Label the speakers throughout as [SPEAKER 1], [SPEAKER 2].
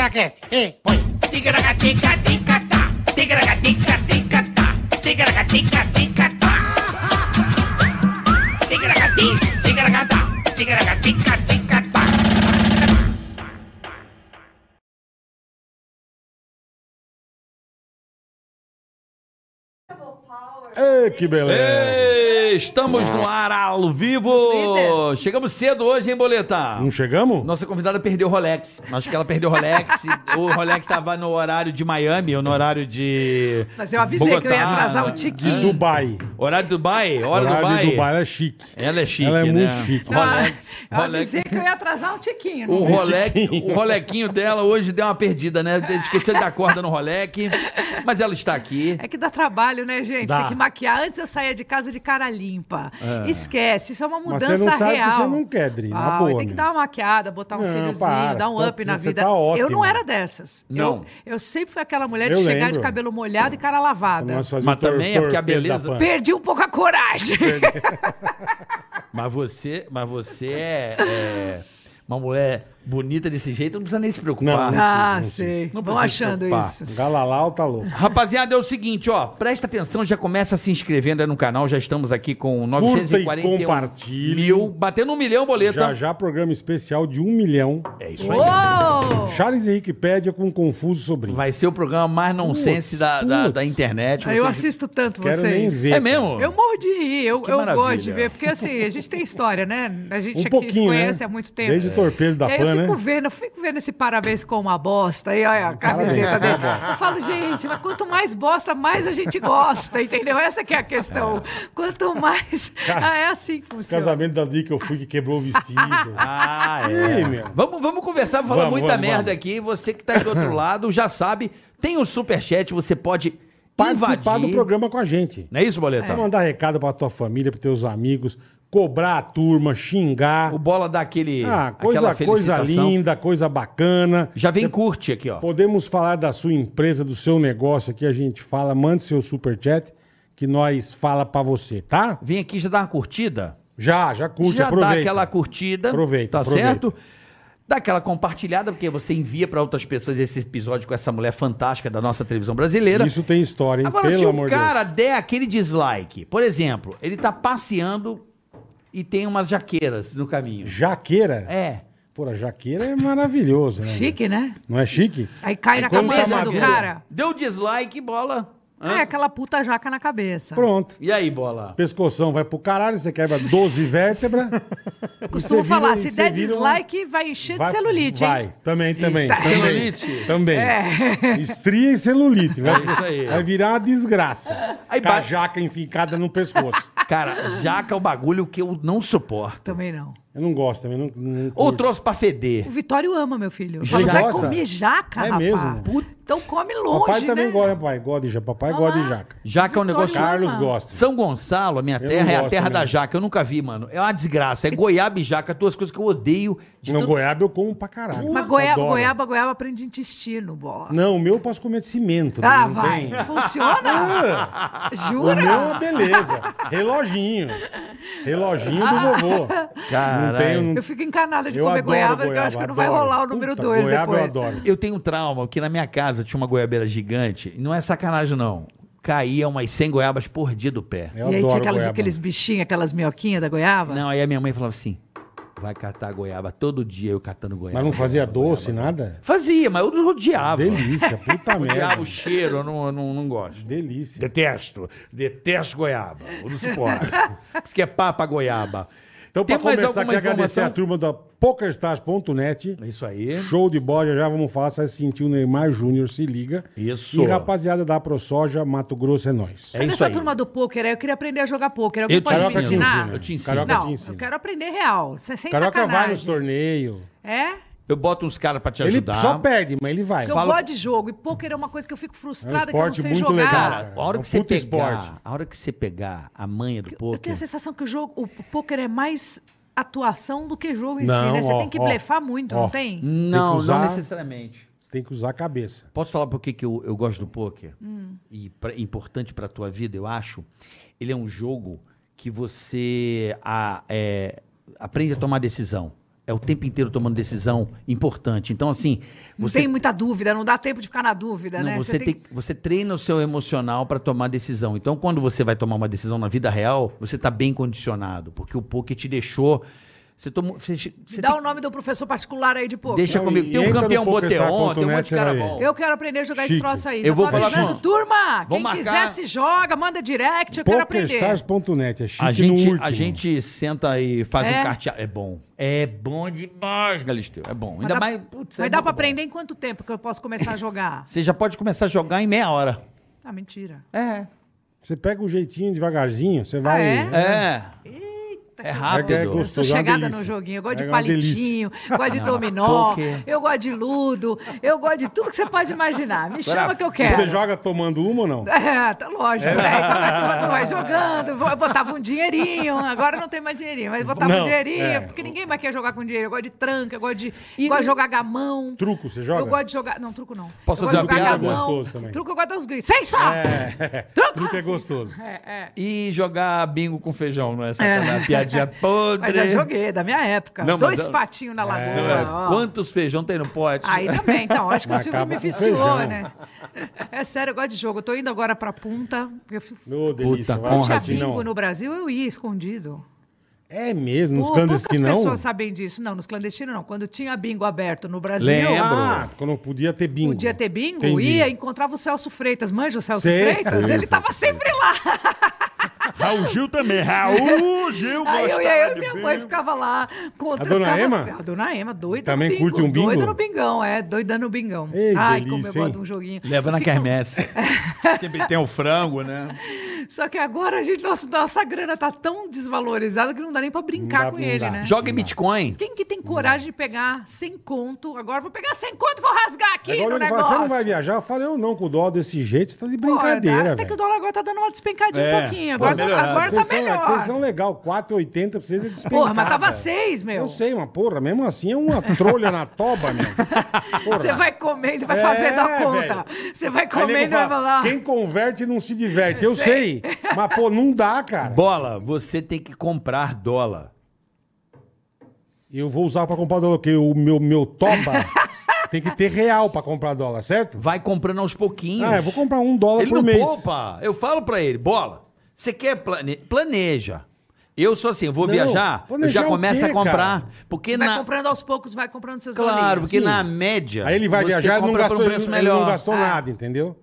[SPEAKER 1] Cast. E põe.
[SPEAKER 2] Ei, que beleza.
[SPEAKER 3] Ei, estamos no ar ao vivo!
[SPEAKER 4] Twitter.
[SPEAKER 3] Chegamos cedo hoje, hein, Boleta?
[SPEAKER 2] Não chegamos?
[SPEAKER 3] Nossa convidada perdeu o Rolex. Acho que ela perdeu o Rolex. o Rolex estava no horário de Miami, ou no horário de.
[SPEAKER 4] Mas eu avisei que eu ia
[SPEAKER 3] Bogotá,
[SPEAKER 4] atrasar o
[SPEAKER 2] De
[SPEAKER 4] tiquinho.
[SPEAKER 2] Dubai.
[SPEAKER 3] Horário de Dubai? Hora
[SPEAKER 2] É. Horário
[SPEAKER 3] Dubai.
[SPEAKER 2] de Dubai, ela é chique.
[SPEAKER 3] Ela é chique,
[SPEAKER 2] Ela é
[SPEAKER 3] né?
[SPEAKER 2] muito chique. Um
[SPEAKER 4] Não,
[SPEAKER 3] Rolex.
[SPEAKER 4] eu
[SPEAKER 3] Rolex.
[SPEAKER 4] avisei que eu ia atrasar o tiquinho.
[SPEAKER 3] O
[SPEAKER 4] não-
[SPEAKER 3] Rolex, o Rolequinho dela hoje deu uma perdida, né? Esqueceu de dar corda no Rolex. Mas ela está aqui.
[SPEAKER 4] É que dá trabalho, né, gente?
[SPEAKER 2] Dá.
[SPEAKER 4] Tem que maquiar. Antes eu saía de casa de cara limpa. Esquece, isso é uma
[SPEAKER 2] Mas
[SPEAKER 4] mudança
[SPEAKER 2] você não sabe
[SPEAKER 4] real.
[SPEAKER 2] que você não quer, Dri. Na
[SPEAKER 4] Ah,
[SPEAKER 2] boa.
[SPEAKER 4] tem que
[SPEAKER 2] meu.
[SPEAKER 4] dar uma maquiada, botar um
[SPEAKER 2] Não,
[SPEAKER 4] cíliozinho,
[SPEAKER 2] para,
[SPEAKER 4] dar um
[SPEAKER 2] você tá-
[SPEAKER 4] up na
[SPEAKER 2] você
[SPEAKER 4] vida.
[SPEAKER 2] tá ótima.
[SPEAKER 4] eu não era dessas.
[SPEAKER 3] Não.
[SPEAKER 4] Eu, eu sempre fui aquela mulher de
[SPEAKER 2] Eu
[SPEAKER 4] chegar
[SPEAKER 2] lembro.
[SPEAKER 4] de cabelo molhado e cara lavada.
[SPEAKER 2] Nós fazemos
[SPEAKER 3] Mas também é porque a
[SPEAKER 2] torpedo da
[SPEAKER 3] beleza-
[SPEAKER 2] Pan.
[SPEAKER 4] Perdi um pouco a coragem.
[SPEAKER 3] Mas você, mas você é, é uma mulher bonita desse jeito, não precisa nem se preocupar.
[SPEAKER 2] Não.
[SPEAKER 4] ah,
[SPEAKER 2] não sei.
[SPEAKER 4] sei.
[SPEAKER 3] Não
[SPEAKER 4] Vão
[SPEAKER 3] precisa se
[SPEAKER 4] achando
[SPEAKER 3] preocupar.
[SPEAKER 4] isso.
[SPEAKER 2] Galalau tá louco.
[SPEAKER 3] Rapaziada, é o seguinte, ó, presta atenção, já começa se inscrevendo aí no canal, já estamos aqui com
[SPEAKER 2] e
[SPEAKER 3] 941
[SPEAKER 2] compartilhe.
[SPEAKER 3] mil, batendo um milhão, boleta.
[SPEAKER 2] Já já programa especial de um milhão.
[SPEAKER 3] É isso aí.
[SPEAKER 4] Uou!
[SPEAKER 2] Charles Henrique Pédia com um Confuso Sobrinho.
[SPEAKER 3] Vai ser o programa mais nonsense
[SPEAKER 2] Putz,
[SPEAKER 3] da, da,
[SPEAKER 2] putz.
[SPEAKER 3] da internet.
[SPEAKER 4] Eu
[SPEAKER 3] vocês-
[SPEAKER 4] assisto tanto
[SPEAKER 2] Quero nem
[SPEAKER 4] vocês.
[SPEAKER 2] ver.
[SPEAKER 3] É mesmo?
[SPEAKER 4] Eu morro de rir, eu,
[SPEAKER 3] Que
[SPEAKER 4] eu
[SPEAKER 3] maravilha.
[SPEAKER 4] gosto de ver, porque assim, a gente tem história, né? A gente
[SPEAKER 2] Um
[SPEAKER 4] aqui se
[SPEAKER 2] pouquinho,
[SPEAKER 4] conhece
[SPEAKER 2] né?
[SPEAKER 4] há muito tempo.
[SPEAKER 2] Desde Torpedo da
[SPEAKER 4] e aí
[SPEAKER 2] Pan,
[SPEAKER 4] eu fico
[SPEAKER 2] né? Um
[SPEAKER 4] vendo, assim, eu fico vendo esse parabéns com uma bosta, aí olha a camiseta
[SPEAKER 2] Parabéns
[SPEAKER 4] dele.
[SPEAKER 2] com uma bosta.
[SPEAKER 4] Eu falo, gente, mas quanto mais bosta, mais a gente gosta, entendeu? Essa que é a questão. Quanto mais. Ah, é assim que funciona.
[SPEAKER 2] Casamento da Dri que eu fui que quebrou o vestido.
[SPEAKER 3] Ah,
[SPEAKER 2] Ih,
[SPEAKER 3] é.
[SPEAKER 2] meu.
[SPEAKER 3] Vamos, vamos conversar, vou falar
[SPEAKER 2] Vamos,
[SPEAKER 3] muita
[SPEAKER 2] vamos,
[SPEAKER 3] merda
[SPEAKER 2] vamos.
[SPEAKER 3] aqui. Você que tá aí do outro lado já sabe, tem o superchat, você pode
[SPEAKER 2] Participar
[SPEAKER 3] invadir.
[SPEAKER 2] do programa com a gente.
[SPEAKER 3] Não é isso, boleta?
[SPEAKER 2] Pra mandar recado pra tua família, pros teus amigos, cobrar a turma, xingar.
[SPEAKER 3] O bola dá aquele.
[SPEAKER 2] Ah,
[SPEAKER 3] aquela
[SPEAKER 2] coisa, coisa
[SPEAKER 3] felicitação.
[SPEAKER 2] linda, coisa bacana.
[SPEAKER 3] Já vem curte aqui, ó.
[SPEAKER 2] Podemos falar da sua empresa, do seu negócio aqui, a gente fala, mande seu superchat que nós fala pra você, tá?
[SPEAKER 3] Vem aqui já dá uma curtida.
[SPEAKER 2] Já, já curte,
[SPEAKER 3] já
[SPEAKER 2] aproveita.
[SPEAKER 3] dá aquela curtida.
[SPEAKER 2] Aproveita,
[SPEAKER 3] Tá
[SPEAKER 2] aproveita.
[SPEAKER 3] certo? Dá aquela compartilhada, porque você envia pra outras pessoas esse episódio com essa mulher fantástica da nossa televisão brasileira.
[SPEAKER 2] Isso tem história, hein?
[SPEAKER 3] Agora,
[SPEAKER 2] Pelo
[SPEAKER 3] se o
[SPEAKER 2] amor de Deus.
[SPEAKER 3] cara der aquele dislike, por exemplo, ele tá passeando e tem umas jaqueiras no caminho.
[SPEAKER 2] Jaqueira?
[SPEAKER 3] É.
[SPEAKER 2] Pô, a jaqueira é maravilhoso, né?
[SPEAKER 4] Chique, né?
[SPEAKER 2] Não é chique?
[SPEAKER 4] Aí cai na
[SPEAKER 2] quando tá
[SPEAKER 4] cabeça do
[SPEAKER 2] maduro.
[SPEAKER 4] cara.
[SPEAKER 3] Deu dislike, bola. Hã?
[SPEAKER 4] Cai aquela puta jaca na cabeça.
[SPEAKER 2] Pronto.
[SPEAKER 3] E aí, bola?
[SPEAKER 2] Pescoção vai pro caralho, você quebra 12 vértebras.
[SPEAKER 4] Eu costumo
[SPEAKER 2] E você vira-
[SPEAKER 4] falar,
[SPEAKER 2] e
[SPEAKER 4] se
[SPEAKER 2] você
[SPEAKER 4] der
[SPEAKER 2] vira uma-
[SPEAKER 4] dislike, vai encher
[SPEAKER 2] Vai-
[SPEAKER 4] de celulite, hein?
[SPEAKER 2] Vai, também, também.
[SPEAKER 4] Isso.
[SPEAKER 2] também.
[SPEAKER 3] Celulite?
[SPEAKER 2] Também.
[SPEAKER 4] É.
[SPEAKER 2] Estria e celulite. Vai,
[SPEAKER 3] É isso aí.
[SPEAKER 2] vai virar uma desgraça.
[SPEAKER 3] Aí
[SPEAKER 2] Com a
[SPEAKER 3] ba-
[SPEAKER 2] jaca enfincada no pescoço.
[SPEAKER 3] Cara, jaca é o bagulho que eu não suporto.
[SPEAKER 4] Também não.
[SPEAKER 2] Eu não gosto também. Não, não curto.
[SPEAKER 3] Ou trouxe pra feder.
[SPEAKER 4] O Vitório ama, meu filho.
[SPEAKER 2] Já
[SPEAKER 4] Fala, vai
[SPEAKER 2] gosta?
[SPEAKER 4] comer jaca,
[SPEAKER 2] É
[SPEAKER 4] rapaz.
[SPEAKER 2] mesmo?
[SPEAKER 4] Puta, Então come
[SPEAKER 3] é
[SPEAKER 4] longe,
[SPEAKER 2] Papai
[SPEAKER 4] né?
[SPEAKER 2] também gosta, papai. Gosta de jaca. Papai gosta de jaca.
[SPEAKER 3] Jaca é um negócio.
[SPEAKER 4] Vitória-
[SPEAKER 2] Carlos
[SPEAKER 4] ama.
[SPEAKER 2] gosta.
[SPEAKER 3] São Gonçalo, a minha
[SPEAKER 2] Eu
[SPEAKER 3] terra,
[SPEAKER 2] não
[SPEAKER 3] é a
[SPEAKER 2] gosto
[SPEAKER 3] terra da
[SPEAKER 2] mesmo.
[SPEAKER 3] jaca. Eu nunca vi, mano. É uma desgraça. É goiaba e jaca, duas coisas que eu odeio. de
[SPEAKER 2] Não,
[SPEAKER 3] tanto-
[SPEAKER 2] goiaba eu como pra caralho.
[SPEAKER 4] Mas goiaba,
[SPEAKER 2] Adoro.
[SPEAKER 4] goiaba, goiaba prende intestino, bola.
[SPEAKER 2] Não, o meu eu posso comer de cimento. né?
[SPEAKER 4] ah,
[SPEAKER 2] Não
[SPEAKER 4] vai.
[SPEAKER 2] tem-
[SPEAKER 4] Funciona?
[SPEAKER 2] O meu é uma
[SPEAKER 4] Jura?
[SPEAKER 2] beleza. Reloginho. Reloginho do vovô.
[SPEAKER 3] Caralho.
[SPEAKER 2] Não tenho... Não...
[SPEAKER 4] Eu fico encanada de
[SPEAKER 2] eu
[SPEAKER 4] comer
[SPEAKER 2] adoro
[SPEAKER 4] goiaba, porque eu acho que não vai
[SPEAKER 2] adoro.
[SPEAKER 4] rolar o número
[SPEAKER 2] Puta,
[SPEAKER 4] 2
[SPEAKER 2] goiaba
[SPEAKER 4] depois.
[SPEAKER 2] eu adoro.
[SPEAKER 3] Eu tenho um trauma que na minha casa tinha uma goiabeira gigante. Não é sacanagem, não. Caía umas 100 goiabas por dia do pé.
[SPEAKER 2] Eu
[SPEAKER 4] e aí
[SPEAKER 2] adoro
[SPEAKER 4] tinha aquelas,
[SPEAKER 2] goiaba.
[SPEAKER 4] aqueles bichinhos, aquelas minhoquinhas da goiaba?
[SPEAKER 3] Não, aí a minha mãe falava assim: vai catar goiaba todo dia, eu catando goiaba.
[SPEAKER 2] Mas não fazia
[SPEAKER 3] catando goiaba.
[SPEAKER 2] doce, nada?
[SPEAKER 3] Fazia, mas eu odiava.
[SPEAKER 2] Delícia, puta
[SPEAKER 3] Odiava
[SPEAKER 2] merda.
[SPEAKER 3] o cheiro, eu não, eu não, não gosto.
[SPEAKER 2] Delícia.
[SPEAKER 3] Detesto. Detesto goiaba. Eu não suporto. Por isso que é papa goiaba.
[SPEAKER 2] Então,
[SPEAKER 3] Tem
[SPEAKER 2] pra
[SPEAKER 3] mais
[SPEAKER 2] começar,
[SPEAKER 3] alguma
[SPEAKER 2] quero agradecer
[SPEAKER 3] informação?
[SPEAKER 2] a turma da PokerStars.net.
[SPEAKER 3] É Isso aí.
[SPEAKER 2] Show de bola, já já vamos falar, você vai sentir o Neymar Júnior, se liga.
[SPEAKER 3] Isso.
[SPEAKER 2] E rapaziada da ProSoja, Mato Grosso é nós.
[SPEAKER 3] É
[SPEAKER 4] Cadê
[SPEAKER 3] isso
[SPEAKER 4] essa
[SPEAKER 3] aí.
[SPEAKER 4] turma do pôquer aí? Eu queria aprender a jogar pôquer.
[SPEAKER 3] Eu
[SPEAKER 4] Alguém
[SPEAKER 3] te
[SPEAKER 4] pode me
[SPEAKER 3] ensino.
[SPEAKER 4] ensinar?
[SPEAKER 3] Eu te ensino.
[SPEAKER 2] Carioca te
[SPEAKER 4] Não, eu
[SPEAKER 2] ensina.
[SPEAKER 4] quero aprender real. Sem sem
[SPEAKER 2] Carioca vai nos
[SPEAKER 4] sacanagem.
[SPEAKER 2] torneios.
[SPEAKER 4] É?
[SPEAKER 3] Eu boto uns caras pra te
[SPEAKER 2] Ele
[SPEAKER 3] ajudar.
[SPEAKER 2] só perde, mas ele vai.
[SPEAKER 4] Porque eu gosto de jogo. E pôquer é uma coisa que eu fico frustrada que eu não
[SPEAKER 2] um esporte
[SPEAKER 4] sei
[SPEAKER 2] muito
[SPEAKER 4] jogar.
[SPEAKER 2] legal,
[SPEAKER 3] Cara, a hora
[SPEAKER 2] É um
[SPEAKER 3] que você
[SPEAKER 2] puta
[SPEAKER 3] pegar,
[SPEAKER 2] esporte.
[SPEAKER 3] a hora que você pegar a manha do
[SPEAKER 4] Eu tenho
[SPEAKER 3] poker,
[SPEAKER 4] a sensação que o jogo, o pôquer é mais atuação do que jogo em si,
[SPEAKER 2] Não,
[SPEAKER 4] né? Você
[SPEAKER 2] ó,
[SPEAKER 4] tem que
[SPEAKER 2] ó,
[SPEAKER 4] blefar muito,
[SPEAKER 2] ó.
[SPEAKER 4] não tem?
[SPEAKER 3] não,
[SPEAKER 2] usar-
[SPEAKER 3] não necessariamente.
[SPEAKER 2] Você tem que usar a cabeça.
[SPEAKER 3] Posso falar por que que eu, eu gosto do poker?
[SPEAKER 4] Hum.
[SPEAKER 3] E pra- importante pra tua vida, eu acho. Ele é um jogo que você a- é, aprende a tomar decisão. É é o tempo inteiro tomando decisão importante. Então, assim,
[SPEAKER 4] Não
[SPEAKER 3] você
[SPEAKER 4] tem muita dúvida, não dá tempo de ficar na dúvida,
[SPEAKER 3] não,
[SPEAKER 4] né?
[SPEAKER 3] você, tem... que- você treina o seu emocional para tomar decisão. Então, quando você vai tomar uma decisão na vida real, você tá bem condicionado, porque o poker te deixou. Você tomou. Você, você
[SPEAKER 4] Dá um
[SPEAKER 3] tem-
[SPEAKER 4] o nome do professor particular aí de pouco.
[SPEAKER 3] deixa
[SPEAKER 2] Não,
[SPEAKER 3] comigo.
[SPEAKER 2] e-
[SPEAKER 3] Tem
[SPEAKER 2] e
[SPEAKER 3] um
[SPEAKER 2] entra no
[SPEAKER 3] campeão
[SPEAKER 2] PokerStars.net,
[SPEAKER 3] boteon, tem um monte de cara
[SPEAKER 2] você vai
[SPEAKER 3] bom.
[SPEAKER 2] ver.
[SPEAKER 4] Eu quero aprender a jogar
[SPEAKER 2] Chico,
[SPEAKER 4] esse troço aí.
[SPEAKER 3] eu vou
[SPEAKER 4] tô
[SPEAKER 3] falar
[SPEAKER 4] avisando,
[SPEAKER 3] com-
[SPEAKER 4] turma! Quem
[SPEAKER 3] Vamos marcar-
[SPEAKER 4] quiser se joga, manda direct, eu quero aprender.
[SPEAKER 2] PokerStars.net, é chique
[SPEAKER 3] A gente,
[SPEAKER 2] no último.
[SPEAKER 3] a gente senta e faz
[SPEAKER 4] É?
[SPEAKER 3] um carteado. É bom. É bom demais, Galisteu. É bom.
[SPEAKER 4] Mas
[SPEAKER 3] Ainda
[SPEAKER 4] dá-
[SPEAKER 3] mais. Putz, é
[SPEAKER 4] Mas
[SPEAKER 3] muito
[SPEAKER 4] dá pra
[SPEAKER 3] bom.
[SPEAKER 4] aprender em quanto tempo que eu posso começar a jogar?
[SPEAKER 3] Você já pode começar a jogar em meia hora.
[SPEAKER 4] Ah, mentira.
[SPEAKER 3] É.
[SPEAKER 2] Você pega um jeitinho devagarzinho, você vai.
[SPEAKER 4] é?
[SPEAKER 3] É.
[SPEAKER 4] Eita,
[SPEAKER 3] É
[SPEAKER 4] que
[SPEAKER 3] rápido.
[SPEAKER 4] gostoso. Eu sou
[SPEAKER 2] É uma
[SPEAKER 4] chegada
[SPEAKER 2] delícia.
[SPEAKER 4] no joguinho. Eu gosto
[SPEAKER 2] É
[SPEAKER 4] de
[SPEAKER 2] uma
[SPEAKER 4] palitinho, eu gosto de
[SPEAKER 3] Não,
[SPEAKER 4] dominó,
[SPEAKER 3] poker.
[SPEAKER 4] eu gosto de ludo, eu gosto de tudo que você pode imaginar. Me chama que eu
[SPEAKER 2] E
[SPEAKER 4] quero.
[SPEAKER 2] Você joga tomando uma ou não?
[SPEAKER 4] É, tá lógico, velho. Tava, vai jogando, vo- eu botava um dinheirinho. Agora não tem mais dinheirinho, mas botava
[SPEAKER 2] Não,
[SPEAKER 4] um dinheirinho,
[SPEAKER 2] é.
[SPEAKER 4] porque ninguém mais quer jogar com dinheiro. Eu gosto de tranca, eu gosto de,
[SPEAKER 3] E-
[SPEAKER 4] gosto de jogar gamão.
[SPEAKER 2] Truco, você joga?
[SPEAKER 4] Eu gosto de jogar. Não, truco não.
[SPEAKER 3] Posso
[SPEAKER 4] eu
[SPEAKER 3] fazer
[SPEAKER 4] gosto
[SPEAKER 3] uma
[SPEAKER 4] de
[SPEAKER 3] piada?
[SPEAKER 4] jogar gamão.
[SPEAKER 2] Gostoso também.
[SPEAKER 4] Truco eu gosto dos gritos. Sem sal!
[SPEAKER 2] É.
[SPEAKER 4] Ah, Truco! assim.
[SPEAKER 2] Truco é gostoso.
[SPEAKER 4] É, é.
[SPEAKER 3] E jogar bingo com feijão, não é? Sacanagem. Piadinha podre.
[SPEAKER 4] Mas já joguei, da minha época.
[SPEAKER 3] Não, mas
[SPEAKER 4] Dois
[SPEAKER 3] eu-
[SPEAKER 4] patinhos na lagoa.
[SPEAKER 3] Não é?
[SPEAKER 4] ó.
[SPEAKER 3] Quantos feijão tem no pote?
[SPEAKER 4] Aí também, então. Acho que o
[SPEAKER 2] Mas
[SPEAKER 4] Silvio
[SPEAKER 2] acaba
[SPEAKER 4] me
[SPEAKER 2] com
[SPEAKER 4] viciou,
[SPEAKER 2] feijão.
[SPEAKER 4] né? É sério, eu gosto de jogo. Eu tô indo agora pra punta. Eu fui.
[SPEAKER 2] Meu delícia.
[SPEAKER 3] Puta,
[SPEAKER 2] vai
[SPEAKER 3] conra,
[SPEAKER 4] Tinha
[SPEAKER 2] assim, não.
[SPEAKER 4] bingo no Brasil, eu ia escondido.
[SPEAKER 2] É mesmo, nos
[SPEAKER 4] Pou-
[SPEAKER 2] clandestinos
[SPEAKER 4] Poucas
[SPEAKER 2] não?
[SPEAKER 4] pessoas sabem disso. Não, nos clandestinos não. Quando tinha bingo aberto no Brasil,
[SPEAKER 3] Lembro.
[SPEAKER 2] Ah, quando podia ter bingo.
[SPEAKER 4] podia ter bingo,
[SPEAKER 2] Entendi.
[SPEAKER 4] ia, encontrava o Celso Freitas. Manja o Celso
[SPEAKER 2] Sei.
[SPEAKER 4] Freitas?
[SPEAKER 2] Sei,
[SPEAKER 4] Ele tava sempre lá.
[SPEAKER 3] Raul Gil também. Raul Gil
[SPEAKER 4] Aí eu e
[SPEAKER 3] gostava
[SPEAKER 4] eu e
[SPEAKER 3] de
[SPEAKER 4] minha
[SPEAKER 3] bingo.
[SPEAKER 4] mãe ficava lá. Contra,
[SPEAKER 2] A dona
[SPEAKER 4] ficava-
[SPEAKER 2] Ema?
[SPEAKER 4] A dona Ema, doida
[SPEAKER 2] Também
[SPEAKER 4] no bingo.
[SPEAKER 2] curte um bingo?
[SPEAKER 4] Doida no bingão, é. Doida no bingão.
[SPEAKER 2] Ei,
[SPEAKER 4] Ai,
[SPEAKER 2] delícia,
[SPEAKER 4] como eu gosto
[SPEAKER 2] hein?
[SPEAKER 4] de um joguinho.
[SPEAKER 3] Leva na
[SPEAKER 4] Fica-
[SPEAKER 3] quermesse. Sempre tem o frango, né?
[SPEAKER 4] Só que agora a gente, nossa, nossa grana tá tão desvalorizada que não dá nem pra brincar
[SPEAKER 2] Não dá,
[SPEAKER 4] com
[SPEAKER 2] não
[SPEAKER 4] ele,
[SPEAKER 2] dá.
[SPEAKER 4] né?
[SPEAKER 3] Joga em Bitcoin.
[SPEAKER 4] Quem que tem coragem de pegar sem conto? Agora eu vou pegar sem conto e vou rasgar aqui
[SPEAKER 2] Agora
[SPEAKER 4] no
[SPEAKER 2] ele
[SPEAKER 4] negócio.
[SPEAKER 2] fala, você não vai viajar? Eu falei, eu não, com o dólar desse jeito, você tá de
[SPEAKER 4] Pô,
[SPEAKER 2] brincadeira,
[SPEAKER 4] dá- Até que o
[SPEAKER 2] velho.
[SPEAKER 4] dólar agora tá dando uma despencadinha
[SPEAKER 3] É,
[SPEAKER 4] um pouquinho.
[SPEAKER 3] pô,
[SPEAKER 4] Agora, tá-
[SPEAKER 3] melhorado.
[SPEAKER 4] agora tá
[SPEAKER 2] Vocês são- é que
[SPEAKER 4] melhor.
[SPEAKER 2] Vocês são legal, 4,80 pra vocês é despencado.
[SPEAKER 4] Porra, mas tava seis, meu.
[SPEAKER 2] Eu sei, mas porra, mesmo assim é uma trolha na toba, meu. Porra.
[SPEAKER 4] Você vai comendo e vai
[SPEAKER 2] É,
[SPEAKER 4] fazendo a conta. Você vai
[SPEAKER 2] Aí nego
[SPEAKER 4] comendo e vai
[SPEAKER 2] fala,
[SPEAKER 4] falar.
[SPEAKER 2] Quem converte não se diverte. Eu sei.
[SPEAKER 4] Sei.
[SPEAKER 2] Mas, pô, não dá, cara.
[SPEAKER 3] Bola, você tem que comprar dólar.
[SPEAKER 2] Eu vou usar pra comprar dólar, porque o meu, meu toba tem que ter real pra comprar dólar, certo?
[SPEAKER 3] Vai comprando aos pouquinhos.
[SPEAKER 2] Ah, eu vou comprar um dólar
[SPEAKER 3] Ele
[SPEAKER 2] por
[SPEAKER 3] não
[SPEAKER 2] mês.
[SPEAKER 3] poupa. Eu falo pra ele, bola, você quer plane... planeja. Eu sou assim, eu vou
[SPEAKER 2] Não,
[SPEAKER 3] viajar, eu já
[SPEAKER 2] planejar o
[SPEAKER 3] começo
[SPEAKER 2] quê,
[SPEAKER 3] a comprar.
[SPEAKER 2] cara?
[SPEAKER 3] Porque
[SPEAKER 4] Vai
[SPEAKER 3] na...
[SPEAKER 4] comprando aos poucos, vai comprando seus
[SPEAKER 3] Claro,
[SPEAKER 4] dólares.
[SPEAKER 3] porque
[SPEAKER 2] Sim.
[SPEAKER 3] na média.
[SPEAKER 2] Aí ele vai
[SPEAKER 3] você
[SPEAKER 2] viajar e não
[SPEAKER 3] compra por
[SPEAKER 2] gastou,
[SPEAKER 3] um
[SPEAKER 2] ele,
[SPEAKER 3] preço
[SPEAKER 2] ele
[SPEAKER 3] melhor.
[SPEAKER 2] não gastou
[SPEAKER 4] Ah.
[SPEAKER 2] nada, entendeu?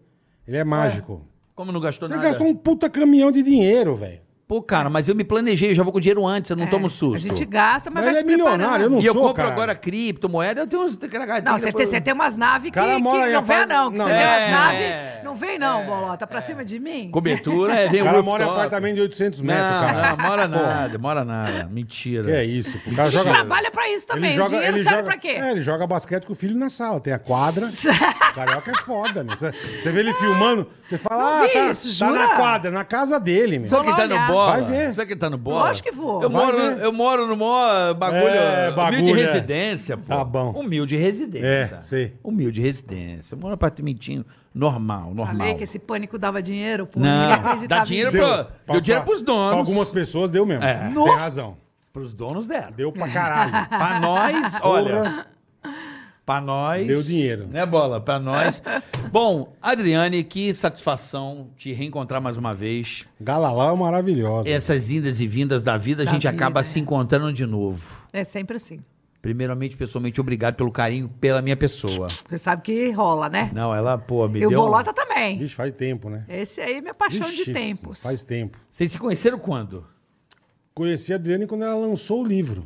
[SPEAKER 2] Ele é mágico.
[SPEAKER 3] Como não gastou
[SPEAKER 2] Você
[SPEAKER 3] nada?
[SPEAKER 2] gastou um puta caminhão de dinheiro, velho.
[SPEAKER 3] Pô, cara, mas eu me planejei, eu já vou com dinheiro antes, eu não tomo susto.
[SPEAKER 4] É, A gente gasta, mas,
[SPEAKER 2] Mas
[SPEAKER 4] vai
[SPEAKER 2] ele
[SPEAKER 4] se
[SPEAKER 2] é milionário,
[SPEAKER 4] preparando.
[SPEAKER 2] eu não
[SPEAKER 3] e eu
[SPEAKER 2] sou,
[SPEAKER 3] compro
[SPEAKER 2] cara.
[SPEAKER 3] agora criptomoeda, eu tenho uns.
[SPEAKER 4] Não, você tem, você tem umas naves que,
[SPEAKER 2] Cara
[SPEAKER 4] que
[SPEAKER 2] mora aí,
[SPEAKER 4] não venha,
[SPEAKER 2] rapaz,
[SPEAKER 4] não. Que
[SPEAKER 2] não.
[SPEAKER 4] você tem
[SPEAKER 3] É,
[SPEAKER 4] umas
[SPEAKER 3] é,
[SPEAKER 4] naves. Não vem, não, bolota. tá Pra cima de mim?
[SPEAKER 3] Cobertura, é, vem
[SPEAKER 2] O
[SPEAKER 3] o
[SPEAKER 2] cara mora em
[SPEAKER 3] rooftop.
[SPEAKER 2] apartamento de 800
[SPEAKER 3] Não,
[SPEAKER 2] metros, cara.
[SPEAKER 3] não, mora
[SPEAKER 2] Porra,
[SPEAKER 3] nada, mora nada. Mentira.
[SPEAKER 2] Que é isso? O
[SPEAKER 4] A
[SPEAKER 2] cara
[SPEAKER 4] gente
[SPEAKER 2] joga.
[SPEAKER 4] trabalha pra isso também. o dinheiro serve pra quê?
[SPEAKER 2] É, ele joga basquete com o filho na sala. Tem a quadra. O Carioca é foda, meu. Você, você vê ele filmando, você fala,
[SPEAKER 4] Não
[SPEAKER 2] ah,
[SPEAKER 4] vi
[SPEAKER 2] tá,
[SPEAKER 4] isso,
[SPEAKER 2] tá
[SPEAKER 4] jura?
[SPEAKER 2] na quadra, na casa dele, meu.
[SPEAKER 4] Só-
[SPEAKER 3] Sabe quem tá
[SPEAKER 4] Vai
[SPEAKER 3] no
[SPEAKER 4] olhar.
[SPEAKER 3] bola?
[SPEAKER 2] Vai ver.
[SPEAKER 3] Sabe quem tá no bola?
[SPEAKER 4] Lógico que vou.
[SPEAKER 3] Eu
[SPEAKER 2] Vai
[SPEAKER 3] moro,
[SPEAKER 2] ver.
[SPEAKER 3] eu moro no maior bagulho.
[SPEAKER 2] É, bagulho,
[SPEAKER 3] Humilde
[SPEAKER 2] é.
[SPEAKER 3] residência, pô.
[SPEAKER 2] Tá bom.
[SPEAKER 3] Humilde residência.
[SPEAKER 2] É, sei.
[SPEAKER 3] Humilde residência. Eu moro em apartamentinho normal, normal.
[SPEAKER 4] Falei que esse pânico dava dinheiro, pô. ninguém
[SPEAKER 3] Não,
[SPEAKER 4] acreditava
[SPEAKER 3] dá
[SPEAKER 4] em
[SPEAKER 3] dinheiro
[SPEAKER 4] mim.
[SPEAKER 3] pro, deu dinheiro pros donos.
[SPEAKER 2] Pra algumas pessoas deu mesmo.
[SPEAKER 3] É.
[SPEAKER 2] Tem razão.
[SPEAKER 3] Pros donos deram.
[SPEAKER 2] Deu pra caralho.
[SPEAKER 3] Pra nós, olha.
[SPEAKER 2] Porra.
[SPEAKER 3] Pra nós.
[SPEAKER 2] Deu dinheiro.
[SPEAKER 3] Né, bola? Pra nós. Bom, Adriane, que satisfação te reencontrar mais uma vez.
[SPEAKER 2] Galalau é maravilhosa.
[SPEAKER 3] Essas indas e vindas da vida,
[SPEAKER 4] Da
[SPEAKER 3] a gente
[SPEAKER 4] vida,
[SPEAKER 3] acaba
[SPEAKER 4] é.
[SPEAKER 3] se encontrando de novo.
[SPEAKER 4] É sempre assim.
[SPEAKER 3] Primeiramente, pessoalmente, obrigado pelo carinho pela minha pessoa.
[SPEAKER 4] Você sabe que rola, né?
[SPEAKER 3] Não, ela, pô, me
[SPEAKER 4] E o
[SPEAKER 3] deu... um
[SPEAKER 4] Bolota também.
[SPEAKER 2] Vixe, faz tempo, né?
[SPEAKER 4] Esse aí é minha paixão
[SPEAKER 2] Vixe,
[SPEAKER 4] de tempos.
[SPEAKER 2] Faz tempo.
[SPEAKER 3] Vocês se conheceram quando?
[SPEAKER 2] Conheci a Adriane quando ela lançou o livro.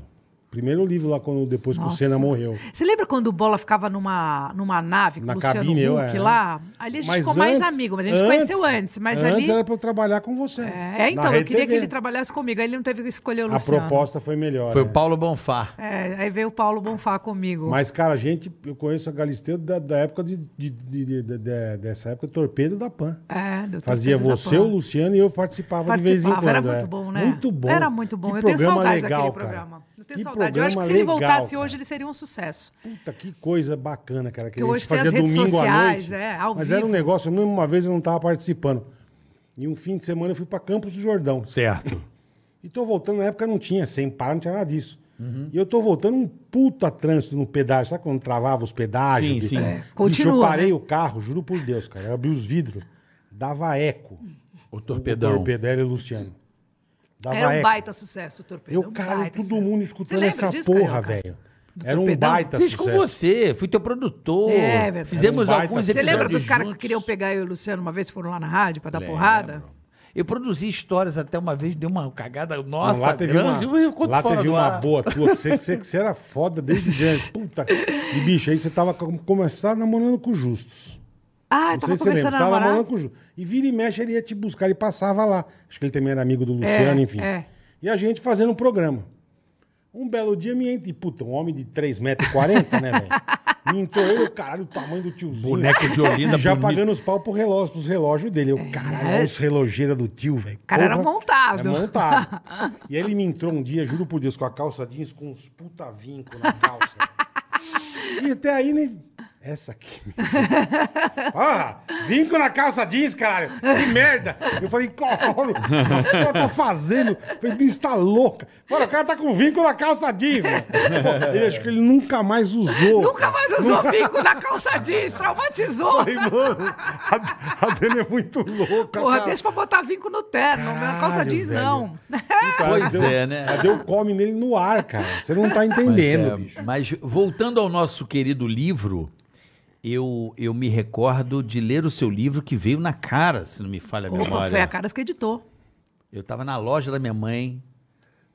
[SPEAKER 2] Primeiro livro lá, quando, depois que o
[SPEAKER 4] Nossa.
[SPEAKER 2] Senna morreu.
[SPEAKER 4] Você lembra quando o Bola ficava numa, numa nave com
[SPEAKER 2] Na
[SPEAKER 4] o Luciano
[SPEAKER 2] cabine, eu,
[SPEAKER 4] Huck
[SPEAKER 2] é.
[SPEAKER 4] lá? Ali a gente ficou mais amigo, mas a gente se conheceu antes. Mas
[SPEAKER 2] antes
[SPEAKER 4] ali.
[SPEAKER 2] era pra eu trabalhar com você.
[SPEAKER 4] É,
[SPEAKER 2] Na
[SPEAKER 4] então, eu
[SPEAKER 2] Rede
[SPEAKER 4] queria que
[SPEAKER 2] TV.
[SPEAKER 4] ele trabalhasse comigo. Aí ele não teve que escolher o
[SPEAKER 2] A
[SPEAKER 4] Luciano.
[SPEAKER 2] proposta foi melhor.
[SPEAKER 3] Foi
[SPEAKER 2] né?
[SPEAKER 3] o Paulo Bonfá.
[SPEAKER 4] É, aí veio o Paulo Bonfá comigo.
[SPEAKER 2] Mas, cara, a gente, eu conheço a Galisteu da, da época de, de- de- de- de- de- dessa época Torpedo da Pan.
[SPEAKER 4] É, do
[SPEAKER 2] Fazia
[SPEAKER 4] Torpedo da
[SPEAKER 2] você,
[SPEAKER 4] Pan.
[SPEAKER 2] o Luciano e eu participava, de vez em quando.
[SPEAKER 4] Participava, era
[SPEAKER 2] é.
[SPEAKER 4] muito bom, né?
[SPEAKER 2] Muito bom.
[SPEAKER 4] Era muito bom.
[SPEAKER 2] Que
[SPEAKER 4] eu tenho
[SPEAKER 2] programa
[SPEAKER 4] saudade
[SPEAKER 2] legal,
[SPEAKER 4] daquele
[SPEAKER 2] cara.
[SPEAKER 4] programa. Eu tenho
[SPEAKER 2] Que
[SPEAKER 4] saudade. Eu acho que se
[SPEAKER 2] programa
[SPEAKER 4] ele voltasse
[SPEAKER 2] legal,
[SPEAKER 4] hoje,
[SPEAKER 2] cara.
[SPEAKER 4] ele seria um sucesso.
[SPEAKER 2] Puta, que coisa bacana, cara. Que
[SPEAKER 4] Porque
[SPEAKER 2] a gente
[SPEAKER 4] hoje tem
[SPEAKER 2] fazia
[SPEAKER 4] as redes
[SPEAKER 2] domingo à
[SPEAKER 4] sociais,
[SPEAKER 2] noite.
[SPEAKER 4] é, ao
[SPEAKER 2] mas
[SPEAKER 4] vivo.
[SPEAKER 2] era um negócio, mesmo uma vez eu não estava participando. E um fim de semana eu fui para Campos do Jordão.
[SPEAKER 3] Certo.
[SPEAKER 2] E tô voltando, na época não tinha, sem parar, não tinha nada disso.
[SPEAKER 3] Uhum.
[SPEAKER 2] E eu tô voltando um puta trânsito no pedágio. Sabe quando travava os
[SPEAKER 3] Sim,
[SPEAKER 2] pedágios?
[SPEAKER 3] sim.
[SPEAKER 2] Bicho,
[SPEAKER 3] É,
[SPEAKER 4] continua,
[SPEAKER 2] eu parei
[SPEAKER 4] né?
[SPEAKER 2] o carro, juro por Deus, cara. Eu abri os vidros, dava eco.
[SPEAKER 3] O torpedão.
[SPEAKER 2] O Torpedão e o Luciano. Dava
[SPEAKER 4] Era um
[SPEAKER 2] eco.
[SPEAKER 4] baita sucesso o Torpedo.
[SPEAKER 2] Eu,
[SPEAKER 4] um
[SPEAKER 2] cara,
[SPEAKER 4] baita
[SPEAKER 2] todo
[SPEAKER 4] sucesso.
[SPEAKER 2] mundo
[SPEAKER 4] Você
[SPEAKER 2] escutando
[SPEAKER 4] lembra
[SPEAKER 2] essa
[SPEAKER 4] disso,
[SPEAKER 2] porra,
[SPEAKER 4] Carioca?
[SPEAKER 2] velho. Era um
[SPEAKER 4] torpedão?
[SPEAKER 2] baita
[SPEAKER 3] Fiz com
[SPEAKER 2] sucesso.
[SPEAKER 3] você, fui teu produtor.
[SPEAKER 4] É verdade.
[SPEAKER 3] Fizemos
[SPEAKER 2] Era um baita
[SPEAKER 3] alguns
[SPEAKER 2] sucesso.
[SPEAKER 4] Você
[SPEAKER 3] episódios.
[SPEAKER 4] lembra dos caras que
[SPEAKER 3] juntos.
[SPEAKER 4] queriam pegar eu e o Luciano uma vez, foram lá na rádio pra dar porrada?
[SPEAKER 3] Eu produzi histórias até uma vez, deu uma cagada nossa,
[SPEAKER 2] Não, lá teve
[SPEAKER 3] grande.
[SPEAKER 2] uma,
[SPEAKER 3] eu conto
[SPEAKER 2] lá
[SPEAKER 3] fora
[SPEAKER 2] teve
[SPEAKER 3] do
[SPEAKER 2] uma
[SPEAKER 3] ar.
[SPEAKER 2] boa tua, que você, que você, que você era foda desde grande. Puta. E, bicho, aí você tava com- começando namorando com o Justus.
[SPEAKER 4] Ah,
[SPEAKER 2] Não
[SPEAKER 4] eu
[SPEAKER 2] sei
[SPEAKER 4] tava
[SPEAKER 2] se você lembra,
[SPEAKER 4] começando
[SPEAKER 2] você
[SPEAKER 4] a
[SPEAKER 2] tava
[SPEAKER 4] namorar.
[SPEAKER 2] namorando com o Justus. E vira e mexe, ele ia te buscar, ele passava lá. Acho que ele também era amigo do Luciano, enfim.
[SPEAKER 4] é.
[SPEAKER 2] E a gente fazendo um programa. Um belo dia me entra, e, puta, um homem de 3,40m, né, velho? Me entrou eu, caralho, o tamanho do tiozinho.
[SPEAKER 3] Boneco de Olinda
[SPEAKER 2] E já
[SPEAKER 3] bonito.
[SPEAKER 2] pagando os pau pro relógio, pros relógios dele. Eu, caralho, olha os relogeiros do tio, velho. O
[SPEAKER 4] É. cara era montado.
[SPEAKER 2] É montado. E aí ele me entrou um dia, juro por Deus, com a calça jeans com uns puta vinco na calça. e até aí, né? Essa aqui. meu. Porra, vinco na calça jeans, caralho. Que merda. Eu falei, coro, o que ela tá fazendo? Eu falei, "Diz, tá louca. Mano, o cara tá com vinco na calça jeans, mano. Pô, Ele acho que ele nunca mais usou.
[SPEAKER 4] Nunca mais usou bico na calça jeans, traumatizou.
[SPEAKER 2] Falei, mano, a, a Dani é muito louca,
[SPEAKER 4] Porra,
[SPEAKER 2] cara.
[SPEAKER 4] deixa pra botar vinco no terno, na calça
[SPEAKER 2] Caralho,
[SPEAKER 4] jeans
[SPEAKER 2] velho.
[SPEAKER 4] não.
[SPEAKER 2] Puta, ela
[SPEAKER 3] Pois
[SPEAKER 2] deu-
[SPEAKER 3] é, né?
[SPEAKER 2] Ela deu come nele no ar, cara. Você não tá
[SPEAKER 3] Mas,
[SPEAKER 2] entendendo,
[SPEAKER 3] é,
[SPEAKER 2] bicho.
[SPEAKER 3] mas voltando ao nosso querido livro, eu, eu me recordo de ler o seu livro que veio na cara, se não me falha a
[SPEAKER 4] Opa,
[SPEAKER 3] memória.
[SPEAKER 4] foi a Caras que editou.
[SPEAKER 3] Eu tava na loja da minha mãe,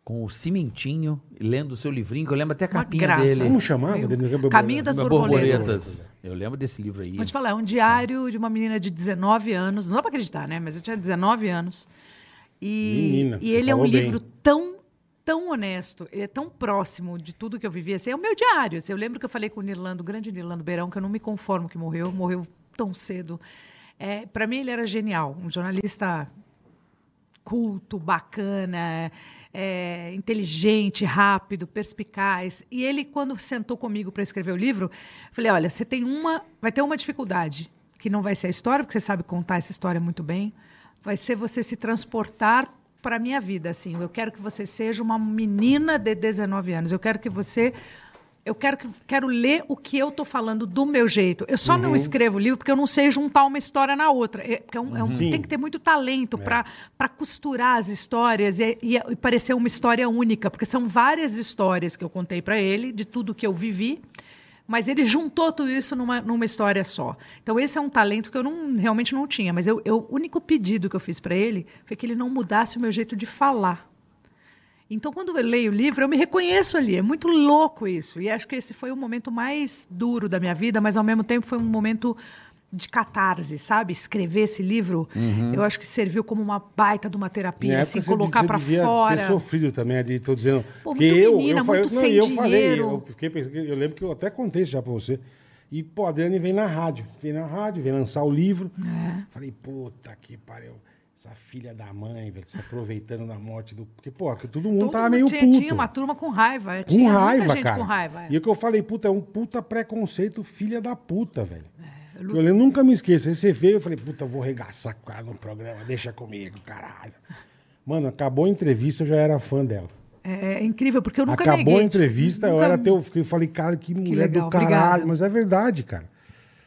[SPEAKER 3] com o cimentinho, lendo o seu livrinho, que eu lembro até a
[SPEAKER 4] Uma
[SPEAKER 3] capinha
[SPEAKER 4] graça.
[SPEAKER 3] dele.
[SPEAKER 2] Como chamava?
[SPEAKER 4] Meu,
[SPEAKER 2] Daniel?
[SPEAKER 4] Caminho das Borboletas.
[SPEAKER 3] Eu lembro desse livro aí.
[SPEAKER 4] Vou te falar, é um diário de uma menina de 19 anos. Não dá pra acreditar, né? Mas eu tinha 19 anos. E,
[SPEAKER 2] Menina,
[SPEAKER 4] e
[SPEAKER 2] você
[SPEAKER 4] ele é um
[SPEAKER 2] falou bem.
[SPEAKER 4] livro tão, tão honesto. Ele é tão próximo de tudo que eu vivi. Assim, é o meu diário. Assim, eu lembro que eu falei com o Nirlando, o grande Nirlando Beirão, que eu não me conformo que morreu. Morreu tão cedo. É, para mim, ele era genial. Um jornalista culto, bacana, é, inteligente, rápido, perspicaz. E ele, quando sentou comigo para escrever o livro, falei: olha, você tem uma, vai ter uma dificuldade que não vai ser a história, porque você sabe contar essa história muito bem. Vai ser você se transportar para a minha vida. Assim, eu quero que você seja uma menina de 19 anos. Eu quero que você eu quero, que- quero ler o que eu estou falando do meu jeito. Eu só não escrevo livro porque eu não sei juntar uma história na outra. É, porque é um- é um-
[SPEAKER 2] Sim.
[SPEAKER 4] tem que ter muito talento pra para costurar as histórias e, e- e parecer uma história única, porque são várias histórias que eu contei para ele, de tudo que eu vivi. Mas ele juntou tudo isso numa, numa história só. Então, esse é um talento que eu não, realmente não tinha. Mas eu, eu- o único pedido que eu fiz para ele foi que ele não mudasse o meu jeito de falar. Então, quando eu leio o livro, eu me reconheço ali. É muito louco isso. E acho que esse foi o momento mais duro da minha vida, mas ao mesmo tempo foi um momento de catarse, sabe? Escrever esse livro, eu acho que serviu como uma baita de uma terapia,
[SPEAKER 2] Uhum. Na
[SPEAKER 3] época
[SPEAKER 4] assim,
[SPEAKER 2] época, você
[SPEAKER 4] colocar
[SPEAKER 2] de-
[SPEAKER 4] para
[SPEAKER 2] devia
[SPEAKER 4] fora.
[SPEAKER 2] ter sofrido também ali, tô dizendo.
[SPEAKER 4] Pô,
[SPEAKER 2] porque
[SPEAKER 4] muito
[SPEAKER 2] eu,
[SPEAKER 4] menina,
[SPEAKER 2] eu falei,
[SPEAKER 4] muito
[SPEAKER 2] não,
[SPEAKER 4] sem
[SPEAKER 2] e eu falei,
[SPEAKER 4] dinheiro.
[SPEAKER 2] eu fiquei pensando, eu lembro que eu até contei isso já pra você. E, pô, a Adriane vem na rádio, vem na rádio, vem lançar o livro.
[SPEAKER 4] É.
[SPEAKER 2] Falei, puta que pariu. Essa filha da mãe, velho, se aproveitando da morte do. Porque, pô, é que todo mundo
[SPEAKER 4] Todo
[SPEAKER 2] tava
[SPEAKER 4] mundo
[SPEAKER 2] meio
[SPEAKER 4] tinha,
[SPEAKER 2] puto.
[SPEAKER 4] tinha uma turma com raiva.
[SPEAKER 2] Com
[SPEAKER 4] tinha
[SPEAKER 2] raiva,
[SPEAKER 4] muita gente
[SPEAKER 2] cara.
[SPEAKER 4] com raiva. é.
[SPEAKER 2] E o que eu falei, puta, é um puta preconceito, filha da puta, velho.
[SPEAKER 4] eu
[SPEAKER 2] eu, lembro, nunca me esqueço. Aí você veio, eu falei, puta, eu vou regaçar com ela no programa, deixa comigo, caralho. Mano, acabou a entrevista, eu já era fã dela.
[SPEAKER 4] É, incrível, porque eu nunca
[SPEAKER 2] acabou
[SPEAKER 4] neguei. tipo,
[SPEAKER 2] a entrevista, eu
[SPEAKER 4] nunca-
[SPEAKER 2] era teu. Eu falei, cara, que mulher
[SPEAKER 4] legal,
[SPEAKER 2] do caralho.
[SPEAKER 4] obrigada.
[SPEAKER 2] Mas é verdade, cara.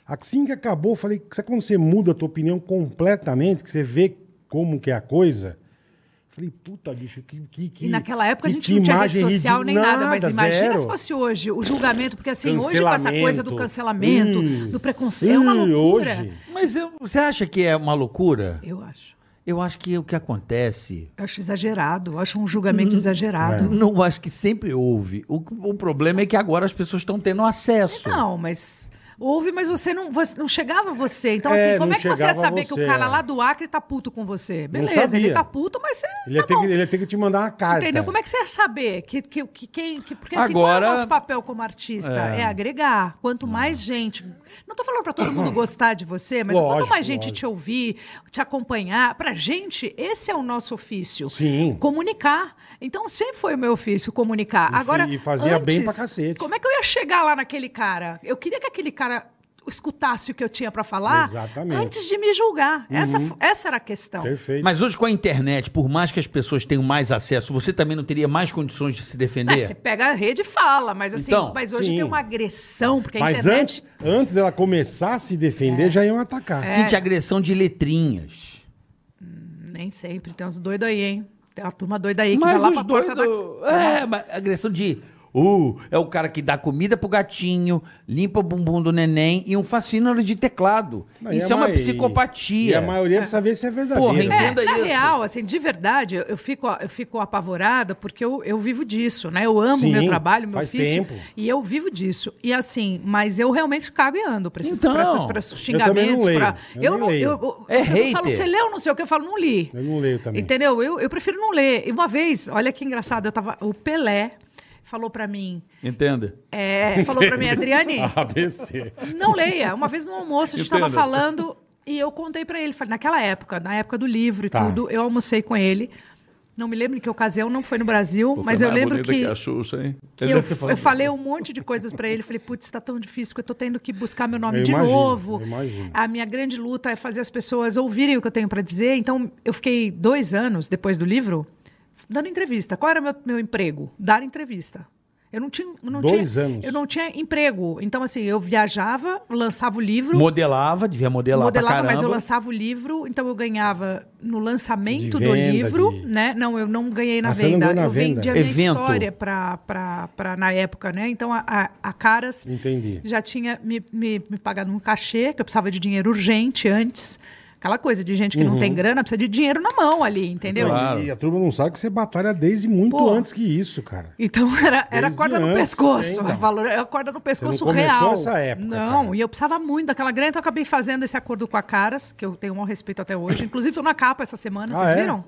[SPEAKER 2] Assim que acabou, eu falei, sabe quando você muda a tua opinião completamente, que você vê como que é a coisa? Eu Falei, puta, bicho, que. que, que
[SPEAKER 4] E naquela época a
[SPEAKER 2] que-
[SPEAKER 4] gente
[SPEAKER 2] que
[SPEAKER 4] não tinha rede
[SPEAKER 2] imagem
[SPEAKER 4] social
[SPEAKER 2] ridícula.
[SPEAKER 4] nem nada, mas imagina
[SPEAKER 2] zero.
[SPEAKER 4] se fosse hoje o julgamento, porque assim, hoje com essa coisa do
[SPEAKER 2] Cancelamento.
[SPEAKER 4] cancelamento,
[SPEAKER 2] Ih,
[SPEAKER 4] do preconceito, é uma
[SPEAKER 2] ih,
[SPEAKER 4] loucura.
[SPEAKER 2] hoje.
[SPEAKER 3] Mas eu- você acha que é uma loucura?
[SPEAKER 4] Eu acho.
[SPEAKER 3] Eu acho que o que acontece
[SPEAKER 4] Eu acho exagerado, eu acho um
[SPEAKER 2] Hum,
[SPEAKER 4] julgamento exagerado.
[SPEAKER 3] Não, acho que sempre houve. O, o problema é que agora as pessoas estão tendo acesso.
[SPEAKER 2] é.
[SPEAKER 4] Não, mas houve, mas você não, você- não chegava a você. Então,
[SPEAKER 2] É,
[SPEAKER 4] assim, como
[SPEAKER 2] não
[SPEAKER 4] é que você ia
[SPEAKER 2] chegava
[SPEAKER 4] saber que
[SPEAKER 2] você,
[SPEAKER 4] o cara
[SPEAKER 2] é.
[SPEAKER 4] lá do Acre tá puto com você?
[SPEAKER 2] Não
[SPEAKER 4] Beleza, ele
[SPEAKER 2] sabia.
[SPEAKER 4] tá puto, mas você
[SPEAKER 2] Ele,
[SPEAKER 4] tá
[SPEAKER 2] ia ter
[SPEAKER 4] bom.
[SPEAKER 2] que, ele ia ter que te mandar uma carta.
[SPEAKER 4] Entendeu? Como é que você ia saber? Que, que, que, quem, que, porque assim, qual é
[SPEAKER 3] Agora-
[SPEAKER 4] o nosso papel como artista? É, agregar. Quanto mais gente. Não tô falando para todo mundo gostar de você, mas
[SPEAKER 2] Lógico,
[SPEAKER 4] quanto mais gente
[SPEAKER 2] lógico.
[SPEAKER 4] te ouvir, te acompanhar, pra gente, esse é o nosso ofício.
[SPEAKER 2] Sim.
[SPEAKER 4] Comunicar. Então sempre foi o meu ofício comunicar.
[SPEAKER 2] E
[SPEAKER 4] Agora.
[SPEAKER 2] fi- e fazia
[SPEAKER 4] antes,
[SPEAKER 2] bem pra cacete.
[SPEAKER 4] Como é que eu ia chegar lá naquele cara? Eu queria que aquele cara escutasse o que eu tinha para falar
[SPEAKER 2] Exatamente. Uhum.
[SPEAKER 4] antes de me julgar. Essa, fo- essa era a questão.
[SPEAKER 2] Perfeito.
[SPEAKER 3] Mas hoje com a internet, por mais que as pessoas tenham mais acesso, você também não teria mais condições de se
[SPEAKER 4] Ah,
[SPEAKER 3] defender?
[SPEAKER 4] você pega a rede e fala, mas assim,
[SPEAKER 3] Então,
[SPEAKER 4] mas hoje
[SPEAKER 2] sim.
[SPEAKER 4] tem uma agressão, porque a
[SPEAKER 2] Mas
[SPEAKER 4] internet. É.
[SPEAKER 2] antes, antes dela começar a se defender, já iam atacar.
[SPEAKER 3] Gente, agressão de letrinhas.
[SPEAKER 4] Nem sempre, tem uns doidos aí, hein? Tem uma turma doida aí que
[SPEAKER 3] Mas
[SPEAKER 4] vai lá
[SPEAKER 3] os
[SPEAKER 4] pra
[SPEAKER 3] dois.
[SPEAKER 4] porta da.
[SPEAKER 3] do- É, mas agressão de. Uh, é o cara que dá comida pro gatinho, limpa o bumbum do neném e um fascínio de teclado.
[SPEAKER 2] Não, e
[SPEAKER 3] Isso
[SPEAKER 2] a
[SPEAKER 3] é uma
[SPEAKER 2] mai-
[SPEAKER 3] psicopatia.
[SPEAKER 2] E a maioria precisa ver se é verdadeiro.
[SPEAKER 3] Porra,
[SPEAKER 2] né?
[SPEAKER 3] entenda
[SPEAKER 4] Na
[SPEAKER 3] isso.
[SPEAKER 4] real, assim, de verdade, eu- eu fico, eu fico apavorada porque eu, eu vivo disso, né? Eu amo o
[SPEAKER 2] Sim,
[SPEAKER 4] meu trabalho, meu
[SPEAKER 2] faz
[SPEAKER 4] ofício.
[SPEAKER 2] tempo.
[SPEAKER 4] E eu vivo disso. E assim, mas eu realmente cago e ando pra esses,
[SPEAKER 3] Então,
[SPEAKER 4] pra essas- pra esses
[SPEAKER 2] eu também não
[SPEAKER 4] xingamentos. pra-
[SPEAKER 2] leio, eu nem leio.
[SPEAKER 3] É
[SPEAKER 4] as pessoas falam,
[SPEAKER 3] hater.
[SPEAKER 4] você leu não sei o que? Eu falo, não li.
[SPEAKER 2] Eu não leio também.
[SPEAKER 4] Entendeu? Eu, eu prefiro não ler. E uma vez, olha que engraçado, eu tava. O Pelé falou pra mim.
[SPEAKER 3] Entenda.
[SPEAKER 4] é, falou pra mim, Adriane.
[SPEAKER 2] ABC.
[SPEAKER 4] Não leia. Uma vez no almoço a gente
[SPEAKER 3] Entendo.
[SPEAKER 4] estava falando e eu contei pra ele, falei, naquela época, na época do livro e
[SPEAKER 2] Tá.
[SPEAKER 4] tudo, eu almocei com ele. Não me lembro em que ocasião, não foi no Brasil, mas eu lembro que,
[SPEAKER 1] Xuxa, hein?
[SPEAKER 4] que eu, eu falei um monte de coisas pra ele. Falei, putz, tá tão difícil que eu tô tendo que buscar meu nome
[SPEAKER 2] Eu
[SPEAKER 4] de
[SPEAKER 2] imagino,
[SPEAKER 4] novo.
[SPEAKER 2] eu imagino.
[SPEAKER 4] A minha grande luta é fazer as pessoas ouvirem o que eu tenho pra dizer. Então, eu fiquei dois anos depois do livro dando entrevista. Qual era meu, meu emprego? Dar entrevista. Eu não tinha. eu Não
[SPEAKER 2] Dois
[SPEAKER 4] tinha,
[SPEAKER 2] anos.
[SPEAKER 4] Eu não tinha emprego. Então, assim, eu viajava, lançava o livro.
[SPEAKER 3] Modelava, devia modelar pra
[SPEAKER 4] Modelava,
[SPEAKER 3] caramba.
[SPEAKER 4] mas eu lançava o livro, então eu ganhava no lançamento
[SPEAKER 2] De
[SPEAKER 4] do
[SPEAKER 2] venda,
[SPEAKER 4] livro,
[SPEAKER 2] de-
[SPEAKER 4] né? Não, eu não ganhei na
[SPEAKER 2] Ah, você não
[SPEAKER 4] venda.
[SPEAKER 2] ganhou na
[SPEAKER 4] eu
[SPEAKER 2] venda?
[SPEAKER 4] vendia a minha
[SPEAKER 3] Evento.
[SPEAKER 4] história pra, pra, pra, na época, né? Então a, a, a Caras
[SPEAKER 2] Entendi.
[SPEAKER 4] já tinha me, me, me pagado um cachê, que eu precisava de dinheiro urgente antes. Aquela coisa de gente que não
[SPEAKER 2] Uhum.
[SPEAKER 4] tem grana, precisa de dinheiro na mão ali, entendeu?
[SPEAKER 3] Claro.
[SPEAKER 2] E a turma não sabe que você batalha desde muito
[SPEAKER 4] Pô.
[SPEAKER 2] antes que isso, cara.
[SPEAKER 4] Então era, era
[SPEAKER 2] Desde
[SPEAKER 4] corda no
[SPEAKER 2] antes,
[SPEAKER 4] pescoço.
[SPEAKER 2] né, então?
[SPEAKER 4] valor, era corda no pescoço
[SPEAKER 2] começou
[SPEAKER 4] real.
[SPEAKER 2] essa época,
[SPEAKER 4] Não,
[SPEAKER 2] cara.
[SPEAKER 4] e eu precisava muito daquela grana, então eu acabei fazendo esse acordo com a Caras, que eu tenho um maior respeito até hoje. Inclusive, tô na capa essa semana,
[SPEAKER 2] Ah,
[SPEAKER 4] vocês
[SPEAKER 2] é?
[SPEAKER 4] viram?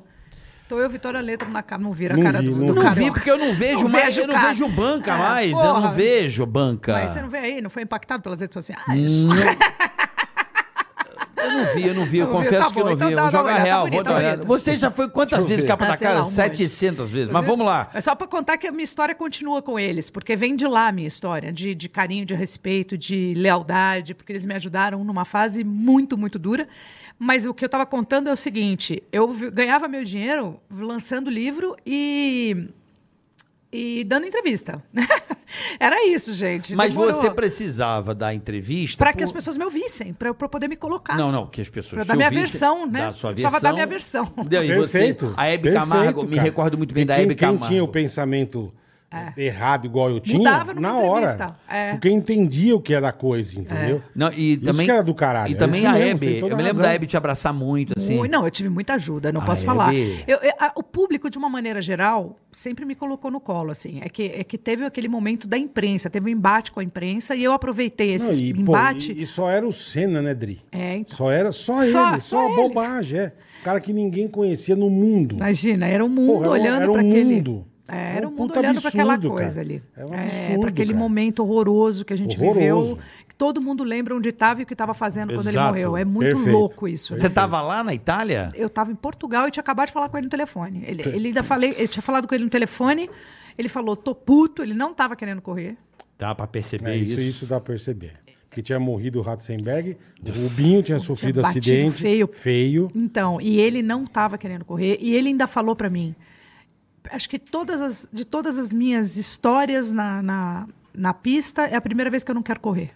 [SPEAKER 4] Tô eu, Vitória Letra, na capa. Não viram
[SPEAKER 2] Não
[SPEAKER 4] a cara
[SPEAKER 2] vi,
[SPEAKER 4] do,
[SPEAKER 2] não
[SPEAKER 4] do
[SPEAKER 2] vi.
[SPEAKER 3] Não vi,
[SPEAKER 4] Carioca.
[SPEAKER 3] porque eu não vejo
[SPEAKER 4] Não
[SPEAKER 3] mais, eu
[SPEAKER 4] vejo,
[SPEAKER 3] não
[SPEAKER 4] cara.
[SPEAKER 3] vejo banca
[SPEAKER 4] É,
[SPEAKER 3] mais. Eu não
[SPEAKER 4] porra.
[SPEAKER 3] vejo banca.
[SPEAKER 4] Mas você não vê aí, não foi impactado pelas redes sociais?
[SPEAKER 3] Eu não vi, eu não vi, eu
[SPEAKER 4] Não viu?
[SPEAKER 3] confesso
[SPEAKER 4] Tá
[SPEAKER 3] que eu
[SPEAKER 4] bom,
[SPEAKER 3] não
[SPEAKER 4] então
[SPEAKER 3] vi.
[SPEAKER 4] dá
[SPEAKER 3] Eu
[SPEAKER 4] uma
[SPEAKER 3] jogo a
[SPEAKER 4] olhada, tá
[SPEAKER 3] real,
[SPEAKER 4] bonito,
[SPEAKER 3] vou dar
[SPEAKER 4] tá
[SPEAKER 3] uma olhada.
[SPEAKER 4] bonito.
[SPEAKER 3] Você já foi quantas vezes capa
[SPEAKER 4] Ah,
[SPEAKER 3] da
[SPEAKER 4] sei lá,
[SPEAKER 3] cara?
[SPEAKER 4] um monte.
[SPEAKER 3] 700 vezes. Mas vamos lá.
[SPEAKER 4] É só pra contar que a minha história continua com eles, porque vem de lá a minha história, de, de carinho, de respeito, de lealdade, porque eles me ajudaram numa fase muito, muito dura. Mas o que eu estava contando é o seguinte: eu vi- ganhava meu dinheiro lançando livro e. E dando entrevista. Era isso, gente.
[SPEAKER 3] Mas
[SPEAKER 4] Demorou.
[SPEAKER 3] você precisava da entrevista.
[SPEAKER 4] Pra que as
[SPEAKER 3] por-
[SPEAKER 4] pessoas me ouvissem, pra eu pra eu poder me colocar.
[SPEAKER 3] Não, não, que as pessoas.
[SPEAKER 4] Pra
[SPEAKER 3] te
[SPEAKER 4] dar minha
[SPEAKER 3] ouvissem,
[SPEAKER 4] versão, né?
[SPEAKER 3] Da sua
[SPEAKER 4] Eu
[SPEAKER 3] versão.
[SPEAKER 4] precisava dar minha versão.
[SPEAKER 3] Entendeu? E você,
[SPEAKER 2] Perfeito.
[SPEAKER 3] a Hebe
[SPEAKER 2] perfeito,
[SPEAKER 3] Camargo, me
[SPEAKER 2] cara.
[SPEAKER 3] recordo muito bem
[SPEAKER 2] E
[SPEAKER 3] da
[SPEAKER 2] quem,
[SPEAKER 3] Hebe
[SPEAKER 2] quem
[SPEAKER 3] Camargo.
[SPEAKER 2] tinha o pensamento errado igual eu tinha,
[SPEAKER 4] É. Mudava numa
[SPEAKER 2] na
[SPEAKER 4] entrevista,
[SPEAKER 2] hora.
[SPEAKER 4] é.
[SPEAKER 2] Porque entendia o que era a coisa, entendeu?
[SPEAKER 3] Não, e
[SPEAKER 2] Isso
[SPEAKER 3] também,
[SPEAKER 2] que era do caralho,
[SPEAKER 3] E
[SPEAKER 2] é
[SPEAKER 3] também
[SPEAKER 2] isso
[SPEAKER 3] a
[SPEAKER 2] mesmo,
[SPEAKER 3] Hebe.
[SPEAKER 2] você tem
[SPEAKER 3] Eu
[SPEAKER 2] toda
[SPEAKER 3] me lembro
[SPEAKER 2] razão.
[SPEAKER 3] da Hebe te abraçar muito, assim.
[SPEAKER 4] Mui- não, eu tive muita ajuda, não
[SPEAKER 3] Ah,
[SPEAKER 4] posso
[SPEAKER 3] é,
[SPEAKER 4] falar.
[SPEAKER 3] Bi?
[SPEAKER 4] Eu- eu- a- o público, de uma maneira geral, sempre me colocou no colo, assim. É que, é que teve aquele momento da imprensa, teve um embate com a imprensa e eu aproveitei esse
[SPEAKER 2] Não, e, pô,
[SPEAKER 4] embate.
[SPEAKER 2] e- e só era o Senna, né, Dri?
[SPEAKER 4] É, então.
[SPEAKER 2] Só era só,
[SPEAKER 4] Só-
[SPEAKER 2] ele, só,
[SPEAKER 4] só
[SPEAKER 2] a
[SPEAKER 4] ele.
[SPEAKER 2] bobagem, é. O cara que ninguém conhecia no mundo.
[SPEAKER 4] Imagina, era o mundo
[SPEAKER 2] Porra, era um-
[SPEAKER 4] olhando
[SPEAKER 2] era um
[SPEAKER 4] para aquele.
[SPEAKER 2] mundo.
[SPEAKER 4] É,
[SPEAKER 2] Era
[SPEAKER 4] era
[SPEAKER 2] um
[SPEAKER 4] o mundo
[SPEAKER 2] puta
[SPEAKER 4] olhando para aquela
[SPEAKER 2] absurdo,
[SPEAKER 4] coisa
[SPEAKER 2] cara.
[SPEAKER 4] ali.
[SPEAKER 2] É um
[SPEAKER 4] para
[SPEAKER 2] absurdo,
[SPEAKER 4] aquele
[SPEAKER 2] cara.
[SPEAKER 4] momento horroroso que a gente
[SPEAKER 2] Horroroso.
[SPEAKER 4] viveu. Que todo mundo lembra onde estava e o que estava fazendo quando ele
[SPEAKER 3] Exato.
[SPEAKER 4] morreu. É muito
[SPEAKER 2] Perfeito.
[SPEAKER 4] louco isso.
[SPEAKER 3] Você tava lá na Itália?
[SPEAKER 4] eu estava em Portugal e tinha acabado de falar com ele no telefone. Ele, ele ainda falei, eu tinha falado com ele no telefone. Ele falou, tô puto, ele não estava querendo correr.
[SPEAKER 3] Dá pra perceber
[SPEAKER 2] É, isso, isso dá pra perceber. Porque tinha morrido o Ratzenberg, o Rubinho tinha sofrido
[SPEAKER 4] batido
[SPEAKER 2] acidente.
[SPEAKER 4] feio.
[SPEAKER 2] Feio.
[SPEAKER 4] Então, e ele não estava querendo correr. E ele ainda falou para mim, acho que todas as, de todas as minhas histórias na, na, na pista, é a primeira vez que eu não quero correr.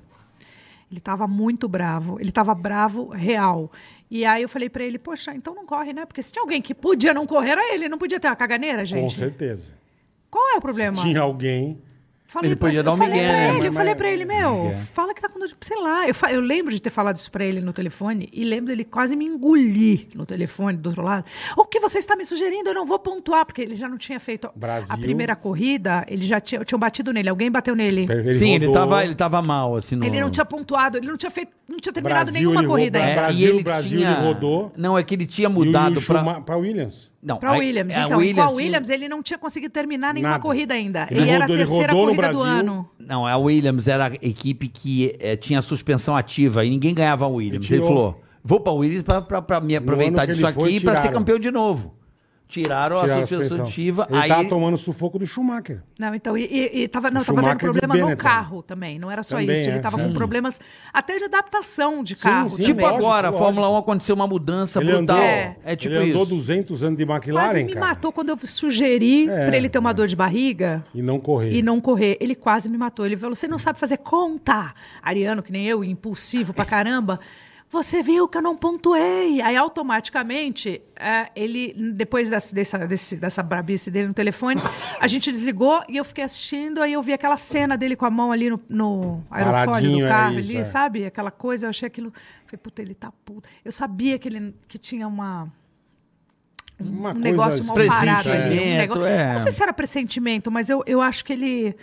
[SPEAKER 4] Ele estava muito bravo, ele estava bravo real. E aí eu falei para ele, poxa, então não corre, né? Porque se tinha alguém que podia não correr, era ele. Não podia ter uma caganeira,
[SPEAKER 2] Com
[SPEAKER 4] gente.
[SPEAKER 2] certeza.
[SPEAKER 4] Qual é o problema?
[SPEAKER 2] Tinha alguém.
[SPEAKER 4] Falei,
[SPEAKER 3] Ele podia
[SPEAKER 4] eu
[SPEAKER 3] dar um
[SPEAKER 4] falei
[SPEAKER 3] migué,
[SPEAKER 4] pra
[SPEAKER 3] né?
[SPEAKER 4] ele,
[SPEAKER 2] Mas-
[SPEAKER 4] eu
[SPEAKER 2] mas-
[SPEAKER 4] falei pra ele, meu, fala que tá com dor de... Sei lá, eu, fa- eu lembro de ter falado isso pra ele no telefone e lembro dele quase me engolir no telefone do outro lado. O que você está me sugerindo? Eu não vou pontuar, porque ele já não tinha feito
[SPEAKER 2] Brasil.
[SPEAKER 4] a primeira corrida, ele já tinha... Tinham batido nele, alguém bateu nele.
[SPEAKER 3] Sim, ele
[SPEAKER 2] rodou.
[SPEAKER 3] tava, ele tava mal, assim. No...
[SPEAKER 4] Ele não tinha né? pontuado, ele não tinha feito, não tinha terminado
[SPEAKER 2] Brasil,
[SPEAKER 4] nenhuma
[SPEAKER 2] ele
[SPEAKER 4] corrida
[SPEAKER 2] roubou-
[SPEAKER 4] ainda.
[SPEAKER 2] Brasil,
[SPEAKER 3] É, e ele
[SPEAKER 2] Brasil,
[SPEAKER 3] tinha...
[SPEAKER 2] ele rodou.
[SPEAKER 3] Não, é que ele tinha
[SPEAKER 2] E o- e o
[SPEAKER 3] mudado pra...
[SPEAKER 2] Schumacher- pra Williams.
[SPEAKER 3] Não,
[SPEAKER 4] Para
[SPEAKER 3] a-
[SPEAKER 4] Williams.
[SPEAKER 3] a
[SPEAKER 4] então, com a
[SPEAKER 3] tinha-
[SPEAKER 4] Williams, ele não tinha conseguido terminar nenhuma
[SPEAKER 2] Nada.
[SPEAKER 4] corrida ainda.
[SPEAKER 2] Ele
[SPEAKER 4] Ele, era a
[SPEAKER 2] rodou- ele
[SPEAKER 4] terceira
[SPEAKER 2] rodou no
[SPEAKER 4] corrida do
[SPEAKER 2] Brasil.
[SPEAKER 4] ano.
[SPEAKER 3] Não, a Williams era a equipe que eh, tinha suspensão ativa e ninguém ganhava a Williams.
[SPEAKER 2] Ele
[SPEAKER 3] Ele
[SPEAKER 2] tirou.
[SPEAKER 3] falou: vou pra Williams pra, pra, pra me
[SPEAKER 2] ano
[SPEAKER 3] aproveitar
[SPEAKER 2] que
[SPEAKER 3] disso
[SPEAKER 2] ele foi,
[SPEAKER 3] aqui e pra ser
[SPEAKER 2] tiraram.
[SPEAKER 3] campeão de novo. tiraram,
[SPEAKER 2] Tiraram
[SPEAKER 3] a
[SPEAKER 2] a
[SPEAKER 3] substituição
[SPEAKER 2] suspensão.
[SPEAKER 3] ativa.
[SPEAKER 2] Ele
[SPEAKER 3] aí
[SPEAKER 2] tava tomando sufoco do Schumacher.
[SPEAKER 4] Não, então, e, e, e tava, não,
[SPEAKER 2] O
[SPEAKER 4] tava dando
[SPEAKER 2] Schumacher de
[SPEAKER 4] problema no
[SPEAKER 2] Benetton.
[SPEAKER 4] carro também, não era só
[SPEAKER 2] Também
[SPEAKER 4] isso.
[SPEAKER 2] é,
[SPEAKER 4] Ele tava
[SPEAKER 2] sim.
[SPEAKER 4] com problemas até de adaptação de carro.
[SPEAKER 2] sim,
[SPEAKER 4] também.
[SPEAKER 3] Tipo
[SPEAKER 2] Lógico,
[SPEAKER 3] agora, a
[SPEAKER 2] lógico.
[SPEAKER 3] Fórmula 1 aconteceu uma mudança
[SPEAKER 2] Ele
[SPEAKER 3] brutal.
[SPEAKER 2] andou,
[SPEAKER 4] É.
[SPEAKER 3] É tipo
[SPEAKER 2] ele andou
[SPEAKER 3] isso.
[SPEAKER 2] 200 anos de McLaren,
[SPEAKER 4] Quase me
[SPEAKER 2] cara,
[SPEAKER 4] matou quando eu sugeri
[SPEAKER 2] É,
[SPEAKER 4] pra ele ter uma dor de barriga
[SPEAKER 2] e não correu.
[SPEAKER 4] e não correr. Ele quase me matou. Ele falou: você não sabe fazer conta. Ariano, que nem eu, impulsivo pra caramba. Você viu que eu não pontuei. Aí, automaticamente, é, ele, depois dessa, dessa, desse- dessa brabice dele no telefone, a gente desligou e eu fiquei assistindo. Aí eu vi aquela cena dele com a mão ali no, no aerofólio
[SPEAKER 2] Paradinho,
[SPEAKER 4] do
[SPEAKER 2] era
[SPEAKER 4] carro,
[SPEAKER 2] isso,
[SPEAKER 4] ali,
[SPEAKER 2] é.
[SPEAKER 4] sabe? Aquela coisa. Eu achei aquilo. Falei, puta, ele tá puto. Eu sabia que ele que tinha uma
[SPEAKER 2] Uma
[SPEAKER 4] um negócio mal parado ali. Um
[SPEAKER 3] Pressentimento,
[SPEAKER 4] negócio...
[SPEAKER 3] é.
[SPEAKER 4] Não sei se era pressentimento, mas eu, eu acho que ele.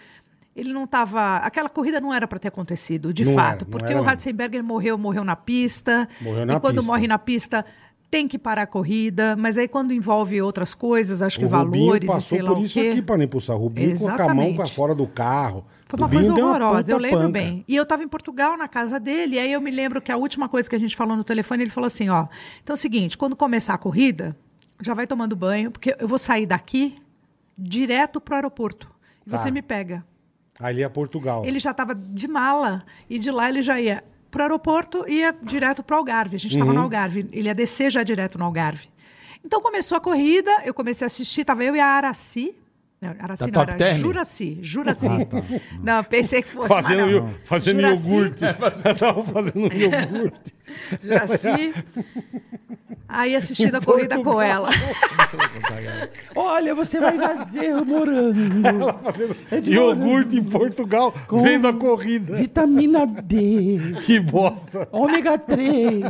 [SPEAKER 4] Ele não estava. Aquela corrida não era para ter acontecido, de
[SPEAKER 2] Não era,
[SPEAKER 4] fato.
[SPEAKER 2] não
[SPEAKER 4] porque
[SPEAKER 2] era
[SPEAKER 4] o
[SPEAKER 2] mesmo.
[SPEAKER 4] Ratzenberger morreu, morreu na pista.
[SPEAKER 2] Morreu
[SPEAKER 4] e
[SPEAKER 2] na
[SPEAKER 4] quando
[SPEAKER 2] pista.
[SPEAKER 4] morre na pista, tem que parar a corrida. Mas aí quando envolve outras coisas, acho que
[SPEAKER 2] O Rubinho
[SPEAKER 4] valores e
[SPEAKER 2] passou
[SPEAKER 4] sei lá
[SPEAKER 2] por
[SPEAKER 4] o
[SPEAKER 2] isso
[SPEAKER 4] quê.
[SPEAKER 2] aqui para não impulsar. O Rubinho com a mão
[SPEAKER 4] Exatamente.
[SPEAKER 2] pra fora do carro.
[SPEAKER 4] Foi uma
[SPEAKER 2] Rubinho
[SPEAKER 4] coisa
[SPEAKER 2] deu
[SPEAKER 4] horrorosa, eu
[SPEAKER 2] puta
[SPEAKER 4] lembro
[SPEAKER 2] panca.
[SPEAKER 4] bem. E eu estava em Portugal, na casa dele, e aí eu me lembro que a última coisa que a gente falou no telefone, ele falou assim, ó, então é o seguinte, quando começar a corrida, já vai tomando banho, porque eu vou sair daqui direto pro aeroporto. E
[SPEAKER 2] Tá.
[SPEAKER 4] você me pega.
[SPEAKER 2] Ali é Portugal.
[SPEAKER 4] Ele já estava de mala, e de lá ele já ia pro aeroporto e ia direto pro Algarve. A gente estava no Algarve, ele ia descer já direto no Algarve. Então começou a corrida, eu comecei a assistir, tava eu e a Araci, não, Araci
[SPEAKER 3] Da
[SPEAKER 4] não,
[SPEAKER 3] Top
[SPEAKER 4] era
[SPEAKER 3] Term?
[SPEAKER 4] Juraci, Juraci. Não, pensei que fosse, mas
[SPEAKER 2] Fazendo,
[SPEAKER 4] assim, não.
[SPEAKER 2] iog- fazendo
[SPEAKER 4] Juraci,
[SPEAKER 2] iogurte. Elas estavam fazendo um iogurte.
[SPEAKER 4] Juraci. Aí assistindo a corrida com ela.
[SPEAKER 3] Olha, você vai fazer morango,
[SPEAKER 2] Ela fazendo
[SPEAKER 3] É de
[SPEAKER 2] iogurte em Portugal, vendo a corrida.
[SPEAKER 3] vitamina D,
[SPEAKER 2] Que bosta.
[SPEAKER 3] ômega 3.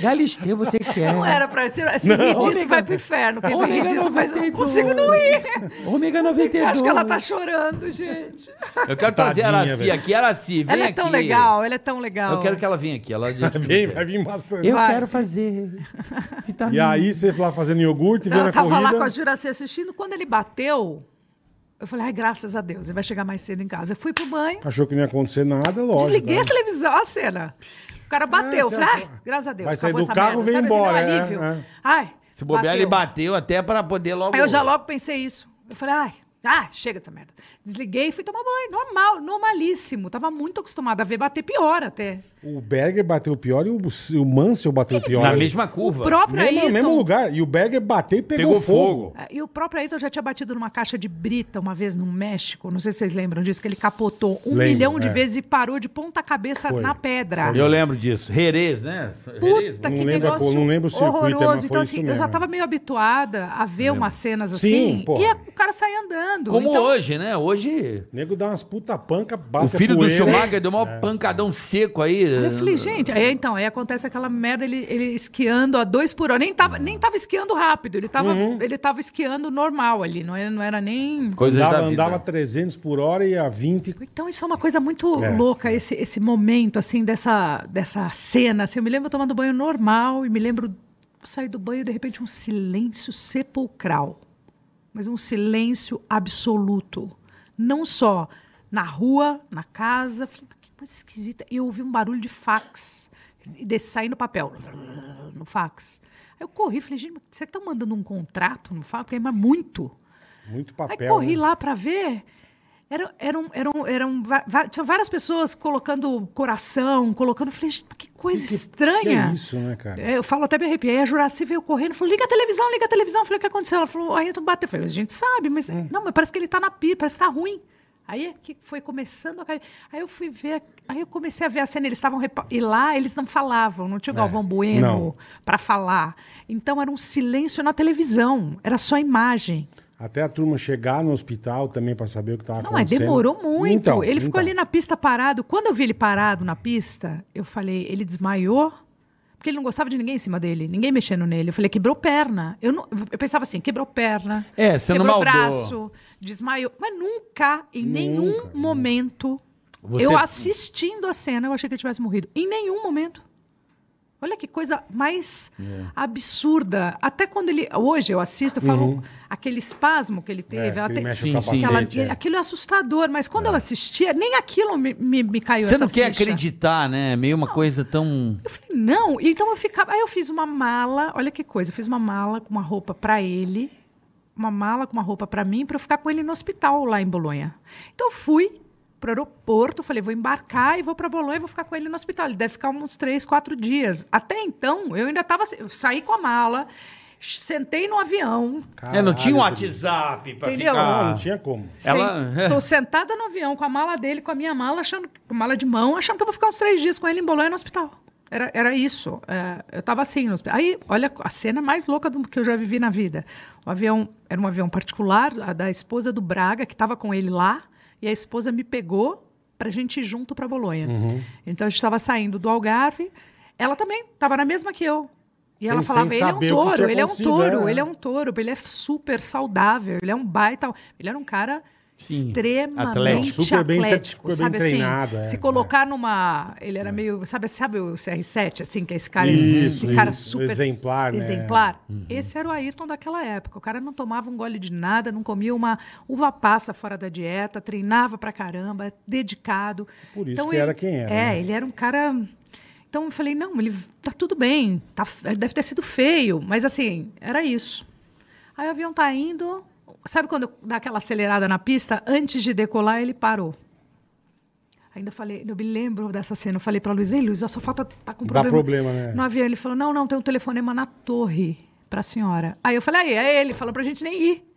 [SPEAKER 3] Galisteu, você é. quer.
[SPEAKER 4] Não é. era pra se, se rir disso, vai pro inferno. Quem vai rir disso, mas eu não consigo não rir.
[SPEAKER 3] Ômega
[SPEAKER 4] Eu acho que ela tá chorando, gente.
[SPEAKER 3] Eu quero trazer a
[SPEAKER 2] Tadinha,
[SPEAKER 3] Araci
[SPEAKER 2] velho.
[SPEAKER 3] aqui. Araci, vem
[SPEAKER 4] Ela é tão
[SPEAKER 3] aqui.
[SPEAKER 4] legal, ela é tão legal.
[SPEAKER 3] Eu quero que ela venha aqui. Ela...
[SPEAKER 2] Vem, vai vir bastante.
[SPEAKER 1] Eu
[SPEAKER 4] Vai.
[SPEAKER 1] quero fazer vitamina.
[SPEAKER 2] E aí você lá fazendo iogurte,
[SPEAKER 4] Não,
[SPEAKER 2] vendo
[SPEAKER 4] eu
[SPEAKER 2] a
[SPEAKER 4] tava
[SPEAKER 2] corrida.
[SPEAKER 4] lá com a Juraci assistindo. Quando ele bateu, eu falei, ai, graças a Deus, ele vai chegar mais cedo em casa. Eu fui pro banho,
[SPEAKER 2] Achou que não ia acontecer nada, lógico.
[SPEAKER 4] Desliguei
[SPEAKER 2] Tá né?
[SPEAKER 4] a televisão, a cena. O cara bateu.
[SPEAKER 2] É,
[SPEAKER 4] eu falei,
[SPEAKER 2] você-
[SPEAKER 4] ai, graças a Deus.
[SPEAKER 2] Vai sair
[SPEAKER 4] acabou
[SPEAKER 2] do
[SPEAKER 4] essa
[SPEAKER 2] carro,
[SPEAKER 4] merda.
[SPEAKER 2] vem
[SPEAKER 4] Sabe assim, dá um
[SPEAKER 2] embora, é,
[SPEAKER 4] alívio.
[SPEAKER 2] é.
[SPEAKER 4] Ai,
[SPEAKER 3] Se bobear, ele
[SPEAKER 4] bateu.
[SPEAKER 3] bateu até pra poder logo.
[SPEAKER 4] Aí eu já logo pensei isso. Eu falei, ai, ai, chega dessa merda. Desliguei e fui tomar banho. Normal, normalíssimo. Tava muito acostumada a ver bater pior até.
[SPEAKER 2] O Berger bateu pior e o, o Mansell bateu pior.
[SPEAKER 3] Na mesma curva.
[SPEAKER 4] O próprio
[SPEAKER 2] Mesmo,
[SPEAKER 4] Ayrton.
[SPEAKER 2] mesmo lugar. E o Berger bateu e pegou,
[SPEAKER 3] Pegou fogo.
[SPEAKER 2] fogo.
[SPEAKER 4] Ah, E o próprio Ayrton já tinha batido numa caixa de brita uma vez no México. Não sei se vocês lembram disso, que ele capotou um
[SPEAKER 2] Lembro,
[SPEAKER 4] milhão de
[SPEAKER 2] é.
[SPEAKER 4] vezes e parou de ponta cabeça
[SPEAKER 2] Foi.
[SPEAKER 4] na pedra.
[SPEAKER 3] Eu lembro disso. Jerez, né? Jerez,
[SPEAKER 4] Ah. Puta
[SPEAKER 2] Não
[SPEAKER 4] que
[SPEAKER 2] lembro a
[SPEAKER 4] negócio
[SPEAKER 2] cor- não lembro o circuito, mas
[SPEAKER 4] horroroso.
[SPEAKER 2] foi
[SPEAKER 4] então,
[SPEAKER 2] isso
[SPEAKER 4] assim, eu
[SPEAKER 2] mesmo,
[SPEAKER 4] já
[SPEAKER 2] é.
[SPEAKER 4] tava meio habituada a ver umas cenas assim.
[SPEAKER 2] Sim, porra.
[SPEAKER 4] e a- o cara sai andando.
[SPEAKER 3] Como
[SPEAKER 4] então,
[SPEAKER 3] hoje, né? Hoje.
[SPEAKER 2] O nego dá umas puta panca, bate
[SPEAKER 3] O filho
[SPEAKER 2] a
[SPEAKER 3] do
[SPEAKER 2] poeira. né? É.
[SPEAKER 3] Schumacher deu o maior pancadão seco aí.
[SPEAKER 4] eu falei, gente, aí, então, aí acontece aquela merda, ele, ele esquiando a dois por hora. Nem tava,
[SPEAKER 2] Uhum.
[SPEAKER 4] nem tava esquiando rápido, ele tava, ele tava esquiando normal ali, não era, não era nem.
[SPEAKER 3] Coisas
[SPEAKER 2] Andava,
[SPEAKER 3] da vida.
[SPEAKER 2] andava 300 por hora e a 20.
[SPEAKER 4] Então, isso é uma coisa muito
[SPEAKER 2] É.
[SPEAKER 4] louca, esse, esse momento, assim, dessa, dessa cena. Assim, eu me lembro tomando banho normal e me lembro sair do banho, de repente, um silêncio sepulcral. Mas um silêncio absoluto. Não só na rua, na casa. Falei, "Mas que coisa esquisita. E eu ouvi um barulho de fax. E desse sair no papel. No fax. Aí eu corri, falei, gente, mas será que estão mandando um contrato no fax? Porque é mas muito.
[SPEAKER 2] Muito
[SPEAKER 4] Aí
[SPEAKER 2] papel.
[SPEAKER 4] corri
[SPEAKER 2] né?
[SPEAKER 4] lá para ver. Era, eram, eram, eram, va- va- tinha várias pessoas colocando coração, colocando. Eu falei, gente, mas que coisa
[SPEAKER 2] Que- que-
[SPEAKER 4] estranha.
[SPEAKER 2] Que é isso, né, cara?
[SPEAKER 4] É, Eu falo até me arrepiei. A Juraci veio correndo, falou: liga a televisão, liga a televisão. Eu falei: o que aconteceu? Ela falou: o Ayrton bateu. Eu falei: a gente sabe, mas.
[SPEAKER 2] Hum.
[SPEAKER 4] Não, mas parece que ele tá na pia, parece que tá ruim. Aí é que foi começando a cair. Aí eu fui ver, aí eu comecei a ver a cena. Eles estavam. repa- E lá eles não falavam, não tinha o Galvão
[SPEAKER 2] É, não.
[SPEAKER 4] Bueno para falar. Então era um silêncio na televisão, era só imagem.
[SPEAKER 2] Até a turma chegar no hospital também pra saber o que tava
[SPEAKER 4] Não, mas
[SPEAKER 2] tá acontecendo.
[SPEAKER 4] demorou muito.
[SPEAKER 2] Então,
[SPEAKER 4] ele ficou
[SPEAKER 2] então.
[SPEAKER 4] ali na pista parado. Quando eu vi ele parado na pista, eu falei, ele desmaiou. Porque ele não gostava de ninguém em cima dele, ninguém mexendo nele. Eu falei, quebrou perna. Eu, não- eu pensava assim, quebrou perna.
[SPEAKER 3] É, você não
[SPEAKER 4] quebrou
[SPEAKER 3] maldou.
[SPEAKER 4] braço, desmaiou. Mas nunca, em nenhum
[SPEAKER 2] Nunca,
[SPEAKER 4] momento,
[SPEAKER 3] Você-
[SPEAKER 4] eu assistindo a cena, eu achei que ele tivesse morrido. Em nenhum momento. Olha que coisa mais
[SPEAKER 2] É.
[SPEAKER 4] absurda. Até quando ele. Hoje eu assisto, eu falo aquele espasmo que ele
[SPEAKER 2] Uhum. É,
[SPEAKER 4] teve.
[SPEAKER 2] que ele
[SPEAKER 4] até-
[SPEAKER 2] mexe
[SPEAKER 3] Sim,
[SPEAKER 2] o
[SPEAKER 3] sim.
[SPEAKER 2] capacete.
[SPEAKER 4] aquela-
[SPEAKER 2] é.
[SPEAKER 4] Aquilo é assustador, mas quando eu assistia, nem aquilo me, me, me caiu
[SPEAKER 3] É. Você
[SPEAKER 4] essa
[SPEAKER 3] não quer
[SPEAKER 4] ficha.
[SPEAKER 3] acreditar, né? É meio uma coisa tão.
[SPEAKER 4] Eu falei, não. E Então eu ficava. Aí eu fiz uma mala, olha que coisa, eu fiz uma mala com uma roupa para ele, uma mala com uma roupa para mim, para eu ficar com ele no hospital lá em Bolonha. Então eu fui para o aeroporto, falei, vou embarcar e vou para Bolonha e vou ficar com ele no hospital. Ele deve ficar uns três, quatro dias. Até então, eu ainda estava. Eu saí com a mala, sentei no avião,
[SPEAKER 3] é, não tinha um
[SPEAKER 2] Caralho,
[SPEAKER 3] WhatsApp pra
[SPEAKER 4] Entendeu?
[SPEAKER 2] Ah, não
[SPEAKER 3] ficar.
[SPEAKER 2] tinha como.
[SPEAKER 3] Ela-
[SPEAKER 4] Ela... Tô sentada no avião com a mala dele, com a minha mala, achando com mala de mão, achando que eu vou ficar uns três dias com ele em Bolonha no hospital. Era, era isso. É, eu tava assim no hospital. Aí, olha a cena mais louca do que eu já vivi na vida. O avião era um avião particular, a da esposa do Braga, que estava com ele lá, e a esposa me pegou pra gente ir junto pra Bolonha.
[SPEAKER 2] Uhum.
[SPEAKER 4] Então a gente estava saindo do Algarve. Ela também estava na mesma que eu. E
[SPEAKER 2] Sem-
[SPEAKER 4] ela falava,
[SPEAKER 2] sem
[SPEAKER 4] ele é um
[SPEAKER 2] saber o que
[SPEAKER 4] touro,
[SPEAKER 2] tinha
[SPEAKER 4] ele é um
[SPEAKER 2] acontecido,
[SPEAKER 4] touro,
[SPEAKER 2] é.
[SPEAKER 4] ele é um touro, ele é super saudável, ele é um baita. Ele era um cara
[SPEAKER 3] Sim,
[SPEAKER 4] extremamente
[SPEAKER 3] atlético.
[SPEAKER 4] atlético,
[SPEAKER 2] Super bem- super
[SPEAKER 4] sabe
[SPEAKER 2] bem treinado,
[SPEAKER 4] assim?
[SPEAKER 2] é,
[SPEAKER 4] se
[SPEAKER 2] é.
[SPEAKER 4] colocar numa. Ele era meio. Sabe, sabe o CR7, assim, que é esse cara,
[SPEAKER 2] Isso,
[SPEAKER 4] esse cara
[SPEAKER 2] isso.
[SPEAKER 4] super
[SPEAKER 2] Exemplar, né?
[SPEAKER 4] exemplar? Esse era o Ayrton daquela época. O cara não tomava um gole de nada, não comia uma uva passa fora da dieta, treinava pra caramba, dedicado.
[SPEAKER 2] Por isso que era quem era,
[SPEAKER 4] É,
[SPEAKER 2] né?
[SPEAKER 4] ele era um cara. Então eu falei, não, ele tá tudo bem, tá, ele deve ter sido feio, mas assim, era isso. Aí o avião tá indo, sabe quando dá aquela acelerada na pista? Antes de decolar, ele parou. Ainda falei, eu me lembro dessa cena, eu falei pra Luiz, ei Luiz, ó, só falta tá com
[SPEAKER 2] Dá
[SPEAKER 4] problema,
[SPEAKER 2] problema, né?
[SPEAKER 4] no avião. Ele falou, não, não, tem um telefonema na torre pra senhora. Aí eu falei, aí, é ele, falou pra gente nem ir.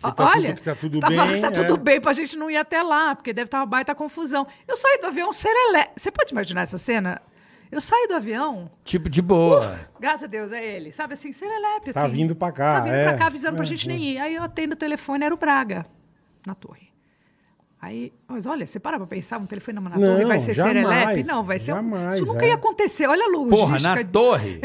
[SPEAKER 2] Tá
[SPEAKER 4] Ó,
[SPEAKER 2] tudo-
[SPEAKER 4] Olha,
[SPEAKER 2] que tá tudo
[SPEAKER 4] tá falando
[SPEAKER 2] bem,
[SPEAKER 4] que tá tudo
[SPEAKER 2] é.
[SPEAKER 4] bem pra gente não ir até lá, porque deve estar uma baita confusão. Eu saí do avião serelé. Você pode imaginar essa cena? Eu saí do avião,
[SPEAKER 3] Tipo, de boa.
[SPEAKER 4] graças a Deus, é ele. Sabe assim, serelepe, assim.
[SPEAKER 2] Tá vindo pra cá,
[SPEAKER 4] Tá vindo
[SPEAKER 2] é.
[SPEAKER 4] pra cá, avisando pra
[SPEAKER 2] É,
[SPEAKER 4] gente
[SPEAKER 2] é.
[SPEAKER 4] nem ir. Aí eu atendo o telefone, era o Braga, na torre. Aí, mas olha, você para pra pensar, um telefone na
[SPEAKER 2] Não,
[SPEAKER 4] torre vai ser
[SPEAKER 2] jamais,
[SPEAKER 4] serelepe? Não, vai ser um-
[SPEAKER 2] jamais,
[SPEAKER 4] Isso nunca
[SPEAKER 2] é.
[SPEAKER 4] ia acontecer, olha a logística.
[SPEAKER 3] Porra, na torre.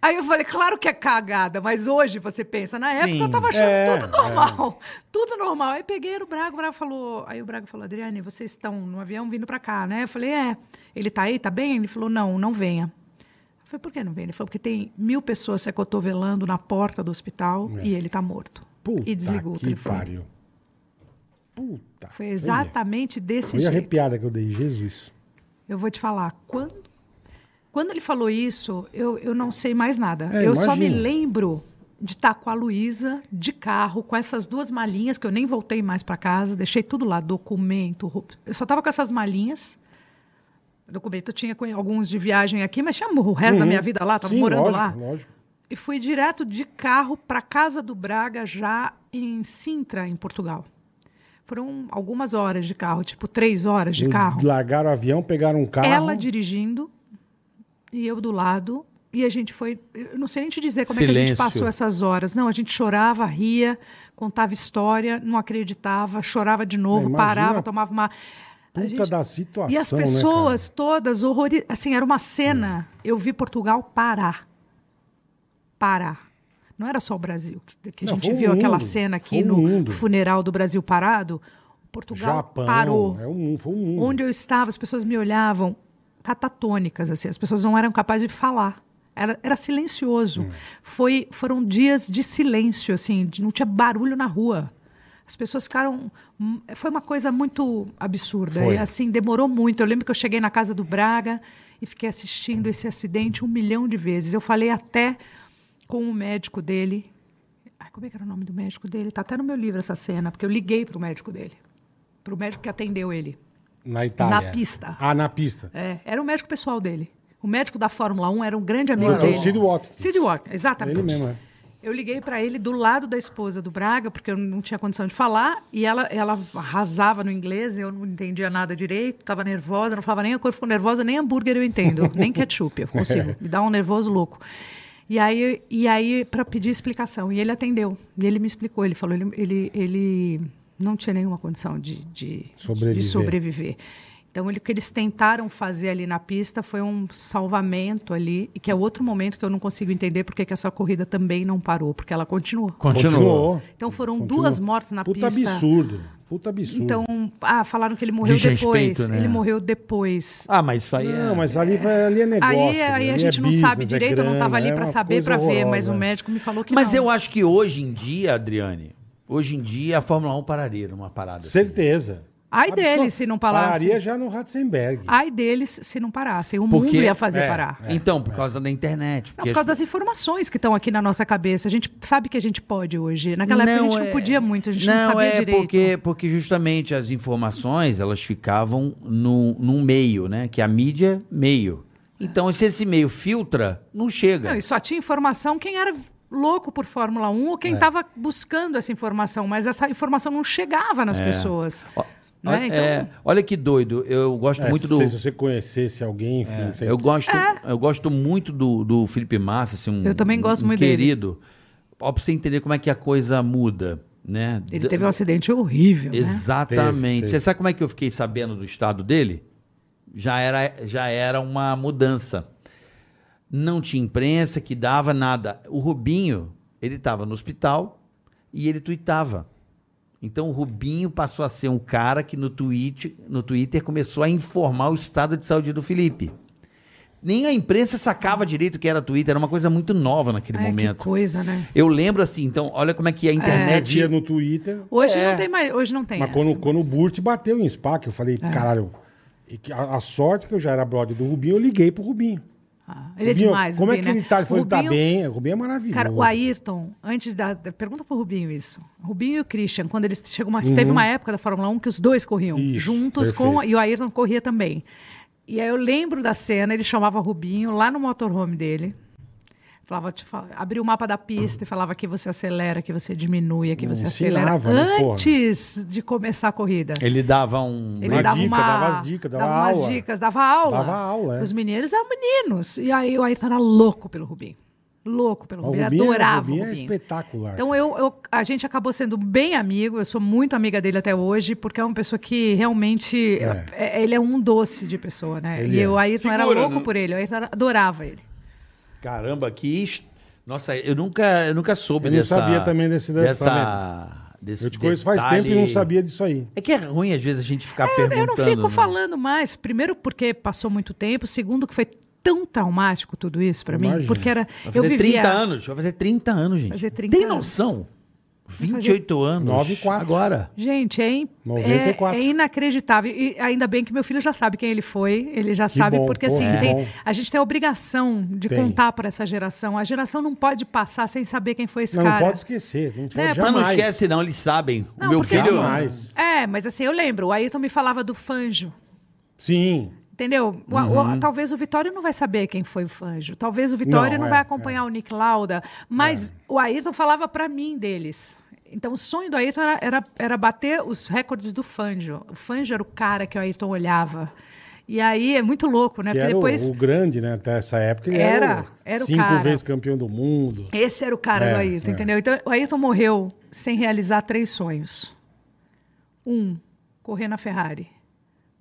[SPEAKER 4] Aí eu falei, claro que é cagada, mas hoje você pensa, na época
[SPEAKER 3] Sim.
[SPEAKER 4] eu tava achando
[SPEAKER 2] É,
[SPEAKER 4] tudo normal. Tudo normal. Aí peguei o Braga, o Braga falou. Aí o Braga falou, Adriane, vocês estão no avião vindo pra cá, né? Eu falei, é. Ele tá aí, tá bem? Ele falou, não, não venha. Eu falei, por que não vem? Ele falou, porque tem mil pessoas se acotovelando na porta do hospital e ele tá morto.
[SPEAKER 2] É. Puta
[SPEAKER 4] e desligou o
[SPEAKER 2] que
[SPEAKER 4] telefone.
[SPEAKER 2] pariu. Puta.
[SPEAKER 4] Foi exatamente desse
[SPEAKER 2] Foi
[SPEAKER 4] jeito.
[SPEAKER 2] arrepiada que eu dei, Jesus.
[SPEAKER 4] Eu vou te falar, quando, quando ele falou isso, eu, eu não sei mais nada.
[SPEAKER 2] É,
[SPEAKER 4] eu só me
[SPEAKER 2] imagino.
[SPEAKER 4] lembro de estar com a Luísa de carro, com essas duas malinhas, que eu nem voltei mais para casa, deixei tudo lá, documento, roupa. Eu só estava com essas malinhas. Documento eu tinha com alguns de viagem aqui, mas tinha o resto da minha vida lá, estava
[SPEAKER 2] Uhum. Sim,
[SPEAKER 4] morando
[SPEAKER 2] lógico,
[SPEAKER 4] lá.
[SPEAKER 2] Lógico.
[SPEAKER 4] E fui direto de carro para casa do Braga, já em Sintra, em Portugal. Foram algumas horas de carro, tipo três horas de
[SPEAKER 2] Eles
[SPEAKER 4] carro
[SPEAKER 2] Largaram o avião, pegaram um carro.
[SPEAKER 4] ela dirigindo e eu do lado. E a gente foi. Eu não sei nem te dizer como é que a
[SPEAKER 3] Silêncio.
[SPEAKER 4] gente passou essas horas. Não, a gente chorava, ria, contava história, não acreditava, chorava de novo,
[SPEAKER 2] Imagina
[SPEAKER 4] parava, tomava uma. a
[SPEAKER 2] Puta
[SPEAKER 4] gente-
[SPEAKER 2] da situação,
[SPEAKER 4] E as
[SPEAKER 2] né,
[SPEAKER 4] pessoas todas horrorizadas. Assim, era uma cena.
[SPEAKER 2] É.
[SPEAKER 4] Eu vi Portugal parar. Parar. Não era só o Brasil que, que a
[SPEAKER 2] Não,
[SPEAKER 4] gente
[SPEAKER 2] foi o
[SPEAKER 4] viu aquela
[SPEAKER 2] mundo,
[SPEAKER 4] cena
[SPEAKER 2] foi
[SPEAKER 4] aqui
[SPEAKER 2] o
[SPEAKER 4] no
[SPEAKER 2] mundo.
[SPEAKER 4] funeral do Brasil parado. Portugal
[SPEAKER 2] Japão.
[SPEAKER 4] parou
[SPEAKER 2] É um, mundo, foi um mundo.
[SPEAKER 4] onde eu estava, as pessoas me olhavam catatônicas, assim, as pessoas não eram capazes de falar. Era, era silencioso. Foi, foram dias de silêncio, assim, de- não tinha barulho na rua. As pessoas ficaram. hum, Foi uma coisa muito absurda.
[SPEAKER 2] Foi.
[SPEAKER 4] E assim, demorou muito. Eu lembro que eu cheguei na casa do Braga e fiquei assistindo esse acidente um milhão de vezes. Eu falei até com o médico dele. Ai, como é que era o nome do médico dele? Tá até no meu livro essa cena, porque eu liguei pro médico dele. Pro médico que atendeu ele.
[SPEAKER 2] Na Itália.
[SPEAKER 4] na pista.
[SPEAKER 2] Ah, na pista.
[SPEAKER 4] É, era o médico pessoal dele. O médico da Fórmula 1 era um grande amigo
[SPEAKER 2] Então,
[SPEAKER 4] dele.
[SPEAKER 2] o Sid Watt.
[SPEAKER 4] Sid Walker,
[SPEAKER 2] É
[SPEAKER 4] exatamente.
[SPEAKER 2] ele mesmo, é.
[SPEAKER 4] Eu liguei para ele do lado da esposa do Braga, porque eu não tinha condição de falar, e ela, ela arrasava no inglês, eu não entendia nada direito, estava nervosa, não falava nem a cor, ficou nervosa, nem hambúrguer eu entendo, nem ketchup eu consigo,
[SPEAKER 2] É.
[SPEAKER 4] me dá um nervoso louco. E aí, e aí para pedir explicação, e ele atendeu, e ele me explicou, ele falou, ele, ele, ele não tinha nenhuma condição de, de,
[SPEAKER 2] Sobreviver.
[SPEAKER 4] de sobreviver. Então, ele, o que eles tentaram fazer ali na pista foi um salvamento ali, e que é outro momento que eu não consigo entender porque que essa corrida também não parou, porque ela continuou.
[SPEAKER 3] Continuou.
[SPEAKER 4] Então, foram
[SPEAKER 2] Continuou.
[SPEAKER 4] duas mortes na
[SPEAKER 2] Puta
[SPEAKER 4] pista.
[SPEAKER 2] absurdo. Puta absurdo.
[SPEAKER 4] Então, ah, falaram que ele morreu
[SPEAKER 3] Desrespeito,
[SPEAKER 4] depois.
[SPEAKER 3] né?
[SPEAKER 4] Ele morreu depois.
[SPEAKER 3] Ah, mas isso aí é...
[SPEAKER 2] não, mas ali, vai- ali é negócio.
[SPEAKER 4] aí aí
[SPEAKER 2] né?
[SPEAKER 4] a
[SPEAKER 2] Ali
[SPEAKER 4] gente
[SPEAKER 2] é
[SPEAKER 4] não sabe
[SPEAKER 2] business, é
[SPEAKER 4] direito, eu não estava
[SPEAKER 2] grana,
[SPEAKER 4] ali
[SPEAKER 2] é
[SPEAKER 4] para
[SPEAKER 2] uma
[SPEAKER 4] saber,
[SPEAKER 2] coisa
[SPEAKER 4] para ver, mas o
[SPEAKER 2] horrorosa.
[SPEAKER 4] médico me falou que
[SPEAKER 3] Mas
[SPEAKER 4] não.
[SPEAKER 3] eu acho que hoje em dia, Adriane, hoje em dia a Fórmula 1 pararia numa parada. assim.
[SPEAKER 2] Certeza.
[SPEAKER 4] Ai
[SPEAKER 2] Absor-
[SPEAKER 4] deles se não assim. parasse.
[SPEAKER 2] Pararia já no Ratzenberg.
[SPEAKER 4] Ai deles se não parassem. O
[SPEAKER 3] Porque-
[SPEAKER 4] mundo ia fazer
[SPEAKER 2] é,
[SPEAKER 4] parar.
[SPEAKER 2] é.
[SPEAKER 3] então, por causa da internet.
[SPEAKER 4] Não,
[SPEAKER 3] Porque
[SPEAKER 4] por
[SPEAKER 3] as-
[SPEAKER 4] causa das informações que estão aqui na nossa cabeça. A gente sabe que a gente pode hoje. Naquela época a gente
[SPEAKER 3] é-
[SPEAKER 4] não podia muito, a gente não, sabia
[SPEAKER 3] é
[SPEAKER 4] direito.
[SPEAKER 3] Porque, porque justamente as informações, elas ficavam no, num meio, né? Que a mídia, meio. Então, se esse meio filtra, não chega.
[SPEAKER 4] É. Não, e só tinha informação quem era louco por Fórmula 1 ou quem
[SPEAKER 3] É.
[SPEAKER 4] estava buscando essa informação, mas essa informação não chegava nas pessoas.
[SPEAKER 3] É. Ó,
[SPEAKER 4] Né?
[SPEAKER 3] olha-
[SPEAKER 4] Então-
[SPEAKER 3] é, olha que doido. Eu gosto
[SPEAKER 2] É,
[SPEAKER 3] muito
[SPEAKER 2] se,
[SPEAKER 3] do... É,
[SPEAKER 2] se você conhecesse alguém, enfim. você-
[SPEAKER 3] Eu gosto, eu gosto muito do, do Felipe Massa, assim, um,
[SPEAKER 4] É. Eu também gosto
[SPEAKER 3] um
[SPEAKER 4] muito dele.
[SPEAKER 3] querido. Ó, pra você entender como é que a coisa muda, né?
[SPEAKER 4] Ele
[SPEAKER 3] D-
[SPEAKER 4] teve um acidente horrível, né?
[SPEAKER 3] Exatamente.
[SPEAKER 2] Teve, teve.
[SPEAKER 3] Você sabe como é que eu fiquei sabendo do estado dele? Já era, já era uma mudança. Não tinha imprensa que dava nada. O Rubinho, ele estava no hospital e ele tuitava. Então o Rubinho passou a ser um cara que no, tweet, no Twitter começou a informar o estado de saúde do Felipe. Nem a imprensa sacava direito o que era Twitter, era uma coisa muito nova naquele
[SPEAKER 4] Ai, que
[SPEAKER 3] momento.
[SPEAKER 4] coisa, né?
[SPEAKER 3] Eu lembro assim, então, olha como é que a
[SPEAKER 2] Você
[SPEAKER 3] internet.
[SPEAKER 2] via no Twitter.
[SPEAKER 4] Hoje
[SPEAKER 3] É.
[SPEAKER 4] não tem mais, hoje não tem.
[SPEAKER 2] Mas
[SPEAKER 4] essa,
[SPEAKER 2] quando, quando o Burt bateu em Spa, que eu falei,
[SPEAKER 4] É.
[SPEAKER 2] caralho, e que a, a sorte que eu já era brother do Rubinho, eu liguei pro Rubinho.
[SPEAKER 4] Ah, ele é
[SPEAKER 2] Rubinho,
[SPEAKER 4] demais,
[SPEAKER 2] Como é
[SPEAKER 4] Rubinho,
[SPEAKER 2] que
[SPEAKER 4] né?
[SPEAKER 2] ele tá? Ele falou, ele tá
[SPEAKER 4] Rubinho-
[SPEAKER 2] bem. O Rubinho é maravilhoso.
[SPEAKER 4] Cara, o Ayrton, antes da. da- Pergunta pro Rubinho isso. Rubinho e o Christian, quando eles chegou uma, teve uma época da Fórmula 1 que os dois corriam
[SPEAKER 2] Uhum. Isso,
[SPEAKER 4] juntos com.
[SPEAKER 2] perfeito.
[SPEAKER 4] E o Ayrton corria também. E aí eu lembro da cena, ele chamava Rubinho lá no motorhome dele. Falava, te fal- abria o mapa da pista e falava que você acelera, que você diminui, que você acelera.
[SPEAKER 2] ensinava, né, porra?
[SPEAKER 4] antes de começar a corrida.
[SPEAKER 3] Ele dava um.
[SPEAKER 4] Ele
[SPEAKER 2] Uma
[SPEAKER 4] dava
[SPEAKER 2] dica,
[SPEAKER 4] uma,
[SPEAKER 2] dava as dicas, dava
[SPEAKER 4] umas
[SPEAKER 2] aula.
[SPEAKER 4] dicas, dava aula.
[SPEAKER 2] Dava aula, é.
[SPEAKER 4] Os meninos eram meninos. E aí o Ayrton era louco pelo Rubinho. Louco pelo
[SPEAKER 2] Mas o Rubinho
[SPEAKER 4] Rubinho.
[SPEAKER 2] é-
[SPEAKER 4] Ele
[SPEAKER 2] o
[SPEAKER 4] adorava
[SPEAKER 2] Rubinho
[SPEAKER 4] o
[SPEAKER 2] é
[SPEAKER 4] Rubinho.
[SPEAKER 2] espetacular.
[SPEAKER 4] então eu, eu- a gente acabou sendo bem amigo, eu sou muito amiga dele até hoje, porque é uma pessoa que realmente.
[SPEAKER 2] É.
[SPEAKER 4] é- ele é um doce de pessoa, né?
[SPEAKER 2] Ele
[SPEAKER 4] e
[SPEAKER 2] é.
[SPEAKER 4] o Ayrton era
[SPEAKER 3] Figura,
[SPEAKER 4] louco
[SPEAKER 3] né?
[SPEAKER 4] por ele, o Ayrton era- adorava ele.
[SPEAKER 3] Caramba, que is- Nossa, eu nunca, eu nunca soube
[SPEAKER 2] Eu não
[SPEAKER 3] dessa...
[SPEAKER 2] sabia também desse detalhe.
[SPEAKER 3] dessa... desse
[SPEAKER 2] eu te conheço faz
[SPEAKER 3] detalhe.
[SPEAKER 2] tempo e não sabia disso aí.
[SPEAKER 3] É que é ruim, às vezes, a gente ficar
[SPEAKER 4] É, Eu,
[SPEAKER 3] perguntando.
[SPEAKER 4] eu não fico
[SPEAKER 3] né?
[SPEAKER 4] falando mais, primeiro porque passou muito tempo, segundo que foi tão traumático tudo isso pra mim,
[SPEAKER 2] Imagino.
[SPEAKER 4] porque era.
[SPEAKER 3] Vai fazer
[SPEAKER 4] Eu vivia.
[SPEAKER 3] 30 anos, vai fazer 30 anos, gente.
[SPEAKER 4] Fazer 30
[SPEAKER 3] Tem
[SPEAKER 4] anos.
[SPEAKER 3] noção?
[SPEAKER 4] fazer
[SPEAKER 3] 28 anos.
[SPEAKER 2] 9 e quatro.
[SPEAKER 3] Agora.
[SPEAKER 4] Gente, é, in-
[SPEAKER 2] 94.
[SPEAKER 4] é- é inacreditável. E ainda bem que meu filho já sabe quem ele foi. Ele já sabe,
[SPEAKER 2] bom,
[SPEAKER 4] porque
[SPEAKER 2] pô,
[SPEAKER 4] assim,
[SPEAKER 2] que
[SPEAKER 4] tem-
[SPEAKER 2] bom.
[SPEAKER 4] a gente tem a obrigação de
[SPEAKER 2] Tem.
[SPEAKER 4] contar para essa geração. A geração não pode passar sem saber quem foi esse
[SPEAKER 2] Não, não
[SPEAKER 4] cara.
[SPEAKER 2] pode esquecer. Não pode
[SPEAKER 4] É,
[SPEAKER 3] Mas
[SPEAKER 2] jamais.
[SPEAKER 3] não esquece, não, eles sabem.
[SPEAKER 4] Não,
[SPEAKER 3] o meu
[SPEAKER 4] porque
[SPEAKER 3] filho.
[SPEAKER 2] Jamais.
[SPEAKER 4] assim- É, mas assim, eu lembro. O Ayrton me falava do Fanjo. Né,
[SPEAKER 2] Sim.
[SPEAKER 4] Entendeu? O- o-
[SPEAKER 2] Uhum.
[SPEAKER 4] talvez o Vitório não vai saber quem foi o Fanjo. Talvez o Vitório
[SPEAKER 2] Não,
[SPEAKER 4] não,
[SPEAKER 2] é,
[SPEAKER 4] vai acompanhar o Nick Lauda. Mas o Ayrton falava para mim deles. Então o sonho do Ayrton era, era, era bater os recordes do Fanjo. O Fanjo era o cara que o Ayrton olhava. E aí é muito louco, né?
[SPEAKER 2] que
[SPEAKER 4] Porque
[SPEAKER 2] era o-
[SPEAKER 4] depois.
[SPEAKER 2] o, grande, né? Até essa época ele
[SPEAKER 4] Era,
[SPEAKER 2] era,
[SPEAKER 4] era o
[SPEAKER 2] cinco
[SPEAKER 4] cara.
[SPEAKER 2] vezes campeão do mundo.
[SPEAKER 4] Esse era o cara
[SPEAKER 2] É,
[SPEAKER 4] do Ayrton,
[SPEAKER 2] é.
[SPEAKER 4] entendeu? Então o Ayrton morreu sem realizar três sonhos: um, correr na Ferrari.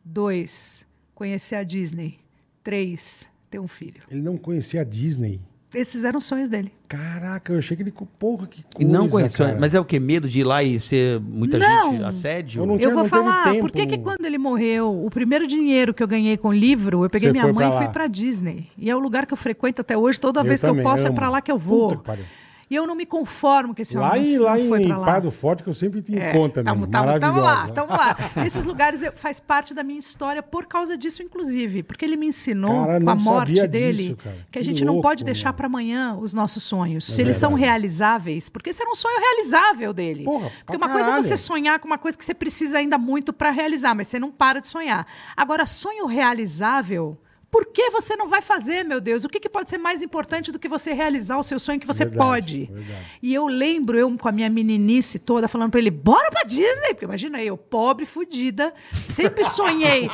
[SPEAKER 4] Dois, conhecer a Disney. Três, ter um filho.
[SPEAKER 2] Ele não conhecia a Disney.
[SPEAKER 4] Esses eram os sonhos dele.
[SPEAKER 2] Caraca, eu achei que ele. Porra, que
[SPEAKER 3] E
[SPEAKER 4] assim-
[SPEAKER 2] coisa.
[SPEAKER 3] não conheceu.
[SPEAKER 2] cara.
[SPEAKER 3] Mas é o quê? Medo de ir lá e ser muita
[SPEAKER 4] Não.
[SPEAKER 3] gente assédio?
[SPEAKER 2] Eu não-
[SPEAKER 4] Eu vou
[SPEAKER 2] teve
[SPEAKER 4] falar,
[SPEAKER 2] tempo,
[SPEAKER 4] por que que
[SPEAKER 2] não-
[SPEAKER 4] quando ele morreu, o primeiro dinheiro que eu ganhei com o livro, eu peguei
[SPEAKER 2] Você
[SPEAKER 4] minha
[SPEAKER 2] foi
[SPEAKER 4] mãe
[SPEAKER 2] pra
[SPEAKER 4] e fui
[SPEAKER 2] lá.
[SPEAKER 4] pra Disney. E é o lugar que eu frequento até hoje, toda
[SPEAKER 2] Eu
[SPEAKER 4] vez que eu
[SPEAKER 2] também
[SPEAKER 4] posso
[SPEAKER 2] amo.
[SPEAKER 4] é pra lá que eu
[SPEAKER 2] Puta
[SPEAKER 4] vou.
[SPEAKER 2] que pariu.
[SPEAKER 4] E eu não me conformo que esse homem
[SPEAKER 2] Lá,
[SPEAKER 4] não,
[SPEAKER 2] em,
[SPEAKER 4] não
[SPEAKER 2] lá
[SPEAKER 4] foi
[SPEAKER 2] em
[SPEAKER 4] pra lá.
[SPEAKER 2] Pardo Forte, que eu sempre te
[SPEAKER 4] É,
[SPEAKER 2] encontro
[SPEAKER 4] tamo-
[SPEAKER 2] também.
[SPEAKER 4] tamo- tamo lá,
[SPEAKER 2] Maravilhosa.
[SPEAKER 4] tamo lá. Esses lugares eu- faz parte da minha história por causa disso, inclusive. Porque ele me ensinou
[SPEAKER 2] Cara,
[SPEAKER 4] com a
[SPEAKER 2] não
[SPEAKER 4] morte
[SPEAKER 2] sabia
[SPEAKER 4] dele
[SPEAKER 2] disso, cara.
[SPEAKER 4] que a
[SPEAKER 2] Que
[SPEAKER 4] gente não
[SPEAKER 2] louco,
[SPEAKER 4] pode deixar
[SPEAKER 2] mano. É
[SPEAKER 4] pra amanhã os nossos sonhos. se eles são
[SPEAKER 2] verdade.
[SPEAKER 4] realizáveis, porque esse era um sonho realizável dele.
[SPEAKER 2] Porra, pra
[SPEAKER 4] porque uma coisa é
[SPEAKER 2] caralho.
[SPEAKER 4] você sonhar com uma coisa que você precisa ainda muito pra realizar, mas você não para de sonhar. Agora, sonho realizável. Por que você não vai fazer, meu Deus? O que, que pode ser mais importante do que você realizar o seu sonho que você
[SPEAKER 2] Verdade,
[SPEAKER 4] pode?
[SPEAKER 2] verdade.
[SPEAKER 4] E eu lembro, eu com a minha meninice toda, falando pra ele, bora pra Disney. Porque imagina eu, pobre, fudida, sempre sonhei,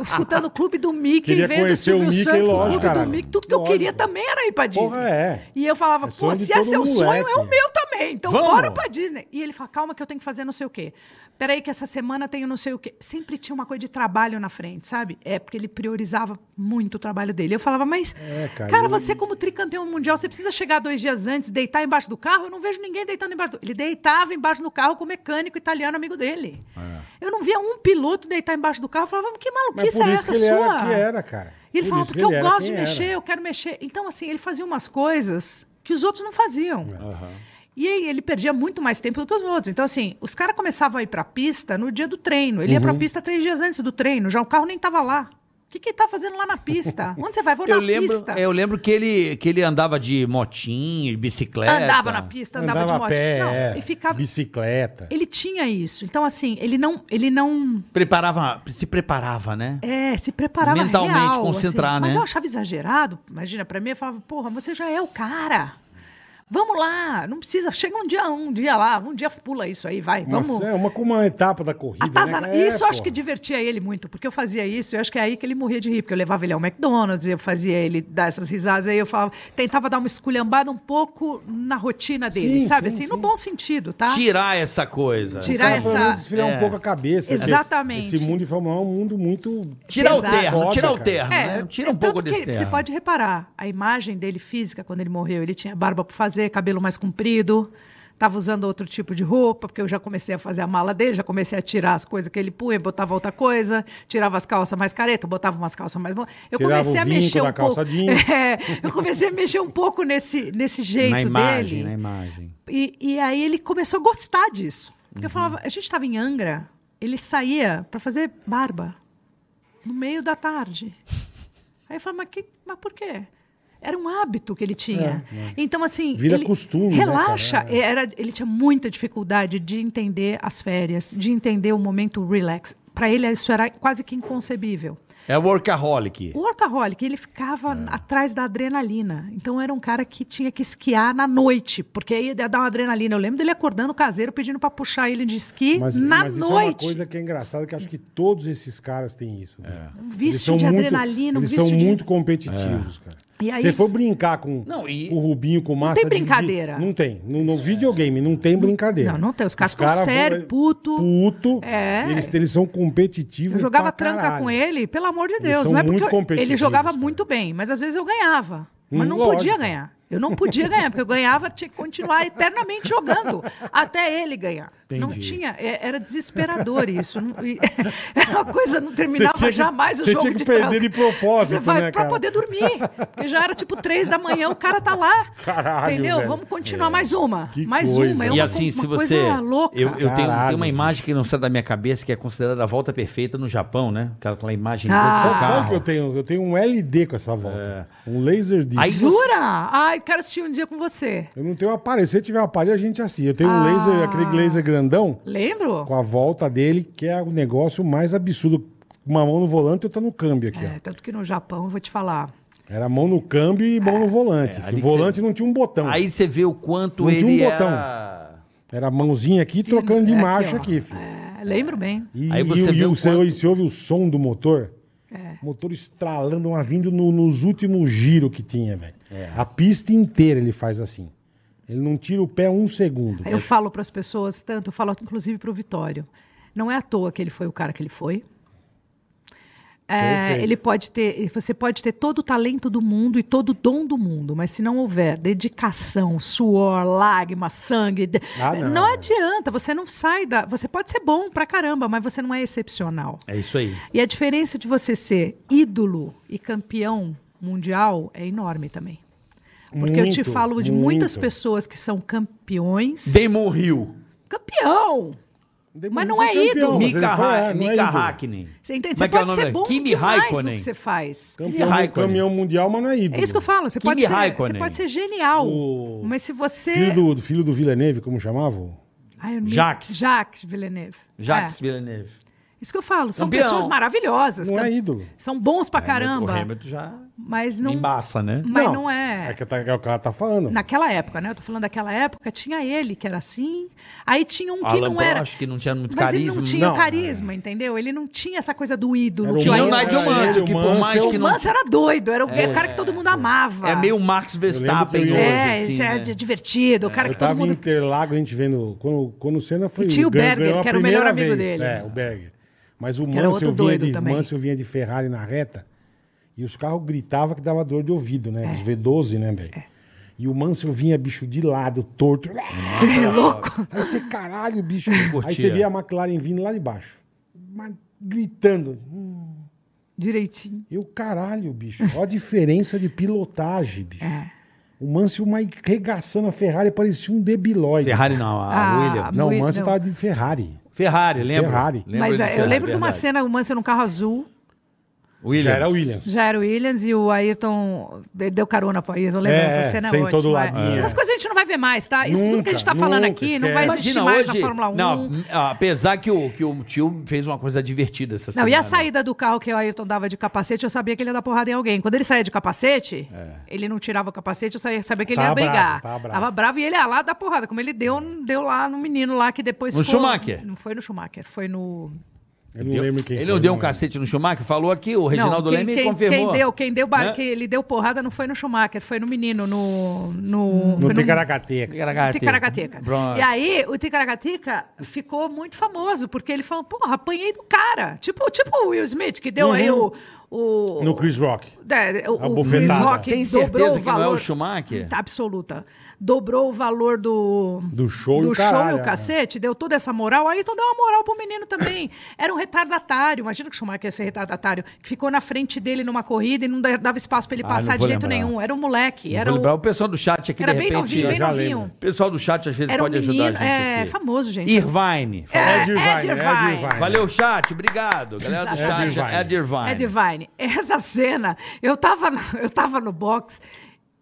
[SPEAKER 4] escutando o Clube do Mickey,
[SPEAKER 2] Queria
[SPEAKER 4] vendo
[SPEAKER 2] conhecer o
[SPEAKER 4] Silvio
[SPEAKER 2] Mickey,
[SPEAKER 4] Santos,
[SPEAKER 2] lógico,
[SPEAKER 4] o Clube
[SPEAKER 2] cara.
[SPEAKER 4] do Mickey. Tudo que eu
[SPEAKER 2] Lógico.
[SPEAKER 4] queria também era ir pra Disney.
[SPEAKER 2] Porra, é.
[SPEAKER 4] E eu falava,
[SPEAKER 2] É
[SPEAKER 4] pô,
[SPEAKER 2] sonho de
[SPEAKER 4] se é
[SPEAKER 2] todo
[SPEAKER 4] seu
[SPEAKER 2] moleque.
[SPEAKER 4] sonho, é o meu também. Então
[SPEAKER 3] Vamos.
[SPEAKER 4] bora pra Disney. E ele fala, calma que eu tenho que fazer não sei o quê. Peraí que essa semana tenho não sei o quê. Sempre tinha uma coisa de trabalho na frente, sabe? É porque ele priorizava muito o trabalho dele. Eu falava, mas,
[SPEAKER 2] É, cara,
[SPEAKER 4] cara,
[SPEAKER 2] eu-
[SPEAKER 4] você como tricampeão mundial, você precisa chegar dois dias antes, deitar embaixo do carro? Eu não vejo ninguém deitando embaixo do... Ele deitava embaixo do carro com o mecânico italiano amigo dele. Eu não via um piloto deitar embaixo do carro. Eu falava, que
[SPEAKER 2] É. Mas
[SPEAKER 4] maluquice
[SPEAKER 2] por
[SPEAKER 4] é
[SPEAKER 2] isso
[SPEAKER 4] essa
[SPEAKER 2] que ele
[SPEAKER 4] sua?
[SPEAKER 2] era que era, cara.
[SPEAKER 4] E ele
[SPEAKER 2] Por
[SPEAKER 4] falava,
[SPEAKER 2] isso que
[SPEAKER 4] porque eu
[SPEAKER 2] ele era
[SPEAKER 4] gosto de
[SPEAKER 2] quem era.
[SPEAKER 4] mexer, eu quero mexer. Então, assim, ele fazia umas coisas que os outros não faziam.
[SPEAKER 2] É.
[SPEAKER 4] E aí ele perdia muito mais tempo do que os outros. Então, assim, os caras começavam a ir pra pista no dia do treino. Ele ia
[SPEAKER 3] Uhum.
[SPEAKER 4] pra pista três dias antes do treino, já o carro nem tava lá. O que, que ele tá fazendo lá na pista? Onde você vai? Vou
[SPEAKER 3] Eu
[SPEAKER 4] na
[SPEAKER 3] lembro,
[SPEAKER 4] pista.
[SPEAKER 3] eu lembro que ele, que ele andava de motinho, de bicicleta.
[SPEAKER 4] Andava na pista, andava,
[SPEAKER 2] Andava
[SPEAKER 4] de
[SPEAKER 2] a
[SPEAKER 4] moto.
[SPEAKER 2] pé,
[SPEAKER 4] não,
[SPEAKER 2] é,
[SPEAKER 4] e ficava.
[SPEAKER 2] bicicleta.
[SPEAKER 4] Ele tinha isso. Então, assim, ele não. Ele não
[SPEAKER 3] Preparava, se preparava, né?
[SPEAKER 4] É, se preparava
[SPEAKER 3] Mentalmente,
[SPEAKER 4] real,
[SPEAKER 3] concentrar,
[SPEAKER 4] assim. Mas
[SPEAKER 3] né?
[SPEAKER 4] eu achava exagerado. Imagina, pra mim, eu falava, porra, você já é o cara. Vamos lá, não precisa. Chega um dia, um dia lá, um dia pula isso aí, vai,
[SPEAKER 2] Uma-
[SPEAKER 4] vamos.
[SPEAKER 2] é uma, como uma etapa da corrida.
[SPEAKER 4] Atazana.
[SPEAKER 2] né? É,
[SPEAKER 4] isso eu acho
[SPEAKER 2] porra.
[SPEAKER 4] que divertia ele muito, porque eu fazia isso, eu acho que é aí que ele morria de rir, porque eu levava ele ao McDonald's, eu fazia ele dar essas risadas, aí eu falava, tentava dar uma esculhambada um pouco na rotina dele,
[SPEAKER 2] Sim,
[SPEAKER 4] sabe?
[SPEAKER 2] sim,
[SPEAKER 4] assim,
[SPEAKER 2] sim.
[SPEAKER 4] no bom sentido, tá?
[SPEAKER 3] Tirar essa coisa.
[SPEAKER 2] Você
[SPEAKER 4] tirar
[SPEAKER 2] sabe, pelo
[SPEAKER 4] essa-
[SPEAKER 2] menos Esfriar
[SPEAKER 3] É.
[SPEAKER 2] um pouco a cabeça. porque
[SPEAKER 4] Exatamente.
[SPEAKER 2] Esse mundo de Fórmula 1 é um mundo muito.
[SPEAKER 3] Tirar o
[SPEAKER 4] Pesado.
[SPEAKER 3] terno, tirar o
[SPEAKER 2] Foda, cara.
[SPEAKER 3] terno,
[SPEAKER 4] É,
[SPEAKER 3] né? Tira um
[SPEAKER 4] tanto
[SPEAKER 3] pouco
[SPEAKER 4] que
[SPEAKER 3] desse terno.
[SPEAKER 4] Você pode reparar, a imagem dele física, quando ele morreu, ele tinha barba para fazer, cabelo mais comprido, estava usando outro tipo de roupa, porque eu já comecei a fazer a mala dele, já comecei a tirar as coisas que ele punha, botava outra coisa, tirava as calças mais careta, botava umas calças mais... bo- Eu
[SPEAKER 2] Tirava
[SPEAKER 4] comecei
[SPEAKER 2] o
[SPEAKER 4] a
[SPEAKER 2] vinco
[SPEAKER 4] mexer
[SPEAKER 2] da
[SPEAKER 4] um pouco...
[SPEAKER 2] calça jeans.
[SPEAKER 4] É, eu comecei a mexer um pouco nesse, nesse jeito
[SPEAKER 3] na imagem, né?
[SPEAKER 4] dele.
[SPEAKER 3] na imagem.
[SPEAKER 4] E, e aí ele começou a gostar disso. Porque
[SPEAKER 2] Uhum.
[SPEAKER 4] eu falava, a gente estava em Angra, ele saía para fazer barba no meio da tarde. Aí eu falava, mas, que, mas por quê? Era um hábito que ele tinha. Então, assim.
[SPEAKER 2] É, né? Vira
[SPEAKER 4] ele
[SPEAKER 2] costume, né,
[SPEAKER 4] Relaxa.
[SPEAKER 2] cara? É.
[SPEAKER 4] Era, ele tinha muita dificuldade de entender as férias, de entender o momento relax. Para ele, isso era quase que inconcebível.
[SPEAKER 3] É workaholic.
[SPEAKER 4] O workaholic, ele ficava
[SPEAKER 2] É.
[SPEAKER 4] atrás da adrenalina. Então era um cara que tinha que esquiar na noite, porque aí ia dar uma adrenalina. Eu lembro dele acordando o caseiro pedindo pra puxar ele de esqui
[SPEAKER 2] Mas,
[SPEAKER 4] na
[SPEAKER 2] mas isso é uma
[SPEAKER 4] noite.
[SPEAKER 2] coisa que é engraçada, que acho que todos esses caras têm isso. né?
[SPEAKER 3] É.
[SPEAKER 4] Um
[SPEAKER 2] Eles
[SPEAKER 4] vício
[SPEAKER 2] são
[SPEAKER 4] de
[SPEAKER 2] muito-
[SPEAKER 4] adrenalina, um
[SPEAKER 2] Eles
[SPEAKER 4] vício
[SPEAKER 2] são
[SPEAKER 4] de...
[SPEAKER 2] muito competitivos, cara.
[SPEAKER 4] E aí-
[SPEAKER 2] Se for brincar com,
[SPEAKER 3] Não, e-
[SPEAKER 2] com o Rubinho, com o Márcio.
[SPEAKER 4] tem brincadeira.
[SPEAKER 2] não tem. No, no videogame, não tem brincadeira.
[SPEAKER 4] Não, não tem. Os caras ficam
[SPEAKER 2] caras
[SPEAKER 4] sério,
[SPEAKER 2] vão-
[SPEAKER 4] puto.
[SPEAKER 2] Puto.
[SPEAKER 4] É.
[SPEAKER 2] Eles, eles são competitivos.
[SPEAKER 4] Eu jogava
[SPEAKER 2] pra
[SPEAKER 4] tranca
[SPEAKER 2] caralho.
[SPEAKER 4] com ele, pelo amor de
[SPEAKER 2] Eles
[SPEAKER 4] Deus.
[SPEAKER 2] são
[SPEAKER 4] Não é
[SPEAKER 2] muito
[SPEAKER 4] porque eu- ele
[SPEAKER 2] competitivos,
[SPEAKER 4] jogava
[SPEAKER 2] cara.
[SPEAKER 4] muito bem, mas às vezes eu ganhava. Mas
[SPEAKER 2] Hum,
[SPEAKER 4] não
[SPEAKER 2] lógico.
[SPEAKER 4] podia ganhar. Eu não podia ganhar, porque eu ganhava, tinha que continuar eternamente jogando, até ele ganhar. Não
[SPEAKER 2] Entendi.
[SPEAKER 4] tinha, é- era desesperador isso. não- e- Era uma coisa, não terminava
[SPEAKER 2] tinha que-
[SPEAKER 4] jamais o
[SPEAKER 2] você
[SPEAKER 4] jogo
[SPEAKER 2] tinha que
[SPEAKER 4] de
[SPEAKER 2] perder
[SPEAKER 4] tranca.
[SPEAKER 2] de propósito,
[SPEAKER 4] Você vai
[SPEAKER 2] né,
[SPEAKER 4] pra
[SPEAKER 2] cara?
[SPEAKER 4] poder dormir. Porque já era tipo três da manhã, o cara tá lá.
[SPEAKER 2] Caralho,
[SPEAKER 4] entendeu?
[SPEAKER 2] velho. É.
[SPEAKER 4] Vamos continuar mais uma.
[SPEAKER 2] Que
[SPEAKER 4] mais
[SPEAKER 2] coisa.
[SPEAKER 4] uma. É
[SPEAKER 2] E
[SPEAKER 3] E
[SPEAKER 4] uma,
[SPEAKER 3] assim,
[SPEAKER 4] uma
[SPEAKER 3] se
[SPEAKER 4] coisa
[SPEAKER 3] você.
[SPEAKER 4] louca.
[SPEAKER 3] Eu, eu tenho- tenho,
[SPEAKER 2] Caralho. né?
[SPEAKER 3] uma imagem que não sai da minha cabeça que é considerada a volta perfeita no Japão, né? Aquela, aquela imagem
[SPEAKER 4] Ah.
[SPEAKER 3] do
[SPEAKER 2] Sabe, sabe o
[SPEAKER 3] carro.
[SPEAKER 2] que eu tenho? Eu tenho um LD com essa volta. Um laser disc.
[SPEAKER 3] É. Aí-
[SPEAKER 4] Jura? Ai, quero assistir um dia com você.
[SPEAKER 2] Eu não tenho aparelho. Se eu tiver aparelho, a gente assim. Eu tenho um laser,
[SPEAKER 4] Ah.
[SPEAKER 2] aquele laser grandão,
[SPEAKER 4] Lembro?
[SPEAKER 2] com a volta dele, que é o negócio mais absurdo. Uma mão no volante e outra no câmbio aqui,
[SPEAKER 4] É, tanto que no Japão, eu vou te falar.
[SPEAKER 2] ó. Era mão no câmbio e mão no volante.
[SPEAKER 3] é, ali
[SPEAKER 2] o
[SPEAKER 3] que
[SPEAKER 2] volante
[SPEAKER 3] você-
[SPEAKER 2] não tinha um botão.
[SPEAKER 3] Aí você vê o quanto
[SPEAKER 2] Não tinha um
[SPEAKER 3] ele
[SPEAKER 2] botão.
[SPEAKER 3] era.
[SPEAKER 2] Era a mãozinha aqui trocando de
[SPEAKER 4] É aqui,
[SPEAKER 2] marcha
[SPEAKER 4] ó.
[SPEAKER 2] aqui, filho.
[SPEAKER 4] É, lembro bem.
[SPEAKER 2] E,
[SPEAKER 3] Aí
[SPEAKER 2] e
[SPEAKER 3] você
[SPEAKER 2] o- e
[SPEAKER 3] vê o
[SPEAKER 2] o- você,
[SPEAKER 3] quanto-
[SPEAKER 2] e você ouve o som do motor?
[SPEAKER 4] É.
[SPEAKER 2] O motor estralando, uma vindo no- nos últimos giros que tinha, velho.
[SPEAKER 4] É.
[SPEAKER 2] A pista inteira ele faz assim. Ele não tira o pé um segundo.
[SPEAKER 4] Eu falo para as pessoas tanto, eu falo inclusive para o Vitório. Não é à toa que ele foi o cara que ele foi. É,
[SPEAKER 2] Perfeito.
[SPEAKER 4] ele pode ter, você pode ter todo o talento do mundo e todo o dom do mundo, mas se não houver dedicação, suor, lágrima, sangue, de-
[SPEAKER 2] Ah, não.
[SPEAKER 4] adianta. Você não sai da. Você pode ser bom pra caramba, mas você não é excepcional.
[SPEAKER 3] É isso aí.
[SPEAKER 4] E a diferença de você ser ídolo e campeão mundial é enorme também. Porque eu te
[SPEAKER 2] Muito,
[SPEAKER 4] falo de muitas
[SPEAKER 2] muito.
[SPEAKER 4] pessoas que são campeões.
[SPEAKER 3] Damon Hill.
[SPEAKER 4] campeão! Mas não é ídolo.
[SPEAKER 2] mas ele
[SPEAKER 3] Mika,
[SPEAKER 2] foi,
[SPEAKER 3] Ha-
[SPEAKER 2] é, não é
[SPEAKER 3] Mika
[SPEAKER 2] ídolo.
[SPEAKER 3] Hackney.
[SPEAKER 4] Você entende?
[SPEAKER 3] Como é
[SPEAKER 4] Você
[SPEAKER 3] que é o
[SPEAKER 4] pode
[SPEAKER 3] nome
[SPEAKER 4] ser
[SPEAKER 3] dele?
[SPEAKER 4] bom
[SPEAKER 3] Kimi
[SPEAKER 4] demais
[SPEAKER 3] Raikkonen.
[SPEAKER 4] no que você faz.
[SPEAKER 2] Campeão,
[SPEAKER 3] Raikkonen.
[SPEAKER 2] campeão mundial, mas não é ídolo.
[SPEAKER 4] É isso que eu falo. Você,
[SPEAKER 3] Kimi
[SPEAKER 4] pode ser, você
[SPEAKER 3] Raikkonen.
[SPEAKER 4] pode ser genial.
[SPEAKER 2] O
[SPEAKER 4] Mas se você.
[SPEAKER 2] Filho do, do filho do Villeneuve, como chamava?
[SPEAKER 4] Ai, eu não-
[SPEAKER 3] Jacques.
[SPEAKER 4] Jacques Villeneuve.
[SPEAKER 3] Jacques
[SPEAKER 4] É.
[SPEAKER 3] Villeneuve.
[SPEAKER 4] Isso que eu falo. São
[SPEAKER 3] Campeão.
[SPEAKER 4] pessoas maravilhosas.
[SPEAKER 2] Não
[SPEAKER 4] can-
[SPEAKER 2] é ídolo.
[SPEAKER 4] São bons pra
[SPEAKER 3] É, O
[SPEAKER 4] caramba.
[SPEAKER 3] Hamilton já
[SPEAKER 4] Mas não.
[SPEAKER 3] embaça, né?
[SPEAKER 4] Mas não, é.
[SPEAKER 2] É que tá- é o que ela tá falando.
[SPEAKER 4] Naquela época, né? Eu tô falando daquela época, tinha ele que era assim. Aí tinha um que
[SPEAKER 3] Alan
[SPEAKER 4] não era.
[SPEAKER 3] Prost, que não tinha muito
[SPEAKER 4] Mas
[SPEAKER 3] carisma. é.
[SPEAKER 4] ele não tinha
[SPEAKER 2] Não,
[SPEAKER 4] o carisma, entendeu? Ele não tinha essa coisa do ídolo.
[SPEAKER 2] Era
[SPEAKER 4] que
[SPEAKER 2] um
[SPEAKER 3] Tinha
[SPEAKER 4] eu-
[SPEAKER 3] o
[SPEAKER 2] Mansell,
[SPEAKER 3] Nigel Mansell, que por
[SPEAKER 2] Mansell.
[SPEAKER 3] mais
[SPEAKER 4] O
[SPEAKER 3] que não...
[SPEAKER 4] Manso É. era doido, era o cara que todo mundo amava.
[SPEAKER 3] É meio Max Verstappen
[SPEAKER 2] que eu-
[SPEAKER 3] hoje,
[SPEAKER 4] É,
[SPEAKER 3] assim,
[SPEAKER 4] isso é
[SPEAKER 3] né? É,
[SPEAKER 4] di- divertido, o cara
[SPEAKER 2] Eu
[SPEAKER 4] que todo
[SPEAKER 2] tava em
[SPEAKER 4] mundo.
[SPEAKER 2] Interlagos, a gente vendo. Quando, quando o Senna foi.
[SPEAKER 4] E tinha o
[SPEAKER 2] ganhou-
[SPEAKER 4] Berger,
[SPEAKER 2] ganhou a
[SPEAKER 4] que era o melhor
[SPEAKER 2] primeira
[SPEAKER 4] amigo
[SPEAKER 2] vez.
[SPEAKER 4] dele.
[SPEAKER 2] É, o Berger. Mas o
[SPEAKER 4] Que era outro
[SPEAKER 2] Mansell vinha,
[SPEAKER 4] doido
[SPEAKER 2] de,
[SPEAKER 4] também.
[SPEAKER 2] Mansell vinha de Ferrari na reta e os carros gritavam que dava dor de ouvido,
[SPEAKER 4] É.
[SPEAKER 2] né? Os V12, né, velho? E o Mansell vinha, bicho, de lado, torto.
[SPEAKER 4] Ele É. é louco.
[SPEAKER 2] Aí você, caralho, bicho. Aí
[SPEAKER 3] curtia.
[SPEAKER 2] você via a McLaren vindo lá de baixo. Mas gritando. Hum.
[SPEAKER 4] Direitinho.
[SPEAKER 2] Eu, caralho, bicho. Olha a diferença de pilotagem, bicho.
[SPEAKER 4] É.
[SPEAKER 2] O Mansell mais regaçando a Ferrari, parecia um debilóide.
[SPEAKER 3] Ferrari é não, a
[SPEAKER 4] Ah,
[SPEAKER 3] Williams.
[SPEAKER 2] Não,
[SPEAKER 4] Mui-
[SPEAKER 2] o Mansell
[SPEAKER 4] não.
[SPEAKER 2] tava de Ferrari.
[SPEAKER 3] Ferrari, lembra?
[SPEAKER 2] Ferrari.
[SPEAKER 3] Lembra
[SPEAKER 4] Mas
[SPEAKER 3] do
[SPEAKER 4] é, eu
[SPEAKER 3] Ferrari,
[SPEAKER 4] lembro de uma
[SPEAKER 3] verdade.
[SPEAKER 4] cena, o Manso num carro azul,
[SPEAKER 3] Williams.
[SPEAKER 2] Já era Williams.
[SPEAKER 4] já era o Williams e o Ayrton ele deu carona pro Ayrton, lembra?
[SPEAKER 2] É,
[SPEAKER 4] essa cena é
[SPEAKER 2] sentou
[SPEAKER 4] ótima.
[SPEAKER 2] do ladinho.
[SPEAKER 4] é. Essas coisas a gente não vai ver mais, tá? Isso tudo que a gente tá
[SPEAKER 2] Nunca,
[SPEAKER 4] falando
[SPEAKER 2] nunca,
[SPEAKER 4] aqui não vai
[SPEAKER 2] esquece.
[SPEAKER 4] existir
[SPEAKER 3] Imagina
[SPEAKER 4] mais
[SPEAKER 3] hoje.
[SPEAKER 4] na Fórmula 1.
[SPEAKER 3] Não, ah,
[SPEAKER 4] Não,
[SPEAKER 3] apesar que o, que o tio fez uma coisa divertida essa semana.
[SPEAKER 4] e a saída do carro que o Ayrton dava de capacete, eu sabia que ele ia dar porrada em alguém. Quando ele saía de capacete,
[SPEAKER 3] É.
[SPEAKER 4] ele não tirava o capacete, eu saía- sabia que ele
[SPEAKER 2] Tava
[SPEAKER 4] ia brigar.
[SPEAKER 2] bravo, tava bravo.
[SPEAKER 4] tava bravo e ele ia lá dar porrada, como ele deu, deu lá no menino lá que depois
[SPEAKER 3] No
[SPEAKER 4] ficou-
[SPEAKER 3] Schumacher?
[SPEAKER 4] Não foi no Schumacher, foi no
[SPEAKER 2] Eu não lembro quem
[SPEAKER 3] Ele
[SPEAKER 2] foi, né?
[SPEAKER 3] não deu um
[SPEAKER 2] lembro.
[SPEAKER 3] cacete no Schumacher? Falou aqui, o Reginaldo
[SPEAKER 4] quem-
[SPEAKER 3] Leme
[SPEAKER 4] quem,
[SPEAKER 3] confirmou.
[SPEAKER 4] Quem deu, quem deu, bar-
[SPEAKER 3] Né?
[SPEAKER 4] que ele deu porrada não foi no Schumacher, foi no menino, no. No,
[SPEAKER 2] No
[SPEAKER 4] foi
[SPEAKER 2] Ticaracateca.
[SPEAKER 3] Ticaracateca.
[SPEAKER 4] Ticaracateca.
[SPEAKER 3] Pronto.
[SPEAKER 4] E aí, o Ticaracateca ficou muito famoso, porque ele falou, porra, apanhei do cara. Tipo, tipo o Will Smith, que
[SPEAKER 3] Uhum.
[SPEAKER 4] deu aí o. o
[SPEAKER 2] No Chris Rock.
[SPEAKER 4] é, o,
[SPEAKER 2] A
[SPEAKER 4] o
[SPEAKER 2] bofetada.
[SPEAKER 4] Chris Rock
[SPEAKER 3] Tem
[SPEAKER 4] dobrou
[SPEAKER 3] certeza
[SPEAKER 4] o
[SPEAKER 3] que não é
[SPEAKER 4] valor. Tá,
[SPEAKER 3] o Schumacher?
[SPEAKER 4] Absoluta. Dobrou o valor do.
[SPEAKER 2] Do show e o
[SPEAKER 4] do show e
[SPEAKER 2] caralho,
[SPEAKER 4] o
[SPEAKER 2] né?
[SPEAKER 4] cacete, deu toda essa moral. Aí então deu uma moral pro menino também. Era um retardatário. Imagina que o Schumacher ia ser retardatário. Que ficou na frente dele numa corrida e não da- dava espaço pra ele
[SPEAKER 3] Ah,
[SPEAKER 4] passar
[SPEAKER 3] não
[SPEAKER 4] de
[SPEAKER 3] vou
[SPEAKER 4] jeito
[SPEAKER 3] lembrar.
[SPEAKER 4] nenhum. Era um moleque.
[SPEAKER 3] Não
[SPEAKER 4] Era,
[SPEAKER 3] vou
[SPEAKER 4] um-
[SPEAKER 3] lembrar. O pessoal do chat aqui,
[SPEAKER 4] era
[SPEAKER 3] de
[SPEAKER 4] bem
[SPEAKER 3] repente...
[SPEAKER 4] novinho, bem
[SPEAKER 2] já
[SPEAKER 4] novinho.
[SPEAKER 2] lembro.
[SPEAKER 3] O pessoal do chat às vezes
[SPEAKER 4] Era um
[SPEAKER 3] pode ajudar
[SPEAKER 4] menino.
[SPEAKER 3] a gente
[SPEAKER 4] É,
[SPEAKER 3] aqui.
[SPEAKER 4] famoso, gente.
[SPEAKER 3] Irvine.
[SPEAKER 4] É,
[SPEAKER 2] É
[SPEAKER 4] é
[SPEAKER 3] né?
[SPEAKER 2] Dirvine, é
[SPEAKER 4] Dirvine.
[SPEAKER 2] Dirvine.
[SPEAKER 3] Valeu, chat. Obrigado. Galera do
[SPEAKER 2] Exato.
[SPEAKER 3] chat,
[SPEAKER 2] É
[SPEAKER 3] é Dirvine.
[SPEAKER 4] É Divine. Essa cena, eu tava, no- eu tava no box,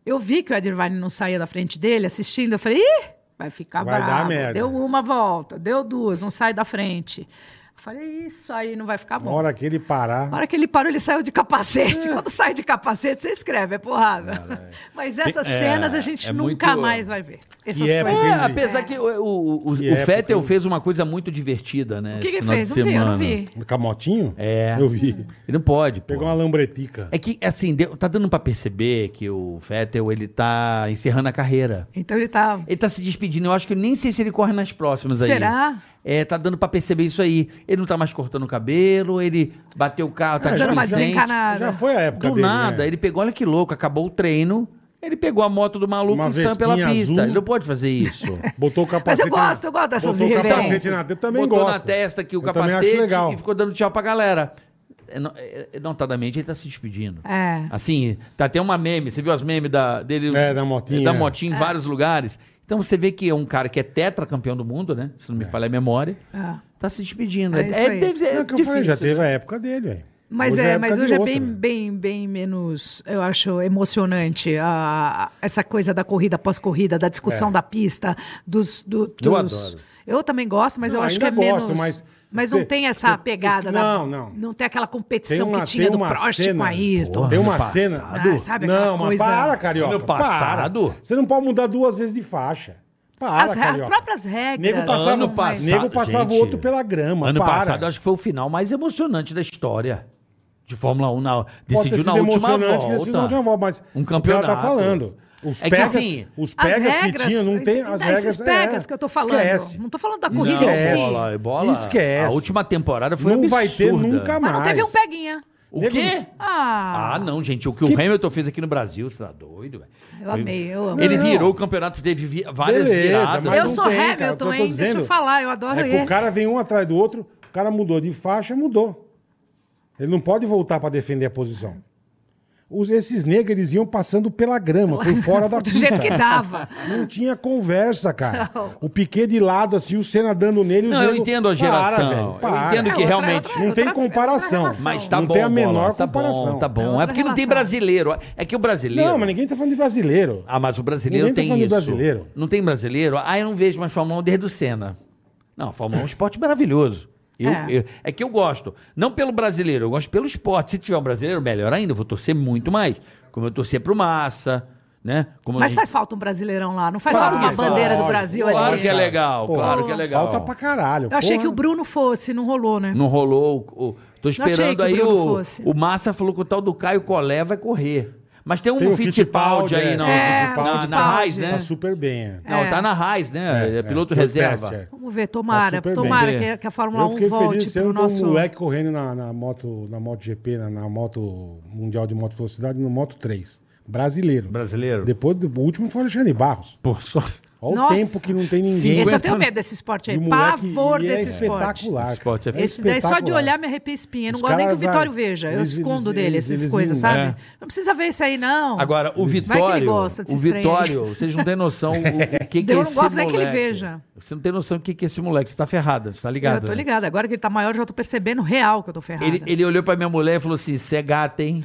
[SPEAKER 4] eu vi que o Divine não saía da frente dele, assistindo, eu falei, Ih, vai ficar
[SPEAKER 2] Vai dar
[SPEAKER 4] bravo.
[SPEAKER 2] merda.
[SPEAKER 4] Deu uma volta, deu duas, não sai da frente. Eu falei, isso aí não vai ficar
[SPEAKER 2] Na
[SPEAKER 4] bom.
[SPEAKER 2] hora que ele parar.
[SPEAKER 4] Na hora que ele parou, ele saiu de
[SPEAKER 2] É.
[SPEAKER 4] capacete. Quando sai de capacete, você escreve, é porrada. Mas essas
[SPEAKER 3] É,
[SPEAKER 4] cenas a gente
[SPEAKER 3] é
[SPEAKER 4] nunca
[SPEAKER 3] muito-
[SPEAKER 4] mais vai ver. Essas
[SPEAKER 2] é,
[SPEAKER 4] coisas.
[SPEAKER 2] porque-
[SPEAKER 3] É, apesar que o, o, o- o
[SPEAKER 2] Que época,
[SPEAKER 3] Fettel
[SPEAKER 2] hein?
[SPEAKER 3] fez uma coisa muito divertida, né?
[SPEAKER 4] O que
[SPEAKER 3] esse
[SPEAKER 4] que ele
[SPEAKER 3] final
[SPEAKER 4] fez?
[SPEAKER 3] de
[SPEAKER 4] Não vi, eu não
[SPEAKER 3] semana.
[SPEAKER 4] vi.
[SPEAKER 2] Camotinho?
[SPEAKER 3] É.
[SPEAKER 2] Eu vi.
[SPEAKER 3] Ele não pode, pô.
[SPEAKER 2] Pegou uma lambretica.
[SPEAKER 3] É que, assim, deu- tá dando pra perceber que o Fettel, ele tá encerrando a carreira.
[SPEAKER 4] Então ele tá...
[SPEAKER 3] Ele tá se despedindo. Eu acho que eu nem sei se ele corre nas próximas aí.
[SPEAKER 4] Será?
[SPEAKER 3] É, tá dando pra perceber isso aí. Ele não tá mais cortando o cabelo, ele bateu o carro, tá
[SPEAKER 2] É,
[SPEAKER 4] dando uma
[SPEAKER 3] displicente.
[SPEAKER 4] desencanada.
[SPEAKER 2] Já foi a época
[SPEAKER 3] Do
[SPEAKER 2] dele.
[SPEAKER 3] nada,
[SPEAKER 2] né?
[SPEAKER 3] ele pegou, olha que louco, acabou o treino, ele pegou a moto do maluco
[SPEAKER 2] Uma
[SPEAKER 3] e saiu pela
[SPEAKER 2] vespinha
[SPEAKER 3] pista.
[SPEAKER 2] azul.
[SPEAKER 3] Ele não pode fazer isso.
[SPEAKER 2] Botou o capacete.
[SPEAKER 4] Mas eu gosto, eu gosto dessas
[SPEAKER 2] Botou o capacete
[SPEAKER 4] irreverências.
[SPEAKER 2] na Tá, Eu também
[SPEAKER 3] Então, Botou
[SPEAKER 2] gosto.
[SPEAKER 3] na testa aqui o
[SPEAKER 2] Eu também
[SPEAKER 3] capacete
[SPEAKER 2] acho legal.
[SPEAKER 3] e ficou dando tchau pra galera. É, no- é, é, Notadamente, ele tá se despedindo.
[SPEAKER 4] É.
[SPEAKER 3] Assim, tá até uma meme. Você viu as memes da, dele?
[SPEAKER 2] É, da motinha.
[SPEAKER 3] Da motinha em vários lugares. Então você vê que é um cara que é tetracampeão do mundo, né? Se não me falha a memória.
[SPEAKER 4] Ah.
[SPEAKER 3] Tá se despedindo.
[SPEAKER 4] É isso aí.
[SPEAKER 3] deve-
[SPEAKER 2] É o que eu falei,
[SPEAKER 3] difícil.
[SPEAKER 2] já
[SPEAKER 3] né?
[SPEAKER 2] teve a época dele, velho.
[SPEAKER 4] Mas
[SPEAKER 2] a
[SPEAKER 4] é,
[SPEAKER 2] época
[SPEAKER 4] mas
[SPEAKER 2] de né?
[SPEAKER 4] hoje é
[SPEAKER 2] outro,
[SPEAKER 4] bem,
[SPEAKER 2] velho.
[SPEAKER 4] bem, bem menos, eu acho, emocionante a- a- essa coisa da corrida pós-corrida, da discussão da pista, dos, do- dos...
[SPEAKER 2] É. Eu adoro.
[SPEAKER 4] Eu também gosto, mas
[SPEAKER 2] Não,
[SPEAKER 4] eu acho que
[SPEAKER 2] ainda
[SPEAKER 4] é
[SPEAKER 2] gosto,
[SPEAKER 4] menos.
[SPEAKER 2] mas
[SPEAKER 4] não
[SPEAKER 2] você-
[SPEAKER 4] tem essa
[SPEAKER 2] você-
[SPEAKER 4] pegada. da-
[SPEAKER 2] não, não.
[SPEAKER 4] Não tem aquela
[SPEAKER 2] Tem
[SPEAKER 4] competição
[SPEAKER 2] uma,
[SPEAKER 4] que tinha
[SPEAKER 2] tem
[SPEAKER 4] do
[SPEAKER 2] uma
[SPEAKER 4] Prost
[SPEAKER 2] cena,
[SPEAKER 4] com a Ayrton.
[SPEAKER 2] Tem
[SPEAKER 3] Ano
[SPEAKER 2] uma
[SPEAKER 3] passado.
[SPEAKER 2] cena.
[SPEAKER 4] Ah, sabe aquela
[SPEAKER 2] não,
[SPEAKER 4] coisa-
[SPEAKER 2] mas para, carioca.
[SPEAKER 3] Ano passado?
[SPEAKER 2] Para. Você não pode mudar duas vezes de faixa. Para,
[SPEAKER 4] As, re- as
[SPEAKER 2] carioca.
[SPEAKER 4] próprias regras.
[SPEAKER 2] Nego passava,
[SPEAKER 3] Ano
[SPEAKER 4] tudo mais.
[SPEAKER 3] passado-
[SPEAKER 2] nego passava o
[SPEAKER 3] Gente,
[SPEAKER 2] outro pela grama.
[SPEAKER 3] Ano
[SPEAKER 2] para.
[SPEAKER 3] passado, acho que foi o final mais emocionante da história de Fórmula 1. Na,
[SPEAKER 2] Pode ter
[SPEAKER 3] decidiu
[SPEAKER 2] sido
[SPEAKER 3] na última
[SPEAKER 2] emocionante
[SPEAKER 3] volta.
[SPEAKER 2] que decidiu na última volta, mas
[SPEAKER 3] um
[SPEAKER 2] o que ela
[SPEAKER 3] campeonato.
[SPEAKER 2] tá falando. Os
[SPEAKER 3] É que
[SPEAKER 2] pegas,
[SPEAKER 3] assim,
[SPEAKER 2] os
[SPEAKER 4] As
[SPEAKER 2] pegas
[SPEAKER 4] regras-
[SPEAKER 2] que tinham, não tem.
[SPEAKER 4] Não,
[SPEAKER 2] As regras,
[SPEAKER 4] esses
[SPEAKER 2] é,
[SPEAKER 4] pegas que eu tô falando.
[SPEAKER 2] Esquece.
[SPEAKER 4] Não tô falando da
[SPEAKER 3] Não,
[SPEAKER 4] corrida em si.
[SPEAKER 3] bola, bola.
[SPEAKER 2] Esquece.
[SPEAKER 3] A última temporada foi
[SPEAKER 2] não
[SPEAKER 3] absurda.
[SPEAKER 2] vai ter nunca mais.
[SPEAKER 4] Mas não teve um peguinha.
[SPEAKER 3] O
[SPEAKER 2] Nego-
[SPEAKER 3] quê?
[SPEAKER 4] Ah,
[SPEAKER 3] Ah, não, gente. O que, o Hamilton fez aqui no Brasil, você tá doido, velho?
[SPEAKER 4] Eu amei, eu amo.
[SPEAKER 3] Ele
[SPEAKER 2] Não.
[SPEAKER 3] virou o campeonato, teve vi- várias
[SPEAKER 2] Beleza,
[SPEAKER 3] viradas.
[SPEAKER 2] mas
[SPEAKER 4] Eu
[SPEAKER 2] não
[SPEAKER 4] sou
[SPEAKER 2] tem, cara.
[SPEAKER 4] Hamilton,
[SPEAKER 2] Eu tô- eu tô
[SPEAKER 4] hein? Deixa eu
[SPEAKER 2] dizendo.
[SPEAKER 4] falar, eu adoro
[SPEAKER 2] É que
[SPEAKER 4] ele.
[SPEAKER 2] o cara vem um atrás do outro, o cara mudou de faixa, mudou. Ele não pode voltar para defender a posição. Os, esses negros, eles iam passando pela grama, por fora da
[SPEAKER 4] Do
[SPEAKER 2] pista.
[SPEAKER 4] jeito que tá. dava.
[SPEAKER 2] Não tinha conversa, cara. O Piquet de lado, assim, o Senna dando nele. os
[SPEAKER 3] Não, eu
[SPEAKER 2] nego-
[SPEAKER 3] entendo a geração.
[SPEAKER 2] Para, velho,
[SPEAKER 3] Eu
[SPEAKER 2] para.
[SPEAKER 3] entendo que
[SPEAKER 4] É, outra-
[SPEAKER 3] realmente-
[SPEAKER 4] outra-
[SPEAKER 2] Não tem
[SPEAKER 4] outra-
[SPEAKER 2] comparação.
[SPEAKER 4] outra relação.
[SPEAKER 3] Mas tá
[SPEAKER 2] Não
[SPEAKER 3] bom,
[SPEAKER 2] tem a menor
[SPEAKER 3] Bola, tá
[SPEAKER 2] comparação.
[SPEAKER 3] Bom, tá
[SPEAKER 4] É
[SPEAKER 3] bom. É,
[SPEAKER 4] outra
[SPEAKER 3] porque não tem
[SPEAKER 4] relação.
[SPEAKER 3] brasileiro. É que o brasileiro...
[SPEAKER 2] Não, mas ninguém tá falando de brasileiro.
[SPEAKER 3] Ah, mas o brasileiro
[SPEAKER 2] Ninguém tá
[SPEAKER 3] tem
[SPEAKER 2] falando
[SPEAKER 3] isso.
[SPEAKER 2] de brasileiro.
[SPEAKER 3] Não tem brasileiro? Ah, eu não vejo mais Fórmula 1 desde o Senna. Não, Fórmula 1 é um esporte maravilhoso. Eu, eu-
[SPEAKER 4] É.
[SPEAKER 3] é. que eu gosto. Não pelo brasileiro, eu gosto pelo esporte. Se tiver um brasileiro, melhor ainda, eu vou torcer muito mais. Como eu torcer pro Massa, né? Como
[SPEAKER 4] Mas
[SPEAKER 3] eu-
[SPEAKER 4] faz falta um brasileirão lá, não faz
[SPEAKER 2] Claro
[SPEAKER 4] falta
[SPEAKER 2] que
[SPEAKER 4] uma bandeira
[SPEAKER 2] faz.
[SPEAKER 4] do Brasil
[SPEAKER 3] Claro
[SPEAKER 4] ali. né?
[SPEAKER 3] que é legal,
[SPEAKER 2] Pô,
[SPEAKER 3] claro que é legal.
[SPEAKER 2] Falta pra caralho.
[SPEAKER 4] Eu achei
[SPEAKER 2] porra.
[SPEAKER 4] que o Bruno fosse, não rolou, né?
[SPEAKER 3] Não rolou. O, o- tô
[SPEAKER 4] achei
[SPEAKER 3] esperando
[SPEAKER 4] que o
[SPEAKER 3] aí
[SPEAKER 4] Bruno
[SPEAKER 3] o,
[SPEAKER 4] fosse.
[SPEAKER 3] o Massa falou que o tal do Caio Colé vai correr. Mas tem um
[SPEAKER 2] Tem o
[SPEAKER 3] Fittipaldi
[SPEAKER 2] Fittipaldi,
[SPEAKER 3] aí,
[SPEAKER 2] é.
[SPEAKER 3] não.
[SPEAKER 2] É,
[SPEAKER 3] na-
[SPEAKER 2] o
[SPEAKER 3] na,
[SPEAKER 4] Fittipaldi.
[SPEAKER 3] Raiz, né?
[SPEAKER 2] Tá super bem. é.
[SPEAKER 3] Não, tá na Raiz, né? É,
[SPEAKER 2] É,
[SPEAKER 3] piloto
[SPEAKER 2] é.
[SPEAKER 3] reserva.
[SPEAKER 2] Peste, é.
[SPEAKER 4] Vamos ver, tomara.
[SPEAKER 2] super bem.
[SPEAKER 4] tomara
[SPEAKER 3] Vamos
[SPEAKER 4] que,
[SPEAKER 3] ver.
[SPEAKER 4] que a Fórmula
[SPEAKER 2] eu
[SPEAKER 4] 1
[SPEAKER 2] fiquei
[SPEAKER 4] volte
[SPEAKER 2] feliz
[SPEAKER 4] pro
[SPEAKER 2] sendo
[SPEAKER 4] nosso.
[SPEAKER 2] um moleque correndo na, na moto, na moto GP, na, na moto mundial de moto velocidade, no moto 3. Brasileiro.
[SPEAKER 3] Brasileiro.
[SPEAKER 2] Depois, do- o último foi o Alexandre Barros.
[SPEAKER 3] Por só.
[SPEAKER 2] Olha
[SPEAKER 4] Nossa.
[SPEAKER 2] o tempo que não tem ninguém.
[SPEAKER 4] Esse eu
[SPEAKER 3] 50
[SPEAKER 4] tenho medo desse esporte
[SPEAKER 2] E
[SPEAKER 4] aí.
[SPEAKER 2] o moleque-
[SPEAKER 4] Pavor
[SPEAKER 2] e
[SPEAKER 4] desse
[SPEAKER 2] é
[SPEAKER 4] esporte.
[SPEAKER 2] espetacular.
[SPEAKER 3] Esse esporte é
[SPEAKER 2] cara.
[SPEAKER 4] Esse daí só de
[SPEAKER 2] espetacular.
[SPEAKER 4] olhar me arrepia a espinha. Eu não
[SPEAKER 2] Os
[SPEAKER 4] gosto nem que o
[SPEAKER 2] caras,
[SPEAKER 4] Vitório
[SPEAKER 2] vai,
[SPEAKER 4] veja. Eu
[SPEAKER 2] eles-
[SPEAKER 4] escondo
[SPEAKER 2] eles-
[SPEAKER 4] dele
[SPEAKER 2] eles-
[SPEAKER 4] essas
[SPEAKER 2] eles-
[SPEAKER 4] coisas, sabe?
[SPEAKER 3] é.
[SPEAKER 4] Não precisa ver isso aí, não.
[SPEAKER 3] Agora, o
[SPEAKER 4] Vai que ele
[SPEAKER 3] Vitório.
[SPEAKER 4] gosta desse
[SPEAKER 3] O
[SPEAKER 4] trem.
[SPEAKER 3] Vitório, vocês não têm noção o, o que, que é
[SPEAKER 4] Eu não
[SPEAKER 3] esse
[SPEAKER 4] gosto nem que ele
[SPEAKER 3] moleque.
[SPEAKER 4] veja.
[SPEAKER 3] Você não tem noção o que, que é esse moleque. Você tá ferrada, você tá ligado?
[SPEAKER 4] eu tô
[SPEAKER 3] né?
[SPEAKER 4] ligada. Agora que ele tá maior, eu já tô percebendo real que eu tô ferrada.
[SPEAKER 3] Ele, ele olhou pra minha mulher e falou assim: você é gata, hein?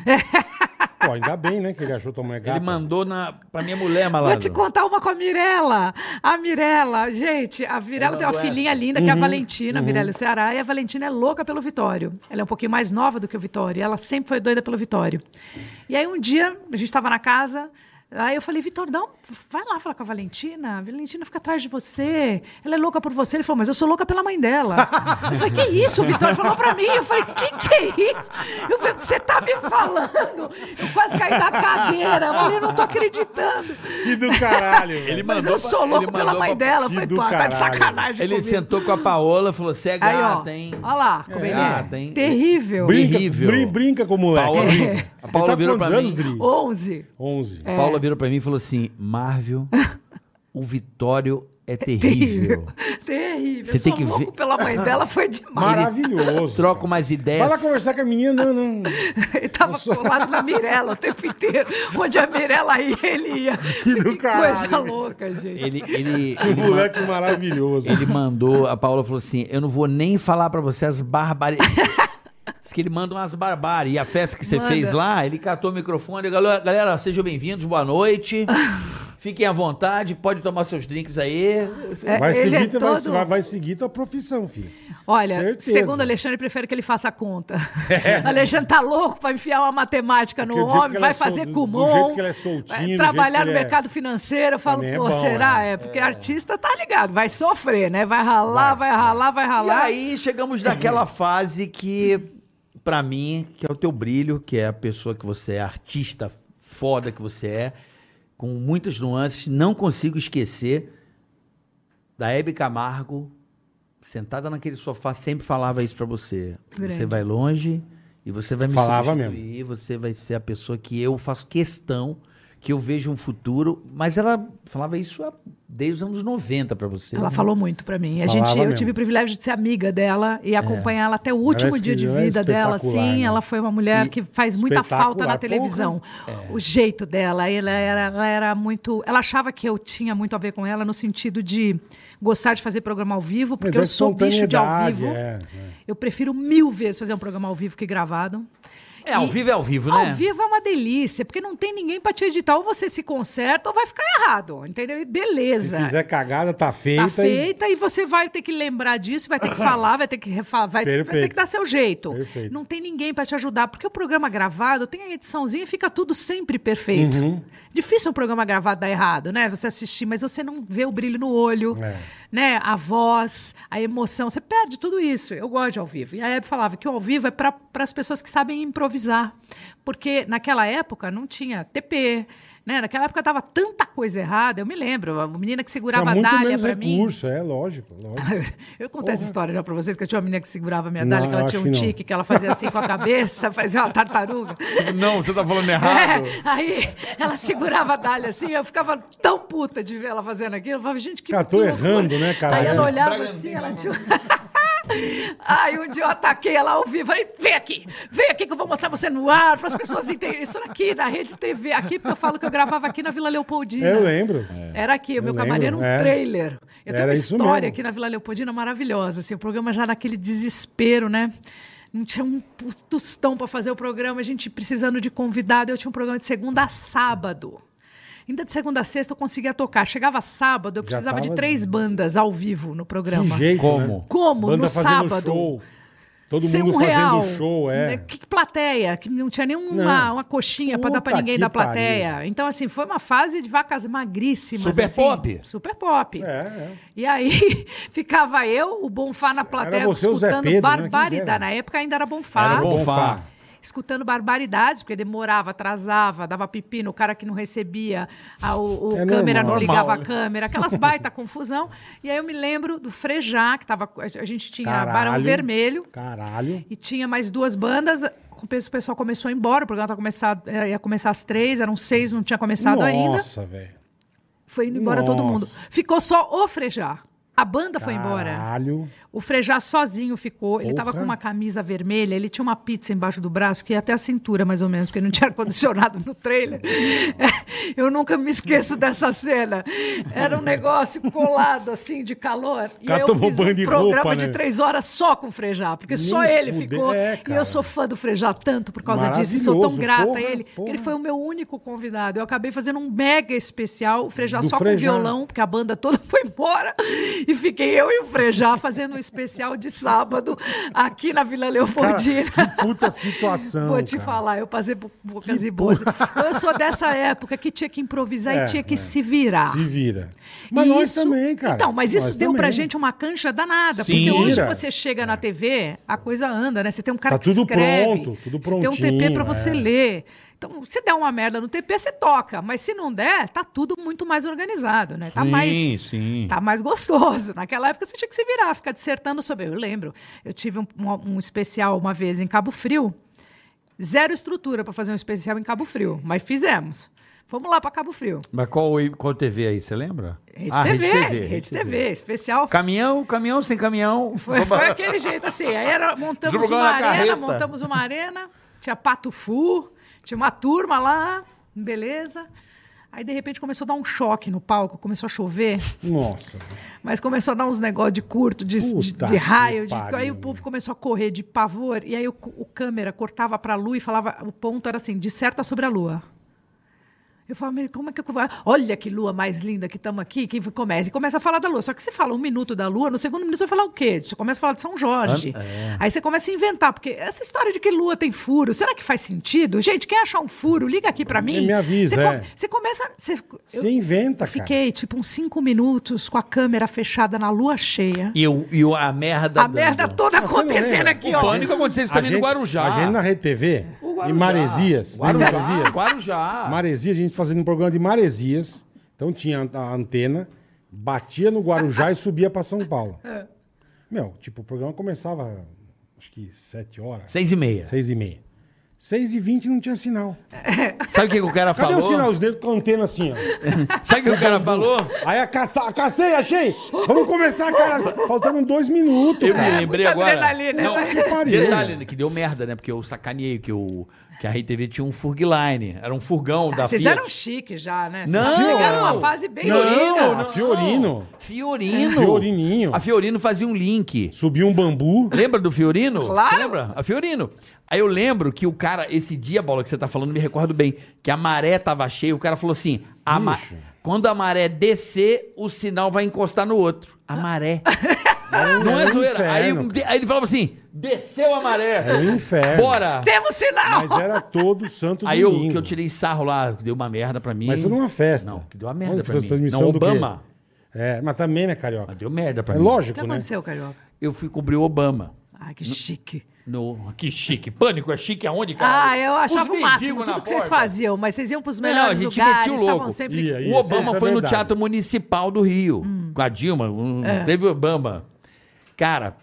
[SPEAKER 2] Pô, ainda bem, né, que ele achou tua mulher gata.
[SPEAKER 3] Ele mandou na, pra minha mulher,
[SPEAKER 4] Vou
[SPEAKER 3] malandro.
[SPEAKER 4] te contar uma com a Mirella. A Mirella, gente, a Mirella
[SPEAKER 3] Ela
[SPEAKER 4] tem uma
[SPEAKER 3] gosta.
[SPEAKER 4] filhinha linda, que é a Valentina, a Mirella do Ceará, e a Valentina é louca pelo Vitório. Ela é um pouquinho mais nova do que o Vitório, e ela sempre foi doida pelo Vitório. E aí um dia, a gente estava na casa, aí eu falei, Vitório, dá um- vai lá falar com a Valentina, a Valentina fica atrás de você, ela é louca por você. Ele falou, mas eu sou louca pela mãe dela. eu falei, que isso? O Vitório falou pra mim. Eu falei, que que é isso? Eu falei, o que você tá me falando? Eu quase caí da cadeira. Eu falei, eu não tô acreditando.
[SPEAKER 2] Que do caralho,
[SPEAKER 3] Ele
[SPEAKER 2] velho.
[SPEAKER 4] Mas
[SPEAKER 3] mandou
[SPEAKER 4] eu
[SPEAKER 3] pra-
[SPEAKER 4] sou
[SPEAKER 3] ele
[SPEAKER 4] louco pela
[SPEAKER 3] mandou
[SPEAKER 4] mãe
[SPEAKER 3] pra-
[SPEAKER 4] dela.
[SPEAKER 2] Que
[SPEAKER 4] Foi,
[SPEAKER 2] do
[SPEAKER 4] pô, tá de
[SPEAKER 2] caralho.
[SPEAKER 4] sacanagem
[SPEAKER 3] Ele
[SPEAKER 4] comigo.
[SPEAKER 3] sentou com a Paola, falou: você é
[SPEAKER 4] Aí,
[SPEAKER 3] gata,
[SPEAKER 4] ó.
[SPEAKER 3] hein?
[SPEAKER 4] Olha lá como ele
[SPEAKER 3] Gata,
[SPEAKER 4] é.
[SPEAKER 3] hein?
[SPEAKER 4] Terrível.
[SPEAKER 2] Brinca,
[SPEAKER 3] Terrível.
[SPEAKER 2] brin- brinca com o moleque.
[SPEAKER 3] Paola-
[SPEAKER 2] Ele
[SPEAKER 3] a Paola
[SPEAKER 2] tá com
[SPEAKER 3] virou pra
[SPEAKER 2] quantos anos,
[SPEAKER 3] mim. É.
[SPEAKER 2] Dri?
[SPEAKER 4] 11.
[SPEAKER 2] 11.
[SPEAKER 3] A
[SPEAKER 4] É.
[SPEAKER 3] Paula virou pra mim e falou assim: Marvel, o Vitório é terrível.
[SPEAKER 4] Terrível. Terrível.
[SPEAKER 3] Você
[SPEAKER 4] eu sou
[SPEAKER 3] tem que
[SPEAKER 4] louco
[SPEAKER 3] ver-
[SPEAKER 4] pela mãe dela, foi demais.
[SPEAKER 2] Maravilhoso.
[SPEAKER 3] Troca
[SPEAKER 2] cara.
[SPEAKER 3] umas ideias.
[SPEAKER 2] Vai lá conversar com a menina, não, não.
[SPEAKER 4] Ele tava colado na Mirella o tempo inteiro. Onde a Mirella ia, ele ia. Que
[SPEAKER 2] do caralho.
[SPEAKER 4] coisa louca, gente.
[SPEAKER 3] Ele, ele,
[SPEAKER 2] Que
[SPEAKER 3] ele, ma-
[SPEAKER 2] moleque maravilhoso.
[SPEAKER 3] ele mandou, a Paola falou assim: eu não vou nem falar pra você as barbaridades. Diz que ele manda umas barbáries. E a festa que você
[SPEAKER 4] Manda.
[SPEAKER 3] fez lá, ele catou o microfone. Galera, galera sejam bem-vindos, boa noite. Fiquem à vontade, pode tomar seus drinks aí.
[SPEAKER 4] É,
[SPEAKER 2] Vai
[SPEAKER 4] ele
[SPEAKER 2] seguir,
[SPEAKER 4] é
[SPEAKER 2] tu vai-
[SPEAKER 4] todo-
[SPEAKER 2] vai, vai seguir tua profissão, filho.
[SPEAKER 4] Olha,
[SPEAKER 2] Certeza.
[SPEAKER 4] segundo Alexandre, prefere que ele faça a conta. Alexandre tá louco pra enfiar uma matemática no
[SPEAKER 2] Porque do jeito que
[SPEAKER 4] homem,
[SPEAKER 2] ela
[SPEAKER 4] vai
[SPEAKER 2] é sol-
[SPEAKER 4] fazer
[SPEAKER 2] do- do
[SPEAKER 4] Kumon.
[SPEAKER 2] jeito que ele é soltinho,
[SPEAKER 4] vai
[SPEAKER 2] do jeito
[SPEAKER 4] trabalhar
[SPEAKER 2] que
[SPEAKER 4] no
[SPEAKER 2] ele é-
[SPEAKER 4] mercado financeiro, eu falo,
[SPEAKER 2] Também é
[SPEAKER 4] pô,
[SPEAKER 2] bom,
[SPEAKER 4] será?
[SPEAKER 2] é.
[SPEAKER 4] É, porque artista tá ligado, vai sofrer, né? Vai ralar, vai, ralar, vai
[SPEAKER 3] E
[SPEAKER 4] ralar.
[SPEAKER 3] aí chegamos naquela fase que, pra mim, que é o teu brilho, que é a pessoa que você é, artista foda que você é, com muitas nuances, não consigo esquecer da Hebe Camargo, sentada naquele sofá, sempre falava isso pra você.
[SPEAKER 4] Grande.
[SPEAKER 3] Você vai longe e você vai me
[SPEAKER 2] Falava
[SPEAKER 3] substituir, você vai ser a pessoa que eu faço questão, que eu vejo um futuro, mas ela falava isso há- desde os anos 90 pra você.
[SPEAKER 4] Ela falou muito pra mim. A
[SPEAKER 2] Falava
[SPEAKER 4] gente, eu
[SPEAKER 2] mesmo. É.
[SPEAKER 4] tive o privilégio de ser amiga dela e acompanhar ela até o último
[SPEAKER 2] Ela é
[SPEAKER 4] dia de
[SPEAKER 2] esqui- ela é
[SPEAKER 4] vida dela.
[SPEAKER 2] espetacular,
[SPEAKER 4] Sim,
[SPEAKER 2] né?
[SPEAKER 4] ela foi uma mulher
[SPEAKER 2] E
[SPEAKER 4] que faz muita
[SPEAKER 2] espetacular,
[SPEAKER 4] falta na
[SPEAKER 2] porra. É.
[SPEAKER 4] televisão. O jeito dela, ela era, ela era muito. Ela achava que eu tinha muito a ver com ela no sentido de gostar de fazer programa ao vivo, porque eu
[SPEAKER 2] Da
[SPEAKER 4] sou bicho de ao
[SPEAKER 2] é espontaneidade,
[SPEAKER 4] vivo.
[SPEAKER 2] é,
[SPEAKER 4] Eu prefiro mil vezes fazer um programa ao vivo que gravado.
[SPEAKER 3] É, ao
[SPEAKER 4] E-
[SPEAKER 3] vivo é ao vivo, né?
[SPEAKER 4] ao vivo é uma delícia, porque não tem ninguém pra te editar. Ou você se conserta ou vai ficar errado, entendeu? E
[SPEAKER 2] é. Se
[SPEAKER 4] beleza.
[SPEAKER 2] fizer cagada, tá feita.
[SPEAKER 4] Tá
[SPEAKER 2] e-
[SPEAKER 4] feita e você vai ter que lembrar disso, vai ter que falar, vai ter que refalar, vai, vai ter
[SPEAKER 2] Perfeito.
[SPEAKER 4] que dar seu jeito.
[SPEAKER 2] Perfeito.
[SPEAKER 4] Não tem ninguém pra te ajudar, porque o programa gravado tem a ediçãozinha e fica tudo sempre perfeito.
[SPEAKER 2] Uhum.
[SPEAKER 4] Difícil um programa gravado dar errado, né? Você assistir, mas você não vê o brilho no olho,
[SPEAKER 2] É.
[SPEAKER 4] né? A voz, a emoção, você perde tudo isso. Eu gosto de ao vivo. E a Hebe falava que o ao vivo é para as pessoas que sabem improvisar, porque naquela época não tinha TP, né? Naquela época tava tanta coisa errada, eu me lembro, a menina que
[SPEAKER 2] Tinha
[SPEAKER 4] segurava a
[SPEAKER 2] muito
[SPEAKER 4] dália
[SPEAKER 2] menos
[SPEAKER 4] pra mim.
[SPEAKER 2] recurso, é lógico, lógico.
[SPEAKER 4] Eu contei essa história já pra vocês, que eu tinha uma menina que segurava a minha
[SPEAKER 2] Não,
[SPEAKER 4] dália, que ela
[SPEAKER 2] eu
[SPEAKER 4] tinha um
[SPEAKER 2] acho que não.
[SPEAKER 4] tique, que ela fazia assim com a cabeça, fazia uma tartaruga.
[SPEAKER 2] Tipo,
[SPEAKER 3] Não, você tá falando
[SPEAKER 4] É, aí ela segurava a dália assim, eu ficava tão puta de ver ela fazendo aquilo. Eu falava, gente, que
[SPEAKER 2] Cara, tô
[SPEAKER 4] que loucura.
[SPEAKER 2] errando, né, cara?
[SPEAKER 4] Aí ela
[SPEAKER 2] É.
[SPEAKER 4] olhava assim, ela tinha. Aí um dia eu ataquei ela ao vivo, falei, vem aqui, vem aqui que eu vou mostrar você no ar, para as pessoas entenderem isso aqui na rede TV, aqui, porque eu falo que eu gravava aqui na Vila Leopoldina.
[SPEAKER 2] Eu lembro.
[SPEAKER 4] Era aqui, o meu
[SPEAKER 2] É. lembro,
[SPEAKER 4] camarim era um
[SPEAKER 2] é.
[SPEAKER 4] trailer. Eu tenho
[SPEAKER 2] Era
[SPEAKER 4] uma
[SPEAKER 2] isso
[SPEAKER 4] história
[SPEAKER 2] mesmo.
[SPEAKER 4] aqui na Vila Leopoldina maravilhosa. Assim, o programa já naquele desespero, né? Não tinha um pu- tostão para fazer o programa, a gente precisando de convidado. Eu tinha um programa de segunda a sábado. Ainda de segunda a sexta eu conseguia tocar. Chegava sábado, eu
[SPEAKER 2] Já
[SPEAKER 4] precisava de
[SPEAKER 2] tava-
[SPEAKER 4] três bandas ao vivo no
[SPEAKER 2] Que
[SPEAKER 4] programa.
[SPEAKER 2] jeito,
[SPEAKER 3] Como?
[SPEAKER 2] né?
[SPEAKER 4] Como
[SPEAKER 2] Banda
[SPEAKER 4] no
[SPEAKER 2] fazendo
[SPEAKER 4] sábado?
[SPEAKER 2] show. Todo
[SPEAKER 4] Ser
[SPEAKER 2] mundo
[SPEAKER 4] um real.
[SPEAKER 2] fazendo show,
[SPEAKER 4] Né?
[SPEAKER 2] é.
[SPEAKER 4] Que que plateia, que não tinha nenhuma
[SPEAKER 2] Não.
[SPEAKER 4] uma coxinha pra dar pra
[SPEAKER 2] Puta
[SPEAKER 4] ninguém
[SPEAKER 2] que
[SPEAKER 4] da plateia. Então, assim, foi uma fase de vacas magríssimas.
[SPEAKER 3] Super
[SPEAKER 4] assim.
[SPEAKER 3] pop.
[SPEAKER 4] Super pop.
[SPEAKER 2] É, é.
[SPEAKER 4] E aí ficava eu, o Bonfá na plateia,
[SPEAKER 2] você, o Zé
[SPEAKER 4] escutando
[SPEAKER 2] Pedro, né? Quem
[SPEAKER 4] barbaridade.
[SPEAKER 2] dera.
[SPEAKER 4] Na época ainda era Bonfá.
[SPEAKER 2] Era
[SPEAKER 3] Bom
[SPEAKER 2] bom
[SPEAKER 3] Fá.
[SPEAKER 2] Fá.
[SPEAKER 4] Escutando barbaridades, porque demorava, atrasava, dava pepino, o cara que não recebia, a, o, o
[SPEAKER 2] É
[SPEAKER 4] câmera
[SPEAKER 2] normal.
[SPEAKER 4] não ligava
[SPEAKER 3] Normal,
[SPEAKER 4] a câmera, aquelas baita confusão. E aí eu me lembro do Frejá, que tava. A gente tinha
[SPEAKER 2] Caralho.
[SPEAKER 4] Barão Vermelho,
[SPEAKER 2] Caralho.
[SPEAKER 4] e tinha mais duas bandas. O pe- o pessoal começou a ir embora, o programa tava começado, era- ia começar às três, eram seis, não tinha começado ainda.
[SPEAKER 2] Nossa, velho.
[SPEAKER 4] Foi indo embora todo
[SPEAKER 2] Nossa.
[SPEAKER 4] mundo. Ficou só o Frejá. A banda foi embora.
[SPEAKER 2] Caralho.
[SPEAKER 4] O Frejá sozinho ficou. Ele tava
[SPEAKER 2] Porra.
[SPEAKER 4] com uma camisa vermelha, ele tinha uma pizza embaixo do braço, que ia até a cintura, mais ou menos, porque não tinha ar-condicionado no trailer. É, Eu nunca me esqueço dessa cena. Era um negócio colado, assim, de calor. E
[SPEAKER 2] Cara
[SPEAKER 4] aí eu
[SPEAKER 2] tomou
[SPEAKER 4] fiz
[SPEAKER 2] banho
[SPEAKER 4] um
[SPEAKER 2] de
[SPEAKER 4] programa
[SPEAKER 2] roupa,
[SPEAKER 4] de
[SPEAKER 2] né?
[SPEAKER 4] três horas só com o Frejá, porque só
[SPEAKER 2] Nem
[SPEAKER 4] ele
[SPEAKER 2] fuder-
[SPEAKER 4] ficou.
[SPEAKER 2] é,
[SPEAKER 4] e
[SPEAKER 2] cara.
[SPEAKER 4] eu sou fã do Frejá tanto por causa disso. E sou tão
[SPEAKER 2] Maravilhoso,
[SPEAKER 4] grata
[SPEAKER 2] porra,
[SPEAKER 4] a ele, porque ele
[SPEAKER 2] porra.
[SPEAKER 4] foi o meu único convidado. Eu acabei fazendo um mega especial, o Frejá
[SPEAKER 2] Do
[SPEAKER 4] só
[SPEAKER 2] Frejá.
[SPEAKER 4] com violão, porque a banda toda foi embora. E fiquei eu e o Frejá fazendo um especial de sábado aqui na Vila
[SPEAKER 2] Cara,
[SPEAKER 4] Leopoldina.
[SPEAKER 2] que puta situação.
[SPEAKER 4] Vou te
[SPEAKER 2] cara.
[SPEAKER 4] falar, eu passei por poucas e boas. Então, eu sou dessa época que tinha que improvisar
[SPEAKER 2] É,
[SPEAKER 4] e tinha que
[SPEAKER 2] é.
[SPEAKER 4] se virar.
[SPEAKER 2] Se vira. Mas
[SPEAKER 4] E
[SPEAKER 2] nós
[SPEAKER 4] isso-
[SPEAKER 2] também, cara.
[SPEAKER 4] Então, mas isso
[SPEAKER 2] Nós
[SPEAKER 4] deu pra
[SPEAKER 2] também.
[SPEAKER 4] gente uma cancha danada.
[SPEAKER 3] Sim.
[SPEAKER 4] Porque hoje
[SPEAKER 2] Vira.
[SPEAKER 4] você chega na TV, a coisa anda, né? Você tem um cara
[SPEAKER 2] Tá
[SPEAKER 4] que
[SPEAKER 2] tudo
[SPEAKER 4] escreve.
[SPEAKER 2] pronto, tudo
[SPEAKER 4] Você tem um TP pra
[SPEAKER 2] prontinho,
[SPEAKER 4] você
[SPEAKER 2] é.
[SPEAKER 4] ler. Então, se der uma merda no TP, você toca. Mas se não der, tá tudo muito mais organizado, né? Tá
[SPEAKER 3] sim,
[SPEAKER 4] mais...
[SPEAKER 3] sim.
[SPEAKER 4] Tá mais gostoso. Naquela época você tinha que se virar, ficar dissertando sobre. Eu lembro, eu tive um, um- um especial uma vez em Cabo Frio, zero estrutura para fazer um especial em Cabo Frio, mas fizemos. Fomos lá para Cabo Frio.
[SPEAKER 3] Mas qual, qual TV aí, você lembra?
[SPEAKER 4] Rede,
[SPEAKER 3] Ah,
[SPEAKER 4] TV, Rede TV, especial.
[SPEAKER 3] Caminhão, caminhão sem caminhão.
[SPEAKER 4] Foi, foi aquele jeito assim. Aí era- montamos
[SPEAKER 3] Jogou na
[SPEAKER 4] uma arena,
[SPEAKER 3] carreta.
[SPEAKER 4] montamos uma arena, tinha Pato Fu, tinha uma turma lá, beleza. Aí de repente começou a dar um choque no palco, começou a chover.
[SPEAKER 2] Nossa.
[SPEAKER 4] Mas começou a dar uns negócios de curto, de, de,
[SPEAKER 2] Puta
[SPEAKER 4] de raio.
[SPEAKER 2] que
[SPEAKER 4] de-
[SPEAKER 2] pariu.
[SPEAKER 4] aí o povo começou a correr de pavor. E aí o, o câmera cortava pra lua e falava... O ponto era assim, disserta sobre a lua. Eu falava, "Meu, como é que eu vou... Olha que lua mais linda que estamos aqui. Que começa. E começa a falar da lua. Só que você fala um minuto da lua, no segundo minuto você vai falar o quê? Você começa a falar de São Jorge.
[SPEAKER 2] é.
[SPEAKER 4] Aí você começa a inventar. Porque essa história de que lua tem furo, será que faz sentido? Gente, quer achar um furo? Liga aqui pra mim.
[SPEAKER 2] Hum, Me avisa,
[SPEAKER 4] Você,
[SPEAKER 2] é.
[SPEAKER 4] você começa... Você, eu-
[SPEAKER 2] Você inventa,
[SPEAKER 4] eu
[SPEAKER 2] cara.
[SPEAKER 4] fiquei tipo uns cinco minutos com a câmera fechada na lua cheia.
[SPEAKER 3] E, o- e o- a merda.
[SPEAKER 4] a merda
[SPEAKER 3] dando.
[SPEAKER 4] toda
[SPEAKER 2] Mas você não
[SPEAKER 4] acontecendo
[SPEAKER 2] lembra?
[SPEAKER 4] aqui,
[SPEAKER 3] O
[SPEAKER 4] ó.
[SPEAKER 3] pânico aconteceu isso
[SPEAKER 2] A
[SPEAKER 3] também no
[SPEAKER 2] gente-
[SPEAKER 3] Guarujá.
[SPEAKER 2] A gente na RTV,
[SPEAKER 3] O
[SPEAKER 2] em Maresias. lembra
[SPEAKER 3] Guarujá.
[SPEAKER 2] Maresias?
[SPEAKER 3] Guarujá.
[SPEAKER 2] Maresias, a gente fazendo um programa de Maresias. Então tinha a antena, batia no Guarujá e subia pra São Paulo.
[SPEAKER 3] É.
[SPEAKER 2] Meu, tipo, o programa começava, acho que sete horas,
[SPEAKER 3] Seis e meia.
[SPEAKER 2] seis e meia. Seis e vinte não tinha sinal.
[SPEAKER 3] Sabe o que, que o cara
[SPEAKER 2] Cadê
[SPEAKER 3] falou?
[SPEAKER 2] o sinal? Os dedos com a antena assim, ó.
[SPEAKER 3] Sabe o que o cara falou?
[SPEAKER 2] Aí a caça... cacei, achei! Vamos começar, cara. Faltando dois minutos,
[SPEAKER 3] Eu me
[SPEAKER 2] cara.
[SPEAKER 3] lembrei
[SPEAKER 4] é muita
[SPEAKER 3] agora.
[SPEAKER 4] adrenalina,
[SPEAKER 3] Não,
[SPEAKER 4] né?
[SPEAKER 2] Que pariu,
[SPEAKER 3] detalhe,
[SPEAKER 2] né?
[SPEAKER 3] que deu merda, né? Porque eu sacaneei que, o, que a RTV tinha um Furgline. Era um furgão da
[SPEAKER 4] Ah, Vocês
[SPEAKER 3] Fiat.
[SPEAKER 4] eram chique já, né? Vocês
[SPEAKER 3] Não!
[SPEAKER 4] já chegaram numa fase bem
[SPEAKER 3] Não,
[SPEAKER 4] bonita.
[SPEAKER 2] não. Fiorino.
[SPEAKER 3] Fiorino.
[SPEAKER 2] Fiorininho.
[SPEAKER 3] A Fiorino fazia um link.
[SPEAKER 2] Subiu um bambu.
[SPEAKER 3] Lembra do Fiorino?
[SPEAKER 4] Claro.
[SPEAKER 3] Você lembra? A Fiorino. Aí eu lembro que o cara, esse dia, bola, que você tá falando, me recordo bem, que a maré tava cheia, o cara falou assim: a ma-
[SPEAKER 2] Ixi.
[SPEAKER 3] quando a maré descer, o sinal vai encostar no outro. A maré. Não é
[SPEAKER 2] Era um
[SPEAKER 3] zoeira. Aí,
[SPEAKER 2] inferno,
[SPEAKER 3] aí ele falava assim: desceu a maré.
[SPEAKER 2] Era um inferno.
[SPEAKER 3] Bora!
[SPEAKER 4] Temos sinal!
[SPEAKER 2] Mas é era todo santo
[SPEAKER 3] Aí eu,
[SPEAKER 2] domingo.
[SPEAKER 3] que eu tirei sarro lá, que deu uma merda pra mim.
[SPEAKER 2] Mas foi numa festa.
[SPEAKER 3] Não, que deu uma merda
[SPEAKER 2] Onde
[SPEAKER 3] pra
[SPEAKER 2] fez
[SPEAKER 3] mim.
[SPEAKER 2] transmissão
[SPEAKER 3] Não,
[SPEAKER 2] do quê?
[SPEAKER 3] Obama.
[SPEAKER 2] É, mas também, né, carioca?
[SPEAKER 3] Mas deu merda pra
[SPEAKER 2] É
[SPEAKER 3] mim.
[SPEAKER 4] O que
[SPEAKER 2] lógico, né?
[SPEAKER 4] aconteceu, Carioca?
[SPEAKER 3] Eu fui cobrir o Obama.
[SPEAKER 4] Ai, que chique.
[SPEAKER 3] No... Que chique. Pânico é chique aonde, cara?
[SPEAKER 4] Ah, eu achava o máximo
[SPEAKER 3] mendigos
[SPEAKER 4] tudo
[SPEAKER 3] na
[SPEAKER 4] que vocês
[SPEAKER 3] porta.
[SPEAKER 4] faziam, mas vocês iam pros
[SPEAKER 3] Não, a
[SPEAKER 4] melhores
[SPEAKER 3] gente metia
[SPEAKER 4] lugares,
[SPEAKER 3] o
[SPEAKER 4] estavam
[SPEAKER 3] louco.
[SPEAKER 4] sempre.
[SPEAKER 3] O
[SPEAKER 2] Ia, ia. Isso, isso
[SPEAKER 3] Obama
[SPEAKER 2] é
[SPEAKER 3] foi no
[SPEAKER 2] verdade.
[SPEAKER 3] Teatro Municipal do Rio, com a Dilma. um- Teve o Obama. Cara,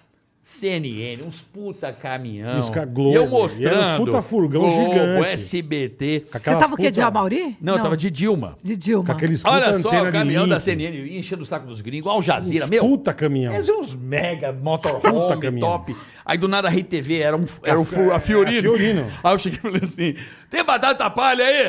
[SPEAKER 3] CNN, uns puta caminhão.
[SPEAKER 2] Os ca-
[SPEAKER 3] E
[SPEAKER 2] Globo, e
[SPEAKER 3] eu
[SPEAKER 2] era uns
[SPEAKER 3] mostrando.
[SPEAKER 2] puta furgão
[SPEAKER 3] Globo,
[SPEAKER 2] gigante.
[SPEAKER 3] SBT.
[SPEAKER 2] Com
[SPEAKER 4] Você
[SPEAKER 2] aquelas
[SPEAKER 4] tava o quê? De
[SPEAKER 2] puta-
[SPEAKER 4] Amauri?
[SPEAKER 3] Não, eu tava de Dilma.
[SPEAKER 4] De Dilma.
[SPEAKER 2] Com aqueles puta
[SPEAKER 3] Olha só,
[SPEAKER 2] antena
[SPEAKER 3] o
[SPEAKER 2] de
[SPEAKER 3] caminhão da
[SPEAKER 2] link.
[SPEAKER 3] CNN enchendo o saco dos gringos, Al Jazeera,
[SPEAKER 2] Uns
[SPEAKER 3] meu.
[SPEAKER 2] Puta caminhão.
[SPEAKER 3] Mas uns mega
[SPEAKER 2] Puta
[SPEAKER 3] motorhome
[SPEAKER 2] caminhão.
[SPEAKER 3] top. Aí do nada a RTV era um, era um fu- a Fiorino.
[SPEAKER 2] a Fiorino.
[SPEAKER 3] Aí eu cheguei e falei assim: tem batata palha aí?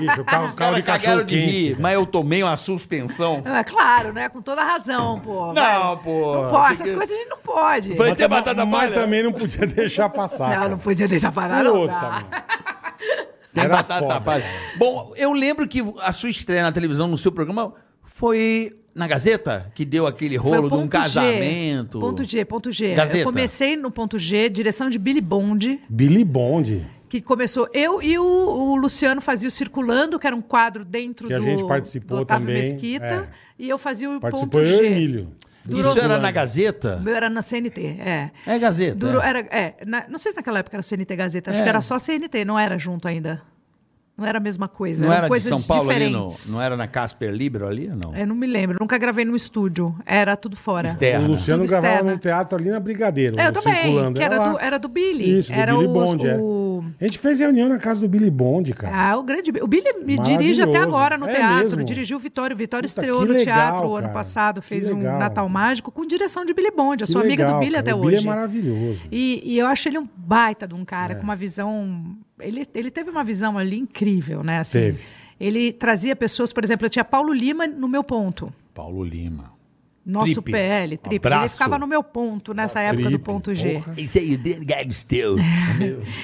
[SPEAKER 2] Bicho, o carro,
[SPEAKER 3] Os
[SPEAKER 2] carro de
[SPEAKER 3] caras cagaram
[SPEAKER 2] cachorro
[SPEAKER 3] de
[SPEAKER 2] quente.
[SPEAKER 3] rir,
[SPEAKER 2] cara.
[SPEAKER 3] mas eu tomei uma suspensão.
[SPEAKER 4] É claro, né? Com toda razão, pô.
[SPEAKER 3] Não,
[SPEAKER 4] Vai.
[SPEAKER 3] pô.
[SPEAKER 4] Não pode, essas
[SPEAKER 3] Fica-
[SPEAKER 4] coisas a gente não pode.
[SPEAKER 3] Vai ter
[SPEAKER 2] Mas-
[SPEAKER 3] batata
[SPEAKER 2] Mas
[SPEAKER 3] palha? né?
[SPEAKER 2] também não podia deixar passar.
[SPEAKER 4] Não,
[SPEAKER 2] cara.
[SPEAKER 4] não podia deixar parar, não.
[SPEAKER 2] Puta,
[SPEAKER 4] dá.
[SPEAKER 2] mano.
[SPEAKER 3] Tem
[SPEAKER 2] Era
[SPEAKER 3] batata
[SPEAKER 2] foda.
[SPEAKER 3] palha. Bom, eu lembro que a sua estreia na televisão, no seu programa, foi na Gazeta, que deu aquele
[SPEAKER 4] Foi o
[SPEAKER 3] rolo de um
[SPEAKER 4] Ponto G.
[SPEAKER 3] casamento.
[SPEAKER 4] Ponto G, ponto G.
[SPEAKER 3] Gazeta.
[SPEAKER 4] Eu comecei no ponto G, direção de Billy Bond,
[SPEAKER 2] Billy Bond,
[SPEAKER 4] que começou eu e o, o Luciano fazia o Circulando, que era um quadro dentro
[SPEAKER 2] Que a
[SPEAKER 4] do,
[SPEAKER 2] gente participou
[SPEAKER 4] do Otávio
[SPEAKER 2] também,
[SPEAKER 4] Mesquita,
[SPEAKER 2] é.
[SPEAKER 4] e eu fazia o
[SPEAKER 2] participou
[SPEAKER 4] ponto
[SPEAKER 2] eu e
[SPEAKER 4] G.
[SPEAKER 2] Emílio.
[SPEAKER 3] Isso
[SPEAKER 4] um
[SPEAKER 3] era na Gazeta?
[SPEAKER 4] Eu era na CNT, é.
[SPEAKER 3] É Gazeta.
[SPEAKER 4] Durou,
[SPEAKER 3] é.
[SPEAKER 4] era, é, na- não sei se naquela época era CNT Gazeta, acho
[SPEAKER 3] É.
[SPEAKER 4] que era só CNT, não era junto ainda. Não era a mesma coisa,
[SPEAKER 3] Não
[SPEAKER 4] eram
[SPEAKER 3] era de
[SPEAKER 4] coisas
[SPEAKER 3] São Paulo ali, no,
[SPEAKER 4] diferentes. É.
[SPEAKER 3] não era na Casper Libero ali, não?
[SPEAKER 4] Eu não me lembro, nunca gravei num estúdio, era tudo fora.
[SPEAKER 3] Externa.
[SPEAKER 2] O Luciano
[SPEAKER 4] Tudo
[SPEAKER 2] gravava
[SPEAKER 4] externa.
[SPEAKER 2] num teatro ali na Brigadeiro.
[SPEAKER 4] É,
[SPEAKER 2] no
[SPEAKER 4] eu também,
[SPEAKER 2] circulando.
[SPEAKER 4] que era
[SPEAKER 2] lá.
[SPEAKER 4] do, era do Billy.
[SPEAKER 2] Isso, do
[SPEAKER 4] era
[SPEAKER 2] Billy
[SPEAKER 4] o-
[SPEAKER 2] Bond, é.
[SPEAKER 4] o-
[SPEAKER 2] A gente fez reunião na casa do Billy Bond, cara.
[SPEAKER 4] Ah, o grande. O Billy me dirige até
[SPEAKER 2] Maravilhoso.
[SPEAKER 4] agora no
[SPEAKER 2] É
[SPEAKER 4] teatro.
[SPEAKER 2] mesmo?
[SPEAKER 4] Dirigiu o Vitória. O Vitória
[SPEAKER 2] Puta,
[SPEAKER 4] estreou
[SPEAKER 2] que
[SPEAKER 4] no
[SPEAKER 2] legal,
[SPEAKER 4] teatro o
[SPEAKER 2] cara.
[SPEAKER 4] ano passado,
[SPEAKER 2] Que
[SPEAKER 4] fez
[SPEAKER 2] legal.
[SPEAKER 4] um Natal Mágico com direção de Billy Bond. Eu
[SPEAKER 2] Que
[SPEAKER 4] sou amiga do
[SPEAKER 2] legal,
[SPEAKER 4] Billy
[SPEAKER 2] cara.
[SPEAKER 4] até
[SPEAKER 2] o
[SPEAKER 4] hoje.
[SPEAKER 2] Billy é maravilhoso. É.
[SPEAKER 4] E, e eu acho ele um baita de um cara, com uma visão. Ele, ele teve uma visão ali incrível, né? Assim,
[SPEAKER 2] Teve.
[SPEAKER 4] Ele trazia pessoas, por exemplo, eu tinha Paulo Lima no meu ponto.
[SPEAKER 3] Paulo Lima.
[SPEAKER 4] Nosso
[SPEAKER 3] Tripe.
[SPEAKER 4] PL, Tripe. Ele
[SPEAKER 3] Abraço.
[SPEAKER 4] ficava no meu ponto nessa época do
[SPEAKER 2] Tripe,
[SPEAKER 4] ponto G.
[SPEAKER 2] porra.
[SPEAKER 3] Isso aí, the gag's teu.
[SPEAKER 4] É,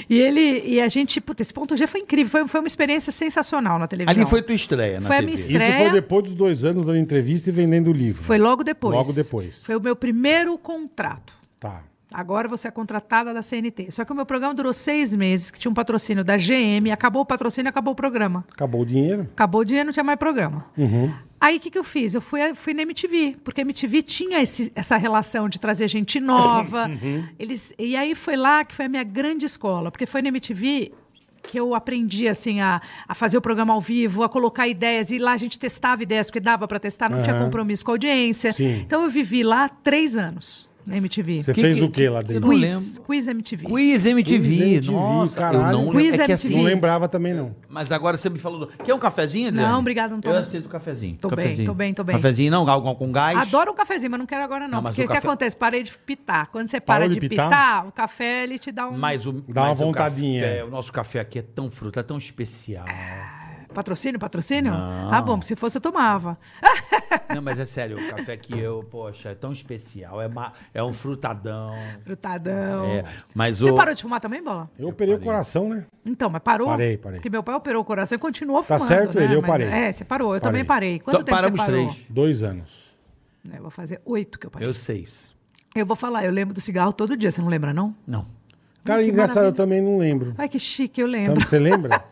[SPEAKER 4] E ele e a gente, puta, esse ponto G foi incrível, foi, foi uma experiência sensacional na televisão.
[SPEAKER 3] Ali foi tua estreia na
[SPEAKER 4] Foi a
[SPEAKER 3] TV.
[SPEAKER 4] minha estreia.
[SPEAKER 2] Isso foi depois dos dois anos dando entrevista e vendendo livro.
[SPEAKER 4] Foi logo depois.
[SPEAKER 2] Logo depois.
[SPEAKER 4] Foi o meu primeiro contrato.
[SPEAKER 2] Tá.
[SPEAKER 4] Agora você é contratada da CNT. Só que o meu programa durou seis meses, que tinha um patrocínio da GM, acabou o patrocínio, acabou o programa.
[SPEAKER 2] Acabou o dinheiro.
[SPEAKER 4] Acabou o dinheiro, não tinha mais programa.
[SPEAKER 2] Uhum.
[SPEAKER 4] Aí o que, que eu fiz? Eu fui, eh, fui na MTV, porque a MTV tinha esse- essa relação de trazer gente nova.
[SPEAKER 2] Uhum.
[SPEAKER 4] Eles, e aí foi lá que foi a minha grande escola, porque foi na MTV que eu aprendi assim a, a fazer o programa ao vivo, a colocar ideias, e lá a gente testava ideias, porque dava para testar, não tinha
[SPEAKER 2] Aham.
[SPEAKER 4] compromisso com a audiência.
[SPEAKER 2] Sim.
[SPEAKER 4] Então eu vivi lá três anos na MTV.
[SPEAKER 2] Você
[SPEAKER 3] Que-
[SPEAKER 2] fez
[SPEAKER 3] que-
[SPEAKER 2] o que lá
[SPEAKER 3] que- eu
[SPEAKER 2] dentro?
[SPEAKER 3] não
[SPEAKER 4] Quiz,
[SPEAKER 3] lembro.
[SPEAKER 4] quiz MTV.
[SPEAKER 3] Quiz MTV.
[SPEAKER 2] Quiz MTV,
[SPEAKER 3] Nossa, eu
[SPEAKER 2] caralho.
[SPEAKER 3] não lembro.
[SPEAKER 4] Quiz
[SPEAKER 3] é que
[SPEAKER 4] MTV.
[SPEAKER 2] Não
[SPEAKER 3] assim,
[SPEAKER 2] lembrava também, não.
[SPEAKER 3] mas agora você me falou. do- Quer um cafezinho, Adriano?
[SPEAKER 4] Não, obrigado, não tô
[SPEAKER 3] Eu
[SPEAKER 4] bem.
[SPEAKER 3] aceito o cafezinho.
[SPEAKER 4] Tô bem,
[SPEAKER 3] cafezinho.
[SPEAKER 4] tô bem, tô bem.
[SPEAKER 3] Cafezinho não, algo com gás.
[SPEAKER 4] Adoro um cafezinho, mas não quero agora não.
[SPEAKER 3] Não, mas
[SPEAKER 4] porque
[SPEAKER 3] o
[SPEAKER 4] o que
[SPEAKER 3] café-
[SPEAKER 4] acontece? Parei de pitar. Quando você
[SPEAKER 2] Parou
[SPEAKER 4] para
[SPEAKER 2] de
[SPEAKER 4] de
[SPEAKER 2] pitar?
[SPEAKER 4] pitar? o café ele te dá um
[SPEAKER 3] Mas o,
[SPEAKER 2] Dá uma
[SPEAKER 3] mas o
[SPEAKER 2] vontadinha.
[SPEAKER 3] café- o nosso café aqui é tão fruta, é tão especial.
[SPEAKER 4] Patrocínio, patrocínio?
[SPEAKER 3] Não.
[SPEAKER 4] Ah, bom, se fosse eu tomava.
[SPEAKER 3] Não, mas é sério, o café que eu, poxa, é tão especial. É, ma- é um frutadão.
[SPEAKER 4] Frutadão.
[SPEAKER 3] É, mas
[SPEAKER 4] Você
[SPEAKER 3] o.
[SPEAKER 4] parou de fumar também, Bola?
[SPEAKER 2] Eu operei o coração, né?
[SPEAKER 4] Então, mas parou?
[SPEAKER 2] Parei, parei.
[SPEAKER 4] Porque meu pai operou o coração e continuou
[SPEAKER 2] Tá
[SPEAKER 4] fumando.
[SPEAKER 2] certo
[SPEAKER 4] né?
[SPEAKER 2] ele, eu
[SPEAKER 4] Mas-
[SPEAKER 2] parei.
[SPEAKER 4] É, você parou, eu
[SPEAKER 2] Parei.
[SPEAKER 4] também parei. Quanto
[SPEAKER 3] Então,
[SPEAKER 4] tempo
[SPEAKER 3] paramos
[SPEAKER 4] você parou? É,
[SPEAKER 3] três.
[SPEAKER 2] Dois anos.
[SPEAKER 4] Eu vou fazer oito que eu parei.
[SPEAKER 3] Eu
[SPEAKER 4] Eu...
[SPEAKER 3] seis.
[SPEAKER 4] vou falar, eu lembro do cigarro todo dia, você não lembra, não?
[SPEAKER 3] Não.
[SPEAKER 2] Cara,
[SPEAKER 4] que
[SPEAKER 2] engraçado,
[SPEAKER 4] maravilha.
[SPEAKER 2] eu também não lembro.
[SPEAKER 4] Ai, que chique, eu
[SPEAKER 2] Então,
[SPEAKER 4] lembro.
[SPEAKER 2] você lembra?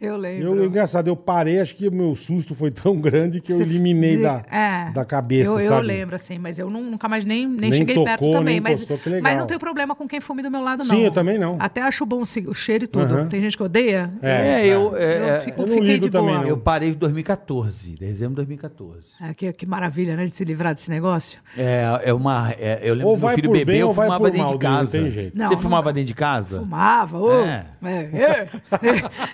[SPEAKER 4] Eu lembro.
[SPEAKER 2] Eu, engraçado, eu parei, acho que o meu susto foi tão grande que eu eliminei
[SPEAKER 4] Você-
[SPEAKER 2] da,
[SPEAKER 4] É.
[SPEAKER 2] da cabeça,
[SPEAKER 4] eu, eu
[SPEAKER 2] sabe?
[SPEAKER 4] lembro, assim, mas eu nu- nunca mais nem, nem,
[SPEAKER 2] Nem
[SPEAKER 4] cheguei perto
[SPEAKER 2] tocou,
[SPEAKER 4] também.
[SPEAKER 2] nem
[SPEAKER 4] mas,
[SPEAKER 2] encostou, que legal.
[SPEAKER 4] mas não tenho problema com quem fume do meu lado, não.
[SPEAKER 2] Sim, eu também não.
[SPEAKER 4] Até acho bom o ci- o cheiro e tudo.
[SPEAKER 2] Aham.
[SPEAKER 4] Tem gente que odeia.
[SPEAKER 3] É,
[SPEAKER 2] é.
[SPEAKER 3] eu. é,
[SPEAKER 4] eu fico-
[SPEAKER 2] eu não
[SPEAKER 4] fiquei
[SPEAKER 2] ligo
[SPEAKER 4] de boa.
[SPEAKER 2] também, não.
[SPEAKER 3] Eu parei em 2014, dezembro de 2014.
[SPEAKER 4] Ah, que, que maravilha, né? De se livrar desse negócio.
[SPEAKER 3] É, é uma. é- eu lembro
[SPEAKER 2] Ou
[SPEAKER 3] que meu
[SPEAKER 2] vai
[SPEAKER 3] filho
[SPEAKER 2] por
[SPEAKER 3] bebê,
[SPEAKER 2] bem
[SPEAKER 3] eu
[SPEAKER 2] ou vai
[SPEAKER 3] fumava
[SPEAKER 2] por
[SPEAKER 3] dentro
[SPEAKER 2] mal,
[SPEAKER 3] de
[SPEAKER 2] Deus, não
[SPEAKER 3] casa.
[SPEAKER 2] tem jeito.
[SPEAKER 4] Não,
[SPEAKER 3] Você
[SPEAKER 4] não
[SPEAKER 3] fumava
[SPEAKER 4] dá.
[SPEAKER 3] dentro de casa?
[SPEAKER 4] Fumava, ô.
[SPEAKER 3] É.
[SPEAKER 4] É,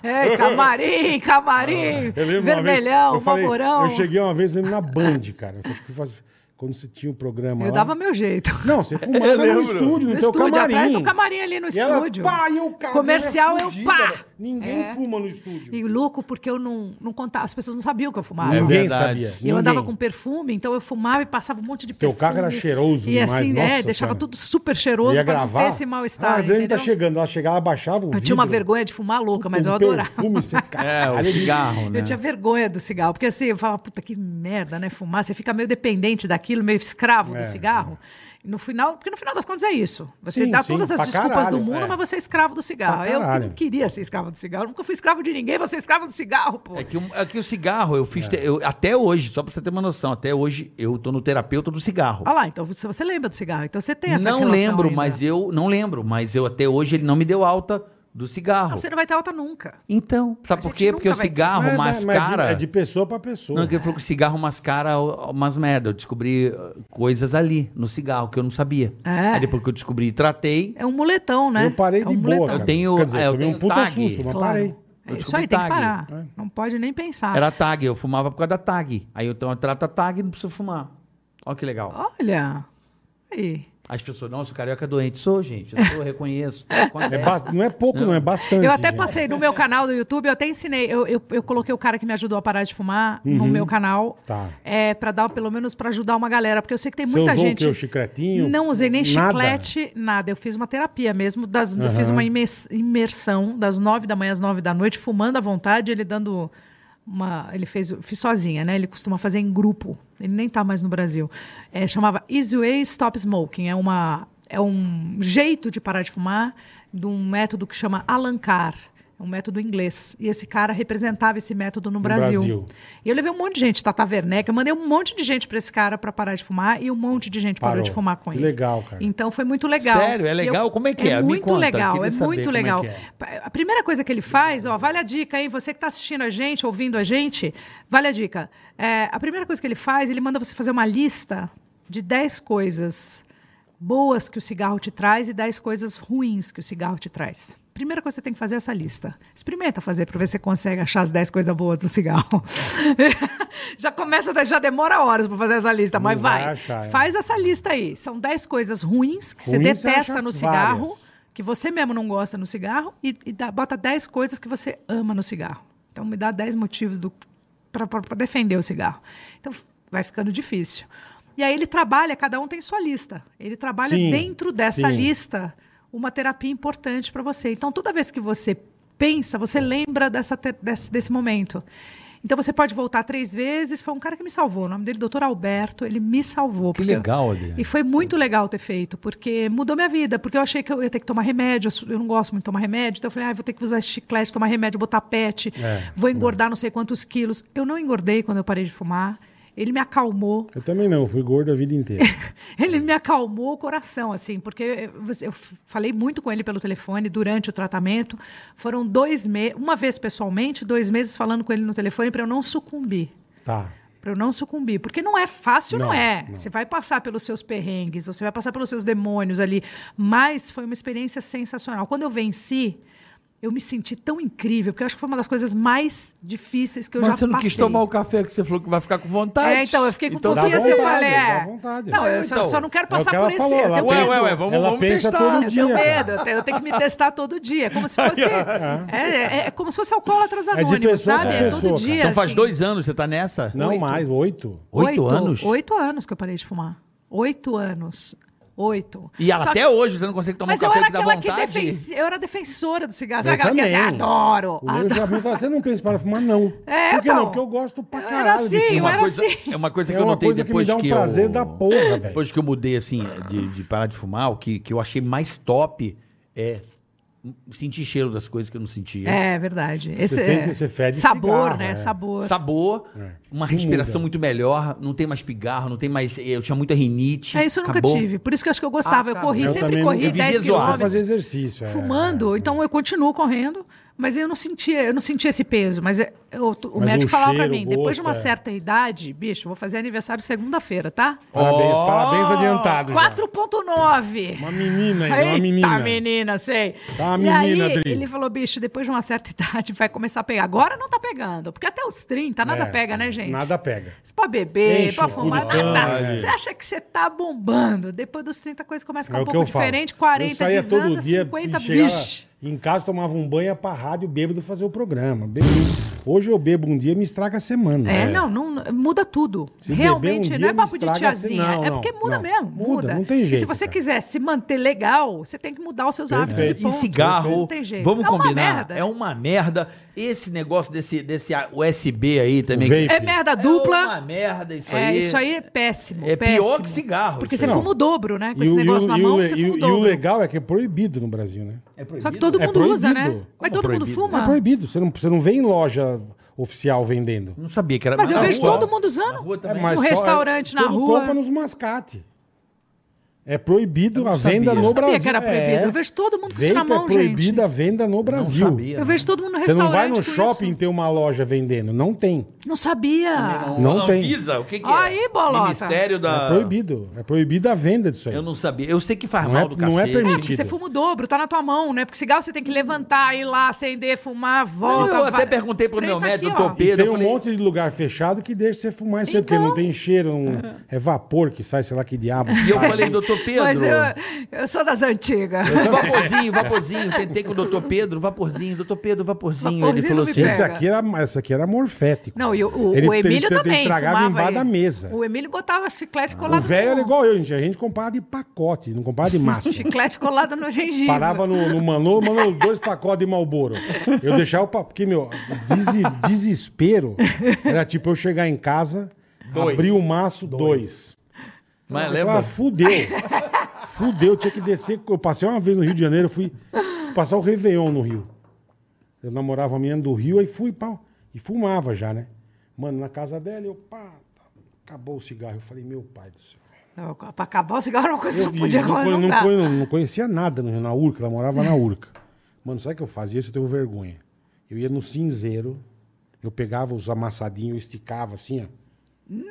[SPEAKER 4] é, é, camarim, camarim. vermelhão,
[SPEAKER 2] Ah, eu falei-
[SPEAKER 4] mamorão.
[SPEAKER 2] Eu cheguei uma vez lembro, na Band, cara. Eu acho que faz- quando você tinha o programa
[SPEAKER 4] Eu
[SPEAKER 2] lá.
[SPEAKER 4] dava meu jeito.
[SPEAKER 2] Não, você fumava no
[SPEAKER 3] lembro.
[SPEAKER 2] estúdio, no,
[SPEAKER 4] No
[SPEAKER 2] teu
[SPEAKER 4] estúdio,
[SPEAKER 2] camarim.
[SPEAKER 4] atrás do camarim ali no
[SPEAKER 2] E ela,
[SPEAKER 4] estúdio.
[SPEAKER 2] pá, e o cara,
[SPEAKER 4] Comercial,
[SPEAKER 2] ela é
[SPEAKER 4] eu
[SPEAKER 2] fudida,
[SPEAKER 4] pá.
[SPEAKER 2] velho. Ninguém
[SPEAKER 4] É.
[SPEAKER 2] fuma no estúdio.
[SPEAKER 4] E louco, porque eu não, não contava. As pessoas não sabiam que eu fumava.
[SPEAKER 3] É
[SPEAKER 2] Ninguém
[SPEAKER 3] verdade.
[SPEAKER 2] sabia.
[SPEAKER 3] Eu
[SPEAKER 4] E eu andava com
[SPEAKER 2] ninguém.
[SPEAKER 4] perfume, então eu fumava e passava um monte de
[SPEAKER 2] Teu
[SPEAKER 4] perfume.
[SPEAKER 2] carro era cheiroso
[SPEAKER 4] E
[SPEAKER 2] demais,
[SPEAKER 4] assim,
[SPEAKER 2] nossa
[SPEAKER 4] é, deixava
[SPEAKER 2] senhora.
[SPEAKER 4] tudo super cheiroso
[SPEAKER 2] Ia
[SPEAKER 4] pra
[SPEAKER 2] gravar.
[SPEAKER 4] não ter esse mal-estar,
[SPEAKER 2] Ah, a Adriane tá
[SPEAKER 4] entendeu?
[SPEAKER 2] chegando. Ela chegava, abaixava o
[SPEAKER 4] Eu tinha uma
[SPEAKER 2] vidro.
[SPEAKER 4] vergonha de fumar louca, mas
[SPEAKER 2] Um
[SPEAKER 4] eu adorava.
[SPEAKER 2] perfume, você-
[SPEAKER 3] É, o
[SPEAKER 2] caralho,
[SPEAKER 3] cigarro, né?
[SPEAKER 4] Eu tinha vergonha do cigarro, porque assim, eu falava, puta que merda, né? Fumar, você fica meio dependente daquilo, meio escravo
[SPEAKER 2] É,
[SPEAKER 4] do cigarro. No final, porque no final das contas é isso. Você
[SPEAKER 2] Sim,
[SPEAKER 4] dá
[SPEAKER 2] sim,
[SPEAKER 4] todas as
[SPEAKER 2] pra
[SPEAKER 4] desculpas
[SPEAKER 2] caralho,
[SPEAKER 4] do mundo,
[SPEAKER 2] é.
[SPEAKER 4] mas você é escravo do cigarro.
[SPEAKER 2] Pra
[SPEAKER 4] Eu que
[SPEAKER 2] caralho.
[SPEAKER 4] não queria ser escravo do cigarro. Eu nunca fui escravo de ninguém, você é escravo do cigarro, pô.
[SPEAKER 3] É que, o- é que o cigarro, eu fiz. te- eu- até hoje, só pra você ter uma noção, até hoje eu tô no terapeuta do cigarro.
[SPEAKER 4] Olha lá, então se você lembra do cigarro, então você tem essa
[SPEAKER 3] não
[SPEAKER 4] relação né?
[SPEAKER 3] lembro,
[SPEAKER 4] ainda.
[SPEAKER 3] mas eu. Não lembro, mas eu até hoje ele não me deu alta do cigarro.
[SPEAKER 4] Não, Ah, você não vai ter alta nunca.
[SPEAKER 3] Então, sabe
[SPEAKER 4] A
[SPEAKER 3] por
[SPEAKER 4] gente
[SPEAKER 3] quê? Porque o
[SPEAKER 4] nunca vai ter.
[SPEAKER 3] cigarro
[SPEAKER 2] Mas- mas- mas
[SPEAKER 3] mascara.
[SPEAKER 2] de- É de pessoa pra pessoa.
[SPEAKER 3] Não, que ele falou que o cigarro mascara o- umas merda. Eu descobri uh, coisas ali no cigarro que eu não sabia.
[SPEAKER 4] É.
[SPEAKER 3] Aí depois que eu descobri e tratei,
[SPEAKER 4] É um moletão, né?
[SPEAKER 2] Eu parei
[SPEAKER 4] é
[SPEAKER 2] de
[SPEAKER 4] um
[SPEAKER 2] boa, cara.
[SPEAKER 3] Eu tenho-
[SPEAKER 2] Quer dizer,
[SPEAKER 3] é, eu
[SPEAKER 2] tomei um
[SPEAKER 3] tenho
[SPEAKER 2] puta
[SPEAKER 3] tag.
[SPEAKER 2] susto, mas
[SPEAKER 4] Claro.
[SPEAKER 2] parei. É.
[SPEAKER 3] Eu
[SPEAKER 4] É Isso aí
[SPEAKER 3] descobri
[SPEAKER 4] tem que
[SPEAKER 3] tag.
[SPEAKER 4] parar. Não pode nem pensar.
[SPEAKER 3] era tag, eu fumava por causa da tag. Aí eu, então, eu trato a tag e não preciso fumar. Olha que legal.
[SPEAKER 4] Olha. Aí.
[SPEAKER 3] As pessoas, nossa, o carioca é doente. Sou, gente. Eu sou, reconheço. Acontece.
[SPEAKER 2] É ba- Não é pouco, não, é bastante.
[SPEAKER 4] Eu até
[SPEAKER 2] gente.
[SPEAKER 4] passei no meu canal do YouTube, eu até ensinei. Eu, eu, eu coloquei o cara que me ajudou a parar de fumar
[SPEAKER 2] Uhum.
[SPEAKER 4] no meu canal.
[SPEAKER 2] Tá.
[SPEAKER 4] É, pra dar, pelo menos, pra ajudar uma galera. Porque eu sei que tem
[SPEAKER 2] Você
[SPEAKER 4] muita
[SPEAKER 2] usou o
[SPEAKER 4] gente.
[SPEAKER 2] teu chicletinho?
[SPEAKER 4] Não usei nem
[SPEAKER 2] Nada?
[SPEAKER 4] chiclete, nada. Eu fiz uma terapia mesmo. das- Eu fiz
[SPEAKER 2] Aham.
[SPEAKER 4] uma imers- imersão das nove da manhã às nove da noite, fumando à vontade, ele dando. Uma, ele fez, fiz sozinha, né? Ele costuma fazer em grupo. Ele nem tá mais no Brasil. É, chamava Easy Way Stop Smoking. É, uma, é um jeito de parar de fumar de um método que chama Alancar. É um método inglês. E esse cara representava esse método no, Brasil.
[SPEAKER 2] Brasil.
[SPEAKER 4] E eu levei um monte de gente, Tata Werneck. Eu mandei um monte de gente para esse cara para parar de fumar e um monte de gente parou
[SPEAKER 2] Parou.
[SPEAKER 4] de fumar com
[SPEAKER 2] Que
[SPEAKER 4] ele.
[SPEAKER 2] legal, cara.
[SPEAKER 4] Então foi muito legal.
[SPEAKER 3] Sério? É
[SPEAKER 4] E eu-
[SPEAKER 3] legal? Como é que é? Me
[SPEAKER 4] muito
[SPEAKER 3] conta,
[SPEAKER 4] legal,
[SPEAKER 3] queria
[SPEAKER 4] é
[SPEAKER 3] saber como
[SPEAKER 4] muito
[SPEAKER 3] é
[SPEAKER 4] legal.
[SPEAKER 3] que é.
[SPEAKER 4] Pa- A primeira coisa que ele faz, ó, vale a dica, hein? Você que está assistindo a gente, ouvindo a gente, vale a dica. É, a primeira coisa que ele faz, ele manda você fazer uma lista de 10 coisas boas que o cigarro te traz e 10 coisas ruins que o cigarro te traz. Primeira coisa que você tem que fazer é essa lista. Experimenta fazer para ver se você consegue achar as 10 coisas boas do cigarro. já começa, já demora horas para fazer essa lista,
[SPEAKER 2] Não
[SPEAKER 4] mas
[SPEAKER 2] vai
[SPEAKER 4] vai.
[SPEAKER 2] achar, é.
[SPEAKER 4] Faz essa lista aí. São 10 coisas ruins que você
[SPEAKER 2] Ruins, você
[SPEAKER 4] detesta
[SPEAKER 2] acha
[SPEAKER 4] no cigarro,
[SPEAKER 2] várias.
[SPEAKER 4] que você mesmo não gosta no cigarro, e, e dá- bota 10 coisas que você ama no cigarro. Então, me dá 10 motivos para defender o cigarro. Então, f- vai ficando difícil. E aí ele trabalha, cada um tem sua lista. Ele trabalha
[SPEAKER 2] Sim,
[SPEAKER 4] dentro dessa
[SPEAKER 2] sim.
[SPEAKER 4] lista uma terapia importante para você. Então, toda vez que você pensa, você lembra dessa te- desse, desse momento. Então, você pode voltar três vezes. Foi um cara que me salvou. O nome dele, Dr. Alberto, ele me salvou.
[SPEAKER 3] Que
[SPEAKER 4] porque eu-
[SPEAKER 3] legal, Adriano.
[SPEAKER 4] e foi muito legal ter feito, porque mudou minha vida. Porque eu achei que eu ia ter que tomar remédio. eu sou- Eu não gosto muito de tomar remédio. Então eu falei, ah, eu vou ter que usar esse chiclete, tomar remédio, botar pet.
[SPEAKER 2] É,
[SPEAKER 4] vou engordar não sei quantos quilos. Eu não engordei quando eu parei de fumar. Ele me acalmou.
[SPEAKER 2] Eu também não, fui gordo a vida inteira.
[SPEAKER 4] Ele me acalmou o coração, assim, porque eu- eu f- falei muito com ele pelo telefone durante o tratamento. Foram dois meses, uma vez pessoalmente, dois meses falando com ele no telefone para eu não sucumbir.
[SPEAKER 2] Tá.
[SPEAKER 4] Pra eu não sucumbir. Porque não é fácil, não,
[SPEAKER 2] Não,
[SPEAKER 4] é.
[SPEAKER 2] não.
[SPEAKER 4] Você vai passar pelos seus perrengues, você vai passar pelos seus demônios ali. Mas foi uma experiência sensacional. Quando eu venci, eu me senti tão incrível, porque eu acho que foi uma das coisas mais difíceis que eu
[SPEAKER 3] Mas
[SPEAKER 4] já
[SPEAKER 3] você não
[SPEAKER 4] passei.
[SPEAKER 3] quis tomar o café que você falou que vai ficar com vontade.
[SPEAKER 4] É, então, eu fiquei com
[SPEAKER 3] Então,
[SPEAKER 2] dá
[SPEAKER 4] então, pulsinha assim, eu
[SPEAKER 2] vontade,
[SPEAKER 4] falei,
[SPEAKER 2] dá
[SPEAKER 4] é.
[SPEAKER 2] vontade.
[SPEAKER 4] Não, eu
[SPEAKER 3] É,
[SPEAKER 4] só,
[SPEAKER 3] então.
[SPEAKER 4] só não quero
[SPEAKER 2] É o
[SPEAKER 4] passar
[SPEAKER 2] que ela
[SPEAKER 4] por esse.
[SPEAKER 2] falou,
[SPEAKER 4] eu
[SPEAKER 2] ela
[SPEAKER 4] tenho
[SPEAKER 3] Ué,
[SPEAKER 2] pensa-
[SPEAKER 3] ué, ué, vamos-
[SPEAKER 2] ela
[SPEAKER 3] vamos
[SPEAKER 2] pensa
[SPEAKER 3] testar.
[SPEAKER 2] todo
[SPEAKER 4] eu
[SPEAKER 2] dia.
[SPEAKER 4] tenho
[SPEAKER 2] cara.
[SPEAKER 4] medo, eu tenho, eu tenho que me testar todo dia. É como se fosse. é, é- é como se fosse alcoólatras
[SPEAKER 2] de
[SPEAKER 4] anônimos,
[SPEAKER 2] pessoa
[SPEAKER 4] sabe?
[SPEAKER 2] pra
[SPEAKER 4] É
[SPEAKER 2] pessoa,
[SPEAKER 4] todo
[SPEAKER 2] cara.
[SPEAKER 4] dia.
[SPEAKER 3] Então faz
[SPEAKER 4] assim.
[SPEAKER 3] dois anos você tá nessa?
[SPEAKER 2] Não
[SPEAKER 4] Oito.
[SPEAKER 2] mais, oito.
[SPEAKER 3] Oito anos?
[SPEAKER 4] Oito anos que eu parei de fumar. Oito anos. Oito.
[SPEAKER 3] E
[SPEAKER 4] Só
[SPEAKER 3] até
[SPEAKER 4] que-
[SPEAKER 3] hoje você não consegue tomar
[SPEAKER 4] Mas
[SPEAKER 3] um
[SPEAKER 4] eu
[SPEAKER 3] café
[SPEAKER 4] era
[SPEAKER 3] que dá
[SPEAKER 4] aquela que
[SPEAKER 3] vontade?
[SPEAKER 4] defen... eu era defensora do cigarro.
[SPEAKER 2] Eu
[SPEAKER 4] Sabe aquela que assim,
[SPEAKER 2] também.
[SPEAKER 4] adoro.
[SPEAKER 3] Ah,
[SPEAKER 2] O meu
[SPEAKER 4] adoro.
[SPEAKER 3] tá.
[SPEAKER 2] já me fala, você não pensa para fumar, não.
[SPEAKER 4] É,
[SPEAKER 2] Por que
[SPEAKER 4] então.
[SPEAKER 2] não? Porque eu gosto pra
[SPEAKER 4] Eu
[SPEAKER 2] caralho.
[SPEAKER 4] era
[SPEAKER 2] de
[SPEAKER 4] assim, eu
[SPEAKER 2] fumar.
[SPEAKER 4] era
[SPEAKER 3] coisa,
[SPEAKER 4] assim.
[SPEAKER 3] é uma coisa que
[SPEAKER 2] É
[SPEAKER 3] eu
[SPEAKER 2] uma
[SPEAKER 3] notei
[SPEAKER 2] coisa que me
[SPEAKER 3] depois
[SPEAKER 2] dá um
[SPEAKER 3] eu-
[SPEAKER 2] prazer da porra, velho.
[SPEAKER 3] Depois que eu mudei, assim, de, de parar de fumar, o que, que eu achei mais top é sentir cheiro das coisas que eu não sentia.
[SPEAKER 4] É verdade. Esse
[SPEAKER 2] sente,
[SPEAKER 4] é...
[SPEAKER 2] você fede
[SPEAKER 4] Sabor,
[SPEAKER 2] cigarro,
[SPEAKER 4] né?
[SPEAKER 2] é.
[SPEAKER 4] Sabor.
[SPEAKER 3] Sabor,
[SPEAKER 2] É.
[SPEAKER 3] uma
[SPEAKER 2] Muda.
[SPEAKER 3] respiração muito melhor, não tem mais pigarro, não tem mais. eh, Eu tinha muita rinite.
[SPEAKER 4] É, isso eu nunca
[SPEAKER 3] acabou.
[SPEAKER 4] tive. Por isso que eu acho que eu gostava.
[SPEAKER 3] Ah,
[SPEAKER 4] eu
[SPEAKER 3] tá.
[SPEAKER 4] corri,
[SPEAKER 2] Eu
[SPEAKER 4] sempre
[SPEAKER 2] também nunca
[SPEAKER 4] corri
[SPEAKER 3] vi
[SPEAKER 4] 10
[SPEAKER 3] dezoado.
[SPEAKER 2] Só
[SPEAKER 4] quilômetros.
[SPEAKER 2] fazer exercício. é.
[SPEAKER 4] fumando, então eu continuo correndo, mas eu não sentia, eu não sentia esse peso, mas é- eu- o
[SPEAKER 2] Mas
[SPEAKER 4] médico
[SPEAKER 2] o
[SPEAKER 4] falava pra
[SPEAKER 2] cheiro,
[SPEAKER 4] mim,
[SPEAKER 2] o
[SPEAKER 4] depois de uma
[SPEAKER 2] gosto, é.
[SPEAKER 4] certa idade, bicho, vou fazer aniversário segunda-feira, tá?
[SPEAKER 2] Parabéns,
[SPEAKER 3] Ó,
[SPEAKER 2] parabéns adiantado. já.
[SPEAKER 4] 4.9.
[SPEAKER 2] Uma menina ainda,
[SPEAKER 4] Eita,
[SPEAKER 2] uma menina.
[SPEAKER 4] menina, sei.
[SPEAKER 2] Tá uma
[SPEAKER 4] e
[SPEAKER 2] menina,
[SPEAKER 4] aí,
[SPEAKER 2] Adri.
[SPEAKER 4] ele falou, bicho, depois de uma certa idade vai começar a pegar. Agora não tá pegando, porque até os 30 nada
[SPEAKER 2] É,
[SPEAKER 4] pega, né, gente?
[SPEAKER 2] Nada pega.
[SPEAKER 4] Você pode beber,
[SPEAKER 2] Enche o
[SPEAKER 4] pode
[SPEAKER 2] cu
[SPEAKER 4] fumar,
[SPEAKER 2] de
[SPEAKER 4] nada.
[SPEAKER 2] cana,
[SPEAKER 4] Você
[SPEAKER 2] é.
[SPEAKER 4] acha que você tá bombando. Depois dos 30, a coisa começa a ficar
[SPEAKER 2] é
[SPEAKER 4] um
[SPEAKER 2] o que eu
[SPEAKER 4] pouco
[SPEAKER 2] falo.
[SPEAKER 4] diferente.
[SPEAKER 2] eu
[SPEAKER 4] 40,
[SPEAKER 2] saía todo
[SPEAKER 4] desanda,
[SPEAKER 2] dia,
[SPEAKER 4] 50,
[SPEAKER 2] e chegava
[SPEAKER 4] bicho.
[SPEAKER 2] Em casa tomava um banho, ia pra rádio, bêbado fazer o programa. Bêbado. Hoje eu bebo um dia, me estraga a semana.
[SPEAKER 4] É, não, não, muda tudo.
[SPEAKER 2] Se beber
[SPEAKER 4] Realmente,
[SPEAKER 2] um dia,
[SPEAKER 4] não é
[SPEAKER 2] não
[SPEAKER 4] papo de
[SPEAKER 2] estraga assim,
[SPEAKER 4] tiazinha.
[SPEAKER 2] não,
[SPEAKER 4] é
[SPEAKER 2] não,
[SPEAKER 4] porque muda
[SPEAKER 2] não.
[SPEAKER 4] mesmo.
[SPEAKER 2] Muda,
[SPEAKER 4] Muda,
[SPEAKER 2] não tem
[SPEAKER 4] E se
[SPEAKER 2] jeito,
[SPEAKER 4] você
[SPEAKER 2] cara.
[SPEAKER 4] quiser se manter legal, você tem que mudar os seus hábitos.
[SPEAKER 2] Perfeito.
[SPEAKER 4] E
[SPEAKER 3] E
[SPEAKER 4] ponto.
[SPEAKER 3] cigarro,
[SPEAKER 4] jeito.
[SPEAKER 3] vamos
[SPEAKER 4] É uma
[SPEAKER 3] combinar,
[SPEAKER 4] merda.
[SPEAKER 3] é uma merda. Esse negócio desse, desse USB aí também.
[SPEAKER 2] O vape.
[SPEAKER 4] É merda dupla.
[SPEAKER 3] É uma merda isso
[SPEAKER 4] é,
[SPEAKER 3] aí.
[SPEAKER 4] isso aí é péssimo.
[SPEAKER 3] É pior
[SPEAKER 4] péssimo.
[SPEAKER 3] que cigarro,
[SPEAKER 4] Porque
[SPEAKER 3] isso
[SPEAKER 4] você
[SPEAKER 2] aí.
[SPEAKER 4] fuma o dobro, né? Com
[SPEAKER 2] E
[SPEAKER 4] esse
[SPEAKER 2] o-
[SPEAKER 4] negócio
[SPEAKER 2] e
[SPEAKER 4] na
[SPEAKER 2] o-
[SPEAKER 4] mão,
[SPEAKER 2] e
[SPEAKER 4] você
[SPEAKER 2] o-
[SPEAKER 4] fuma o
[SPEAKER 2] e o
[SPEAKER 4] dobro.
[SPEAKER 2] legal é que é proibido no Brasil, né?
[SPEAKER 3] É
[SPEAKER 4] Só que todo
[SPEAKER 2] É
[SPEAKER 4] mundo usa,
[SPEAKER 2] proibido.
[SPEAKER 4] né? Mas
[SPEAKER 3] Como
[SPEAKER 4] todo mundo
[SPEAKER 3] proibido?
[SPEAKER 2] É
[SPEAKER 4] fuma.
[SPEAKER 2] proibido. Você não, você não vê em loja oficial vendendo.
[SPEAKER 3] Não sabia que era
[SPEAKER 4] Mas eu
[SPEAKER 3] na
[SPEAKER 4] vejo
[SPEAKER 3] rua.
[SPEAKER 4] todo mundo usando.
[SPEAKER 3] Na rua
[SPEAKER 2] É,
[SPEAKER 3] também.
[SPEAKER 2] mas
[SPEAKER 4] No
[SPEAKER 2] só-
[SPEAKER 4] Um restaurante, na
[SPEAKER 2] todo
[SPEAKER 4] rua.
[SPEAKER 2] compra nos mascate. É
[SPEAKER 3] Eu
[SPEAKER 2] proibido
[SPEAKER 3] não
[SPEAKER 2] a
[SPEAKER 3] sabia.
[SPEAKER 2] venda
[SPEAKER 3] Eu
[SPEAKER 2] no
[SPEAKER 4] Eu sabia
[SPEAKER 2] Brasil.
[SPEAKER 4] que era proibido.
[SPEAKER 2] É.
[SPEAKER 4] Eu vejo todo mundo com isso
[SPEAKER 2] Vape
[SPEAKER 4] na mão,
[SPEAKER 2] é
[SPEAKER 4] gente.
[SPEAKER 2] proibida a venda no
[SPEAKER 3] Não
[SPEAKER 2] Brasil.
[SPEAKER 3] sabia,
[SPEAKER 4] Eu
[SPEAKER 3] não.
[SPEAKER 4] vejo todo mundo no
[SPEAKER 2] Você
[SPEAKER 4] restaurante.
[SPEAKER 2] não vai no
[SPEAKER 4] com
[SPEAKER 2] shopping
[SPEAKER 4] isso.
[SPEAKER 2] ter uma loja vendendo. Não tem.
[SPEAKER 4] Não sabia.
[SPEAKER 2] Não tem.
[SPEAKER 3] Ah, Avisa, o que, que é?
[SPEAKER 4] Aí, bolota.
[SPEAKER 3] Ministério da.
[SPEAKER 2] É proibido. É proibido a venda disso aí.
[SPEAKER 3] Tá. Eu não sabia. Eu sei que faz
[SPEAKER 2] Não
[SPEAKER 3] mal
[SPEAKER 2] é-
[SPEAKER 3] do cacete.
[SPEAKER 2] não é permitido.
[SPEAKER 4] Porque você fuma o dobro, tá na tua mão, né? Porque cigarro você tem que levantar, ir lá, acender, fumar,
[SPEAKER 3] Não,
[SPEAKER 4] volta.
[SPEAKER 3] eu até
[SPEAKER 4] vai-
[SPEAKER 3] perguntei pro meu
[SPEAKER 4] Espreita
[SPEAKER 3] médico,
[SPEAKER 4] aqui, ó.
[SPEAKER 3] doutor
[SPEAKER 2] E
[SPEAKER 3] Pedro.
[SPEAKER 2] tem
[SPEAKER 3] eu
[SPEAKER 2] um
[SPEAKER 3] falei,
[SPEAKER 2] monte de lulugar fechado que deixa você fumar isso aí, porque
[SPEAKER 4] Então.
[SPEAKER 2] não tem cheiro, não- é vapor que sai, sei lá que diabo.
[SPEAKER 3] E eu
[SPEAKER 2] sai.
[SPEAKER 3] falei, doutor Pedro.
[SPEAKER 4] Mas eu, eu sou das antigas.
[SPEAKER 3] Vaporzinho, vaporzinho. Tentei com o doutor Pedro, vaporzinho, doutor Pedro, vaporzinho. Ele
[SPEAKER 4] Vaporzinho
[SPEAKER 3] falou
[SPEAKER 4] não me
[SPEAKER 3] assim:
[SPEAKER 2] esse
[SPEAKER 4] pega.
[SPEAKER 2] aqui era, esse aqui era morfético.
[SPEAKER 4] Não, e o, o-
[SPEAKER 2] Ele-
[SPEAKER 4] o
[SPEAKER 2] ele
[SPEAKER 4] Emílio
[SPEAKER 2] tem- ele
[SPEAKER 4] também
[SPEAKER 2] tragava
[SPEAKER 4] fumava.
[SPEAKER 2] embaixo da
[SPEAKER 4] ele.
[SPEAKER 2] mesa.
[SPEAKER 4] O Emílio botava chiclete
[SPEAKER 2] o
[SPEAKER 4] colado
[SPEAKER 2] velho
[SPEAKER 4] no...
[SPEAKER 2] era igual eu, gente. A gente comprava de pacote, não comprava de maço.
[SPEAKER 4] Chiclete colado no gengibre.
[SPEAKER 2] Parava no, no Manolo, Manolo, dois pacotes de Malboro. Eu deixava o papo, porque, meu, desi- desespero era tipo eu chegar em casa,
[SPEAKER 3] Dois.
[SPEAKER 2] abrir o maço, dois.
[SPEAKER 3] Mas
[SPEAKER 2] Eu falava,
[SPEAKER 3] lembra?
[SPEAKER 2] fudeu. Fudeu, tinha que descer. Eu passei uma vez no Rio de Janeiro, eu fui fui passar o Réveillon no Rio. Eu namorava a menina do Rio, aí fui, pau. E fumava já, né? Mano, na casa dela, eu, pá, acabou o cigarro. Eu falei, meu pai do céu.
[SPEAKER 4] Não, Pra acabar o cigarro era uma coisa que
[SPEAKER 2] Eu
[SPEAKER 4] não
[SPEAKER 2] vi,
[SPEAKER 4] podia
[SPEAKER 2] não,
[SPEAKER 4] comer,
[SPEAKER 2] conhe-
[SPEAKER 4] não,
[SPEAKER 2] não
[SPEAKER 4] dá.
[SPEAKER 2] conhe- não conhecia nada no- na Urca, ela morava na Urca. Mano, sabe o que eu fazia isso? Eu tenho vergonha. Eu ia no cinzeiro, eu pegava os amassadinhos, eu esticava assim, ó.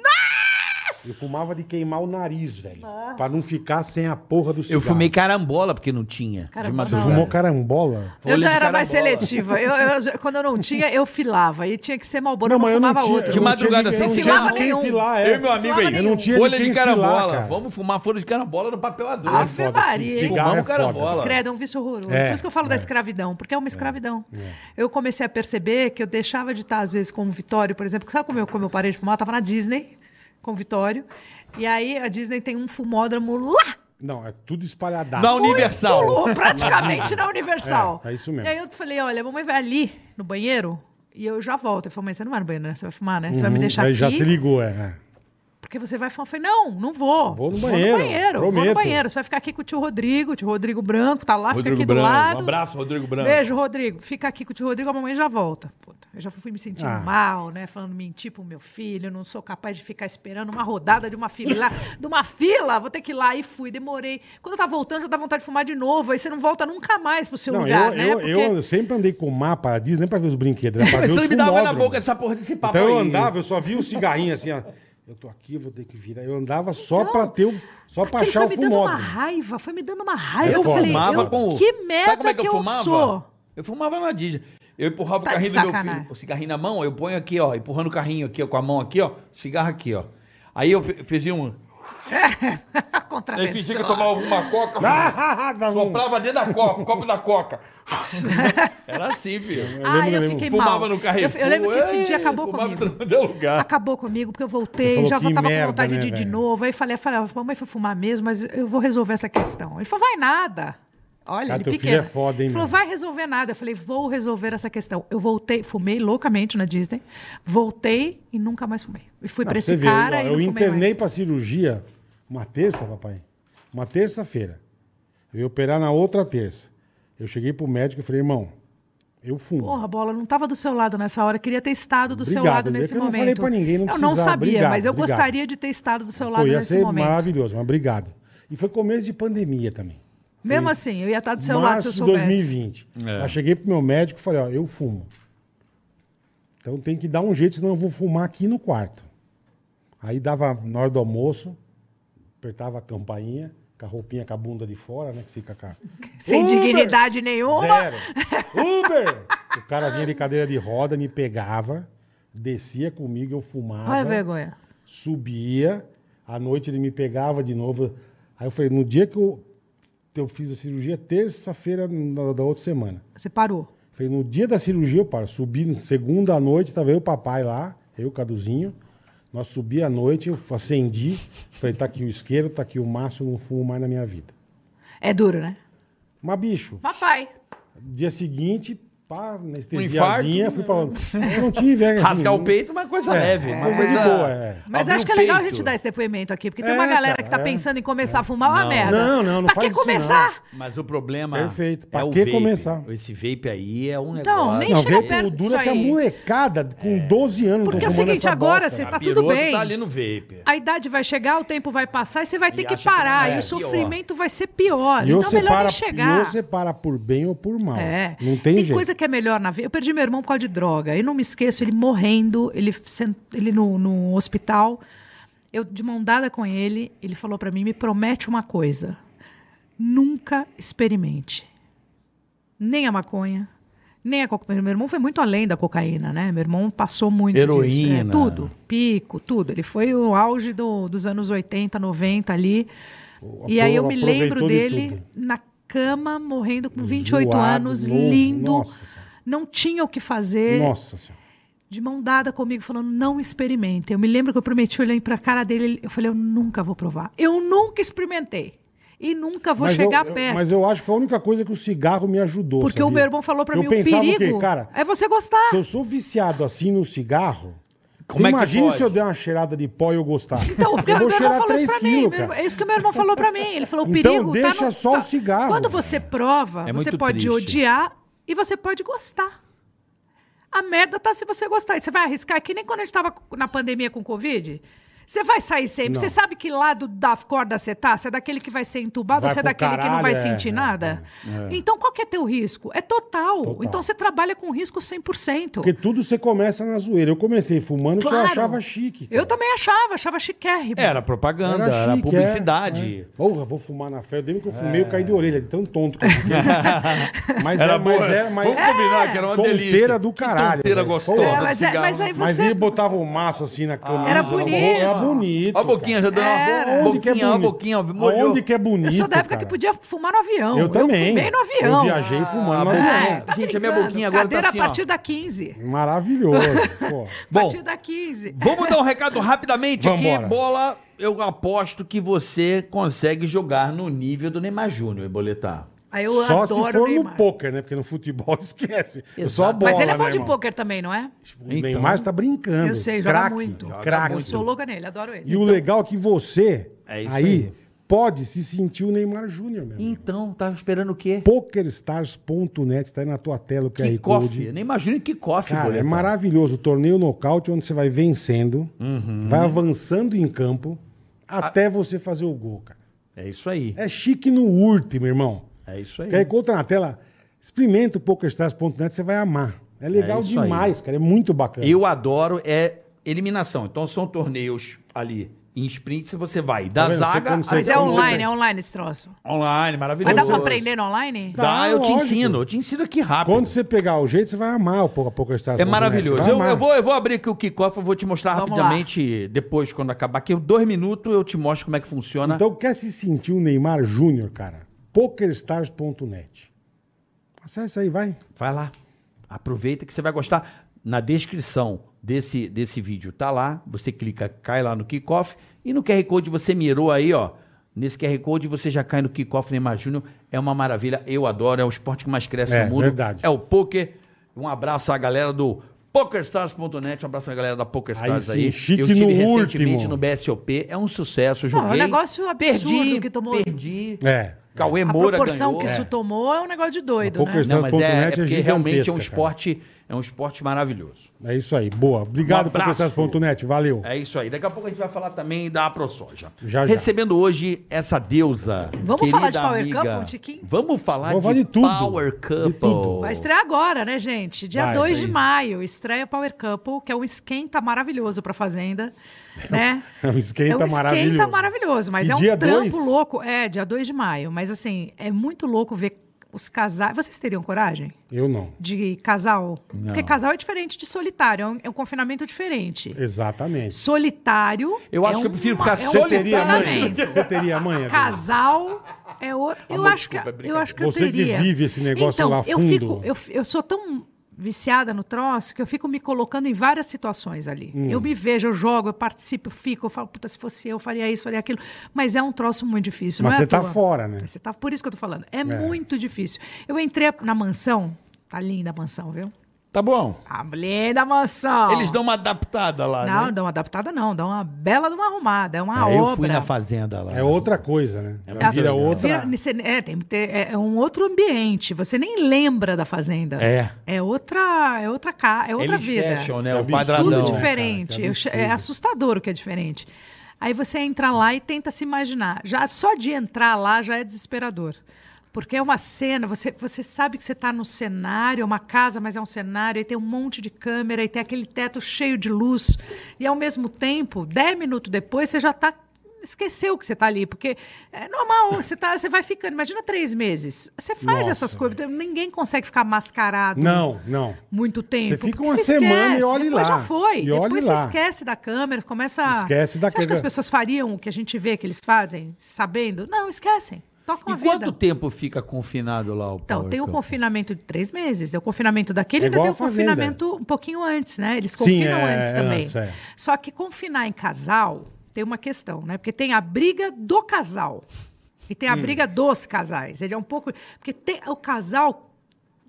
[SPEAKER 2] Nossa! Eu fumava de queimar o nariz, velho. Pra não ficar sem a porra do
[SPEAKER 3] Eu
[SPEAKER 2] cigarro.
[SPEAKER 3] fumei carambola, porque não tinha. de
[SPEAKER 4] Carambola.
[SPEAKER 3] madrugada.
[SPEAKER 2] Fumou carambola?
[SPEAKER 3] Folha
[SPEAKER 4] Eu já
[SPEAKER 3] de
[SPEAKER 4] era mais
[SPEAKER 3] carambola.
[SPEAKER 4] seletiva. Eu, eu já- quando eu não tinha, eu filava. E tinha que ser malboro, eu não
[SPEAKER 2] mas eu
[SPEAKER 4] fumava
[SPEAKER 2] tinha-
[SPEAKER 4] outro.
[SPEAKER 3] De
[SPEAKER 2] eu não
[SPEAKER 3] madrugada,
[SPEAKER 2] tinha de-
[SPEAKER 3] sem
[SPEAKER 2] eu não
[SPEAKER 4] cigarro
[SPEAKER 2] tinha de quem
[SPEAKER 4] nenhum.
[SPEAKER 2] filar, é.
[SPEAKER 3] Eu e meu amigo
[SPEAKER 4] Fumava
[SPEAKER 3] aí.
[SPEAKER 2] Eu não tinha
[SPEAKER 3] Folha
[SPEAKER 2] de,
[SPEAKER 3] de,
[SPEAKER 2] quem
[SPEAKER 3] carambola.
[SPEAKER 2] filar, cara.
[SPEAKER 3] Vamos fumar folha de carambola no papel a dois.
[SPEAKER 4] Ah,
[SPEAKER 2] É foda,
[SPEAKER 4] Maria.
[SPEAKER 2] ci- cigarro é
[SPEAKER 3] Fumamos
[SPEAKER 2] foda.
[SPEAKER 3] carambola.
[SPEAKER 4] Credo, é um vício horroroso.
[SPEAKER 2] É,
[SPEAKER 4] Por isso que eu falo
[SPEAKER 2] é.
[SPEAKER 4] da escravidão, porque é uma escravidão. Eu comecei a perceber que eu deixava de estar, às vezes, com o Vitório, por exemplo. Sabe como eu, como eu parei de fumar? Eu tava na Disney, com o Vitório. E aí a Disney tem um fumódromo lá
[SPEAKER 2] Não, é tudo espalhadaço.
[SPEAKER 3] Na Universal.
[SPEAKER 4] Pulou praticamente na Universal.
[SPEAKER 2] É, é isso mesmo.
[SPEAKER 4] E aí eu falei, olha, a mamãe vai ali no banheiro e eu já volto. Eu falei, mãe, você não vai no banheiro, né? Você vai fumar, né? Você vai me
[SPEAKER 2] Uhum,
[SPEAKER 4] deixar
[SPEAKER 2] aí
[SPEAKER 4] aqui
[SPEAKER 2] já se ligou, é, é.
[SPEAKER 4] porque você vai fumar. Eu falei, não, não vou.
[SPEAKER 2] Vou no banheiro,
[SPEAKER 4] Vou no banheiro, vou
[SPEAKER 2] prometo.
[SPEAKER 4] no banheiro. Você vai ficar aqui com o tio Rodrigo, o tio Rodrigo Branco, tá lá,
[SPEAKER 3] Rodrigo
[SPEAKER 4] fica aqui
[SPEAKER 3] Branco.
[SPEAKER 4] do lado.
[SPEAKER 3] Um abraço, Rodrigo Branco.
[SPEAKER 4] Beijo, Rodrigo. Fica aqui com o tio Rodrigo, a mamãe já volta. Puta, eu já fui me sentindo
[SPEAKER 2] Ah.
[SPEAKER 4] mal, né? Falando, mentir pro meu filho, eu não sou capaz de ficar esperando uma rodada de uma fila, de uma fila, vou ter que ir lá. E fui, demorei. Quando eu tava voltando, já dá vontade de fumar de novo. Aí você não volta nunca mais pro seu
[SPEAKER 2] Não,
[SPEAKER 4] lugar,
[SPEAKER 2] eu,
[SPEAKER 4] né?
[SPEAKER 2] eu, eu sempre andei com o mapa, diz, nem pra ver os brinquedos, era pra ver os
[SPEAKER 3] Você me dá água na
[SPEAKER 2] fumódromos.
[SPEAKER 3] boca essa porra desse papo
[SPEAKER 2] Então eu
[SPEAKER 3] aí.
[SPEAKER 2] andava, eu só via um cigarrinho assim, ó. Eu tô aqui, eu vou ter que virar. Eu andava só pra ter o. Só pra
[SPEAKER 4] Aquilo
[SPEAKER 2] achar
[SPEAKER 4] Então, foi
[SPEAKER 2] o
[SPEAKER 4] me dando uma
[SPEAKER 2] fumódromo.
[SPEAKER 4] raiva, foi me dando uma raiva.
[SPEAKER 2] Eu
[SPEAKER 4] eu falei,
[SPEAKER 2] fumava
[SPEAKER 4] eu-
[SPEAKER 3] com o-
[SPEAKER 4] que merda
[SPEAKER 3] Sabe como é que, eu fumava?
[SPEAKER 4] sou.
[SPEAKER 3] Eu fumava na Disney. Eu empurrava
[SPEAKER 4] Tá
[SPEAKER 3] o
[SPEAKER 4] de
[SPEAKER 3] carrinho do meu
[SPEAKER 4] sacanagem.
[SPEAKER 3] filho, o cigarrinho na mão, eu ponho aqui, ó, empurrando o carrinho aqui, ó, com a mão aqui, ó, cigarro aqui, ó. Aí eu fe- fazia um. Aí fingia que eu
[SPEAKER 4] Contravenção.
[SPEAKER 3] tomava uma coca,
[SPEAKER 2] Ah, tá
[SPEAKER 3] soprava dentro da copa, copo da coca. Era assim, filho.
[SPEAKER 4] Ah,
[SPEAKER 2] lembro,
[SPEAKER 4] eu
[SPEAKER 2] lembro.
[SPEAKER 4] fiquei
[SPEAKER 3] Fumava
[SPEAKER 4] mal.
[SPEAKER 3] no carrinho.
[SPEAKER 4] Eu, eu lembro que esse dia acabou
[SPEAKER 3] fumava
[SPEAKER 4] comigo.
[SPEAKER 3] Fumava deu lugar.
[SPEAKER 4] Acabou comigo, porque eu
[SPEAKER 2] Você
[SPEAKER 4] voltei,
[SPEAKER 2] falou,
[SPEAKER 4] já
[SPEAKER 2] "Que
[SPEAKER 4] voltava
[SPEAKER 2] merda,
[SPEAKER 4] com vontade
[SPEAKER 2] né,
[SPEAKER 4] de ir de
[SPEAKER 2] velho?"
[SPEAKER 4] novo. Aí falei, falei, "Ah, mamãe foi fumar mesmo, mas eu vou resolver essa questão. Ele falou, vai nada. Olha,
[SPEAKER 2] Cara,
[SPEAKER 4] ele
[SPEAKER 2] teu filho
[SPEAKER 4] pequeno.
[SPEAKER 2] é foda, hein,
[SPEAKER 4] Ele falou,
[SPEAKER 2] meu?
[SPEAKER 4] vai resolver nada. Eu falei, vou resolver essa questão. Eu voltei, fumei loucamente na Disney, voltei e nunca mais fumei. E fui pra
[SPEAKER 2] Não,
[SPEAKER 4] esse
[SPEAKER 2] você vê, eu,
[SPEAKER 4] cara e não
[SPEAKER 2] eu
[SPEAKER 4] fumei
[SPEAKER 2] internei
[SPEAKER 4] mais.
[SPEAKER 2] pra cirurgia uma terça, papai. Uma terça-feira. Eu ia operar na outra terça. Eu cheguei pro médico e falei, irmão, eu fumo.
[SPEAKER 4] Porra, bola, não estava do seu lado nessa hora. Queria ter estado do seu
[SPEAKER 2] Obrigado,
[SPEAKER 4] lado
[SPEAKER 2] Lê,
[SPEAKER 4] nesse
[SPEAKER 2] que eu não
[SPEAKER 4] momento.
[SPEAKER 2] falei pra ninguém, não
[SPEAKER 4] eu não
[SPEAKER 2] precisava.
[SPEAKER 4] sabia,
[SPEAKER 2] Obrigado,
[SPEAKER 4] mas eu
[SPEAKER 2] obrigado.
[SPEAKER 4] gostaria de ter estado do seu
[SPEAKER 2] Pô,
[SPEAKER 4] lado
[SPEAKER 2] ia
[SPEAKER 4] nesse
[SPEAKER 2] ser
[SPEAKER 4] momento.
[SPEAKER 2] maravilhoso, mas obrigado. E foi começo de pandemia também.
[SPEAKER 4] Mesmo assim, eu ia estar do seu lado se
[SPEAKER 2] março
[SPEAKER 4] eu
[SPEAKER 2] de
[SPEAKER 4] soubesse.
[SPEAKER 2] 2020.
[SPEAKER 3] É.
[SPEAKER 2] Eu cheguei pro meu médico e falei, ó, eu fumo. Então tem que dar um jeito, senão eu vou fumar aqui no quarto. Aí dava na hora do almoço, apertava a campainha, com a roupinha com a bunda de fora, né? Que fica cá.
[SPEAKER 4] Sem
[SPEAKER 2] Uber!
[SPEAKER 4] dignidade nenhuma.
[SPEAKER 2] Zero. Uber! o cara vinha de cadeira de roda, me pegava, descia comigo, eu fumava
[SPEAKER 4] Olha a vergonha.
[SPEAKER 2] subia, à noite ele me pegava de novo. Aí eu falei, no dia que eu, que eu fiz a cirurgia, terça-feira da, da outra semana.
[SPEAKER 4] Você parou.
[SPEAKER 2] Falei, no dia da cirurgia, eu paro, subi na segunda à noite, tava eu e o papai lá, eu e o Caduzinho. Nós subi à noite, eu acendi, falei, tá aqui o isqueiro, tá aqui o maço, eu não fumo mais na minha vida.
[SPEAKER 4] É duro, né?
[SPEAKER 2] Mas, bicho,
[SPEAKER 4] Papai.
[SPEAKER 2] dia seguinte, pá,
[SPEAKER 3] Um
[SPEAKER 2] anestesiazinha,
[SPEAKER 3] infarto?
[SPEAKER 2] fui pra... Eu não tive, é, assim,
[SPEAKER 3] Rasgar o
[SPEAKER 2] não-
[SPEAKER 3] peito, uma coisa leve.
[SPEAKER 2] é,
[SPEAKER 3] Uma
[SPEAKER 2] coisa de
[SPEAKER 3] coisa
[SPEAKER 2] boa, é.
[SPEAKER 4] Mas
[SPEAKER 3] Abrir
[SPEAKER 4] acho
[SPEAKER 3] o
[SPEAKER 4] que é legal a
[SPEAKER 3] peito.
[SPEAKER 4] gente dar esse depoimento aqui, porque tem
[SPEAKER 2] É,
[SPEAKER 4] uma galera
[SPEAKER 2] cara,
[SPEAKER 4] que tá
[SPEAKER 2] é.
[SPEAKER 4] pensando em começar a fumar uma merda.
[SPEAKER 2] Não, não, não
[SPEAKER 4] pra
[SPEAKER 2] faz
[SPEAKER 4] que
[SPEAKER 2] isso, não.
[SPEAKER 4] começar?
[SPEAKER 3] Mas o problema.
[SPEAKER 2] Perfeito. Pra
[SPEAKER 3] é o
[SPEAKER 2] que
[SPEAKER 3] vape.
[SPEAKER 2] começar?
[SPEAKER 3] Esse vape aí é um
[SPEAKER 4] Então,
[SPEAKER 3] negócio.
[SPEAKER 4] nem
[SPEAKER 2] Não,
[SPEAKER 4] chega
[SPEAKER 2] vê
[SPEAKER 4] perto
[SPEAKER 2] o duro
[SPEAKER 4] disso
[SPEAKER 2] é que a
[SPEAKER 4] aí.
[SPEAKER 2] molecada com 12 anos
[SPEAKER 4] Porque é
[SPEAKER 2] tão
[SPEAKER 4] o
[SPEAKER 2] fumando
[SPEAKER 4] seguinte,
[SPEAKER 2] essa
[SPEAKER 4] agora
[SPEAKER 2] bosta.
[SPEAKER 4] você
[SPEAKER 3] A
[SPEAKER 4] tá tudo
[SPEAKER 3] piroto
[SPEAKER 4] bem.
[SPEAKER 3] tá ali no vape.
[SPEAKER 4] A idade vai chegar, o tempo vai passar e você vai ter
[SPEAKER 3] E
[SPEAKER 4] que
[SPEAKER 3] acha que
[SPEAKER 4] parar.
[SPEAKER 3] não é,
[SPEAKER 4] e o
[SPEAKER 3] pior.
[SPEAKER 4] sofrimento vai ser pior.
[SPEAKER 2] E
[SPEAKER 4] então
[SPEAKER 2] ou
[SPEAKER 4] melhor
[SPEAKER 2] separa-
[SPEAKER 4] nem chegar.
[SPEAKER 2] E ou separa por bem ou por mal.
[SPEAKER 4] É.
[SPEAKER 2] Não tem, jeito.
[SPEAKER 4] coisa que que é melhor na vida? Eu perdi meu irmão por causa de droga. Eu não me esqueço, ele morrendo, ele, sent- ele no, no hospital. Eu, de mão dada com ele, ele falou para mim: me promete uma coisa. Nunca experimente. Nem a maconha, nem a cocaína. Meu irmão foi muito além da cocaína, né? Meu irmão passou muito. disso,
[SPEAKER 3] Heroína.
[SPEAKER 4] né? tudo. Pico, tudo. Ele foi o auge do- dos anos 80, 90 ali.
[SPEAKER 2] O-
[SPEAKER 4] E aí eu me
[SPEAKER 2] aproveitou
[SPEAKER 4] lembro
[SPEAKER 2] de
[SPEAKER 4] dele
[SPEAKER 2] tudo.
[SPEAKER 4] na cama, morrendo com 28
[SPEAKER 2] Zoado,
[SPEAKER 4] anos,
[SPEAKER 2] louco.
[SPEAKER 4] lindo.
[SPEAKER 2] Nossa senhora.
[SPEAKER 4] Não tinha o que fazer,
[SPEAKER 2] Nossa senhora.
[SPEAKER 4] de mão dada comigo, falando, não experimentem. Eu me lembro que eu prometi olhando pra cara dele, ele- eu falei, eu nunca vou provar. Eu nunca experimentei. E nunca vou
[SPEAKER 2] Mas eu-
[SPEAKER 4] chegar
[SPEAKER 2] eu-
[SPEAKER 4] perto.
[SPEAKER 2] mas eu acho que foi a única coisa que o cigarro me ajudou.
[SPEAKER 4] porque o
[SPEAKER 2] sabia?
[SPEAKER 4] meu irmão falou pra
[SPEAKER 2] Eu
[SPEAKER 4] mim, o
[SPEAKER 2] pensava o quê,
[SPEAKER 4] perigo
[SPEAKER 2] cara?
[SPEAKER 4] é você gostar.
[SPEAKER 2] Se eu sou viciado assim no cigarro,
[SPEAKER 3] Como é
[SPEAKER 2] você
[SPEAKER 3] que
[SPEAKER 2] imagina
[SPEAKER 3] pode?
[SPEAKER 2] se eu der uma cheirada de pó e eu gostar.
[SPEAKER 4] Então, porque
[SPEAKER 2] eu
[SPEAKER 4] meu
[SPEAKER 2] vou
[SPEAKER 4] irmão
[SPEAKER 2] cheirar
[SPEAKER 4] falou isso
[SPEAKER 2] 3
[SPEAKER 4] pra mim.
[SPEAKER 2] quilos,
[SPEAKER 4] meu irmão-
[SPEAKER 2] cara.
[SPEAKER 4] É isso que meu irmão falou pra mim. Ele falou: o
[SPEAKER 2] Então,
[SPEAKER 4] perigo tá
[SPEAKER 2] deixa
[SPEAKER 4] no.
[SPEAKER 2] só o
[SPEAKER 4] tá-
[SPEAKER 2] cigarro,
[SPEAKER 4] Quando
[SPEAKER 2] cara.
[SPEAKER 4] você prova,
[SPEAKER 3] É
[SPEAKER 4] você
[SPEAKER 3] muito
[SPEAKER 4] pode
[SPEAKER 3] triste.
[SPEAKER 4] odiar e você pode gostar. A merda tá se você gostar. E você vai arriscar, que nem quando a gente tava na pandemia com Covid. Você vai sair sempre.
[SPEAKER 2] Não.
[SPEAKER 4] Você sabe que lado da corda você tá? Você é daquele que vai ser entubado
[SPEAKER 2] Vai
[SPEAKER 4] ou você é
[SPEAKER 2] pro
[SPEAKER 4] daquele que não vai
[SPEAKER 2] caralho, é,
[SPEAKER 4] sentir
[SPEAKER 2] é,
[SPEAKER 4] nada? Então, qual que é teu risco? É total.
[SPEAKER 2] Total.
[SPEAKER 4] Então, você trabalha com risco 100%.
[SPEAKER 2] Porque tudo você começa na zoeira. Eu comecei fumando porque eu
[SPEAKER 4] Claro.
[SPEAKER 2] achava chique. cara.
[SPEAKER 4] Eu também achava, achava chiquérrimo.
[SPEAKER 3] Era é, propaganda, era,
[SPEAKER 2] chique,
[SPEAKER 3] publicidade. É.
[SPEAKER 2] é, é. Porra, vou fumar na fé. Eu lembro que eu fumei, eu caí de orelha, de tão tonto que eu fiquei. mas era, mas
[SPEAKER 3] boa.
[SPEAKER 2] era, mas...
[SPEAKER 4] É,
[SPEAKER 3] Vamos combinar que era uma
[SPEAKER 2] Tonteira
[SPEAKER 3] delícia.
[SPEAKER 2] do
[SPEAKER 3] Que
[SPEAKER 2] caralho,
[SPEAKER 3] Tonteira
[SPEAKER 2] velho.
[SPEAKER 3] gostosa.
[SPEAKER 2] É,
[SPEAKER 3] do
[SPEAKER 4] mas é-
[SPEAKER 3] cigarro.
[SPEAKER 4] mas aí
[SPEAKER 2] Mas
[SPEAKER 4] você-
[SPEAKER 2] ele botava o maço assim na camisa.
[SPEAKER 4] Era
[SPEAKER 2] uma bo-
[SPEAKER 4] bonito.
[SPEAKER 2] Era bonito.
[SPEAKER 3] Ó um a boquinha
[SPEAKER 2] cara.
[SPEAKER 3] já dando uma bo-
[SPEAKER 2] Aonde que é
[SPEAKER 3] boquinha, ó a
[SPEAKER 2] bonito?
[SPEAKER 3] boquinha, molhou.
[SPEAKER 2] Aonde que é bonito,
[SPEAKER 4] Eu sou da época
[SPEAKER 2] cara?
[SPEAKER 4] que podia fumar no avião.
[SPEAKER 2] Eu também.
[SPEAKER 4] fumei no avião.
[SPEAKER 2] Eu viajei fumando no
[SPEAKER 3] Ah,
[SPEAKER 2] avião.
[SPEAKER 4] É, tá
[SPEAKER 3] Gente, a minha
[SPEAKER 4] brincando.
[SPEAKER 3] boquinha agora tá
[SPEAKER 4] Cadeira
[SPEAKER 3] assim, ó.
[SPEAKER 4] a partir da 15.
[SPEAKER 2] Maravilhoso. pô.
[SPEAKER 4] A
[SPEAKER 3] Bom,
[SPEAKER 4] partir da 15.
[SPEAKER 3] vamos dar um recado rapidamente aqui.
[SPEAKER 2] Vambora.
[SPEAKER 3] Bola, eu aposto que você consegue jogar no nível do Neymar Júnior, boletar.
[SPEAKER 4] Aí eu
[SPEAKER 2] Só se
[SPEAKER 4] adoro
[SPEAKER 2] for
[SPEAKER 4] o
[SPEAKER 2] no
[SPEAKER 4] Neymar.
[SPEAKER 2] pôquer, né? Porque no futebol esquece.
[SPEAKER 3] Exato.
[SPEAKER 2] Só a bola,
[SPEAKER 4] Mas ele é bom
[SPEAKER 2] né,
[SPEAKER 4] de
[SPEAKER 2] irmão? Tipo,
[SPEAKER 4] pôquer também, não é?
[SPEAKER 2] O
[SPEAKER 3] Então.
[SPEAKER 2] Neymar está brincando.
[SPEAKER 4] Eu sei, joga
[SPEAKER 2] Craque,
[SPEAKER 4] muito. Joga
[SPEAKER 2] Craque.
[SPEAKER 4] Eu sou louca nele, adoro ele.
[SPEAKER 2] Ah, E o legal é que você,
[SPEAKER 3] É
[SPEAKER 2] aí,
[SPEAKER 3] isso aí.
[SPEAKER 2] pode se sentir o Neymar Júnior, meu amigo.
[SPEAKER 3] Então, tá esperando o quê?
[SPEAKER 2] Pokerstars.net está tá aí na tua tela o QR
[SPEAKER 3] Kickoff.
[SPEAKER 2] Code.
[SPEAKER 3] Nem imagino que kickoff,
[SPEAKER 2] Cara, é
[SPEAKER 3] boletar.
[SPEAKER 2] maravilhoso. O torneio nocaute, onde você vai vencendo,
[SPEAKER 3] Uhum.
[SPEAKER 2] vai avançando em campo, até você fazer o gol, cara.
[SPEAKER 3] É isso aí.
[SPEAKER 2] É chique no último, irmão.
[SPEAKER 3] É isso aí.
[SPEAKER 2] QR Code tá na tela. Experimenta o PokerStars.net, você vai amar. É legal
[SPEAKER 3] É isso aí.
[SPEAKER 2] demais, cara. É muito bacana.
[SPEAKER 3] Eu adoro é eliminação. Então são torneios ali em sprints, você vai da
[SPEAKER 2] Tá vendo? Você
[SPEAKER 3] zaga
[SPEAKER 2] quando você-
[SPEAKER 4] Mas é
[SPEAKER 2] Então,
[SPEAKER 4] online,
[SPEAKER 2] super.
[SPEAKER 4] é online esse troço.
[SPEAKER 3] online, maravilhoso.
[SPEAKER 4] Mas dá pra aprender né? no online?
[SPEAKER 3] Dá, eu te
[SPEAKER 2] lógico.
[SPEAKER 3] ensino, eu te ensino aqui rápido.
[SPEAKER 2] Quando você pegar o jeito, você vai amar o Po- PokerStars.
[SPEAKER 3] É maravilhoso.
[SPEAKER 2] Vai
[SPEAKER 3] Eu,
[SPEAKER 2] amar.
[SPEAKER 3] eu vou, eu vou abrir aqui o kickoff, eu vou te mostrar
[SPEAKER 4] Vamos
[SPEAKER 3] rapidamente depois, quando acabar aqui. Dois minutos eu te mostro como é que funciona.
[SPEAKER 2] Então, quer se sentir o Neymar Júnior, cara? PokerStars.net. Acesse aí, vai.
[SPEAKER 3] Vai lá. Aproveita que você vai gostar. Na descrição desse, desse vídeo tá lá. Você clica, cai lá no kickoff. E no QR Code você mirou aí, ó. Nesse QR Code você já cai no kickoff Neymar Júnior. É uma maravilha. Eu adoro. É o esporte que mais cresce
[SPEAKER 2] É,
[SPEAKER 3] no mundo.
[SPEAKER 2] verdade.
[SPEAKER 3] É o poker. Um abraço à galera do PokerStars.net. Um abraço à galera da PokerStars
[SPEAKER 2] Aí sim,
[SPEAKER 3] aí.
[SPEAKER 2] chique
[SPEAKER 3] Eu estive
[SPEAKER 2] no
[SPEAKER 3] recentemente
[SPEAKER 2] último.
[SPEAKER 3] no BSOP. É um sucesso.
[SPEAKER 4] Não, é um
[SPEAKER 3] Joguei.
[SPEAKER 4] negócio absurdo
[SPEAKER 3] perdi,
[SPEAKER 4] que tomou.
[SPEAKER 3] Perdi.
[SPEAKER 2] É.
[SPEAKER 3] Cauê
[SPEAKER 4] A
[SPEAKER 3] Moura
[SPEAKER 4] proporção
[SPEAKER 3] ganhou.
[SPEAKER 4] que isso tomou é um negócio de doido,
[SPEAKER 2] Um pouco
[SPEAKER 4] né?
[SPEAKER 2] esse-
[SPEAKER 3] Não, mas é, é
[SPEAKER 2] Net é
[SPEAKER 3] porque realmente é um
[SPEAKER 2] gigantesca,
[SPEAKER 3] esporte, é um esporte maravilhoso.
[SPEAKER 2] É isso aí. Boa.
[SPEAKER 3] Um
[SPEAKER 2] Obrigado,
[SPEAKER 3] abraço.
[SPEAKER 2] PokerStars.net. Valeu.
[SPEAKER 3] É isso aí. Daqui a pouco a gente vai falar também da AproSoja.
[SPEAKER 2] Já, já.
[SPEAKER 3] Recebendo hoje essa deusa.
[SPEAKER 4] Vamos
[SPEAKER 3] querida
[SPEAKER 4] falar de Power
[SPEAKER 3] amiga.
[SPEAKER 4] Couple, Tiquinho?
[SPEAKER 3] Vamos falar
[SPEAKER 2] Vamos falar
[SPEAKER 3] de,
[SPEAKER 2] de tudo.
[SPEAKER 3] Power
[SPEAKER 2] De
[SPEAKER 3] Couple.
[SPEAKER 2] tudo.
[SPEAKER 4] Vai estrear agora, né, gente? Dia
[SPEAKER 2] Vai,
[SPEAKER 4] 2 de
[SPEAKER 2] aí.
[SPEAKER 4] maio, estreia Power Couple, que é um esquenta maravilhoso pra Fazenda, né?
[SPEAKER 2] É um esquenta maravilhoso.
[SPEAKER 4] maravilhoso, mas
[SPEAKER 2] E
[SPEAKER 4] é um
[SPEAKER 2] dia
[SPEAKER 4] trampo
[SPEAKER 2] dois?
[SPEAKER 4] louco. É, dia 2 de maio, mas assim, é muito louco ver os casais. Vocês teriam coragem
[SPEAKER 2] Eu não.
[SPEAKER 4] de casal?
[SPEAKER 3] Não.
[SPEAKER 4] Porque casal é diferente de solitário, é um, é um confinamento diferente.
[SPEAKER 2] Exatamente.
[SPEAKER 4] Solitário.
[SPEAKER 3] Eu acho
[SPEAKER 4] é
[SPEAKER 3] que eu prefiro
[SPEAKER 4] uma-
[SPEAKER 3] ficar
[SPEAKER 4] é um
[SPEAKER 2] Você teria mãe?
[SPEAKER 4] confinamento.
[SPEAKER 2] Você teria mãe? Adriano?
[SPEAKER 4] Casal é outro. Eu,
[SPEAKER 3] Amor,
[SPEAKER 4] acho que,
[SPEAKER 3] desculpa, é
[SPEAKER 4] eu
[SPEAKER 3] brincadeira.
[SPEAKER 4] acho que eu
[SPEAKER 2] Você que
[SPEAKER 4] teria.
[SPEAKER 2] vive esse negócio
[SPEAKER 4] então,
[SPEAKER 2] lá
[SPEAKER 4] eu
[SPEAKER 2] fundo.
[SPEAKER 4] fico, eu, fi- eu sou tão viciada no troço que eu fico me colocando em várias situações ali.
[SPEAKER 2] Hum.
[SPEAKER 4] Eu me vejo, eu jogo, eu participo, eu fico, eu falo, puta, se fosse eu, eu faria isso, faria aquilo. Mas é um troço muito difícil.
[SPEAKER 2] Mas
[SPEAKER 4] não é
[SPEAKER 2] você
[SPEAKER 4] à
[SPEAKER 2] tá
[SPEAKER 4] toa.
[SPEAKER 2] fora, né?
[SPEAKER 4] Você tá, por isso que eu tô falando. É, muito difícil. Eu entrei na mansão, tá linda a mansão, viu?
[SPEAKER 3] Tá bom.
[SPEAKER 4] Tá linda a mansão.
[SPEAKER 3] Eles dão uma adaptada lá,
[SPEAKER 4] Não,
[SPEAKER 3] né?
[SPEAKER 4] dão uma adaptada, não. Dão uma bela de uma arrumada. É uma
[SPEAKER 3] É, eu
[SPEAKER 4] obra.
[SPEAKER 3] fui na fazenda lá.
[SPEAKER 2] É outra coisa, né?
[SPEAKER 5] É
[SPEAKER 3] muito
[SPEAKER 2] vira
[SPEAKER 3] legal.
[SPEAKER 2] outra.
[SPEAKER 4] Vira- cê- é, tem que ter- é, é um outro ambiente. Você nem lembra da fazenda.
[SPEAKER 3] É.
[SPEAKER 4] É outra, é outra, ca- é outra
[SPEAKER 3] Eles
[SPEAKER 4] vida.
[SPEAKER 3] fecham, né?
[SPEAKER 2] É
[SPEAKER 3] O
[SPEAKER 2] absurdo
[SPEAKER 3] quadradão.
[SPEAKER 4] Tudo
[SPEAKER 2] né, cara?
[SPEAKER 4] diferente.
[SPEAKER 2] Que
[SPEAKER 4] Eu che- é
[SPEAKER 2] absurdo.
[SPEAKER 4] assustador o que é diferente. Aí você entra lá e tenta se imaginar. Já só de entrar lá já é desesperador. Porque é uma cena, você, você sabe que você está no cenário, é uma casa, mas é um cenário, e tem um monte de câmera, e tem aquele teto cheio de luz. E ao mesmo tempo, dez minutos depois, você já está. Esqueceu que você está ali, porque é normal, você, tá, você vai ficando. Imagina três meses. Você faz
[SPEAKER 2] Nossa,
[SPEAKER 4] essas coisas, então ninguém consegue ficar mascarado
[SPEAKER 2] Não, não.
[SPEAKER 4] muito tempo.
[SPEAKER 2] Você fica
[SPEAKER 4] porque
[SPEAKER 2] uma semana e olhe
[SPEAKER 4] depois
[SPEAKER 2] lá.
[SPEAKER 4] já foi.
[SPEAKER 2] E olhe
[SPEAKER 4] depois
[SPEAKER 2] lá.
[SPEAKER 4] você esquece da câmera, começa. a-
[SPEAKER 2] Esquece da
[SPEAKER 4] Você acha que
[SPEAKER 2] câmera.
[SPEAKER 4] as pessoas fariam o que a gente vê que eles fazem, sabendo? Não, esquecem. Tocam
[SPEAKER 3] E
[SPEAKER 4] a vida.
[SPEAKER 3] quanto tempo fica confinado lá o
[SPEAKER 4] Então,
[SPEAKER 3] Power
[SPEAKER 4] tem o
[SPEAKER 3] Couple?
[SPEAKER 4] confinamento de três meses. É o confinamento
[SPEAKER 2] É
[SPEAKER 4] daquele, ainda tem
[SPEAKER 2] igual
[SPEAKER 4] o
[SPEAKER 2] a Fazenda.
[SPEAKER 4] confinamento um pouquinho antes, né? Eles
[SPEAKER 2] Sim,
[SPEAKER 4] confinam
[SPEAKER 2] é,
[SPEAKER 4] antes
[SPEAKER 2] é
[SPEAKER 4] também.
[SPEAKER 2] antes, é.
[SPEAKER 4] Só que confinar em casal tem uma questão, né? Porque tem a briga do casal. E tem a
[SPEAKER 2] Hum.
[SPEAKER 4] briga dos casais. Ele é um pouco. Porque tem o casal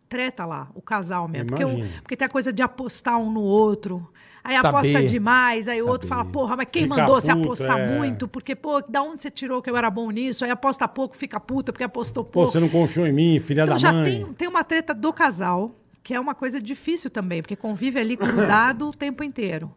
[SPEAKER 4] treta lá, o casal mesmo. Porque, o-
[SPEAKER 2] Imagino.
[SPEAKER 4] porque tem a coisa de apostar um no outro. Aí
[SPEAKER 3] Saber.
[SPEAKER 4] aposta demais, aí o outro
[SPEAKER 3] Saber.
[SPEAKER 4] fala, porra, mas quem
[SPEAKER 2] Fica
[SPEAKER 4] mandou você
[SPEAKER 2] puto,
[SPEAKER 4] apostar
[SPEAKER 2] é.
[SPEAKER 4] muito? Porque, pô, da onde você tirou que eu era bom nisso? Aí aposta pouco, fica puta, porque apostou
[SPEAKER 2] Pô,
[SPEAKER 4] pouco.
[SPEAKER 2] você não confiou em mim, filha
[SPEAKER 4] Então
[SPEAKER 2] da
[SPEAKER 4] já
[SPEAKER 2] mãe.
[SPEAKER 4] tem, tem uma treta do casal, que é uma coisa difícil também, porque convive ali grudado o tempo inteiro.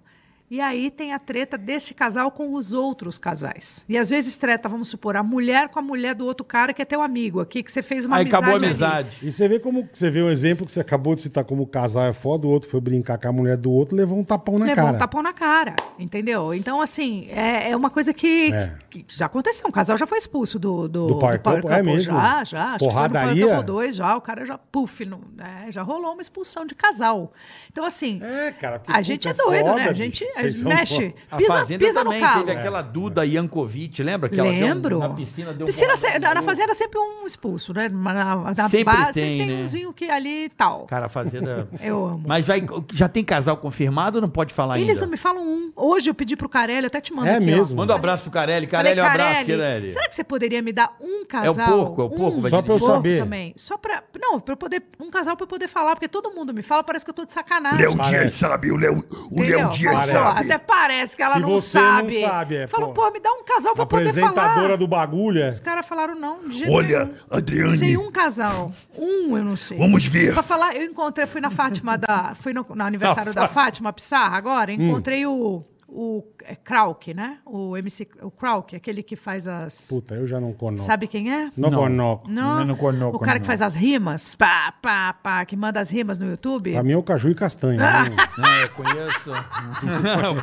[SPEAKER 4] E aí tem a treta desse casal com os outros casais. E às vezes treta, vamos supor, a mulher com a mulher do outro cara que é teu amigo aqui, que você fez uma
[SPEAKER 3] Aí
[SPEAKER 4] amizade.
[SPEAKER 3] acabou a
[SPEAKER 4] ali.
[SPEAKER 3] amizade.
[SPEAKER 2] E você vê como você vê o exemplo que você acabou de citar como o casal é foda, o outro foi brincar com a mulher do outro, levou um tapão na
[SPEAKER 4] Levou
[SPEAKER 2] cara.
[SPEAKER 4] um tapão na cara, entendeu? Então, assim, é, é uma coisa que,
[SPEAKER 2] É.
[SPEAKER 4] que já aconteceu. Um casal já foi expulso do, do,
[SPEAKER 2] Do Power Couple, é mesmo?
[SPEAKER 4] Já, já. Acho que foi no Power
[SPEAKER 2] Porradaria?
[SPEAKER 4] Couple 2 já. O cara já, puf, não, né, já rolou uma expulsão de casal. Então, assim,
[SPEAKER 2] É, cara. porque
[SPEAKER 4] a gente é
[SPEAKER 2] puta
[SPEAKER 4] doido,
[SPEAKER 2] foda,
[SPEAKER 4] né? A
[SPEAKER 2] bicho.
[SPEAKER 4] gente a
[SPEAKER 2] Vocês
[SPEAKER 4] gente
[SPEAKER 2] são
[SPEAKER 4] mexe.
[SPEAKER 3] A
[SPEAKER 4] Pisa,
[SPEAKER 3] Fazenda
[SPEAKER 4] pisa no
[SPEAKER 3] também
[SPEAKER 4] calo.
[SPEAKER 3] teve aquela Duda Yankovic, lembra? Que
[SPEAKER 4] Lembro.
[SPEAKER 3] Ela deu, um- na piscina deu um
[SPEAKER 4] Piscina
[SPEAKER 3] porrada
[SPEAKER 4] se-
[SPEAKER 3] no
[SPEAKER 4] na, na
[SPEAKER 3] outro.
[SPEAKER 4] fazenda sempre um expulso, né? Na, na- na
[SPEAKER 3] Sempre
[SPEAKER 4] base
[SPEAKER 3] tem,
[SPEAKER 4] tem,
[SPEAKER 3] né?
[SPEAKER 4] umzinho que ali e tal.
[SPEAKER 3] Cara, a Fazenda...
[SPEAKER 4] Eu amo.
[SPEAKER 3] Mas vai, já tem casal confirmado ou não pode falar
[SPEAKER 4] Eles não
[SPEAKER 3] ainda?
[SPEAKER 4] me falam um. Hoje eu pedi pro Carelli, eu até te mando
[SPEAKER 2] É
[SPEAKER 4] aqui,
[SPEAKER 2] mesmo?
[SPEAKER 4] ó.
[SPEAKER 3] Manda um abraço pro Carelli.
[SPEAKER 4] Falei,
[SPEAKER 3] Carelli, um abraço, Carelli.
[SPEAKER 4] Será que você poderia me dar um casal?
[SPEAKER 3] porco, é o porco,
[SPEAKER 4] Um
[SPEAKER 3] vai
[SPEAKER 2] Só pra eu
[SPEAKER 4] porco
[SPEAKER 2] saber.
[SPEAKER 4] também. Só pra. Não, pra eu poder. Um casal pra eu poder falar, porque todo mundo me fala, parece que eu tô de sacanagem.
[SPEAKER 5] Léo
[SPEAKER 2] Parece.
[SPEAKER 5] Dias sabe, o Léo, o Léo
[SPEAKER 4] Entendeu?
[SPEAKER 5] Dias
[SPEAKER 4] Mas, ó,
[SPEAKER 5] sabe.
[SPEAKER 4] até parece que ela
[SPEAKER 2] E
[SPEAKER 4] não
[SPEAKER 2] você não
[SPEAKER 4] sabe.
[SPEAKER 2] sabe, é,
[SPEAKER 4] Falam,
[SPEAKER 2] pô.
[SPEAKER 4] pô, me dá um casal pra eu poder
[SPEAKER 2] Apresentadora
[SPEAKER 4] falar.
[SPEAKER 2] do bagulho é.
[SPEAKER 4] Os caras falaram não, de jeito
[SPEAKER 5] Olha,
[SPEAKER 4] nenhum.
[SPEAKER 5] Adriane,
[SPEAKER 4] Sei um casal. Um, eu não sei.
[SPEAKER 5] Vamos ver.
[SPEAKER 4] Pra falar, eu encontrei, fui na Fátima da. Fui no, no aniversário da Fátima Pissarra agora, encontrei o. O é, Krauk, né? O MC. O Krauk, aquele que faz as.
[SPEAKER 2] Puta, eu já não conoco.
[SPEAKER 4] Sabe quem é?
[SPEAKER 2] Não, é conoco.
[SPEAKER 4] Não.
[SPEAKER 5] Não, não conoco,
[SPEAKER 4] o cara
[SPEAKER 5] não.
[SPEAKER 4] que faz as rimas, pá, pá, pá, que manda as rimas no YouTube.
[SPEAKER 2] Pra mim é o caju e castanha.
[SPEAKER 4] Ah.
[SPEAKER 2] né?
[SPEAKER 3] É, eu conheço.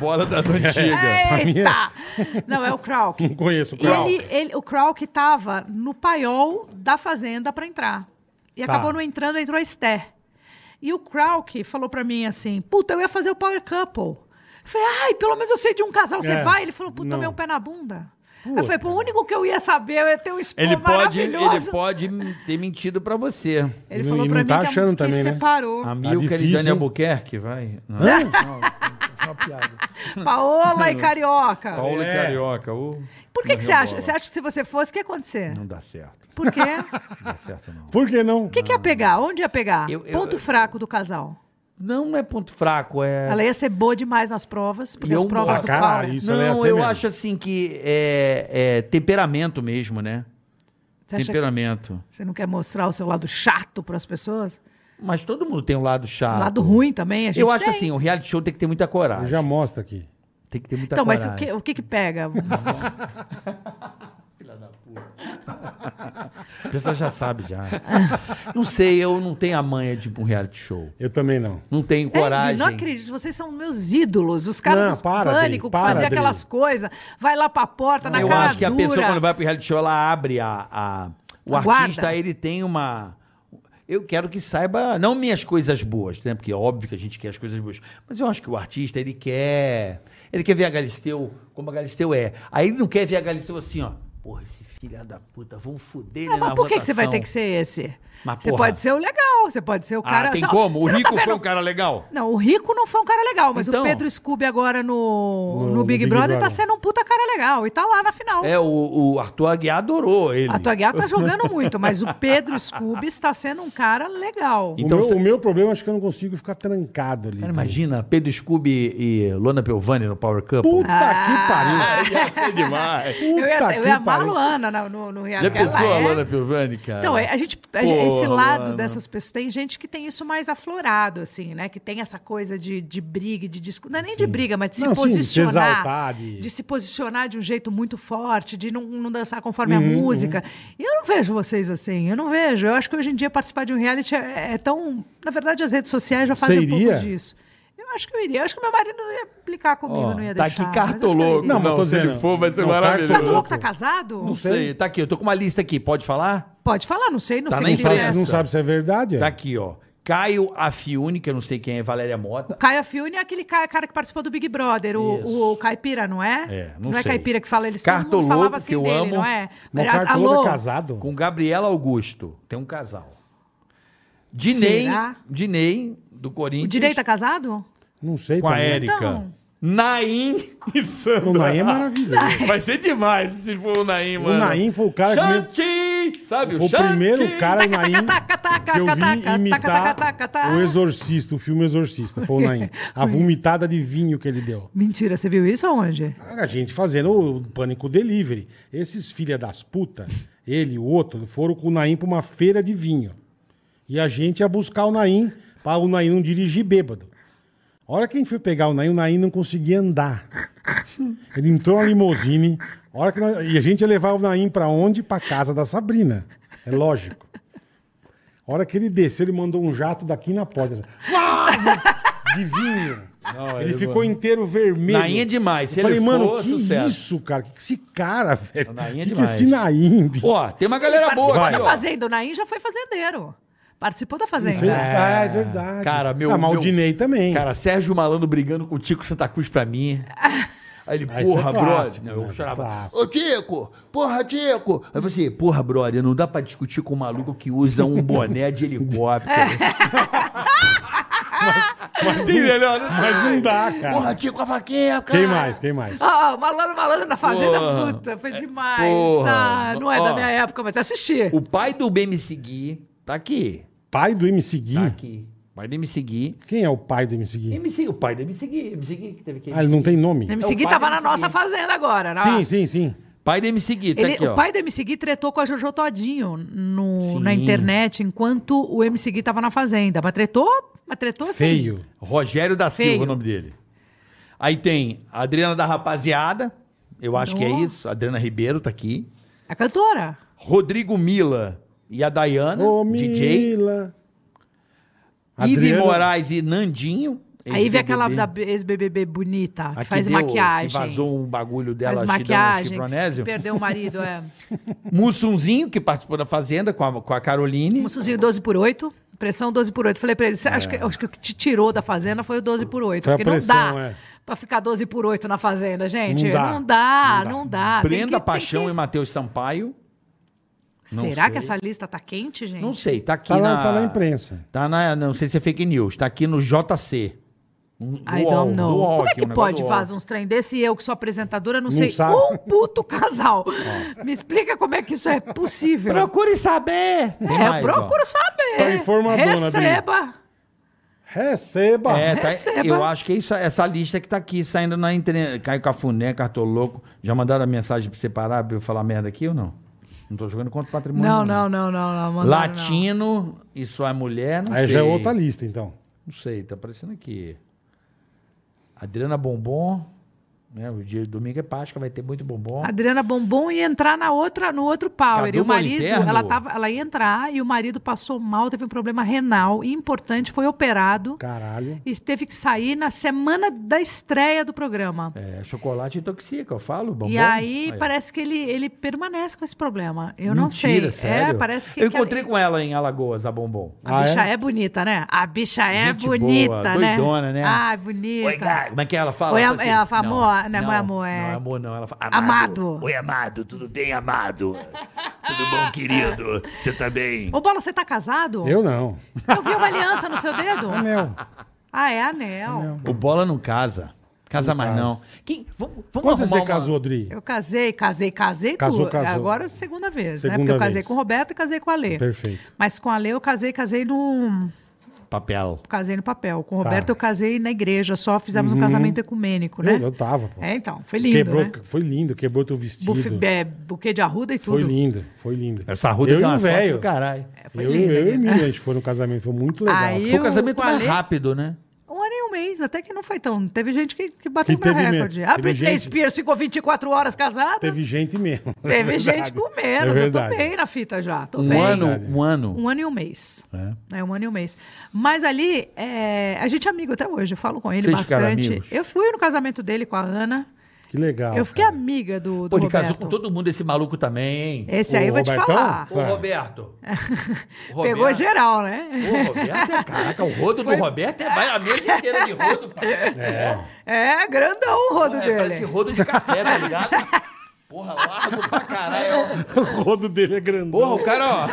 [SPEAKER 3] Bola das antigas.
[SPEAKER 4] Eita! Não, é o Krauk.
[SPEAKER 2] Não conheço o
[SPEAKER 4] E
[SPEAKER 2] Krauk.
[SPEAKER 4] ele, ele- o Krauk tava no paiol da fazenda pra entrar. E
[SPEAKER 2] Tá.
[SPEAKER 4] acabou não entrando, entrou a Esther. E o Krauk falou pra mim assim: Puta, eu ia fazer o Power Couple. Eu falei, ai, pelo menos eu sei de um casal, você
[SPEAKER 2] É,
[SPEAKER 4] vai? Ele falou, puta,
[SPEAKER 2] não.
[SPEAKER 4] meu pé na bunda. Aí Eu falei, pô, o único que eu ia saber, eu ia ter um spoiler
[SPEAKER 3] Ele pode,
[SPEAKER 4] maravilhoso.
[SPEAKER 3] ele pode ter mentido pra você.
[SPEAKER 4] Ele
[SPEAKER 2] E
[SPEAKER 4] falou
[SPEAKER 2] não
[SPEAKER 4] pra mim
[SPEAKER 2] tá
[SPEAKER 4] que, a-
[SPEAKER 2] achando
[SPEAKER 4] que
[SPEAKER 2] também, né?
[SPEAKER 4] separou.
[SPEAKER 3] A Milker e
[SPEAKER 2] difícil,
[SPEAKER 3] Dani
[SPEAKER 2] hein?
[SPEAKER 3] Albuquerque, vai. Não.
[SPEAKER 4] Paola e Carioca.
[SPEAKER 3] Paulo e
[SPEAKER 2] É.
[SPEAKER 3] Carioca. ô.
[SPEAKER 4] Por que, que você
[SPEAKER 3] Morreu
[SPEAKER 4] acha?
[SPEAKER 3] bola.
[SPEAKER 4] Você acha que se você fosse, o que ia acontecer?
[SPEAKER 3] Não dá certo.
[SPEAKER 4] Por quê?
[SPEAKER 3] Não dá certo, não.
[SPEAKER 2] Por que não?
[SPEAKER 4] O que, que ia pegar? Onde ia pegar?
[SPEAKER 3] Eu- eu-
[SPEAKER 4] Ponto
[SPEAKER 3] eu-
[SPEAKER 4] fraco do casal.
[SPEAKER 3] Não, não é ponto fraco, é...
[SPEAKER 4] Ela ia ser boa demais nas provas, porque
[SPEAKER 3] E
[SPEAKER 4] as
[SPEAKER 3] eu-
[SPEAKER 4] provas
[SPEAKER 3] Ah,
[SPEAKER 4] do
[SPEAKER 2] caralho,
[SPEAKER 4] Paulo.
[SPEAKER 2] isso ela ia
[SPEAKER 3] não,
[SPEAKER 2] ser
[SPEAKER 3] eu
[SPEAKER 2] mesmo.
[SPEAKER 3] acho assim que é, é temperamento mesmo, né?
[SPEAKER 4] Você, acha que
[SPEAKER 3] temperamento.
[SPEAKER 4] você não quer mostrar o seu lado chato pras pessoas?
[SPEAKER 3] Mas todo mundo tem um lado chato.
[SPEAKER 4] O lado ruim também, a gente
[SPEAKER 3] Eu acho
[SPEAKER 4] tem.
[SPEAKER 3] assim, o reality show tem que ter muita
[SPEAKER 2] Eu
[SPEAKER 3] coragem.
[SPEAKER 2] já mostro aqui.
[SPEAKER 3] Tem que ter muita
[SPEAKER 4] Então, mas
[SPEAKER 3] coragem.
[SPEAKER 4] o que, o que que pega?
[SPEAKER 3] A pessoa já sabe, já. não sei, eu não tenho a manha de ir pra um reality show.
[SPEAKER 2] Eu também não.
[SPEAKER 3] Não tenho
[SPEAKER 4] É,
[SPEAKER 3] coragem.
[SPEAKER 4] não acredito, vocês são meus ídolos. Os caras
[SPEAKER 2] Não,
[SPEAKER 4] dos
[SPEAKER 2] para,
[SPEAKER 4] pânico
[SPEAKER 2] Adri,
[SPEAKER 4] que
[SPEAKER 2] para,
[SPEAKER 4] faziam
[SPEAKER 2] Adri.
[SPEAKER 4] aquelas coisas, vai lá pra porta, na
[SPEAKER 3] eu
[SPEAKER 4] cara
[SPEAKER 3] acho que a
[SPEAKER 4] dura.
[SPEAKER 3] pessoa, quando vai pro reality show, ela abre a. a- o
[SPEAKER 4] A guarda.
[SPEAKER 3] artista, ele tem uma. Eu quero que saiba, não minhas coisas boas, né? Porque é óbvio que a gente quer as coisas boas. Mas eu acho que o artista, ele quer. Ele quer ver a Galisteu como a Galisteu é. Aí ele não quer ver a Galisteu assim, ó. Porra, esse filho da puta, vamos foder
[SPEAKER 4] Não,
[SPEAKER 3] ele
[SPEAKER 4] Ah, mas
[SPEAKER 3] na
[SPEAKER 4] por que, que você vai
[SPEAKER 3] votação."
[SPEAKER 4] ter que ser esse?
[SPEAKER 3] Mas,
[SPEAKER 4] você
[SPEAKER 3] porra.
[SPEAKER 4] pode ser o legal, você pode ser o cara.
[SPEAKER 3] Ah, tem
[SPEAKER 4] Só-
[SPEAKER 3] como? O
[SPEAKER 4] você não
[SPEAKER 3] Rico
[SPEAKER 4] tá vendo-
[SPEAKER 3] foi um cara legal.
[SPEAKER 4] Não, o Rico não foi um cara legal, mas
[SPEAKER 3] Então.
[SPEAKER 4] o Pedro Scooby agora no,
[SPEAKER 2] No-
[SPEAKER 4] no,
[SPEAKER 2] no
[SPEAKER 4] Big,
[SPEAKER 2] Big
[SPEAKER 4] Brother, tá
[SPEAKER 2] Brother.
[SPEAKER 4] sendo um puta cara legal e tá lá na final.
[SPEAKER 3] É, o, o Arthur Aguiar adorou ele.
[SPEAKER 4] A tua guerra tá jogando muito, mas o Pedro Scooby está sendo um cara legal.
[SPEAKER 3] Então
[SPEAKER 2] o, meu,
[SPEAKER 3] você-
[SPEAKER 2] o meu problema acho que eu não consigo ficar trancado ali.
[SPEAKER 3] Cara, imagina, Pedro Scooby e Lona Pelvani no Power Cup.
[SPEAKER 2] Puta que pariu.
[SPEAKER 3] demais.
[SPEAKER 2] Puta
[SPEAKER 4] Ah, eu ia, eu
[SPEAKER 2] que
[SPEAKER 4] ia amar a
[SPEAKER 2] hein?
[SPEAKER 4] Luana na- no, no Riacho.
[SPEAKER 3] Já
[SPEAKER 4] que ela
[SPEAKER 3] pensou a
[SPEAKER 4] é-
[SPEAKER 3] Luana Piovani, cara?
[SPEAKER 4] Então, é, a gente, a-
[SPEAKER 3] Porra,
[SPEAKER 4] esse lado
[SPEAKER 3] Luana.
[SPEAKER 4] dessas pessoas, tem gente que tem isso mais aflorado, assim, né? Que tem essa coisa de, de briga, de discu- não é nem de
[SPEAKER 2] Sim.
[SPEAKER 4] briga, mas de
[SPEAKER 2] Não,
[SPEAKER 4] se
[SPEAKER 2] sim,
[SPEAKER 4] posicionar.
[SPEAKER 2] se exaltar, de-
[SPEAKER 4] de se posicionar de um jeito muito forte, de não, não dançar conforme
[SPEAKER 2] Uhum,
[SPEAKER 4] a música. E eu não vejo vocês assim, eu não vejo. Eu acho que hoje em dia participar de um reality é, é tão. Na verdade, as redes sociais já fazem
[SPEAKER 2] Você
[SPEAKER 4] um pouco
[SPEAKER 2] iria?
[SPEAKER 4] disso. Eu acho que eu iria. Eu acho que meu marido não ia aplicar comigo,
[SPEAKER 3] Ó,
[SPEAKER 4] não ia
[SPEAKER 3] tá
[SPEAKER 4] deixar.
[SPEAKER 3] aqui
[SPEAKER 4] mas acho que eu
[SPEAKER 3] cartoloco.
[SPEAKER 4] iria.
[SPEAKER 2] Não, mas tô
[SPEAKER 3] se ele
[SPEAKER 2] dizendo,
[SPEAKER 3] for, vai ser
[SPEAKER 2] não, tá
[SPEAKER 3] maravilhoso.
[SPEAKER 4] Cartoloco tá casado?
[SPEAKER 3] Não sei, tá aqui, eu tô com uma lista aqui, pode falar?
[SPEAKER 4] Pode falar, não sei, não
[SPEAKER 3] Tá
[SPEAKER 4] sei
[SPEAKER 3] na
[SPEAKER 2] Não
[SPEAKER 4] que
[SPEAKER 2] sabe,
[SPEAKER 4] lista é
[SPEAKER 3] imprensa.
[SPEAKER 2] não
[SPEAKER 4] essa.
[SPEAKER 2] sabe se é verdade. é.
[SPEAKER 3] Tá aqui, ó. Caio Afiuni, que eu não sei quem é, Valéria Mota.
[SPEAKER 4] Caio Fiune é aquele ca- cara que participou do Big Brother, o,
[SPEAKER 3] Isso.
[SPEAKER 4] o- o Caipira, não é?
[SPEAKER 3] É, não
[SPEAKER 4] é
[SPEAKER 3] sei.
[SPEAKER 4] Caipira que fala, eles todo
[SPEAKER 3] Cartoloco,
[SPEAKER 4] mundo falava assim
[SPEAKER 3] que eu
[SPEAKER 4] dele,
[SPEAKER 3] amo.
[SPEAKER 4] não é?
[SPEAKER 2] Mas o
[SPEAKER 4] Mas,
[SPEAKER 2] cara
[SPEAKER 4] alô,
[SPEAKER 2] é casado.
[SPEAKER 3] Com Gabriela Augusto. Tem um casal. Dinei.
[SPEAKER 4] Será?
[SPEAKER 3] Dinei, do Corinthians.
[SPEAKER 4] o Direi tá casado?
[SPEAKER 2] Não sei
[SPEAKER 3] com a
[SPEAKER 2] também.
[SPEAKER 3] Érica.
[SPEAKER 4] Então.
[SPEAKER 3] Naim e Sandra.
[SPEAKER 2] O Naim é maravilhoso.
[SPEAKER 3] Vai ser demais se for o Naim,
[SPEAKER 2] O
[SPEAKER 3] mano.
[SPEAKER 2] Naim foi o cara que... me-
[SPEAKER 3] Xanti! Sabe,
[SPEAKER 2] Foi o
[SPEAKER 3] Xanti!
[SPEAKER 2] primeiro cara, o
[SPEAKER 4] Taca,
[SPEAKER 2] Naim,
[SPEAKER 4] taca, taca, taca,
[SPEAKER 2] que eu
[SPEAKER 4] taca,
[SPEAKER 2] vi imitar
[SPEAKER 4] taca, taca, taca.
[SPEAKER 2] o Exorcista, o filme Exorcista, foi o Naim. A vomitada de vinho que ele deu.
[SPEAKER 4] Mentira, você viu isso aonde?
[SPEAKER 2] A gente fazendo o Pânico Delivery. Esses filha das putas, ele e o outro, foram com o Naim pra uma feira de vinho. E a gente ia buscar o Naim pra o Naim não dirigir bêbado. A hora que a gente foi pegar o Naim, o Naim não conseguia andar. Ele entrou na limousine. A hora que nós- E a gente ia levar o Naim pra onde? Pra casa da Sabrina. É lógico. A hora que ele desceu, ele mandou um jato daqui na porta. De vinho.
[SPEAKER 3] Não,
[SPEAKER 2] ele
[SPEAKER 3] eu-
[SPEAKER 2] ficou inteiro vermelho.
[SPEAKER 3] Naim é demais. Se
[SPEAKER 2] eu falei,
[SPEAKER 3] ele
[SPEAKER 2] mano,
[SPEAKER 3] for,
[SPEAKER 2] que
[SPEAKER 3] sucesso."
[SPEAKER 2] isso, cara? Que que esse cara, velho?
[SPEAKER 3] Naim é
[SPEAKER 2] que que
[SPEAKER 3] demais.
[SPEAKER 2] esse Naim, bicho? É
[SPEAKER 3] Ó, tem uma galera
[SPEAKER 4] Ele participou
[SPEAKER 3] boa
[SPEAKER 4] da
[SPEAKER 3] aqui, ó.
[SPEAKER 4] Fazenda, o Naim já foi fazendeiro. Participou da Fazenda.
[SPEAKER 2] Fez- Ah, é verdade.
[SPEAKER 3] Cara, meu-
[SPEAKER 2] Ah, mas o
[SPEAKER 3] meu-
[SPEAKER 2] Dinei também.
[SPEAKER 3] Cara, Sérgio Malandro brigando com o Tico Santa Cruz pra mim. Aí ele,
[SPEAKER 2] Ah, isso é
[SPEAKER 3] porra, brother.
[SPEAKER 2] clássico,
[SPEAKER 3] Não, eu
[SPEAKER 2] né?
[SPEAKER 3] chorava.
[SPEAKER 2] Clássico.
[SPEAKER 3] Ô, Tico! Porra, Tico! Aí você, porra, brother, não dá pra discutir com um maluco que usa um boné de helicóptero.
[SPEAKER 2] mas, não, mas não dá, cara.
[SPEAKER 3] porra, Tico, a vaquinha, cara.
[SPEAKER 2] né? quem mais? Quem mais?
[SPEAKER 4] Ah, malandro, malandro na Fazenda,
[SPEAKER 3] Porra. É,
[SPEAKER 4] puta, foi demais.
[SPEAKER 3] Porra.
[SPEAKER 4] Ah, não é da
[SPEAKER 3] Ó.
[SPEAKER 4] minha época, mas assisti.
[SPEAKER 3] O pai do bem me seguir tá aqui.
[SPEAKER 2] Pai do MC Gui.
[SPEAKER 3] Tá aqui. O pai do me seguir.
[SPEAKER 2] Quem é o pai do MC Gui?
[SPEAKER 3] MC, o pai do me seguir. MC Gui que teve que.
[SPEAKER 2] Ah, ele não tem nome?
[SPEAKER 4] Me
[SPEAKER 3] É, o
[SPEAKER 4] seguir
[SPEAKER 3] pai
[SPEAKER 4] tava
[SPEAKER 3] do
[SPEAKER 4] na
[SPEAKER 3] MC
[SPEAKER 4] nossa
[SPEAKER 3] Gui.
[SPEAKER 4] Fazenda agora, né?
[SPEAKER 2] Sim, sim, sim.
[SPEAKER 3] Pai do MC Gui, tá
[SPEAKER 4] Ele-
[SPEAKER 3] aqui, ó.
[SPEAKER 4] o pai do MC Gui tretou com a Jojo Todinho no,
[SPEAKER 3] Sim.
[SPEAKER 4] na internet enquanto o MC Gui tava na fazenda. Mas tretou, mas tretou assim.
[SPEAKER 2] Feio.
[SPEAKER 3] Rogério da
[SPEAKER 4] Feio.
[SPEAKER 3] Silva, é o nome dele. Aí tem a Adriana da Rapaziada, eu acho que é
[SPEAKER 4] Nossa.
[SPEAKER 3] isso. Adriana Ribeiro tá aqui.
[SPEAKER 4] A É cantora.
[SPEAKER 3] Rodrigo Mila e a Dayana,
[SPEAKER 2] Ô,
[SPEAKER 3] DJ.
[SPEAKER 2] Mila.
[SPEAKER 3] Ive
[SPEAKER 2] Adriano-
[SPEAKER 3] Moraes e Nandinho.
[SPEAKER 4] Aí
[SPEAKER 3] ex-BBB.
[SPEAKER 4] vem aquela da ex-BBB bonita, que
[SPEAKER 3] A que
[SPEAKER 4] faz
[SPEAKER 3] deu-
[SPEAKER 4] maquiagem.
[SPEAKER 3] Que vazou um bagulho dela,
[SPEAKER 4] faz
[SPEAKER 3] Chidão
[SPEAKER 4] maquiagem, que
[SPEAKER 3] Chifronésio.
[SPEAKER 4] perdeu o marido, é.
[SPEAKER 3] Mussunzinho, que participou da Fazenda com a, com a Caroline.
[SPEAKER 4] Um Suzinho 12 por 8, pressão 12 por 8. Falei pra ele, "Cê
[SPEAKER 3] É.
[SPEAKER 4] acha que- acho, que, o que te tirou da fazenda foi o 12 por 8.
[SPEAKER 2] Foi a
[SPEAKER 4] porque não
[SPEAKER 2] pressão,
[SPEAKER 4] dá
[SPEAKER 2] é.
[SPEAKER 4] pra ficar 12 por 8 na fazenda, gente.
[SPEAKER 2] Não
[SPEAKER 4] Não
[SPEAKER 2] dá.
[SPEAKER 4] dá, não dá. Ah, Tem que-
[SPEAKER 3] Brenda
[SPEAKER 4] tem
[SPEAKER 3] Paixão
[SPEAKER 4] que-
[SPEAKER 3] e Matheus Sampaio. Não
[SPEAKER 4] Será
[SPEAKER 3] sei.
[SPEAKER 4] que essa lista tá quente, gente?
[SPEAKER 3] Não sei, tá aqui
[SPEAKER 2] Tá
[SPEAKER 3] na...
[SPEAKER 2] lá, tá na imprensa.
[SPEAKER 3] Tá na, não sei se é fake news, tá aqui no JC. No
[SPEAKER 4] I
[SPEAKER 3] UOL,
[SPEAKER 4] don't
[SPEAKER 3] no
[SPEAKER 4] know.
[SPEAKER 3] UOL
[SPEAKER 4] Como é
[SPEAKER 3] aqui,
[SPEAKER 4] que
[SPEAKER 3] um negócio
[SPEAKER 4] pode
[SPEAKER 3] do UOL.
[SPEAKER 4] fazer uns trem desse e eu, que sou apresentadora, não,
[SPEAKER 2] Não
[SPEAKER 4] sei
[SPEAKER 2] sabe.
[SPEAKER 4] um puto casal? Me explica como é que isso é possível.
[SPEAKER 3] Procure saber! Tem
[SPEAKER 4] é,
[SPEAKER 3] mais, ó.
[SPEAKER 4] procuro saber.
[SPEAKER 2] Tá informadona, Adri.
[SPEAKER 4] Receba.
[SPEAKER 2] Receba.
[SPEAKER 3] É, tá-
[SPEAKER 4] Receba.
[SPEAKER 3] eu acho que é isso, essa lista que tá aqui saindo na internet. Caio Cafuné, Cartoloco. Já mandaram a mensagem pra você parar pra eu falar merda aqui ou não? Não tô jogando contra o patrimônio.
[SPEAKER 4] Não, não, não, não. não, mandaram, não.
[SPEAKER 3] Latino e sua mulher, não
[SPEAKER 2] Aí
[SPEAKER 3] sei.
[SPEAKER 2] já é outra lista, então.
[SPEAKER 3] Não sei, tá aparecendo aqui. Adriana Bombom. Né, o dia de domingo é Páscoa, vai ter muito bombom.
[SPEAKER 4] Adriana Bombom ia entrar na outra, no outro power.
[SPEAKER 3] Cadu
[SPEAKER 4] e o marido,
[SPEAKER 3] Moliterno.
[SPEAKER 4] ela, tava, ela ia entrar e o marido passou mal, teve um problema renal importante, foi operado
[SPEAKER 2] Caralho.
[SPEAKER 4] e teve que sair na semana da estreia do programa.
[SPEAKER 3] É, chocolate intoxica, eu falo, bombom.
[SPEAKER 4] E aí,
[SPEAKER 3] Tá Aí, ó.
[SPEAKER 4] parece que ele, ele permanece com esse problema. Eu não
[SPEAKER 3] Mentira,
[SPEAKER 4] sei.
[SPEAKER 3] sério?
[SPEAKER 4] É, parece que.
[SPEAKER 3] Eu
[SPEAKER 4] que
[SPEAKER 3] encontrei
[SPEAKER 4] a,
[SPEAKER 3] com ela em Alagoas, a Bombom.
[SPEAKER 2] Ah,
[SPEAKER 4] a bicha
[SPEAKER 2] é?
[SPEAKER 4] é? bonita, né? A bicha é
[SPEAKER 3] Gente boa,
[SPEAKER 4] bonita, né?
[SPEAKER 3] doidona, né?
[SPEAKER 4] Ah, bonita.
[SPEAKER 3] Oi, cara. Como é que ela fala?
[SPEAKER 4] Oi,
[SPEAKER 3] fala
[SPEAKER 4] am- ela fala,
[SPEAKER 3] não,
[SPEAKER 4] amor, não é amor, é-
[SPEAKER 3] Não é amor, não. Ela fala,
[SPEAKER 4] Amado.
[SPEAKER 5] Oi, amado, tudo bem, amado? Tudo bom, querido? Você tá bem?
[SPEAKER 4] Ô, Bola, você tá casado?
[SPEAKER 2] Eu não.
[SPEAKER 4] Eu vi uma aliança no seu dedo?
[SPEAKER 2] Anel.
[SPEAKER 4] Ah, é anel.
[SPEAKER 3] O Bola não casa. Casa mais
[SPEAKER 2] casa.
[SPEAKER 3] não. Quem, vamos vamos
[SPEAKER 2] Quando
[SPEAKER 3] arrumar
[SPEAKER 2] você
[SPEAKER 3] uma-
[SPEAKER 2] casou, Adri?
[SPEAKER 4] Eu casei, casei, casei.
[SPEAKER 2] Casou,
[SPEAKER 4] com...
[SPEAKER 2] casou.
[SPEAKER 4] Agora é a segunda vez, né?
[SPEAKER 2] Segunda
[SPEAKER 4] Porque eu casei
[SPEAKER 2] vez.
[SPEAKER 4] com o Roberto e casei com a Lê.
[SPEAKER 2] Perfeito.
[SPEAKER 4] Mas com a Lê eu casei, casei num...
[SPEAKER 3] Papel.
[SPEAKER 4] Casei no papel. Com o
[SPEAKER 2] Tá.
[SPEAKER 4] Roberto eu casei na igreja, só fizemos um casamento ecumênico, né?
[SPEAKER 2] Eu tava, pô.
[SPEAKER 4] É, então, foi lindo,
[SPEAKER 2] quebrou,
[SPEAKER 4] né?
[SPEAKER 2] Foi lindo, quebrou teu vestido.
[SPEAKER 4] Bufe, é, buquê de arruda e tudo.
[SPEAKER 2] foi lindo, foi lindo.
[SPEAKER 3] Essa ruda
[SPEAKER 2] eu
[SPEAKER 3] tem
[SPEAKER 2] e
[SPEAKER 3] uma
[SPEAKER 2] o
[SPEAKER 3] sorte
[SPEAKER 2] velho.
[SPEAKER 3] do caralho.
[SPEAKER 4] Foi
[SPEAKER 2] eu
[SPEAKER 4] lindo,
[SPEAKER 2] eu e
[SPEAKER 4] né?
[SPEAKER 2] o Miriam, a gente foi no casamento, foi muito legal.
[SPEAKER 4] Aí
[SPEAKER 3] Foi
[SPEAKER 4] Eu
[SPEAKER 3] o casamento mais
[SPEAKER 4] falei-
[SPEAKER 3] rápido, né?
[SPEAKER 4] Um ano e um mês, até que não foi tão. Teve gente que, que bateu
[SPEAKER 2] Que
[SPEAKER 4] meu
[SPEAKER 2] teve
[SPEAKER 4] recorde.
[SPEAKER 2] mesmo.
[SPEAKER 4] A
[SPEAKER 2] Teve
[SPEAKER 4] Britney
[SPEAKER 2] gente-
[SPEAKER 4] Spears ficou 24 horas casada. Teve,
[SPEAKER 2] Teve gente mesmo. é verdade.
[SPEAKER 4] gente com menos.
[SPEAKER 2] É
[SPEAKER 4] eu tô
[SPEAKER 2] verdade.
[SPEAKER 4] bem na fita já. Tô
[SPEAKER 3] Um
[SPEAKER 4] bem.
[SPEAKER 3] ano,
[SPEAKER 2] Verdade.
[SPEAKER 3] um ano.
[SPEAKER 4] Um ano e um mês.
[SPEAKER 3] É.
[SPEAKER 4] É, um ano e um mês. Mas ali, é, a gente é amigo até hoje, eu falo com ele
[SPEAKER 3] Vocês ficaram
[SPEAKER 4] bastante.
[SPEAKER 3] amigos?
[SPEAKER 4] Eu fui no casamento dele com a Ana.
[SPEAKER 2] Que legal.
[SPEAKER 4] eu fiquei
[SPEAKER 2] cara.
[SPEAKER 4] amiga do, do
[SPEAKER 3] Pô, ele
[SPEAKER 4] Roberto.
[SPEAKER 3] casou com todo mundo, esse maluco também, hein?
[SPEAKER 4] Esse aí
[SPEAKER 2] O
[SPEAKER 4] eu vou te
[SPEAKER 2] Robertão?
[SPEAKER 4] falar.
[SPEAKER 3] Ô, Roberto. O
[SPEAKER 4] Pegou
[SPEAKER 3] Roberto-
[SPEAKER 4] geral, né?
[SPEAKER 3] Ô, Roberto, é- caraca, o rodo do Roberto é vai a mesa inteira de rodo, pai.
[SPEAKER 4] É, grandão o rodo
[SPEAKER 3] Porra, é, parece
[SPEAKER 4] dele.
[SPEAKER 3] rodo de café, tá ligado? Porra, largo pra caralho.
[SPEAKER 2] O rodo dele é grandão.
[SPEAKER 3] Porra, o cara, ó.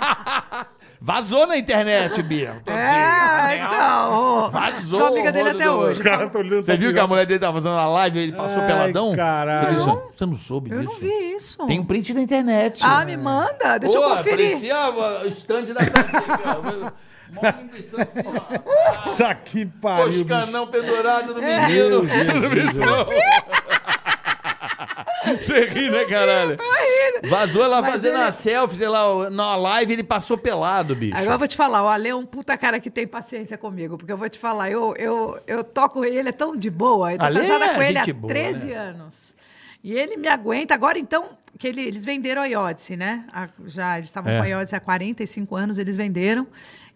[SPEAKER 3] Vazou na internet, Bia. Tô
[SPEAKER 4] É,
[SPEAKER 3] dizendo, né?
[SPEAKER 4] então.
[SPEAKER 3] Vazou
[SPEAKER 4] Sou amiga
[SPEAKER 3] o
[SPEAKER 4] dele
[SPEAKER 3] rodo
[SPEAKER 4] até
[SPEAKER 3] do-
[SPEAKER 4] hoje.
[SPEAKER 2] Os caras estão olhando
[SPEAKER 3] Você
[SPEAKER 2] pra
[SPEAKER 3] viu que a
[SPEAKER 2] piroca.
[SPEAKER 3] mulher dele tava fazendo a live e ele passou
[SPEAKER 2] Ai,
[SPEAKER 3] peladão?
[SPEAKER 2] caralho.
[SPEAKER 3] Você, viu isso? Você não soube
[SPEAKER 4] Eu
[SPEAKER 3] disso?
[SPEAKER 4] não vi isso.
[SPEAKER 3] Tem um print na internet.
[SPEAKER 4] Ah, me manda, deixa
[SPEAKER 3] Pô,
[SPEAKER 4] eu conferir.
[SPEAKER 3] Parecia ó, o stand da Sadeca. Mó impressão assim, ó.
[SPEAKER 2] Tá que pariu, bicho.
[SPEAKER 3] Toscanão pendurado no
[SPEAKER 4] É.
[SPEAKER 3] menino.
[SPEAKER 2] Meu
[SPEAKER 3] Você não viu
[SPEAKER 2] Deus
[SPEAKER 3] isso,
[SPEAKER 2] do
[SPEAKER 3] não?
[SPEAKER 2] céu.
[SPEAKER 3] Você ri, né, caralho? Vazou ela
[SPEAKER 4] Mas
[SPEAKER 3] fazendo
[SPEAKER 4] ele-
[SPEAKER 3] a selfie, sei lá, na live ele passou pelado, bicho.
[SPEAKER 4] Agora eu vou te falar, o Ale é um puta cara que tem paciência comigo, porque eu vou te falar, eu, eu, eu toco ele, ele é tão de boa, eu tô
[SPEAKER 3] Ale
[SPEAKER 4] casada
[SPEAKER 3] é
[SPEAKER 4] com ele há
[SPEAKER 3] gente boa,
[SPEAKER 4] 13
[SPEAKER 3] né?
[SPEAKER 4] anos. E ele me aguenta, agora então, que ele- eles venderam a Iodice, né? A- já, eles estavam
[SPEAKER 3] É.
[SPEAKER 4] com a Iodice há 45 anos, eles venderam,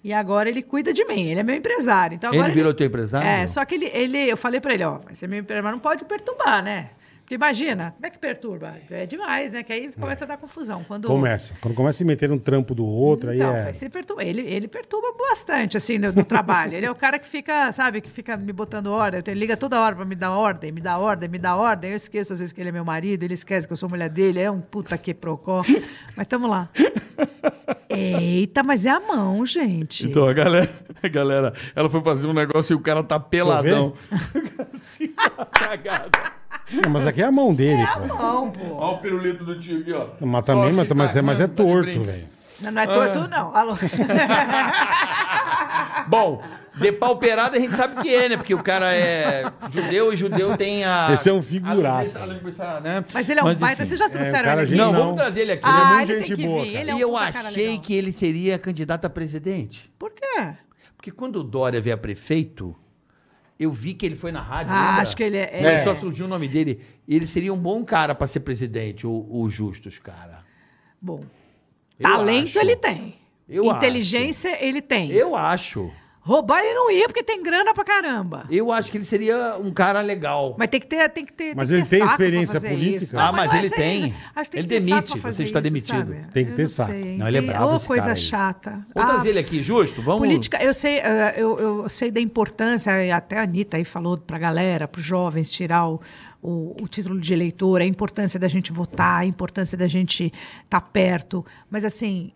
[SPEAKER 4] e agora ele cuida de mim, ele é meu empresário. Então, agora
[SPEAKER 3] ele virou teu empresário?
[SPEAKER 4] É, só que ele, ele eu falei pra ele, ó, você me mas não pode perturbar, né? Porque imagina, como é que perturba? É demais, né? Que aí começa a dar confusão. Quando
[SPEAKER 2] Começa. Quando começa a se meter um trampo do outro, é? aí
[SPEAKER 4] então,
[SPEAKER 2] é...
[SPEAKER 4] vai se perturba. Ele, ele perturba bastante, assim, no, no trabalho. Ele é o cara que fica, sabe, que fica me botando ordem. Ele liga toda hora pra me dar ordem, me dar ordem, me dar ordem. Eu esqueço às vezes que ele é meu marido, ele esquece que eu sou mulher dele. É um puta que procó. Mas tamo lá. Eita, mas é a mão, gente.
[SPEAKER 6] Então, a galera, a galera, ela foi fazer um negócio e o cara tá peladão.
[SPEAKER 2] Não, mas aqui é a mão dele, pô.
[SPEAKER 4] Mão, pô.
[SPEAKER 6] Olha o pirulito do tio aqui, ó.
[SPEAKER 2] Mas também, mas, mas, é, mas é torto,
[SPEAKER 6] brinks.
[SPEAKER 2] velho.
[SPEAKER 4] Não, não é torto,
[SPEAKER 2] Ah.
[SPEAKER 4] não. Alô.
[SPEAKER 3] Bom, depauperado a gente sabe que é, né? Porque o cara é judeu e judeu tem a.
[SPEAKER 2] Esse é um figuraço.
[SPEAKER 3] a linguiça, né?
[SPEAKER 4] Mas ele é um
[SPEAKER 3] Mas,
[SPEAKER 4] baita.
[SPEAKER 3] enfim.
[SPEAKER 4] Vocês já trouxeram
[SPEAKER 2] o cara
[SPEAKER 4] ele aqui?
[SPEAKER 2] gente-
[SPEAKER 3] Não,
[SPEAKER 2] Não.
[SPEAKER 3] vamos trazer ele aqui.
[SPEAKER 2] é
[SPEAKER 4] Ah,
[SPEAKER 2] muito
[SPEAKER 4] ele tem
[SPEAKER 2] gente
[SPEAKER 4] que
[SPEAKER 2] boa,
[SPEAKER 4] vir.
[SPEAKER 2] cara.
[SPEAKER 4] Ele é um
[SPEAKER 3] e eu
[SPEAKER 4] puta cara
[SPEAKER 3] achei
[SPEAKER 4] legal.
[SPEAKER 3] que ele seria candidato a presidente.
[SPEAKER 4] Por quê?
[SPEAKER 3] Porque quando o Dória veio a prefeito, eu vi que ele foi na rádio.
[SPEAKER 4] Ah,
[SPEAKER 3] lembra?
[SPEAKER 4] acho que ele é-
[SPEAKER 3] Quando
[SPEAKER 4] é.
[SPEAKER 3] só surgiu o nome dele. Ele seria um bom cara pra ser presidente, o, o Justus, cara.
[SPEAKER 4] Bom,
[SPEAKER 3] Eu
[SPEAKER 4] talento
[SPEAKER 3] acho.
[SPEAKER 4] ele tem.
[SPEAKER 3] Eu
[SPEAKER 4] Inteligência ele tem.
[SPEAKER 3] Eu acho.
[SPEAKER 4] Roubar ele não ia, porque tem grana pra caramba.
[SPEAKER 3] Eu acho que ele seria um cara legal.
[SPEAKER 4] Mas tem que ter, tem que ter.
[SPEAKER 2] Mas
[SPEAKER 4] que
[SPEAKER 2] ele
[SPEAKER 4] ter
[SPEAKER 2] tem
[SPEAKER 4] saco pra
[SPEAKER 2] experiência
[SPEAKER 4] fazer
[SPEAKER 2] política?
[SPEAKER 4] isso.
[SPEAKER 3] Ah, mas
[SPEAKER 4] não é
[SPEAKER 3] ele
[SPEAKER 4] só
[SPEAKER 3] tem.
[SPEAKER 4] isso. Acho que
[SPEAKER 3] Ele
[SPEAKER 4] ter saco
[SPEAKER 3] demite,
[SPEAKER 4] pra
[SPEAKER 3] você
[SPEAKER 4] fazer
[SPEAKER 3] está
[SPEAKER 4] isso,
[SPEAKER 3] demitido.
[SPEAKER 4] sabe?
[SPEAKER 2] Tem que
[SPEAKER 4] Eu
[SPEAKER 2] ter
[SPEAKER 4] não
[SPEAKER 2] saco.
[SPEAKER 4] sei.
[SPEAKER 3] Não, ele é
[SPEAKER 4] Tem-
[SPEAKER 3] bravo,
[SPEAKER 4] Ô,
[SPEAKER 3] esse
[SPEAKER 4] coisa
[SPEAKER 3] cara aí.
[SPEAKER 4] chata.
[SPEAKER 3] Vamos
[SPEAKER 4] Ah,
[SPEAKER 3] trazer ele aqui, justo? Vamos.
[SPEAKER 4] Política, eu sei, eh, eu, eu sei da importância, e até a Anitta aí falou pra galera, pros jovens, tirar o, o, o título de eleitor, a importância da gente votar, a importância da gente estar perto. Mas assim,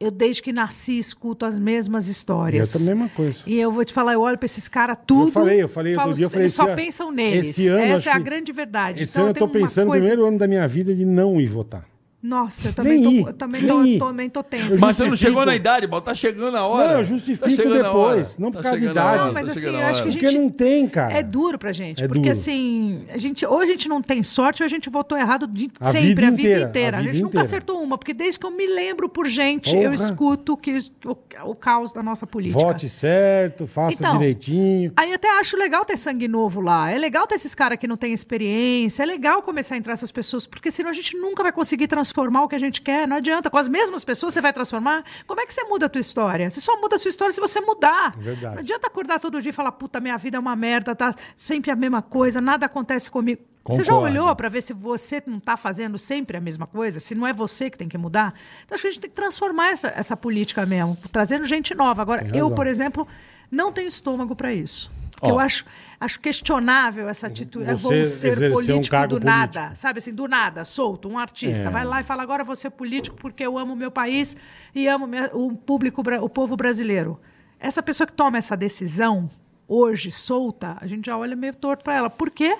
[SPEAKER 4] eu desde que nasci escuto as mesmas histórias.
[SPEAKER 2] Eu também é a mesma coisa.
[SPEAKER 4] E eu vou te falar, eu olho pra esses caras tudo.
[SPEAKER 2] Eu falei, eu falei outro dia, eu falei,
[SPEAKER 4] Eles só
[SPEAKER 2] esse ano-
[SPEAKER 4] pensam neles.
[SPEAKER 2] esse ano, acho
[SPEAKER 4] Essa é a
[SPEAKER 2] que-
[SPEAKER 4] grande verdade. Então,
[SPEAKER 2] Esse ano eu
[SPEAKER 4] tenho
[SPEAKER 2] tô
[SPEAKER 4] uma
[SPEAKER 2] pensando,
[SPEAKER 4] coisa-
[SPEAKER 2] primeiro ano da minha vida, de não ir votar.
[SPEAKER 4] Nossa, eu também
[SPEAKER 2] Nem
[SPEAKER 4] tô,
[SPEAKER 2] ir,
[SPEAKER 4] eu também
[SPEAKER 2] nem
[SPEAKER 4] tô,
[SPEAKER 2] ir.
[SPEAKER 4] também tô tensa.
[SPEAKER 2] Eu
[SPEAKER 6] Mas você não
[SPEAKER 2] justifico.
[SPEAKER 6] chegou na idade, Bal, tá chegando a hora.
[SPEAKER 2] Não, eu
[SPEAKER 5] Tá
[SPEAKER 2] justifico
[SPEAKER 6] chegando a
[SPEAKER 2] depois,
[SPEAKER 6] hora.
[SPEAKER 2] não por causa de
[SPEAKER 6] chegando a
[SPEAKER 2] idade.
[SPEAKER 6] hora,
[SPEAKER 4] Não, mas
[SPEAKER 6] tá
[SPEAKER 4] assim,
[SPEAKER 6] chegando a
[SPEAKER 4] eu acho
[SPEAKER 6] hora.
[SPEAKER 4] que a
[SPEAKER 2] Porque
[SPEAKER 4] gente-
[SPEAKER 2] não tem, cara.
[SPEAKER 4] É duro pra gente,
[SPEAKER 2] É
[SPEAKER 4] porque
[SPEAKER 2] duro.
[SPEAKER 4] assim, a gente, ou a gente não tem sorte, ou a gente votou errado de,
[SPEAKER 2] A
[SPEAKER 4] sempre,
[SPEAKER 2] vida
[SPEAKER 4] a vida
[SPEAKER 2] inteira,
[SPEAKER 4] inteira.
[SPEAKER 2] a
[SPEAKER 4] A,
[SPEAKER 2] vida
[SPEAKER 4] gente nunca
[SPEAKER 2] inteira.
[SPEAKER 4] acertou uma, porque desde que eu me lembro por gente, eu
[SPEAKER 2] Porra.
[SPEAKER 4] escuto que isso- o, o caos da nossa política.
[SPEAKER 2] Vote certo, faça
[SPEAKER 4] Então,
[SPEAKER 2] direitinho.
[SPEAKER 4] Aí até acho legal ter sangue novo lá. É legal ter esses caras que não têm experiência. É legal começar a entrar essas pessoas, porque senão a gente nunca vai conseguir transformar o que a gente quer. Não adianta. Com as mesmas pessoas você vai transformar. Como é que você muda a tua história? Você só muda a sua história se você mudar.
[SPEAKER 2] É Verdade.
[SPEAKER 4] Não adianta acordar todo dia e falar, puta, minha vida é uma merda, tá sempre a mesma coisa, nada acontece comigo. Você já
[SPEAKER 2] Concordo.
[SPEAKER 4] olhou para ver se você não está fazendo sempre a mesma coisa? Se não é você que tem que mudar? Então acho que a gente tem que transformar essa, essa política mesmo, trazendo gente nova. Agora,
[SPEAKER 2] Tem
[SPEAKER 4] eu,
[SPEAKER 2] razão.
[SPEAKER 4] por exemplo, não tenho estômago para isso. Porque Eu acho, acho questionável essa atitude. Eu
[SPEAKER 2] Uhum. Você
[SPEAKER 4] vou ser
[SPEAKER 2] exercer um
[SPEAKER 4] político
[SPEAKER 2] cargo
[SPEAKER 4] do nada,
[SPEAKER 2] político. É.
[SPEAKER 4] sabe assim, do nada, solto, um artista. Vai lá e fala, agora eu vou ser político porque eu amo o meu país e amo minha- o público, bra- o povo brasileiro. Essa pessoa que toma essa decisão hoje, solta, a gente já olha meio torto para ela. Por quê?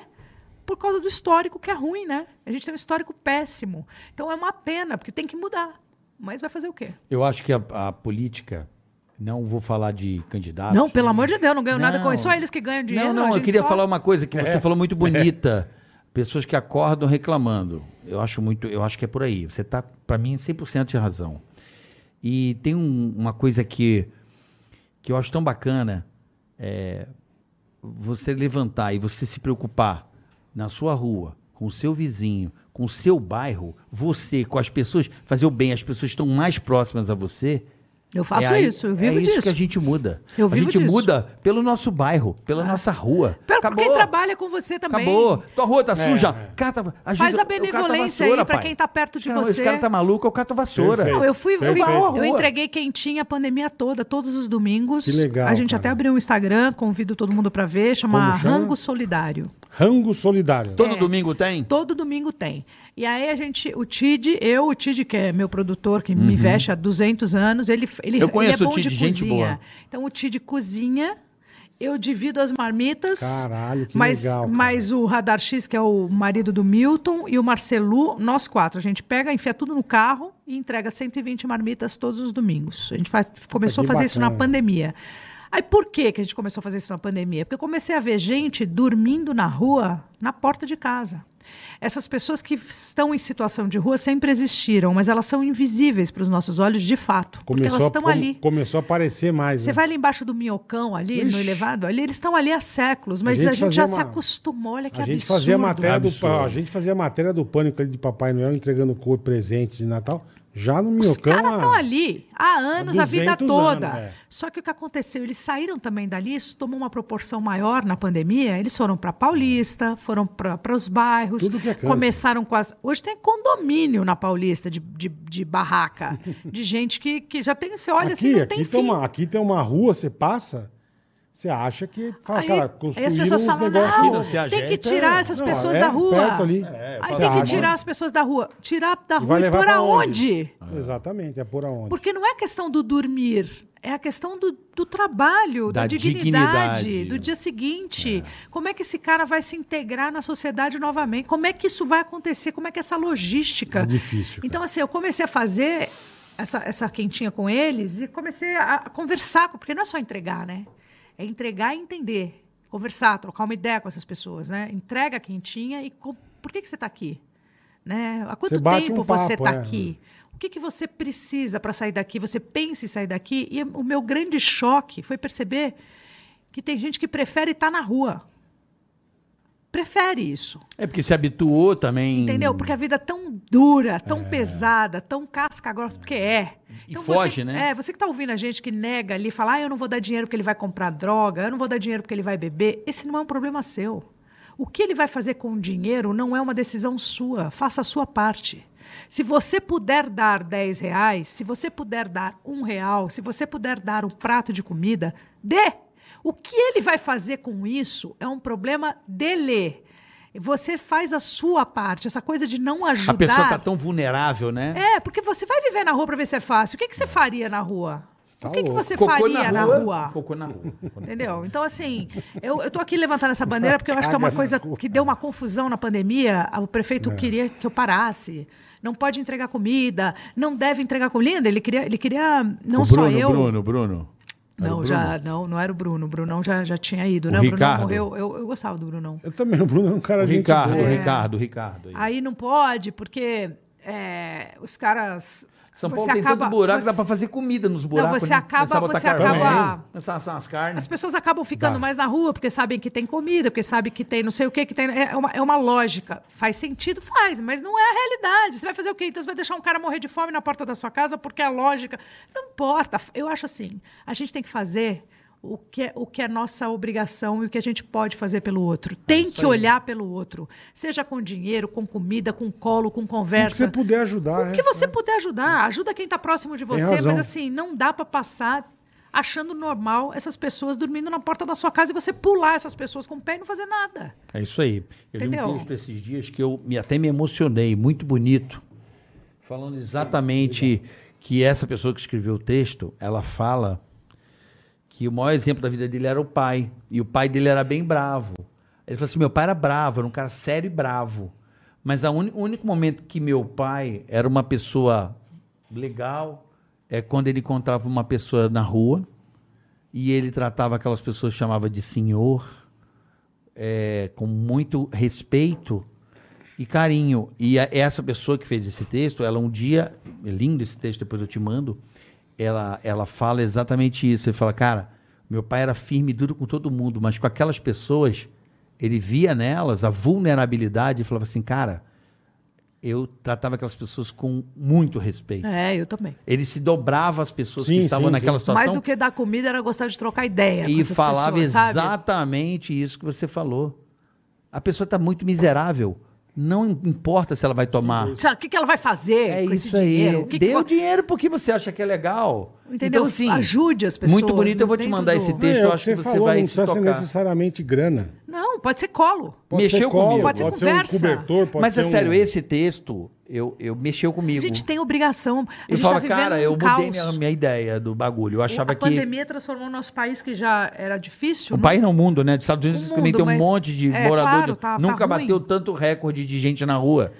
[SPEAKER 4] Por causa do histórico que é ruim, né? A gente tem um histórico péssimo. Então é uma pena, porque tem que mudar. Mas vai fazer o quê?
[SPEAKER 3] Eu acho que a, a política Não vou falar de candidato.
[SPEAKER 4] Não, pelo amor de Deus, não ganho nada
[SPEAKER 3] Não.
[SPEAKER 4] com isso. Só eles que ganham
[SPEAKER 3] Não,
[SPEAKER 4] dinheiro. a
[SPEAKER 3] não, eu
[SPEAKER 4] gente
[SPEAKER 3] queria
[SPEAKER 4] só-
[SPEAKER 3] falar uma coisa que você falou muito bonita. Pessoas que acordam reclamando. Eu acho muito, eu acho que é por aí. Você tá para mim 100% de razão. E tem um- uma coisa que que eu acho tão bacana é você levantar e você se preocupar na sua rua, com o seu vizinho, com o seu bairro, você com as pessoas, fazer o bem, as pessoas estão mais próximas a você.
[SPEAKER 4] Eu faço
[SPEAKER 3] É aí-
[SPEAKER 4] isso, eu vivo
[SPEAKER 3] é
[SPEAKER 4] disso.
[SPEAKER 3] isso que a gente muda.
[SPEAKER 4] Eu vivo
[SPEAKER 3] a gente
[SPEAKER 4] disso. Ah.
[SPEAKER 3] muda pelo nosso bairro, pela nossa rua.
[SPEAKER 4] Pera, por
[SPEAKER 3] Acabou.
[SPEAKER 4] quem trabalha com você também.
[SPEAKER 3] Acabou. Tua rua tá suja.
[SPEAKER 2] é.
[SPEAKER 3] Cata, às
[SPEAKER 4] Faz
[SPEAKER 3] vezes,
[SPEAKER 4] a
[SPEAKER 3] o cara tá
[SPEAKER 4] benevolência
[SPEAKER 3] vassoura,
[SPEAKER 4] aí pra
[SPEAKER 3] pai.
[SPEAKER 4] quem tá perto de
[SPEAKER 3] Não, Esse
[SPEAKER 4] você.
[SPEAKER 3] cara tá maluco, eu cato vassoura.
[SPEAKER 2] Perfeito.
[SPEAKER 4] Não, eu fui, fui
[SPEAKER 2] Perfeito.
[SPEAKER 4] eu entreguei quentinha a pandemia toda, todos os domingos.
[SPEAKER 2] Que legal,
[SPEAKER 4] A gente
[SPEAKER 2] cara.
[SPEAKER 4] até abriu um Instagram, convido todo mundo pra ver, chama
[SPEAKER 2] Como chama?
[SPEAKER 4] Rango Solidário.
[SPEAKER 2] Rango solidário.
[SPEAKER 4] é.
[SPEAKER 3] Todo domingo tem?
[SPEAKER 4] Todo domingo tem. E aí a gente, o Tid, eu, o Tid, que é meu produtor, que me veste há 200 anos, ele, ele,
[SPEAKER 3] Uhum. Eu conheço
[SPEAKER 4] ele é
[SPEAKER 3] o
[SPEAKER 4] bom
[SPEAKER 3] Tid,
[SPEAKER 4] de
[SPEAKER 3] gente
[SPEAKER 4] cozinha.
[SPEAKER 3] boa.
[SPEAKER 4] Então o Tid cozinha, eu divido as marmitas.
[SPEAKER 2] Caralho, que
[SPEAKER 4] mas,
[SPEAKER 2] legal, cara.
[SPEAKER 4] Mas o Radar X, que é o marido do Milton, e o Marcelu, nós quatro. A gente pega, enfia tudo no carro e entrega 120 marmitas todos os domingos. A gente faz, começou a
[SPEAKER 2] que
[SPEAKER 4] fazer isso na
[SPEAKER 2] Tá bacana.
[SPEAKER 4] pandemia. Aí por que, que a gente começou a fazer isso na pandemia? Porque eu comecei a ver gente dormindo na rua, na porta de casa. Essas pessoas que estão em situação de rua sempre existiram, mas elas são invisíveis para os nossos olhos de fato. porque elas
[SPEAKER 2] Começou, a,
[SPEAKER 4] estão
[SPEAKER 2] come-
[SPEAKER 4] ali.
[SPEAKER 2] começou a aparecer mais.
[SPEAKER 4] Você
[SPEAKER 2] né?
[SPEAKER 4] vai ali embaixo do minhocão, ali, no
[SPEAKER 2] Ixi.
[SPEAKER 4] elevado, ali, eles estão ali há séculos, mas
[SPEAKER 2] gente
[SPEAKER 4] a gente,
[SPEAKER 2] fazia
[SPEAKER 4] já
[SPEAKER 2] uma-
[SPEAKER 4] se acostumou, olha que
[SPEAKER 2] a gente
[SPEAKER 4] absurdo.
[SPEAKER 2] fazia a matéria do
[SPEAKER 6] Absurdo.
[SPEAKER 2] a gente fazia a matéria do pânico ali de Papai Noel entregando cor presente de Natal já no
[SPEAKER 4] Os
[SPEAKER 2] Minhocão. ah,
[SPEAKER 4] caras estão
[SPEAKER 2] a-
[SPEAKER 4] ali há anos, a vida
[SPEAKER 2] 200
[SPEAKER 4] toda.
[SPEAKER 2] anos, é.
[SPEAKER 4] Só que o que aconteceu? Eles saíram também dali, isso tomou uma proporção maior na pandemia. Eles foram para Paulista, foram para os bairros,
[SPEAKER 2] Tudo que é canto.
[SPEAKER 4] começaram com as. Hoje tem condomínio na Paulista de, de, de barraca, de gente que, que já tem. Você
[SPEAKER 2] aqui,
[SPEAKER 4] olha assim, não
[SPEAKER 2] aqui
[SPEAKER 4] tem fim.
[SPEAKER 2] uma, aqui tem uma rua, você passa, você acha que fala,
[SPEAKER 4] Aí,
[SPEAKER 2] cara,
[SPEAKER 4] aí as
[SPEAKER 2] construíram
[SPEAKER 4] pessoas
[SPEAKER 2] uns
[SPEAKER 4] falam,
[SPEAKER 2] negócios
[SPEAKER 4] não,
[SPEAKER 2] que
[SPEAKER 3] não se
[SPEAKER 4] tem que
[SPEAKER 3] ajeita,
[SPEAKER 4] tirar essas
[SPEAKER 2] não,
[SPEAKER 4] pessoas
[SPEAKER 2] é
[SPEAKER 4] da rua.
[SPEAKER 2] perto ali.
[SPEAKER 3] É,
[SPEAKER 4] Aí
[SPEAKER 3] você
[SPEAKER 4] tem que
[SPEAKER 3] acha.
[SPEAKER 4] tirar as pessoas da rua. Tirar da
[SPEAKER 2] vai
[SPEAKER 4] rua e
[SPEAKER 2] levar
[SPEAKER 4] por
[SPEAKER 2] pra
[SPEAKER 4] aonde?
[SPEAKER 2] Exatamente, é por aonde.
[SPEAKER 4] Porque não é questão do dormir, é a questão do, do trabalho, da,
[SPEAKER 3] Da
[SPEAKER 4] dignidade,
[SPEAKER 3] dignidade.
[SPEAKER 4] do dia seguinte. Como é que esse cara vai se integrar na sociedade novamente? Como é que isso vai acontecer? Como é que é essa logística?
[SPEAKER 2] É difícil, cara.
[SPEAKER 4] Então, assim, eu comecei a fazer essa, essa quentinha com eles e comecei a a conversar, com- porque não é só entregar, né? É entregar e entender. Conversar, trocar uma ideia com essas pessoas, né? Entrega a quentinha e co- por que, que você está aqui? Né? Há quanto
[SPEAKER 2] Você bate
[SPEAKER 4] tempo
[SPEAKER 2] um
[SPEAKER 4] você
[SPEAKER 2] papo,
[SPEAKER 4] está
[SPEAKER 2] é.
[SPEAKER 4] aqui? O que, que você precisa para sair daqui? Você pensa em sair daqui? E o meu grande choque foi perceber que tem gente que prefere estar na rua. Prefere isso.
[SPEAKER 3] É porque se habituou também.
[SPEAKER 4] Entendeu? Porque a vida é tão dura, tão pesada, tão casca grossa, porque é.
[SPEAKER 3] É. E foge,
[SPEAKER 4] você,
[SPEAKER 3] né?
[SPEAKER 4] É, você que tá ouvindo a gente que nega ali, fala, ah, eu não vou dar dinheiro porque ele vai comprar droga, eu não vou dar dinheiro porque ele vai beber. Esse não é um problema seu. O que ele vai fazer com o dinheiro não é uma decisão sua. Faça a sua parte. Se você puder dar 10 reais, se você puder dar um real, se você puder dar um prato de comida, dê. O que ele vai fazer com isso é um problema dele. Você faz a sua parte. Essa coisa de não ajudar.
[SPEAKER 3] A pessoa tá tão vulnerável, né?
[SPEAKER 4] É, porque você vai viver na rua pra ver se é fácil. O que, que você faria na rua? o que, que
[SPEAKER 2] Tá louco.
[SPEAKER 4] você faria na rua?
[SPEAKER 3] Cocô na rua.
[SPEAKER 4] Entendeu? Então, assim, eu, eu tô aqui levantando essa bandeira porque eu acho que é uma
[SPEAKER 2] Caga na
[SPEAKER 4] coisa
[SPEAKER 2] rua. É.
[SPEAKER 4] que deu uma confusão na pandemia. O prefeito queria que eu parasse. Não pode entregar comida, não deve entregar comida. Ele queria, ele queria não
[SPEAKER 6] o Bruno,
[SPEAKER 4] só eu.
[SPEAKER 6] Bruno, Bruno.
[SPEAKER 4] Não, já não, não era o Bruno. O Brunão já, já tinha ido,
[SPEAKER 3] O
[SPEAKER 4] né?
[SPEAKER 3] Ricardo.
[SPEAKER 4] Brunão morreu. Eu, eu gostava do Brunão.
[SPEAKER 2] Eu também, o Bruno é um cara
[SPEAKER 3] O
[SPEAKER 2] gente
[SPEAKER 3] Ricardo,
[SPEAKER 2] boa.
[SPEAKER 3] o Ricardo, o Ricardo. aí.
[SPEAKER 4] Aí não pode, porque é, os caras.
[SPEAKER 3] São
[SPEAKER 4] você
[SPEAKER 3] Paulo tem
[SPEAKER 4] acaba-
[SPEAKER 3] tanto buraco,
[SPEAKER 4] você-
[SPEAKER 3] dá pra fazer comida nos buracos.
[SPEAKER 4] você
[SPEAKER 3] né?
[SPEAKER 4] acaba-
[SPEAKER 3] Começar a botar
[SPEAKER 4] você
[SPEAKER 3] carne.
[SPEAKER 4] acaba-
[SPEAKER 3] Também. Começar a assar umas carnes.
[SPEAKER 4] As pessoas acabam ficando
[SPEAKER 3] Né? Dá.
[SPEAKER 4] mais na rua porque sabem que tem comida, porque sabem que tem não sei o que, que tem. É uma, é uma lógica. Faz sentido? Faz, mas não é a realidade. Você vai fazer o quê? Então você vai deixar um cara morrer de fome na porta da sua casa porque é a lógica. Não importa. Eu acho assim: a gente tem que fazer. O que, é, o que é nossa obrigação e o que a gente pode fazer pelo outro. Tem que olhar pelo outro. Seja com dinheiro, com comida, com colo, com
[SPEAKER 2] O que
[SPEAKER 4] conversa.
[SPEAKER 2] você puder ajudar.
[SPEAKER 4] O
[SPEAKER 2] é.
[SPEAKER 4] que você puder ajudar, ajuda quem está próximo de você,
[SPEAKER 2] razão.
[SPEAKER 4] mas assim, não dá para passar achando normal essas pessoas dormindo na porta da sua casa e você pular essas pessoas com o pé e não fazer nada.
[SPEAKER 3] É isso aí. Eu li
[SPEAKER 4] Entendeu?
[SPEAKER 3] um texto esses dias que eu me, até me emocionei, muito bonito, falando exatamente que essa pessoa que escreveu o texto, ela fala que o maior exemplo da vida dele era o pai, e o pai dele era bem bravo. Ele falou assim, meu pai era bravo, era um cara sério e bravo, mas a uni- o único momento que meu pai era uma pessoa legal, é quando ele encontrava uma pessoa na rua e ele tratava aquelas pessoas, chamava de senhor, é, com muito respeito e carinho. E a- essa pessoa que fez esse texto, ela um dia, é lindo esse texto, depois eu te mando, ela, ela fala exatamente isso. Ele fala, cara, meu pai era firme e duro com todo mundo, mas com aquelas pessoas, ele via nelas a vulnerabilidade e falava assim, cara, eu tratava aquelas pessoas com muito respeito.
[SPEAKER 4] É, eu também.
[SPEAKER 3] Ele se dobrava às pessoas
[SPEAKER 2] Sim,
[SPEAKER 3] que estavam
[SPEAKER 2] sim,
[SPEAKER 3] naquela
[SPEAKER 2] sim.
[SPEAKER 3] situação
[SPEAKER 4] Mais do que dar comida era gostar de trocar ideia. É com
[SPEAKER 3] e
[SPEAKER 4] essas
[SPEAKER 3] falava
[SPEAKER 4] pessoas, sabe?
[SPEAKER 3] exatamente isso que você falou. A pessoa está muito miserável. Não importa se ela vai tomar.
[SPEAKER 4] Sabe, o que, que ela vai fazer
[SPEAKER 3] É
[SPEAKER 4] com esse
[SPEAKER 3] isso
[SPEAKER 4] dinheiro?
[SPEAKER 3] aí.
[SPEAKER 4] O que que
[SPEAKER 3] Dê o
[SPEAKER 4] ela-
[SPEAKER 3] dinheiro porque você acha que é legal.
[SPEAKER 4] Entendeu?
[SPEAKER 3] Então, assim,
[SPEAKER 4] Ajude as pessoas.
[SPEAKER 3] Muito bonito, eu vou te
[SPEAKER 4] dentro
[SPEAKER 3] mandar
[SPEAKER 4] do-
[SPEAKER 3] esse texto,
[SPEAKER 2] é,
[SPEAKER 3] eu
[SPEAKER 2] o
[SPEAKER 3] acho que você
[SPEAKER 2] falou,
[SPEAKER 3] vai
[SPEAKER 2] não
[SPEAKER 3] se
[SPEAKER 2] precisa ser
[SPEAKER 3] tocar.
[SPEAKER 2] necessariamente grana.
[SPEAKER 4] Não, pode ser colo.
[SPEAKER 2] Pode
[SPEAKER 3] Mexeu
[SPEAKER 2] ser colo,
[SPEAKER 3] comigo.
[SPEAKER 4] Pode ser
[SPEAKER 2] pode
[SPEAKER 4] conversa.
[SPEAKER 2] um cobertor, pode
[SPEAKER 3] Mas
[SPEAKER 2] ser
[SPEAKER 3] é
[SPEAKER 2] um...
[SPEAKER 3] sério, esse texto eu, eu mexeu
[SPEAKER 4] A
[SPEAKER 3] comigo.
[SPEAKER 4] gente tem obrigação. A
[SPEAKER 3] eu
[SPEAKER 4] gente tá
[SPEAKER 3] falo,
[SPEAKER 4] vivendo
[SPEAKER 3] cara,
[SPEAKER 4] um
[SPEAKER 3] eu
[SPEAKER 4] caos.
[SPEAKER 3] mudei minha, minha ideia do bagulho. Eu achava
[SPEAKER 4] a
[SPEAKER 3] que.
[SPEAKER 4] pandemia transformou o nosso país, que já era difícil.
[SPEAKER 3] O
[SPEAKER 4] num-
[SPEAKER 3] país não, o mundo, né? Dos Estados Unidos
[SPEAKER 4] O
[SPEAKER 3] também
[SPEAKER 4] mundo,
[SPEAKER 3] tem um
[SPEAKER 4] mas-
[SPEAKER 3] monte de
[SPEAKER 4] é,
[SPEAKER 3] morador.
[SPEAKER 4] claro,
[SPEAKER 3] de-
[SPEAKER 4] tá- tá
[SPEAKER 3] Nunca
[SPEAKER 4] ruim.
[SPEAKER 3] bateu tanto recorde de gente na rua.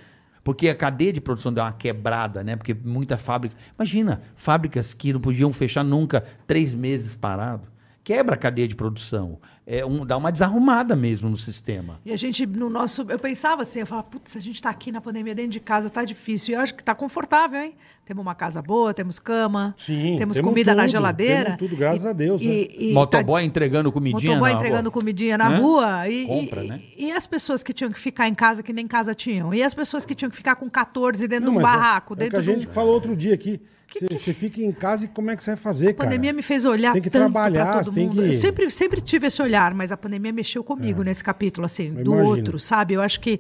[SPEAKER 3] Porque a cadeia de produção deu uma quebrada, né? Porque muita fábrica. Imagina, fábricas que não podiam fechar nunca, três meses parado. Quebra a cadeia de produção. É um, dá uma desarrumada mesmo no sistema.
[SPEAKER 4] E a gente, no nosso. Eu pensava assim, eu falava, putz, a gente está aqui na pandemia dentro de casa, tá difícil. E eu acho que tá confortável, hein? Temos uma casa boa, temos cama,
[SPEAKER 2] Sim,
[SPEAKER 4] temos,
[SPEAKER 2] temos
[SPEAKER 4] comida na
[SPEAKER 2] tudo,
[SPEAKER 4] geladeira.
[SPEAKER 2] temos tudo, graças a Deus,
[SPEAKER 4] E,
[SPEAKER 2] né?
[SPEAKER 4] e- e
[SPEAKER 3] motoboy entregando comidinha.
[SPEAKER 4] Motoboy
[SPEAKER 3] na rua.
[SPEAKER 4] entregando comidinha na
[SPEAKER 3] Né?
[SPEAKER 4] rua. E,
[SPEAKER 3] Compra,
[SPEAKER 4] e-
[SPEAKER 3] né?
[SPEAKER 4] e as pessoas que tinham que ficar em casa, que nem casa tinham. E as pessoas que tinham que ficar com 14 dentro de um
[SPEAKER 2] mas é- é
[SPEAKER 4] barraco,
[SPEAKER 2] o que
[SPEAKER 4] dentro
[SPEAKER 2] a gente
[SPEAKER 4] de um...
[SPEAKER 2] falou outro dia aqui. Você você fica em casa e como é que você vai fazer,
[SPEAKER 4] A pandemia
[SPEAKER 2] cara?
[SPEAKER 4] me fez olhar
[SPEAKER 2] Tem que
[SPEAKER 4] tanto
[SPEAKER 2] trabalhar,
[SPEAKER 4] pra
[SPEAKER 2] você
[SPEAKER 4] todo
[SPEAKER 2] tem que-
[SPEAKER 4] mundo.
[SPEAKER 2] É.
[SPEAKER 4] Eu sempre, sempre tive esse olhar, mas a pandemia mexeu comigo nesse capítulo, assim,
[SPEAKER 2] Eu
[SPEAKER 4] do
[SPEAKER 2] imagino.
[SPEAKER 4] outro, sabe? Eu acho que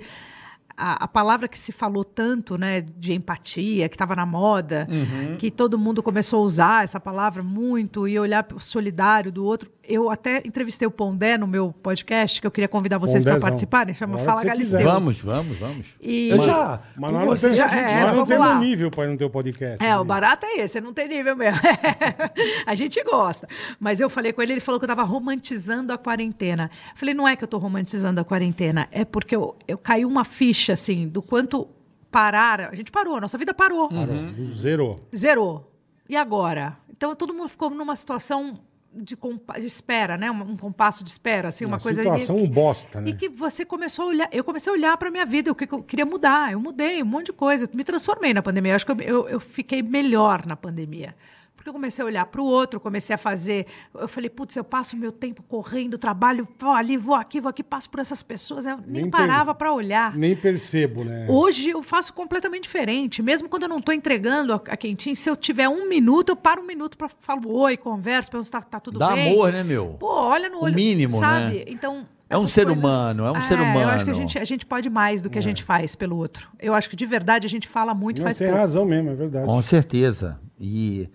[SPEAKER 4] a, a palavra que se falou tanto, né, de empatia, que estava na moda,
[SPEAKER 2] Uhum.
[SPEAKER 4] que todo mundo começou a usar essa palavra muito e olhar pro solidário do outro. Eu até entrevistei o Pondé no meu podcast, que eu queria convidar vocês para
[SPEAKER 2] Pondézão.
[SPEAKER 4] participarem, chama
[SPEAKER 2] Na hora
[SPEAKER 4] Fala
[SPEAKER 2] que você quiser.
[SPEAKER 4] Galisteu.
[SPEAKER 3] Vamos, vamos, vamos.
[SPEAKER 4] E-
[SPEAKER 3] Eu já.
[SPEAKER 2] Mas
[SPEAKER 3] com
[SPEAKER 2] nós não
[SPEAKER 3] você
[SPEAKER 2] temos,
[SPEAKER 4] já
[SPEAKER 2] nós
[SPEAKER 4] era,
[SPEAKER 2] não
[SPEAKER 4] vamos
[SPEAKER 2] temos
[SPEAKER 4] lá.
[SPEAKER 2] nível para não ter o podcast.
[SPEAKER 4] É, o
[SPEAKER 2] né?
[SPEAKER 4] barato é esse, não tem nível mesmo. a gente gosta. Mas eu falei com ele, ele falou que eu tava romantizando a quarentena. Falei, não é que eu tô romantizando a quarentena, é porque eu, eu caí uma ficha, assim, do quanto parar. A gente parou, a nossa vida parou.
[SPEAKER 2] Uhum. Do zero.
[SPEAKER 4] Zerou. E agora? Então todo mundo ficou numa situação de, compa- de espera, né? Um, um compasso de espera, assim, uma,
[SPEAKER 2] Uma
[SPEAKER 4] coisa.
[SPEAKER 2] situação
[SPEAKER 4] e,
[SPEAKER 2] bosta, né?
[SPEAKER 4] e que você começou a olhar. Eu comecei a olhar para minha vida, o que que eu queria mudar. Eu mudei um monte de coisa. Eu me transformei na pandemia. Eu acho que eu, eu, eu fiquei melhor na pandemia. Porque eu comecei a olhar para o outro, comecei a fazer. Eu falei, putz, eu passo meu tempo correndo, trabalho, vou ali, vou aqui, vou aqui, passo por essas pessoas. Eu nem,
[SPEAKER 2] Nem
[SPEAKER 4] parava
[SPEAKER 2] per-
[SPEAKER 4] para olhar.
[SPEAKER 2] Nem percebo, né?
[SPEAKER 3] É.
[SPEAKER 4] Hoje eu faço completamente diferente. Mesmo quando eu não estou entregando a, a quentinha, se eu tiver um minuto, eu paro um minuto para falo oi, converso, pergunto se tá, tá tudo
[SPEAKER 3] Dá
[SPEAKER 4] bem.
[SPEAKER 3] amor, né, meu?
[SPEAKER 4] Pô, olha no
[SPEAKER 3] O
[SPEAKER 4] olho.
[SPEAKER 3] mínimo,
[SPEAKER 4] sabe?
[SPEAKER 3] né?
[SPEAKER 4] Então.
[SPEAKER 3] É um
[SPEAKER 4] essas
[SPEAKER 3] ser humano, é um ser
[SPEAKER 4] Eu acho
[SPEAKER 3] humano.
[SPEAKER 4] que a
[SPEAKER 3] É.
[SPEAKER 4] gente, a gente pode mais do que a gente faz pelo outro. Eu acho que de verdade a gente fala muito,
[SPEAKER 2] Não,
[SPEAKER 4] faz
[SPEAKER 2] tem
[SPEAKER 4] pouco.
[SPEAKER 2] razão mesmo, é verdade.
[SPEAKER 3] Com certeza. E,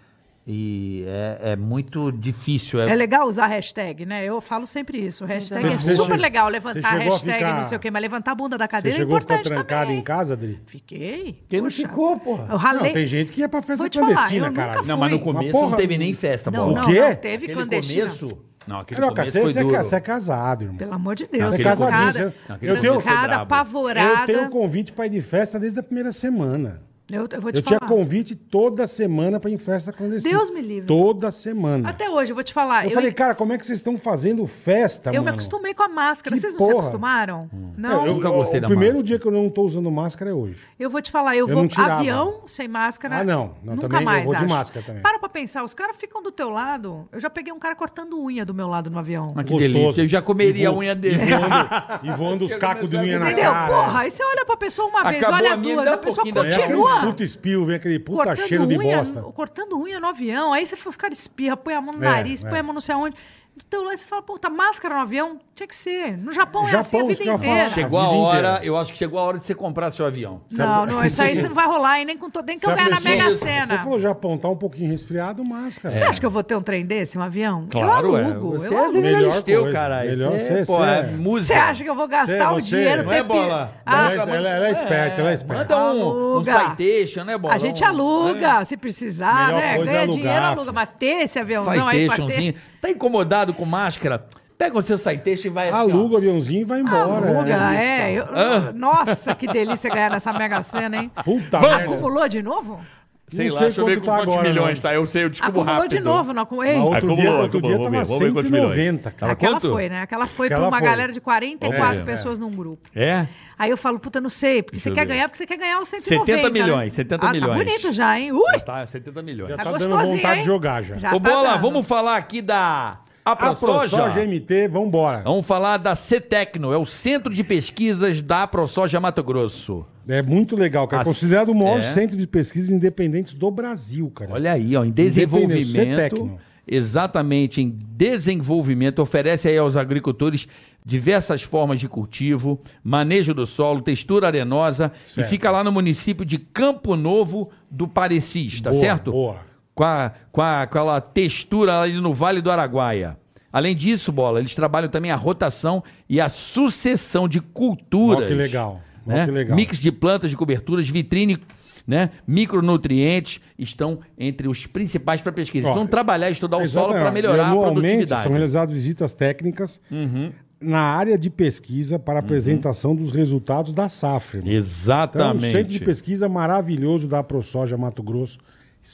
[SPEAKER 3] e é, é muito difícil.
[SPEAKER 4] É legal usar hashtag, né? Eu falo sempre isso. Hashtag
[SPEAKER 2] Você-
[SPEAKER 4] é
[SPEAKER 2] você
[SPEAKER 4] super
[SPEAKER 2] che-
[SPEAKER 4] legal
[SPEAKER 2] você
[SPEAKER 4] levantar
[SPEAKER 2] chegou a
[SPEAKER 4] hashtag,
[SPEAKER 2] ficar-
[SPEAKER 4] não sei o quê, mas levantar a bunda da
[SPEAKER 2] Você
[SPEAKER 4] cadeira é
[SPEAKER 2] chegou a ficar
[SPEAKER 4] importante
[SPEAKER 2] trancado
[SPEAKER 4] também.
[SPEAKER 2] em casa, Adri?
[SPEAKER 4] Fiquei.
[SPEAKER 3] Quem não
[SPEAKER 4] Poxa.
[SPEAKER 3] ficou, porra?
[SPEAKER 4] Eu ralei.
[SPEAKER 2] Não, tem gente que ia pra festa
[SPEAKER 4] Vou te falar,
[SPEAKER 2] clandestina,
[SPEAKER 4] eu nunca
[SPEAKER 2] cara.
[SPEAKER 4] fui.
[SPEAKER 3] Não, mas no
[SPEAKER 4] Uma
[SPEAKER 3] começo
[SPEAKER 2] porra,
[SPEAKER 3] não teve nem festa,
[SPEAKER 4] Não,
[SPEAKER 3] bola.
[SPEAKER 4] não,
[SPEAKER 2] O quê?
[SPEAKER 4] não, teve
[SPEAKER 3] tá Aquele
[SPEAKER 4] clandestina.
[SPEAKER 3] começo. Não, aquele
[SPEAKER 2] Não, cara,
[SPEAKER 3] começo
[SPEAKER 2] você,
[SPEAKER 3] foi
[SPEAKER 2] você é
[SPEAKER 3] duro.
[SPEAKER 2] ca- você é casado, irmão.
[SPEAKER 4] Pelo amor de Deus,
[SPEAKER 2] Você
[SPEAKER 3] é casadinho,
[SPEAKER 4] trancada,
[SPEAKER 2] você-
[SPEAKER 3] Não, aquele
[SPEAKER 4] eu
[SPEAKER 2] né? eu tenho-
[SPEAKER 4] tenho,
[SPEAKER 2] foi
[SPEAKER 4] trancada,
[SPEAKER 3] brabo.
[SPEAKER 2] Eu
[SPEAKER 4] apavorada.
[SPEAKER 2] tenho um convite pra ir de festa desde a primeira semana.
[SPEAKER 4] Eu, eu vou te
[SPEAKER 2] Eu
[SPEAKER 4] falar.
[SPEAKER 2] tinha convite toda semana pra ir em festa clandestina.
[SPEAKER 4] Deus me livre.
[SPEAKER 2] Toda semana.
[SPEAKER 4] Até hoje, eu vou te falar.
[SPEAKER 2] eu, falei, cara, como é que vocês estão fazendo festa,
[SPEAKER 4] eu me
[SPEAKER 2] mano?
[SPEAKER 4] acostumei com a máscara.
[SPEAKER 2] Que
[SPEAKER 4] Vocês não se
[SPEAKER 2] porra. É,
[SPEAKER 4] acostumaram? Não.
[SPEAKER 2] Eu,
[SPEAKER 4] Eu,
[SPEAKER 3] Nunca gostei
[SPEAKER 2] o
[SPEAKER 3] da
[SPEAKER 2] primeiro
[SPEAKER 3] máscara.
[SPEAKER 2] dia que eu não tô usando máscara é hoje.
[SPEAKER 4] vou te falar, eu,
[SPEAKER 2] Eu
[SPEAKER 4] vou
[SPEAKER 2] não tirava.
[SPEAKER 4] avião sem máscara.
[SPEAKER 2] Ah, não. Não,
[SPEAKER 4] nunca
[SPEAKER 2] também eu
[SPEAKER 4] mais.
[SPEAKER 2] vou de
[SPEAKER 4] acho.
[SPEAKER 2] máscara também.
[SPEAKER 4] Para pra pensar, os caras ficam do teu lado. Eu já peguei um cara cortando unha do meu lado no avião.
[SPEAKER 3] Mas que
[SPEAKER 2] Gostoso.
[SPEAKER 3] delícia. Eu já comeria
[SPEAKER 2] E
[SPEAKER 3] a
[SPEAKER 2] vo-
[SPEAKER 3] unha dele.
[SPEAKER 2] E voando, e voando os cacos de unha na
[SPEAKER 4] Entendeu?
[SPEAKER 2] cara.
[SPEAKER 4] Porra, aí você olha pra pessoa uma vez,
[SPEAKER 3] Acabou
[SPEAKER 4] olha
[SPEAKER 3] a minha,
[SPEAKER 4] duas,
[SPEAKER 3] dá
[SPEAKER 4] a
[SPEAKER 3] um
[SPEAKER 4] pessoa
[SPEAKER 3] pouquinho da
[SPEAKER 2] É aquele
[SPEAKER 4] continua.
[SPEAKER 2] puta espio, vem aquele puta
[SPEAKER 4] cortando
[SPEAKER 2] cheiro de
[SPEAKER 4] unha,
[SPEAKER 2] bosta.
[SPEAKER 4] cortando unha no avião. Aí você fala, os caras espirra, põe a mão no
[SPEAKER 2] É,
[SPEAKER 4] nariz,
[SPEAKER 2] é.
[SPEAKER 4] põe a mão não sei aonde. Então lá você fala, puta, máscara no avião tinha que ser. No Japão é
[SPEAKER 2] Japão,
[SPEAKER 4] assim a
[SPEAKER 2] isso
[SPEAKER 4] vida
[SPEAKER 2] que eu ia falar.
[SPEAKER 4] inteira.
[SPEAKER 3] Chegou a
[SPEAKER 2] vida
[SPEAKER 3] hora,
[SPEAKER 2] inteira.
[SPEAKER 3] eu acho que chegou a hora de você comprar seu avião.
[SPEAKER 4] Não, não, isso aí você não vai rolar, hein? Nem, com todo, nem que eu
[SPEAKER 2] Se a
[SPEAKER 4] ganhar Então na
[SPEAKER 2] pessoa-
[SPEAKER 4] Mega
[SPEAKER 2] Você
[SPEAKER 4] Sena.
[SPEAKER 2] falou Japão, tá um pouquinho resfriado, máscara.
[SPEAKER 4] Você acha que eu vou ter um trem desse, um avião? eu
[SPEAKER 3] é.
[SPEAKER 4] alugo.
[SPEAKER 3] Você
[SPEAKER 4] eu
[SPEAKER 3] é
[SPEAKER 4] alugo.
[SPEAKER 2] Melhor
[SPEAKER 3] melhor teu,
[SPEAKER 2] coisa,
[SPEAKER 3] caralho.
[SPEAKER 2] melhor
[SPEAKER 3] Você,
[SPEAKER 2] você-
[SPEAKER 3] pô, é
[SPEAKER 2] você-
[SPEAKER 3] música.
[SPEAKER 4] Você acha que eu vou gastar
[SPEAKER 2] Você-
[SPEAKER 4] o
[SPEAKER 2] você-
[SPEAKER 4] dinheiro?
[SPEAKER 3] Não
[SPEAKER 4] ter
[SPEAKER 3] é
[SPEAKER 4] pi-
[SPEAKER 3] bola.
[SPEAKER 4] Ah,
[SPEAKER 2] Ela é- ela- ela é esperta, ela é esperta.
[SPEAKER 3] Manda um, um
[SPEAKER 4] Aluga.
[SPEAKER 3] citation, né, bola?
[SPEAKER 4] a gente aluga, se precisar,
[SPEAKER 2] É. Melhor
[SPEAKER 4] né?
[SPEAKER 2] coisa é
[SPEAKER 4] Ganha
[SPEAKER 2] alugar,
[SPEAKER 4] dinheiro, aluga.
[SPEAKER 2] filho.
[SPEAKER 4] Mas ter esse
[SPEAKER 3] Um
[SPEAKER 4] aviãozão É. aí pra ter...
[SPEAKER 3] citationzinho. Tá incomodado com máscara? Pega o seu citation e vai assim, ó.
[SPEAKER 2] Aluga o aviãozinho e vai embora.
[SPEAKER 4] é Aluga,
[SPEAKER 2] é.
[SPEAKER 4] é. eu- Nossa, que delícia ganhar nessa Mega Sena, hein?
[SPEAKER 2] Puta merda.
[SPEAKER 4] Acumulou de novo?
[SPEAKER 6] Sei
[SPEAKER 2] Não
[SPEAKER 6] lá,
[SPEAKER 2] sei
[SPEAKER 6] deixa eu ver
[SPEAKER 2] quanto
[SPEAKER 6] com
[SPEAKER 2] tá
[SPEAKER 6] quantos
[SPEAKER 2] agora,
[SPEAKER 6] milhões
[SPEAKER 2] não.
[SPEAKER 6] tá. Eu sei, eu descubro
[SPEAKER 4] Acumulou
[SPEAKER 6] rápido.
[SPEAKER 4] de novo, não acumulou? Ei,
[SPEAKER 2] Mas outro
[SPEAKER 5] Acumulou,
[SPEAKER 2] dia, outro dia
[SPEAKER 5] acumulou
[SPEAKER 2] tava
[SPEAKER 5] mesmo. Vamos ver quantos
[SPEAKER 2] 190, cara.
[SPEAKER 4] aquela
[SPEAKER 6] quanto?
[SPEAKER 4] foi, né? Aquela foi
[SPEAKER 2] Aquela
[SPEAKER 4] pra uma
[SPEAKER 2] foi.
[SPEAKER 4] galera de 44
[SPEAKER 6] É,
[SPEAKER 4] pessoas num grupo.
[SPEAKER 3] É?
[SPEAKER 4] Aí eu falo, puta, não sei, porque
[SPEAKER 6] Deixa
[SPEAKER 4] você
[SPEAKER 6] eu
[SPEAKER 4] quer
[SPEAKER 6] ver.
[SPEAKER 4] ganhar, porque você quer ganhar os 190.
[SPEAKER 3] 70
[SPEAKER 4] né?
[SPEAKER 3] milhões, 70
[SPEAKER 4] Ah,
[SPEAKER 3] milhões.
[SPEAKER 4] Tá bonito já, hein? Ui!
[SPEAKER 3] Tá, 70 milhões.
[SPEAKER 2] Já
[SPEAKER 4] Tá
[SPEAKER 2] tá dando
[SPEAKER 4] gostosinho,
[SPEAKER 2] vontade
[SPEAKER 4] hein?
[SPEAKER 2] de jogar já.
[SPEAKER 4] Já
[SPEAKER 3] Ô,
[SPEAKER 4] tá
[SPEAKER 3] Bola,
[SPEAKER 4] dando.
[SPEAKER 3] vamos falar aqui da
[SPEAKER 2] A
[SPEAKER 6] Tá
[SPEAKER 3] AproSoja.
[SPEAKER 2] ProSoja MT, vambora.
[SPEAKER 3] Vamos falar da CETECNO, é o Centro de Pesquisas da AproSoja Mato Grosso.
[SPEAKER 2] É muito legal, cara.
[SPEAKER 3] A-
[SPEAKER 2] Considerado o maior
[SPEAKER 3] é.
[SPEAKER 2] centro de pesquisas independentes do Brasil, cara.
[SPEAKER 3] Olha aí, ó, em
[SPEAKER 2] Independente,
[SPEAKER 3] desenvolvimento.
[SPEAKER 2] Cetecno.
[SPEAKER 3] Exatamente, em desenvolvimento, oferece aí aos agricultores diversas formas de cultivo, manejo do solo, textura arenosa
[SPEAKER 2] Certo.
[SPEAKER 3] e fica lá no município de Campo Novo do Parecis, tá
[SPEAKER 2] Boa,
[SPEAKER 3] certo?
[SPEAKER 2] Boa.
[SPEAKER 3] com, a, com, a, com aquela textura ali no Vale do Araguaia. Além disso, bola, eles trabalham também a rotação e a sucessão de culturas.
[SPEAKER 2] Ó, que legal. Ó,
[SPEAKER 3] Né?
[SPEAKER 2] que legal.
[SPEAKER 3] Mix de plantas, de coberturas, vitrine, né? micronutrientes estão entre os principais para pesquisa.
[SPEAKER 2] Ó,
[SPEAKER 3] Eles vão trabalhar e
[SPEAKER 6] um
[SPEAKER 3] estudar o solo
[SPEAKER 2] Tá Exatamente.
[SPEAKER 3] para melhorar
[SPEAKER 2] E
[SPEAKER 3] a
[SPEAKER 2] anualmente
[SPEAKER 3] produtividade.
[SPEAKER 2] São realizadas visitas técnicas
[SPEAKER 6] Uhum.
[SPEAKER 2] na área de pesquisa para apresentação dos resultados da safra. irmão. Então, é um
[SPEAKER 3] Exatamente.
[SPEAKER 2] centro de pesquisa maravilhoso da ProSoja Mato Grosso.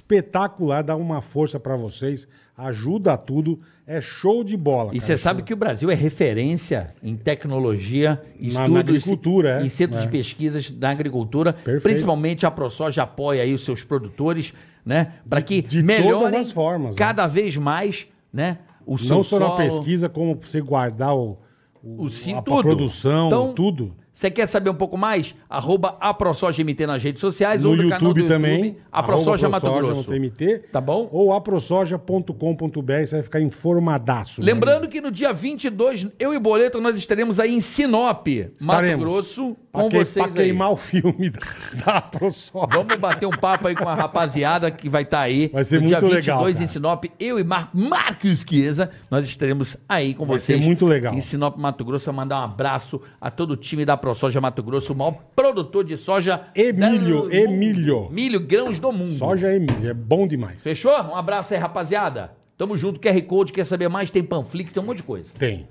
[SPEAKER 2] Espetacular, dá uma força para vocês, ajuda a tudo, é show de bola.
[SPEAKER 3] E
[SPEAKER 2] cara.
[SPEAKER 3] você sabe que o Brasil é referência em tecnologia, estudos
[SPEAKER 2] na agricultura, é.
[SPEAKER 3] e centros
[SPEAKER 2] É.
[SPEAKER 3] de pesquisas da agricultura.
[SPEAKER 2] Perfeito.
[SPEAKER 3] Principalmente a ProSoja apoia aí os seus produtores, né? Para que
[SPEAKER 2] de
[SPEAKER 3] melhorem
[SPEAKER 2] todas as formas, né?
[SPEAKER 3] cada vez mais, né? O seu
[SPEAKER 2] Não só na
[SPEAKER 3] solo.
[SPEAKER 2] pesquisa, como pra você guardar o, o-
[SPEAKER 3] O sim,
[SPEAKER 2] a, a
[SPEAKER 3] tudo.
[SPEAKER 2] produção,
[SPEAKER 3] Então,
[SPEAKER 2] tudo.
[SPEAKER 3] Você quer saber um pouco mais? Arroba a ProSojaMT nas redes sociais
[SPEAKER 2] No
[SPEAKER 3] ou
[SPEAKER 2] YouTube,
[SPEAKER 3] no canal um do YouTube.
[SPEAKER 2] também.
[SPEAKER 3] A ProSoja
[SPEAKER 2] arroba
[SPEAKER 3] Mato
[SPEAKER 2] ProSoja
[SPEAKER 3] Grosso.
[SPEAKER 2] no TMT,
[SPEAKER 3] Tá bom?
[SPEAKER 2] Ou aprosoja.com.br, você vai ficar informadaço. né, meu
[SPEAKER 3] Lembrando que no dia 22, eu e Boleto, nós estaremos aí em Sinop, Mato
[SPEAKER 2] Estaremos.
[SPEAKER 3] Grosso,
[SPEAKER 2] amigo.
[SPEAKER 3] com
[SPEAKER 2] pra que-
[SPEAKER 3] vocês
[SPEAKER 2] Pra
[SPEAKER 3] aí.
[SPEAKER 2] queimar o filme da, da ProSoja.
[SPEAKER 3] Vamos bater um papo aí com a rapaziada que vai estar aí.
[SPEAKER 2] Vai ser
[SPEAKER 3] no dia
[SPEAKER 2] muito legal,
[SPEAKER 3] em
[SPEAKER 2] cara.
[SPEAKER 3] Sinop, eu e Mar Marcos Chiesa, nós estaremos aí com
[SPEAKER 2] Vai ser
[SPEAKER 3] vocês.
[SPEAKER 2] muito legal.
[SPEAKER 3] Em Sinop, Mato Grosso, mandar um abraço a todo o time da ProSoja Mato Grosso, o maior produtor de soja.
[SPEAKER 2] Emílio,
[SPEAKER 3] do mundo.
[SPEAKER 2] Emílio.
[SPEAKER 3] Milho, grãos do mundo.
[SPEAKER 2] Soja é milho, é bom demais.
[SPEAKER 3] Fechou? Um abraço aí, rapaziada. Tamo junto, QR Code, quer saber mais? Tem Panflix, tem um monte de coisa.
[SPEAKER 2] Tem.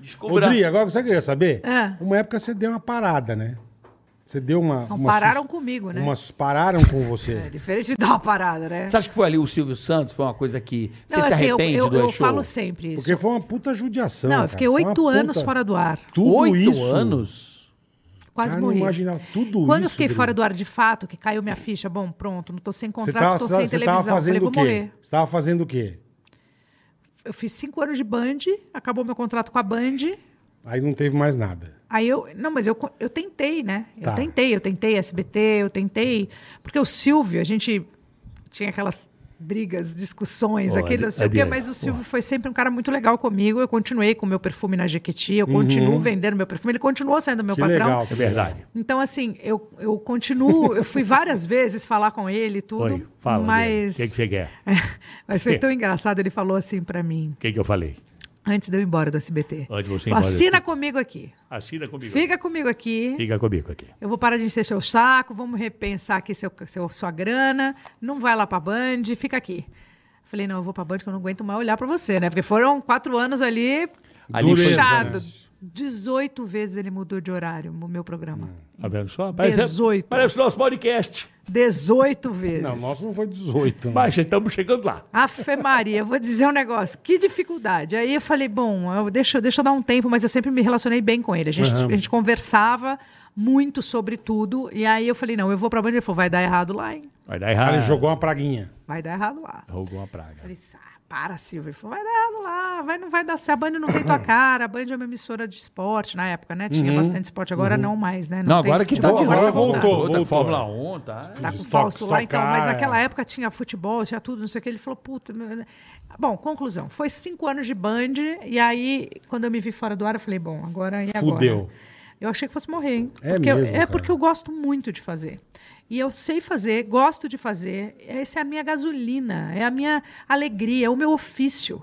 [SPEAKER 3] Descubra.
[SPEAKER 2] Rodrigo, agora você queria saber?
[SPEAKER 4] É.
[SPEAKER 2] Uma época você deu uma parada, né? Você deu uma.
[SPEAKER 4] Não,
[SPEAKER 2] uma
[SPEAKER 4] pararam
[SPEAKER 2] sus-
[SPEAKER 4] comigo, né?
[SPEAKER 2] Umas pararam com você.
[SPEAKER 4] É diferente de dar uma parada, né?
[SPEAKER 3] Você acha que foi ali o Silvio Santos? Foi uma coisa que você
[SPEAKER 4] Não,
[SPEAKER 3] se
[SPEAKER 4] assim, eu-
[SPEAKER 3] arrepende
[SPEAKER 4] eu,
[SPEAKER 3] do
[SPEAKER 4] eu
[SPEAKER 3] show?
[SPEAKER 4] falo sempre isso.
[SPEAKER 2] Porque foi uma puta judiação.
[SPEAKER 4] Não, eu
[SPEAKER 2] cara.
[SPEAKER 4] fiquei
[SPEAKER 2] Foi uma
[SPEAKER 4] oito
[SPEAKER 2] puta-
[SPEAKER 4] anos fora do ar.
[SPEAKER 2] Tudo
[SPEAKER 3] Oito
[SPEAKER 2] isso.
[SPEAKER 3] anos?
[SPEAKER 4] Quase
[SPEAKER 2] Cara, não
[SPEAKER 4] morri.
[SPEAKER 2] imaginava tudo
[SPEAKER 4] Quando eu
[SPEAKER 2] isso,
[SPEAKER 4] fiquei
[SPEAKER 2] Bruna.
[SPEAKER 4] fora do ar de fato, que caiu minha ficha, bom, pronto, não tô sem
[SPEAKER 2] Você
[SPEAKER 4] contrato,
[SPEAKER 2] tava,
[SPEAKER 4] tô sem
[SPEAKER 2] você
[SPEAKER 4] televisão.
[SPEAKER 2] tava fazendo
[SPEAKER 4] Falei, vou
[SPEAKER 2] o quê?
[SPEAKER 4] morrer.
[SPEAKER 2] Você tava fazendo o quê?
[SPEAKER 4] Eu fiz cinco anos de Band, acabou meu contrato com a Band.
[SPEAKER 2] Aí não teve mais nada.
[SPEAKER 4] Aí eu. Não, mas eu, co- eu tentei, né? Eu
[SPEAKER 2] Tá.
[SPEAKER 4] tentei, eu tentei SBT, eu tentei. Porque o Silvio, a gente tinha aquelas brigas, discussões,
[SPEAKER 3] Ó,
[SPEAKER 4] aquele não
[SPEAKER 3] ali-
[SPEAKER 4] sei o quê,
[SPEAKER 3] ali,
[SPEAKER 4] mas o
[SPEAKER 3] ó.
[SPEAKER 4] Silvio foi sempre um cara muito legal comigo. Eu continuei com o meu perfume na Jequiti, eu continuo vendendo meu perfume, ele continuou sendo meu
[SPEAKER 2] Uhum. que
[SPEAKER 4] patrão.
[SPEAKER 2] legal.
[SPEAKER 5] É verdade.
[SPEAKER 4] Então, assim, eu, eu continuo, eu fui várias vezes falar com ele e tudo.
[SPEAKER 5] Oi, fala.
[SPEAKER 4] mas.
[SPEAKER 5] Mas... O que, que você quer?
[SPEAKER 4] mas foi tão engraçado, ele falou assim pra mim,
[SPEAKER 5] O que, que eu falei?
[SPEAKER 4] antes de eu ir embora do SBT.
[SPEAKER 5] Antes de você ir
[SPEAKER 4] Falou,
[SPEAKER 5] embora do
[SPEAKER 4] Assina comigo aqui.
[SPEAKER 5] Assina comigo.
[SPEAKER 4] Fica comigo aqui.
[SPEAKER 5] Fica comigo aqui.
[SPEAKER 4] Eu vou parar de encher seu saco, vamos repensar aqui seu, seu- sua grana. Não vai lá pra Band, fica aqui. Falei, não, eu vou pra Band que eu não aguento mais olhar pra você, né? Porque foram quatro anos ali,
[SPEAKER 3] Ali foi-
[SPEAKER 4] puxado.
[SPEAKER 2] né?
[SPEAKER 4] 18 vezes ele mudou de horário o meu programa.
[SPEAKER 5] Tá vendo só?
[SPEAKER 4] 18.
[SPEAKER 5] Parece nosso podcast.
[SPEAKER 4] 18 vezes.
[SPEAKER 2] Não, nosso não foi 18. né?
[SPEAKER 5] Mas estamos chegando lá.
[SPEAKER 4] Afe Maria, eu vou dizer um negócio. Que dificuldade. Aí eu falei, bom, eu- deixa, eu- deixa eu dar um tempo, mas eu sempre me relacionei bem com ele. A gente, a gente conversava muito sobre tudo. E aí eu falei, não, eu vou pra Band. Ele falou, vai dar errado lá, hein?
[SPEAKER 5] Vai dar
[SPEAKER 2] Cara,
[SPEAKER 5] errado.
[SPEAKER 2] ele
[SPEAKER 4] Ah.
[SPEAKER 2] jogou uma praguinha.
[SPEAKER 4] Vai dar errado lá.
[SPEAKER 5] Jogou uma praga.
[SPEAKER 4] Falei, ah, para, Silvio. Ele falou, vai dar errado lá, vai, não vai dar certo. A Band não tem tua cara. A Band é uma emissora de esporte na época, né?
[SPEAKER 2] Uhum.
[SPEAKER 4] Tinha bastante esporte, agora não mais, né?
[SPEAKER 3] Não,
[SPEAKER 4] tem
[SPEAKER 3] agora que tá
[SPEAKER 4] futebol,
[SPEAKER 3] de
[SPEAKER 2] agora
[SPEAKER 3] novo.
[SPEAKER 2] voltou,
[SPEAKER 3] tá outra
[SPEAKER 2] voltou.
[SPEAKER 3] Fórmula 1, tá?
[SPEAKER 4] tá com o
[SPEAKER 2] Estoque-
[SPEAKER 4] Fausto lá, então, mas
[SPEAKER 2] estocar,
[SPEAKER 4] naquela
[SPEAKER 2] é.
[SPEAKER 4] época tinha futebol, tinha tudo, não sei o que. Ele falou, puta. meu, né? Bom, conclusão. Foi cinco anos de band, e aí, quando eu me vi fora do ar, eu falei, bom, agora e agora?
[SPEAKER 2] Fudeu.
[SPEAKER 4] Eu achei que fosse morrer, hein?
[SPEAKER 2] É
[SPEAKER 4] porque eu-
[SPEAKER 2] mesmo,
[SPEAKER 4] é
[SPEAKER 2] cara.
[SPEAKER 4] porque eu gosto muito de fazer. E eu sei fazer, gosto de fazer. Essa é a minha gasolina, é a minha alegria, é o meu ofício.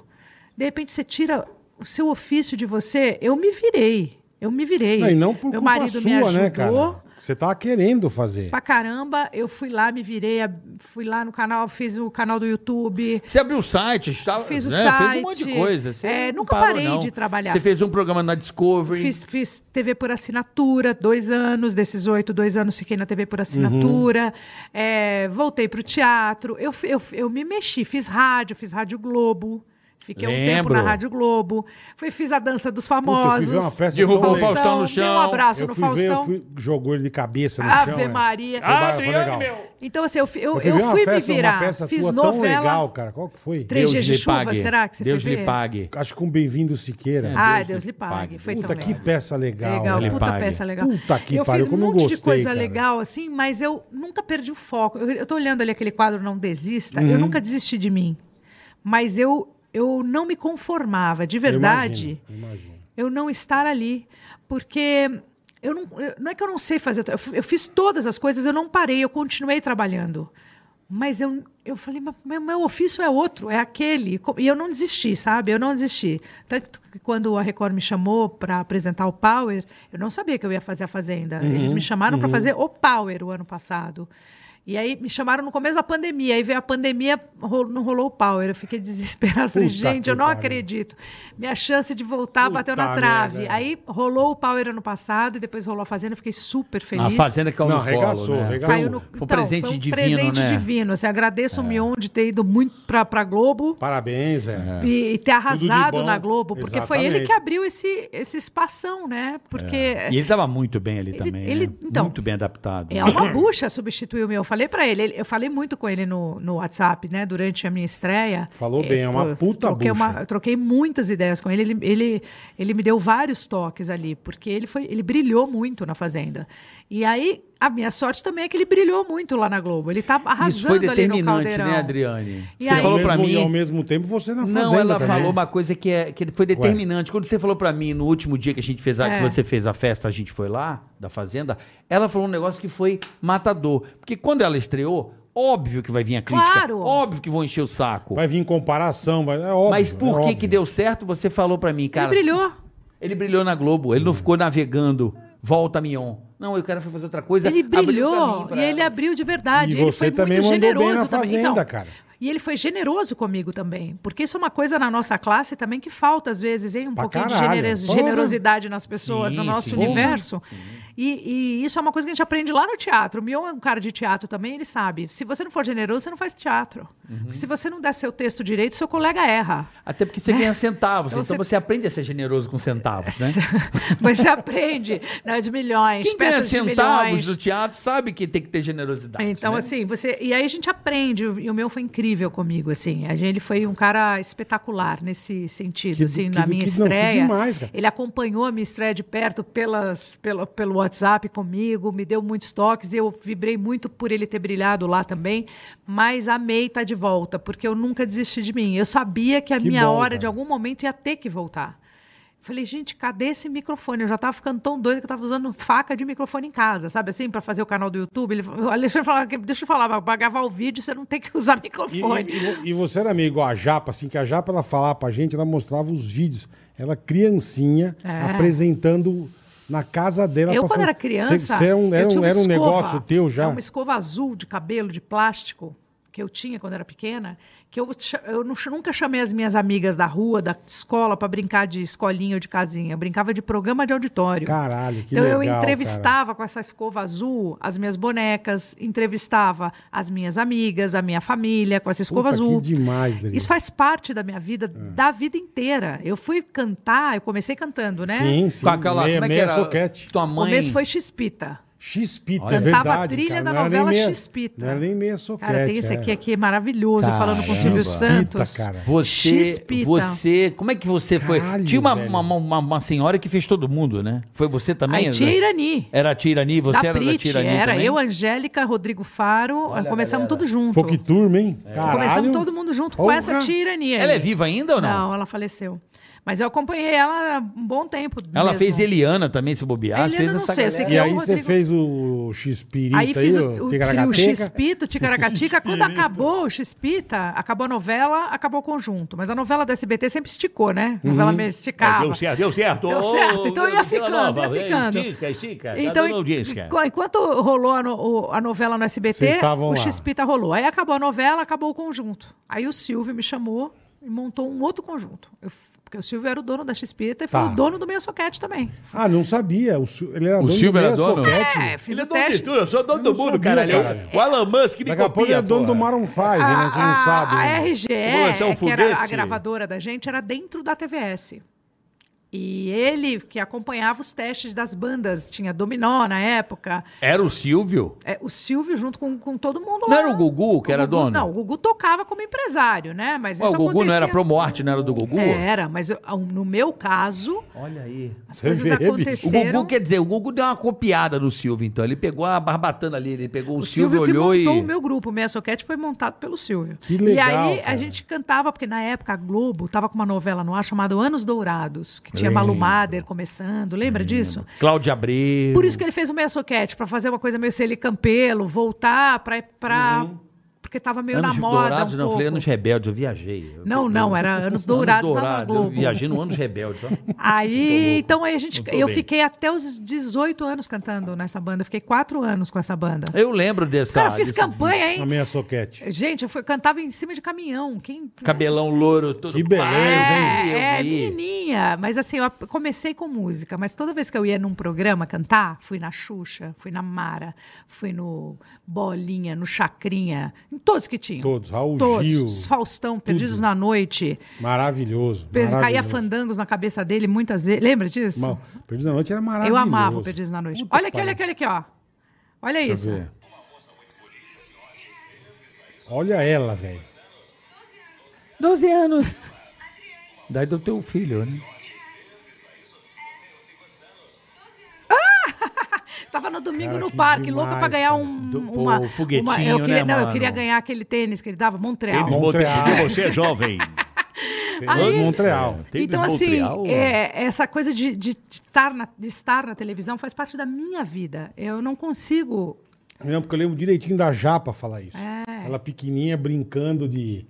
[SPEAKER 4] De repente você tira o seu ofício de você, eu me virei. Eu me virei.
[SPEAKER 2] Não, e não por
[SPEAKER 4] Meu
[SPEAKER 2] culpa
[SPEAKER 4] marido
[SPEAKER 2] sua,
[SPEAKER 4] me ajudou.
[SPEAKER 2] né, cara? Você tava querendo fazer.
[SPEAKER 4] Pra caramba, eu fui lá, me virei, a- fui lá no canal, fiz o canal do YouTube.
[SPEAKER 3] Você abriu o site, estava,
[SPEAKER 4] Fiz o
[SPEAKER 3] né, fez um monte de
[SPEAKER 4] site.
[SPEAKER 3] coisa. Você
[SPEAKER 4] É,
[SPEAKER 3] não
[SPEAKER 4] nunca
[SPEAKER 3] parou,
[SPEAKER 4] parei
[SPEAKER 3] não.
[SPEAKER 4] de trabalhar.
[SPEAKER 3] Você fez um programa na Discovery.
[SPEAKER 4] Fiz, fiz TV por assinatura, dois anos, desses oito, dois anos fiquei na TV por
[SPEAKER 2] Uhum.
[SPEAKER 4] assinatura. É, voltei pro teatro, eu, fi- eu, fi- eu me mexi, fiz rádio, fiz Rádio Globo. Fiquei um tempo
[SPEAKER 3] Lembro.
[SPEAKER 4] na Rádio Globo. Fui, fiz a dança dos
[SPEAKER 2] Puta, eu fui ver
[SPEAKER 4] famosos.
[SPEAKER 2] uma peça do
[SPEAKER 6] Derrubou o
[SPEAKER 2] Faustão.
[SPEAKER 6] Faustão no
[SPEAKER 4] Dei um
[SPEAKER 6] chão.
[SPEAKER 4] abraço
[SPEAKER 2] Eu
[SPEAKER 4] no
[SPEAKER 2] fui ver, eu
[SPEAKER 4] Faustão.
[SPEAKER 2] fui, jogou ele de cabeça no chão.
[SPEAKER 4] Ave
[SPEAKER 2] é.
[SPEAKER 4] Maria.
[SPEAKER 2] Foi ba- foi legal.
[SPEAKER 4] Então, assim, eu, fi- eu,
[SPEAKER 2] Eu
[SPEAKER 4] eu
[SPEAKER 2] fui, ver uma
[SPEAKER 4] fui, me
[SPEAKER 2] festa,
[SPEAKER 4] virar.
[SPEAKER 2] uma peça
[SPEAKER 4] fiz
[SPEAKER 2] tua
[SPEAKER 4] novela.
[SPEAKER 2] tão legal, cara. Qual que foi?
[SPEAKER 4] Três dias de
[SPEAKER 3] lhe
[SPEAKER 4] chuva,
[SPEAKER 3] pague.
[SPEAKER 4] será que você
[SPEAKER 3] Deus
[SPEAKER 4] foi
[SPEAKER 3] lhe
[SPEAKER 4] ver?
[SPEAKER 3] pague.
[SPEAKER 2] Acho que com Bem-vindo Siqueira.
[SPEAKER 4] ah,
[SPEAKER 3] Deus
[SPEAKER 4] Deus,
[SPEAKER 3] lhe
[SPEAKER 4] lhe pague.
[SPEAKER 3] pague.
[SPEAKER 4] Foi
[SPEAKER 2] Puta,
[SPEAKER 4] tão
[SPEAKER 2] que
[SPEAKER 4] legal.
[SPEAKER 2] peça legal.
[SPEAKER 4] Legal,
[SPEAKER 2] né?
[SPEAKER 3] Ele
[SPEAKER 4] puta
[SPEAKER 3] pague.
[SPEAKER 4] peça legal.
[SPEAKER 2] Puta que
[SPEAKER 4] eu
[SPEAKER 2] pariu,
[SPEAKER 4] fiz um
[SPEAKER 2] como eu
[SPEAKER 4] monte de
[SPEAKER 2] gostei,
[SPEAKER 4] coisa
[SPEAKER 2] cara.
[SPEAKER 4] legal, assim, mas eu nunca perdi o foco. Eu, eu tô olhando ali aquele quadro Não Desista,
[SPEAKER 2] Uhum.
[SPEAKER 4] eu nunca desisti de mim. Mas eu, eu não me conformava, de
[SPEAKER 2] Eu
[SPEAKER 4] verdade
[SPEAKER 2] imagino, imagino.
[SPEAKER 4] eu não estar ali, porque eu não, eu- não é que eu não sei fazer, eu, f- eu fiz todas as coisas, eu não parei, eu continuei trabalhando. Mas eu, eu falei, mas meu, meu ofício é outro, é aquele. Co- E eu não desisti, sabe? Eu não desisti. Tanto que quando a Record me chamou para apresentar o Power, eu não sabia que eu ia fazer a Fazenda.
[SPEAKER 2] Uhum,
[SPEAKER 4] Eles me chamaram para fazer o Power o ano passado. E aí me chamaram no começo da pandemia. Aí veio a pandemia, ro- não rolou o Power. Eu fiquei desesperada. Falei,
[SPEAKER 2] Puta
[SPEAKER 4] gente,
[SPEAKER 2] que
[SPEAKER 4] eu não
[SPEAKER 2] pariu.
[SPEAKER 4] acredito. Minha chance de voltar Ah, bateu
[SPEAKER 2] Puta
[SPEAKER 4] na trave.
[SPEAKER 2] merda.
[SPEAKER 4] Aí rolou o Power ano passado e depois rolou a Fazenda. Eu fiquei super feliz.
[SPEAKER 3] A Fazenda caiu
[SPEAKER 2] Não,
[SPEAKER 3] no colo,
[SPEAKER 2] arregaçou,
[SPEAKER 3] né?
[SPEAKER 2] arregaçou.
[SPEAKER 4] Caiu no...
[SPEAKER 3] Foi um
[SPEAKER 4] então,
[SPEAKER 3] presente
[SPEAKER 4] foi um
[SPEAKER 3] divino,
[SPEAKER 4] presente
[SPEAKER 3] né? É.
[SPEAKER 4] divino. Assim, agradeço o Mion de ter ido muito pra, pra Globo.
[SPEAKER 2] Parabéns, é.
[SPEAKER 4] E e ter
[SPEAKER 2] bom.
[SPEAKER 4] arrasado na Globo, porque foi ele
[SPEAKER 2] Exatamente.
[SPEAKER 4] que abriu esse, esse espação, né? Porque
[SPEAKER 3] E ele tava muito bem ali
[SPEAKER 4] Ele-
[SPEAKER 3] também.
[SPEAKER 4] ele-
[SPEAKER 3] né?
[SPEAKER 4] então,
[SPEAKER 3] muito bem adaptado.
[SPEAKER 4] É
[SPEAKER 2] Uhum.
[SPEAKER 4] uma bucha substituir o meu. Eu falei pra ele, ele- eu falei muito com ele no, no WhatsApp, né, durante a minha estreia.
[SPEAKER 2] Falou bem, é uma
[SPEAKER 4] pô,
[SPEAKER 2] puta
[SPEAKER 4] troquei
[SPEAKER 2] bucha.
[SPEAKER 4] eu troquei muitas ideias com ele. ele. Ele ele me deu vários toques ali, porque ele foi ele brilhou muito na fazenda. E aí a minha sorte também é que ele brilhou muito lá na Globo. Ele tá arrasando
[SPEAKER 3] Isso foi
[SPEAKER 4] ali no
[SPEAKER 3] determinante,
[SPEAKER 4] caldeirão.
[SPEAKER 3] né, Adriane?
[SPEAKER 4] E
[SPEAKER 3] você
[SPEAKER 4] aí-
[SPEAKER 3] falou
[SPEAKER 2] Ao
[SPEAKER 3] pra
[SPEAKER 2] mesmo-
[SPEAKER 3] mim.
[SPEAKER 2] E ao mesmo tempo você na fazenda
[SPEAKER 3] Não, ela
[SPEAKER 2] Tá também.
[SPEAKER 3] falou uma coisa que, é, que foi determinante. Quando você falou pra mim no último dia que a gente fez a, que
[SPEAKER 4] É.
[SPEAKER 3] você fez a festa, a gente foi lá da fazenda, ela falou um negócio que foi matador, porque quando ela estreou, óbvio que vai vir a crítica,
[SPEAKER 4] Claro.
[SPEAKER 3] óbvio que vão encher o saco.
[SPEAKER 2] Vai vir em comparação, vai... é óbvio.
[SPEAKER 3] Mas por
[SPEAKER 2] é
[SPEAKER 3] que
[SPEAKER 2] óbvio.
[SPEAKER 3] que deu certo? Você falou pra mim, cara.
[SPEAKER 4] ele brilhou.
[SPEAKER 3] Ele brilhou na Globo, ele não ficou navegando, volta Mion. Não, eu quero fazer outra coisa.
[SPEAKER 4] Ele
[SPEAKER 3] abriu o
[SPEAKER 4] brilhou
[SPEAKER 3] caminho pra
[SPEAKER 4] e ele
[SPEAKER 3] ela.
[SPEAKER 4] abriu de verdade.
[SPEAKER 2] E
[SPEAKER 4] ele
[SPEAKER 2] você
[SPEAKER 4] foi
[SPEAKER 2] também
[SPEAKER 4] muito
[SPEAKER 2] mandou bem
[SPEAKER 4] generoso
[SPEAKER 2] na
[SPEAKER 4] também.
[SPEAKER 2] Fazenda,
[SPEAKER 4] então,
[SPEAKER 2] cara.
[SPEAKER 4] E ele foi generoso comigo também. Porque isso é uma coisa na nossa classe também que falta, às vezes, hein? Um
[SPEAKER 2] Pra
[SPEAKER 4] pouquinho
[SPEAKER 2] caralho.
[SPEAKER 4] de generos-
[SPEAKER 2] Porra.
[SPEAKER 4] generosidade nas pessoas, no
[SPEAKER 3] Sim,
[SPEAKER 4] nosso
[SPEAKER 3] sim.
[SPEAKER 4] universo. E, e isso é uma coisa que a gente aprende lá no teatro. O Mion é um cara de teatro também, ele sabe. Se você não for generoso, você não faz teatro.
[SPEAKER 2] Uhum.
[SPEAKER 4] Porque Se você não der seu texto direito, seu colega erra.
[SPEAKER 3] Até porque você ganha centavos,
[SPEAKER 4] Então
[SPEAKER 3] então você...
[SPEAKER 4] você-
[SPEAKER 3] aprende a ser generoso com centavos, né?
[SPEAKER 4] Mas você aprende, não é de milhões,
[SPEAKER 3] Quem ganha
[SPEAKER 4] peças de
[SPEAKER 3] centavos
[SPEAKER 4] milhões.
[SPEAKER 3] do teatro sabe que tem que ter generosidade.
[SPEAKER 4] Então,
[SPEAKER 3] né?
[SPEAKER 4] assim, você. E aí a gente aprende, e o meu foi incrível comigo, assim. A gente, ele foi um cara espetacular nesse sentido,
[SPEAKER 2] Que-
[SPEAKER 4] assim,
[SPEAKER 2] que-
[SPEAKER 4] na minha
[SPEAKER 2] que- não, que
[SPEAKER 4] estreia.
[SPEAKER 2] demais, cara.
[SPEAKER 4] Ele acompanhou a minha estreia de perto pelas, pelo, pelo WhatsApp comigo, me deu muitos toques, e eu vibrei muito por ele ter brilhado lá também. Mas amei estar de volta, porque eu nunca desisti de mim. Eu sabia que a
[SPEAKER 2] Que
[SPEAKER 4] minha
[SPEAKER 2] bom,
[SPEAKER 4] hora,
[SPEAKER 2] cara.
[SPEAKER 4] de algum momento, ia ter que voltar. Falei, gente, cadê esse microfone? Eu já tava ficando tão doida que eu tava usando faca de microfone em casa, sabe assim, pra fazer o canal do YouTube. Ele, o Alexandre falava, que, deixa eu falar, mas pra gravar o vídeo você não tem que usar
[SPEAKER 2] E,
[SPEAKER 4] microfone.
[SPEAKER 2] e- e- e você era meio igual a Japa, assim, que a Japa ela falava pra gente, ela mostrava os vídeos. Ela criancinha
[SPEAKER 4] É.
[SPEAKER 2] apresentando na casa dela.
[SPEAKER 4] eu,
[SPEAKER 2] pra
[SPEAKER 4] quando
[SPEAKER 2] fa-
[SPEAKER 4] era criança,
[SPEAKER 2] Cê- cê era um,
[SPEAKER 4] eu
[SPEAKER 2] era,
[SPEAKER 4] tinha
[SPEAKER 2] um,
[SPEAKER 4] uma
[SPEAKER 2] era um
[SPEAKER 4] escova, É
[SPEAKER 2] negócio teu já.
[SPEAKER 4] Uma escova azul de cabelo, de plástico, que eu tinha quando era pequena, que eu, cha- eu nu- nunca chamei as minhas amigas da rua, da escola, pra brincar de escolinha ou de casinha. Eu brincava de programa de auditório.
[SPEAKER 2] Tá. Caralho, que
[SPEAKER 4] então
[SPEAKER 2] legal.
[SPEAKER 4] eu
[SPEAKER 2] cara.
[SPEAKER 4] entrevistava com essa escova azul as minhas bonecas, entrevistava as minhas amigas, a minha família com essa escova
[SPEAKER 2] Puta,
[SPEAKER 4] azul.
[SPEAKER 2] Que Ah. demais, Dri.
[SPEAKER 4] Isso faz parte da minha vida, da vida inteira. Eu fui cantar, eu comecei cantando, né?
[SPEAKER 2] Sim, sim.
[SPEAKER 3] com aquela.
[SPEAKER 2] meia,
[SPEAKER 3] como é que
[SPEAKER 2] meia
[SPEAKER 3] era?
[SPEAKER 2] soquete.
[SPEAKER 3] Tua
[SPEAKER 4] O
[SPEAKER 3] mãe.
[SPEAKER 4] começo foi Chispita.
[SPEAKER 2] Chispita,
[SPEAKER 3] Olha.
[SPEAKER 2] é
[SPEAKER 4] Cantava a
[SPEAKER 2] verdade.
[SPEAKER 4] trilha
[SPEAKER 2] cara,
[SPEAKER 4] da
[SPEAKER 2] não era nem
[SPEAKER 4] novela
[SPEAKER 2] meia-
[SPEAKER 4] Chispita.
[SPEAKER 2] Não era nem meia soquete.
[SPEAKER 4] Cara, tem esse
[SPEAKER 2] é.
[SPEAKER 4] aqui, aqui maravilhoso, falando com o
[SPEAKER 2] Caramba.
[SPEAKER 4] Silvio Santos.
[SPEAKER 2] Cara.
[SPEAKER 3] Você.
[SPEAKER 4] Chispita.
[SPEAKER 3] Você. Como é que você foi?
[SPEAKER 2] Caralho,
[SPEAKER 3] Tinha uma,
[SPEAKER 2] velho.
[SPEAKER 3] uma, uma, uma senhora que fez todo mundo, né? Foi você também?
[SPEAKER 4] Aí tinha
[SPEAKER 3] André?
[SPEAKER 4] Irani.
[SPEAKER 3] Era a Tirani, você
[SPEAKER 4] da
[SPEAKER 3] era da
[SPEAKER 4] Prit,
[SPEAKER 3] Tirani.
[SPEAKER 4] era
[SPEAKER 3] também?
[SPEAKER 4] eu, Angélica, Rodrigo Faro.
[SPEAKER 3] Olha a
[SPEAKER 4] começamos
[SPEAKER 3] galera.
[SPEAKER 4] tudo junto.
[SPEAKER 2] Pô, que turma, hein? Caralho.
[SPEAKER 4] Começamos todo mundo junto com
[SPEAKER 2] Porra.
[SPEAKER 4] essa tirania. aí.
[SPEAKER 3] Ela é viva ainda é ou não?
[SPEAKER 4] ela faleceu. Mas eu acompanhei ela há um bom tempo.
[SPEAKER 3] Ela
[SPEAKER 4] mesmo.
[SPEAKER 3] fez Eliana também, se bobear.
[SPEAKER 4] Eliana
[SPEAKER 3] fez
[SPEAKER 4] eu não
[SPEAKER 3] essa
[SPEAKER 4] sei, eu
[SPEAKER 3] galera.
[SPEAKER 4] sei que
[SPEAKER 2] E
[SPEAKER 4] é
[SPEAKER 2] aí
[SPEAKER 4] o
[SPEAKER 2] você
[SPEAKER 4] Rodrigo.
[SPEAKER 2] fez o X-Pirita aí,
[SPEAKER 4] Aí fiz
[SPEAKER 2] o,
[SPEAKER 4] o, o, o X-Pito, Ticaracatica. Quando acabou o X-Pita, acabou a novela, acabou o conjunto. Mas a novela do SBT sempre esticou, né? A
[SPEAKER 2] Uhum.
[SPEAKER 4] novela meio esticava.
[SPEAKER 5] Deu certo, deu certo.
[SPEAKER 4] Deu certo, então ia
[SPEAKER 5] Vila
[SPEAKER 4] ficando,
[SPEAKER 5] Nova,
[SPEAKER 4] ia
[SPEAKER 5] vem,
[SPEAKER 4] ficando.
[SPEAKER 5] Estica, estica. Então,
[SPEAKER 4] Então,
[SPEAKER 5] dando audiência.
[SPEAKER 4] enqu- enquanto rolou a, no- o- a novela no
[SPEAKER 2] Vocês
[SPEAKER 4] SBT,
[SPEAKER 2] estavam
[SPEAKER 4] o
[SPEAKER 2] lá.
[SPEAKER 4] X-Pita rolou. Aí acabou a novela, acabou o conjunto. Aí o Silvio me chamou e montou um outro conjunto. Eu f- porque o Silvio era o dono da X-Pita e
[SPEAKER 2] Tá.
[SPEAKER 4] foi o dono do Meia Soquete também.
[SPEAKER 2] Ah, não sabia. O, Sil- ele era dono do
[SPEAKER 6] Silvio era
[SPEAKER 2] Meia
[SPEAKER 6] dono?
[SPEAKER 2] Soquete.
[SPEAKER 4] É, fiz
[SPEAKER 5] Ele é
[SPEAKER 4] o
[SPEAKER 5] dono de
[SPEAKER 4] teste.
[SPEAKER 5] tudo, eu sou dono
[SPEAKER 2] Eu não
[SPEAKER 5] do mundo,
[SPEAKER 2] sabia,
[SPEAKER 5] caralho.
[SPEAKER 2] cara.
[SPEAKER 5] O Alan Musk me
[SPEAKER 2] Daqui a pouco ele
[SPEAKER 5] copia,
[SPEAKER 2] é dono do
[SPEAKER 5] porra.
[SPEAKER 2] Maroon 5, né? A gente não sabe.
[SPEAKER 4] a
[SPEAKER 2] né?
[SPEAKER 4] RGE,
[SPEAKER 5] Vou lançar um
[SPEAKER 4] que era a
[SPEAKER 5] foguete.
[SPEAKER 4] gravadora da gente, era dentro da TVS. E ele que acompanhava os testes das bandas, tinha Dominó na época,
[SPEAKER 3] Era o Silvio?
[SPEAKER 4] é, o Silvio junto com, com todo mundo
[SPEAKER 3] Não
[SPEAKER 4] lá.
[SPEAKER 3] era o Gugu que era
[SPEAKER 4] Gugu-
[SPEAKER 3] dono?
[SPEAKER 4] Não, o Gugu tocava como empresário, né? Mas
[SPEAKER 3] Ué,
[SPEAKER 4] isso
[SPEAKER 3] o Gugu não era
[SPEAKER 4] acontecia- É.
[SPEAKER 3] Promoarte, não era do Gugu?
[SPEAKER 4] Era, mas eu- no meu caso,
[SPEAKER 3] Olha aí.
[SPEAKER 4] as
[SPEAKER 2] Você
[SPEAKER 4] coisas
[SPEAKER 2] vê, bicho.
[SPEAKER 3] O
[SPEAKER 4] aconteceram.
[SPEAKER 3] Gugu, quer dizer, o Gugu deu uma copiada do Silvio, então. Ele pegou a barbatana ali, ele pegou o,
[SPEAKER 4] O
[SPEAKER 3] Silvio,
[SPEAKER 4] Silvio, que
[SPEAKER 3] olhou
[SPEAKER 4] montou
[SPEAKER 3] e...
[SPEAKER 4] o meu grupo, o Meia Soquete, foi montado pelo Silvio.
[SPEAKER 2] Que legal,
[SPEAKER 4] e aí
[SPEAKER 2] cara.
[SPEAKER 4] a gente cantava, porque na época a Globo tava com uma novela no ar chamada Anos Dourados, que tinha Malu Mader começando, lembra disso?
[SPEAKER 3] Cláudia Abreu.
[SPEAKER 4] Por isso que ele fez o Meia Soquete, pra fazer uma coisa meio Celi Campelo, voltar pra... pra...
[SPEAKER 2] Uhum.
[SPEAKER 4] Porque tava meio
[SPEAKER 3] Anos
[SPEAKER 4] na moda
[SPEAKER 3] Dourados,
[SPEAKER 4] um
[SPEAKER 3] não, eu falei
[SPEAKER 4] pouco.
[SPEAKER 3] Anos Rebeldes, eu viajei. Eu-
[SPEAKER 4] Não, não, era Anos Dourados, não na
[SPEAKER 3] eu
[SPEAKER 4] Globo.
[SPEAKER 3] viajei no Anos Rebeldes. ó.
[SPEAKER 4] Aí, então aí a gente,
[SPEAKER 3] Não tô
[SPEAKER 4] eu
[SPEAKER 3] bem.
[SPEAKER 4] fiquei até os 18 anos cantando nessa banda. Eu fiquei quatro anos com essa banda.
[SPEAKER 3] Eu lembro dessa...
[SPEAKER 4] Cara, eu fiz
[SPEAKER 3] desse
[SPEAKER 4] campanha,
[SPEAKER 2] A
[SPEAKER 4] hein?
[SPEAKER 2] Meia Soquete.
[SPEAKER 4] Gente, eu fui- cantava em cima de caminhão. Quem?
[SPEAKER 3] Cabelão louro, todo...
[SPEAKER 2] Que beleza,
[SPEAKER 3] Ah, eu
[SPEAKER 4] É, é,
[SPEAKER 3] vi.
[SPEAKER 4] menininha. Mas assim, eu ap- comecei com música, mas toda vez que eu ia num programa cantar, fui na Xuxa, fui na Mara, fui no Bolinha, no Chacrinha, em todos que tinham.
[SPEAKER 2] Todos. Raul
[SPEAKER 4] Todos.
[SPEAKER 2] Gil.
[SPEAKER 4] Faustão, Perdidos na Noite.
[SPEAKER 2] Maravilhoso.
[SPEAKER 4] Perdi- Caía
[SPEAKER 2] maravilhoso.
[SPEAKER 4] fandangos na cabeça dele muitas vezes. Lembra disso?
[SPEAKER 2] Mal- Perdidos na Noite era
[SPEAKER 4] Eu
[SPEAKER 2] maravilhoso.
[SPEAKER 4] amava o Perdidos na Noite.
[SPEAKER 2] Puta
[SPEAKER 4] olha
[SPEAKER 2] que
[SPEAKER 4] aqui, olha aqui,
[SPEAKER 2] pariu.
[SPEAKER 4] olha aqui, ó. Olha isso.
[SPEAKER 2] eu ver. Olha ela, velho.
[SPEAKER 3] 12 anos. Daí do teu filho, né?
[SPEAKER 4] Tava no domingo
[SPEAKER 2] Cara,
[SPEAKER 4] no
[SPEAKER 2] que
[SPEAKER 4] parque,
[SPEAKER 2] demais,
[SPEAKER 4] louca pra ganhar um,
[SPEAKER 3] Do- pô,
[SPEAKER 4] uma,
[SPEAKER 3] o foguetinho,
[SPEAKER 4] uma- eu queria,
[SPEAKER 3] né,
[SPEAKER 4] não,
[SPEAKER 3] mano?
[SPEAKER 4] eu queria ganhar aquele tênis que ele dava, Montreal.
[SPEAKER 5] Tênis
[SPEAKER 2] Montreal.
[SPEAKER 5] Montreal. Você é jovem.
[SPEAKER 2] Aí...
[SPEAKER 4] Aí-
[SPEAKER 2] Montreal.
[SPEAKER 5] Tênis
[SPEAKER 4] então, assim,
[SPEAKER 5] Montreal.
[SPEAKER 4] é, essa coisa de, de, estar na, de estar na televisão faz parte da minha vida. Eu não consigo.
[SPEAKER 2] Eu lembro que eu lembro direitinho da Japa falar isso.
[SPEAKER 4] É.
[SPEAKER 2] Ela pequenininha brincando de.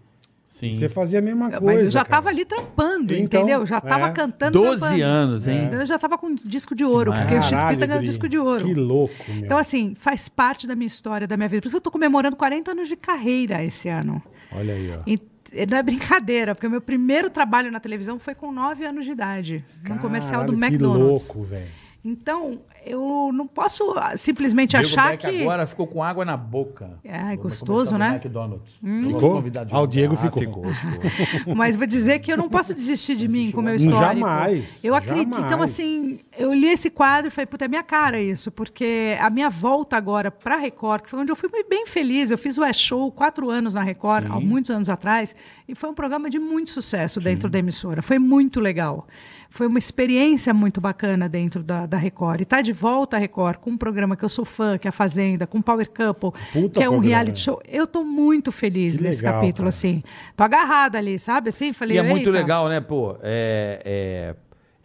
[SPEAKER 6] Sim.
[SPEAKER 2] Você fazia a mesma coisa.
[SPEAKER 4] Mas eu já
[SPEAKER 2] cara.
[SPEAKER 4] tava ali trampando,
[SPEAKER 2] Então,
[SPEAKER 4] entendeu? Já tava
[SPEAKER 2] é.
[SPEAKER 4] cantando.
[SPEAKER 3] 12
[SPEAKER 4] trampando.
[SPEAKER 3] anos, hein?
[SPEAKER 4] Então, eu já tava com disco de ouro, porque o
[SPEAKER 2] Caralho,
[SPEAKER 4] XP tá ganhando
[SPEAKER 2] Guri,
[SPEAKER 4] disco de ouro.
[SPEAKER 2] Que louco, meu.
[SPEAKER 4] Então, assim, faz parte da minha história, da minha vida. Por isso que eu tô comemorando 40 anos de carreira esse ano.
[SPEAKER 2] Olha aí, ó.
[SPEAKER 4] E e não é brincadeira, porque o meu primeiro trabalho na televisão foi com 9 anos de idade, num um comercial do
[SPEAKER 2] Caralho,
[SPEAKER 4] McDonald's.
[SPEAKER 2] Que louco, velho.
[SPEAKER 4] Então, eu não posso ah, simplesmente
[SPEAKER 3] Diego
[SPEAKER 4] achar
[SPEAKER 3] Beck
[SPEAKER 4] que.
[SPEAKER 3] agora ficou com água na boca.
[SPEAKER 4] Ai,
[SPEAKER 3] Vamos
[SPEAKER 4] gostoso,
[SPEAKER 3] começar no
[SPEAKER 4] né?
[SPEAKER 3] McDonald's. Eu vou
[SPEAKER 2] Ficou?
[SPEAKER 3] convidar de
[SPEAKER 2] Ah, o
[SPEAKER 3] novo.
[SPEAKER 2] Diego
[SPEAKER 3] Ah,
[SPEAKER 2] ficou.
[SPEAKER 3] ficou.
[SPEAKER 4] Mas vou dizer que eu não posso desistir de mim com o meu
[SPEAKER 2] Jamais,
[SPEAKER 4] histórico. Eu acredito.
[SPEAKER 2] jamais.
[SPEAKER 4] Então, assim, eu li esse quadro e falei, puta, é minha cara isso, porque a minha volta agora pra Record, que foi onde eu fui muito bem feliz. Eu fiz o É Show quatro anos na Record, há muitos anos atrás, e foi um programa de muito sucesso dentro da emissora. Foi muito legal. Foi uma experiência muito bacana dentro da, da Record. E tá de volta à Record com um programa que eu sou fã, que é a Fazenda, com Power Couple,
[SPEAKER 2] Puta
[SPEAKER 4] que é um
[SPEAKER 2] programa.
[SPEAKER 4] reality show. Eu tô muito feliz
[SPEAKER 2] Que
[SPEAKER 4] nesse
[SPEAKER 2] legal,
[SPEAKER 4] capítulo,
[SPEAKER 2] cara.
[SPEAKER 4] assim. Tô agarrada ali, sabe? Assim, falei,
[SPEAKER 3] E é muito
[SPEAKER 4] "Eita."
[SPEAKER 3] legal, né, pô? É, é,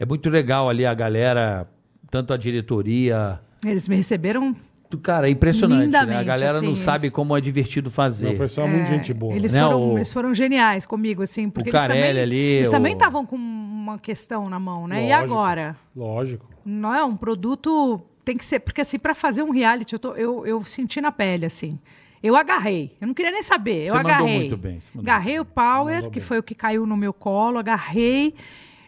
[SPEAKER 3] é muito legal ali a galera, tanto a diretoria.
[SPEAKER 4] Eles me receberam.
[SPEAKER 3] Tu, Cara, é impressionante, né? A
[SPEAKER 4] Lindamente,
[SPEAKER 3] galera não
[SPEAKER 4] assim,
[SPEAKER 3] sabe
[SPEAKER 4] eles-
[SPEAKER 3] como é divertido
[SPEAKER 2] Não, o
[SPEAKER 3] fazer.
[SPEAKER 2] pessoal é muito gente boa.
[SPEAKER 4] Eles,
[SPEAKER 3] Né,
[SPEAKER 4] foram,
[SPEAKER 3] o-
[SPEAKER 4] eles foram geniais comigo, assim, porque eles
[SPEAKER 3] Carelli
[SPEAKER 4] também
[SPEAKER 3] ali,
[SPEAKER 4] eles
[SPEAKER 3] o-
[SPEAKER 4] também estavam com uma questão na mão, né? E
[SPEAKER 2] Lógico.
[SPEAKER 4] agora?
[SPEAKER 2] Lógico.
[SPEAKER 4] Não é um produto. Tem que ser. Porque, assim, para fazer um reality, eu, tô- eu, eu senti na pele, assim. Eu agarrei. Eu não queria nem saber. Eu
[SPEAKER 3] Você mandou
[SPEAKER 4] agarrei.
[SPEAKER 3] muito bem, você mandou
[SPEAKER 4] agarrei o Power, que foi o que caiu no meu colo, agarrei.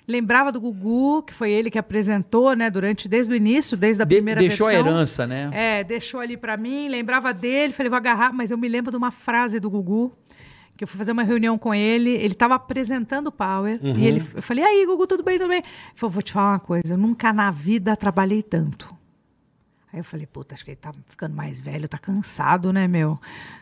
[SPEAKER 4] Lembrava do Gugu, que foi ele que apresentou, né, durante, desde o início, desde a
[SPEAKER 3] De-
[SPEAKER 4] primeira
[SPEAKER 3] deixou
[SPEAKER 4] versão.
[SPEAKER 3] a herança, né?
[SPEAKER 4] É, deixou ali pra mim, lembrava dele, falei, vou agarrar, mas eu me lembro de uma frase do Gugu, que eu fui fazer uma reunião com ele, ele tava apresentando o Power, e ele, eu falei, e aí, Gugu, tudo bem, tudo bem? Ele falou, vou te falar uma coisa, eu nunca na vida trabalhei tanto. Aí eu falei, puta, acho que ele tá ficando mais velho, tá cansado, né, meu?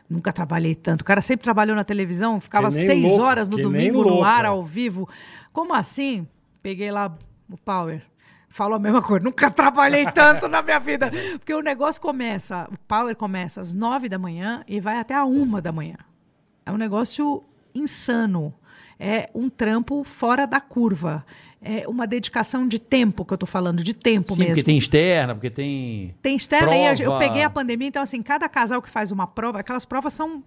[SPEAKER 4] Nunca trabalhei tanto. O cara sempre trabalhou na televisão, ficava
[SPEAKER 2] Que nem
[SPEAKER 4] seis
[SPEAKER 2] louco,
[SPEAKER 4] horas no
[SPEAKER 2] que nem
[SPEAKER 4] domingo
[SPEAKER 2] louco,
[SPEAKER 4] no ar,
[SPEAKER 2] é.
[SPEAKER 4] ao vivo. Como assim? Peguei lá o Power. Falou a mesma coisa. Nunca trabalhei tanto na minha vida. Porque o negócio começa, o Power começa às nove da manhã e vai até a uma da manhã. É um negócio insano. é um trampo fora da curva. É uma dedicação de tempo que eu tô falando, de tempo
[SPEAKER 3] Sim, porque
[SPEAKER 4] mesmo.
[SPEAKER 3] tem externa, porque tem.
[SPEAKER 4] Tem externa e eu- eu
[SPEAKER 3] Prova.
[SPEAKER 4] peguei a pandemia, então assim, cada casal que faz uma prova, aquelas provas são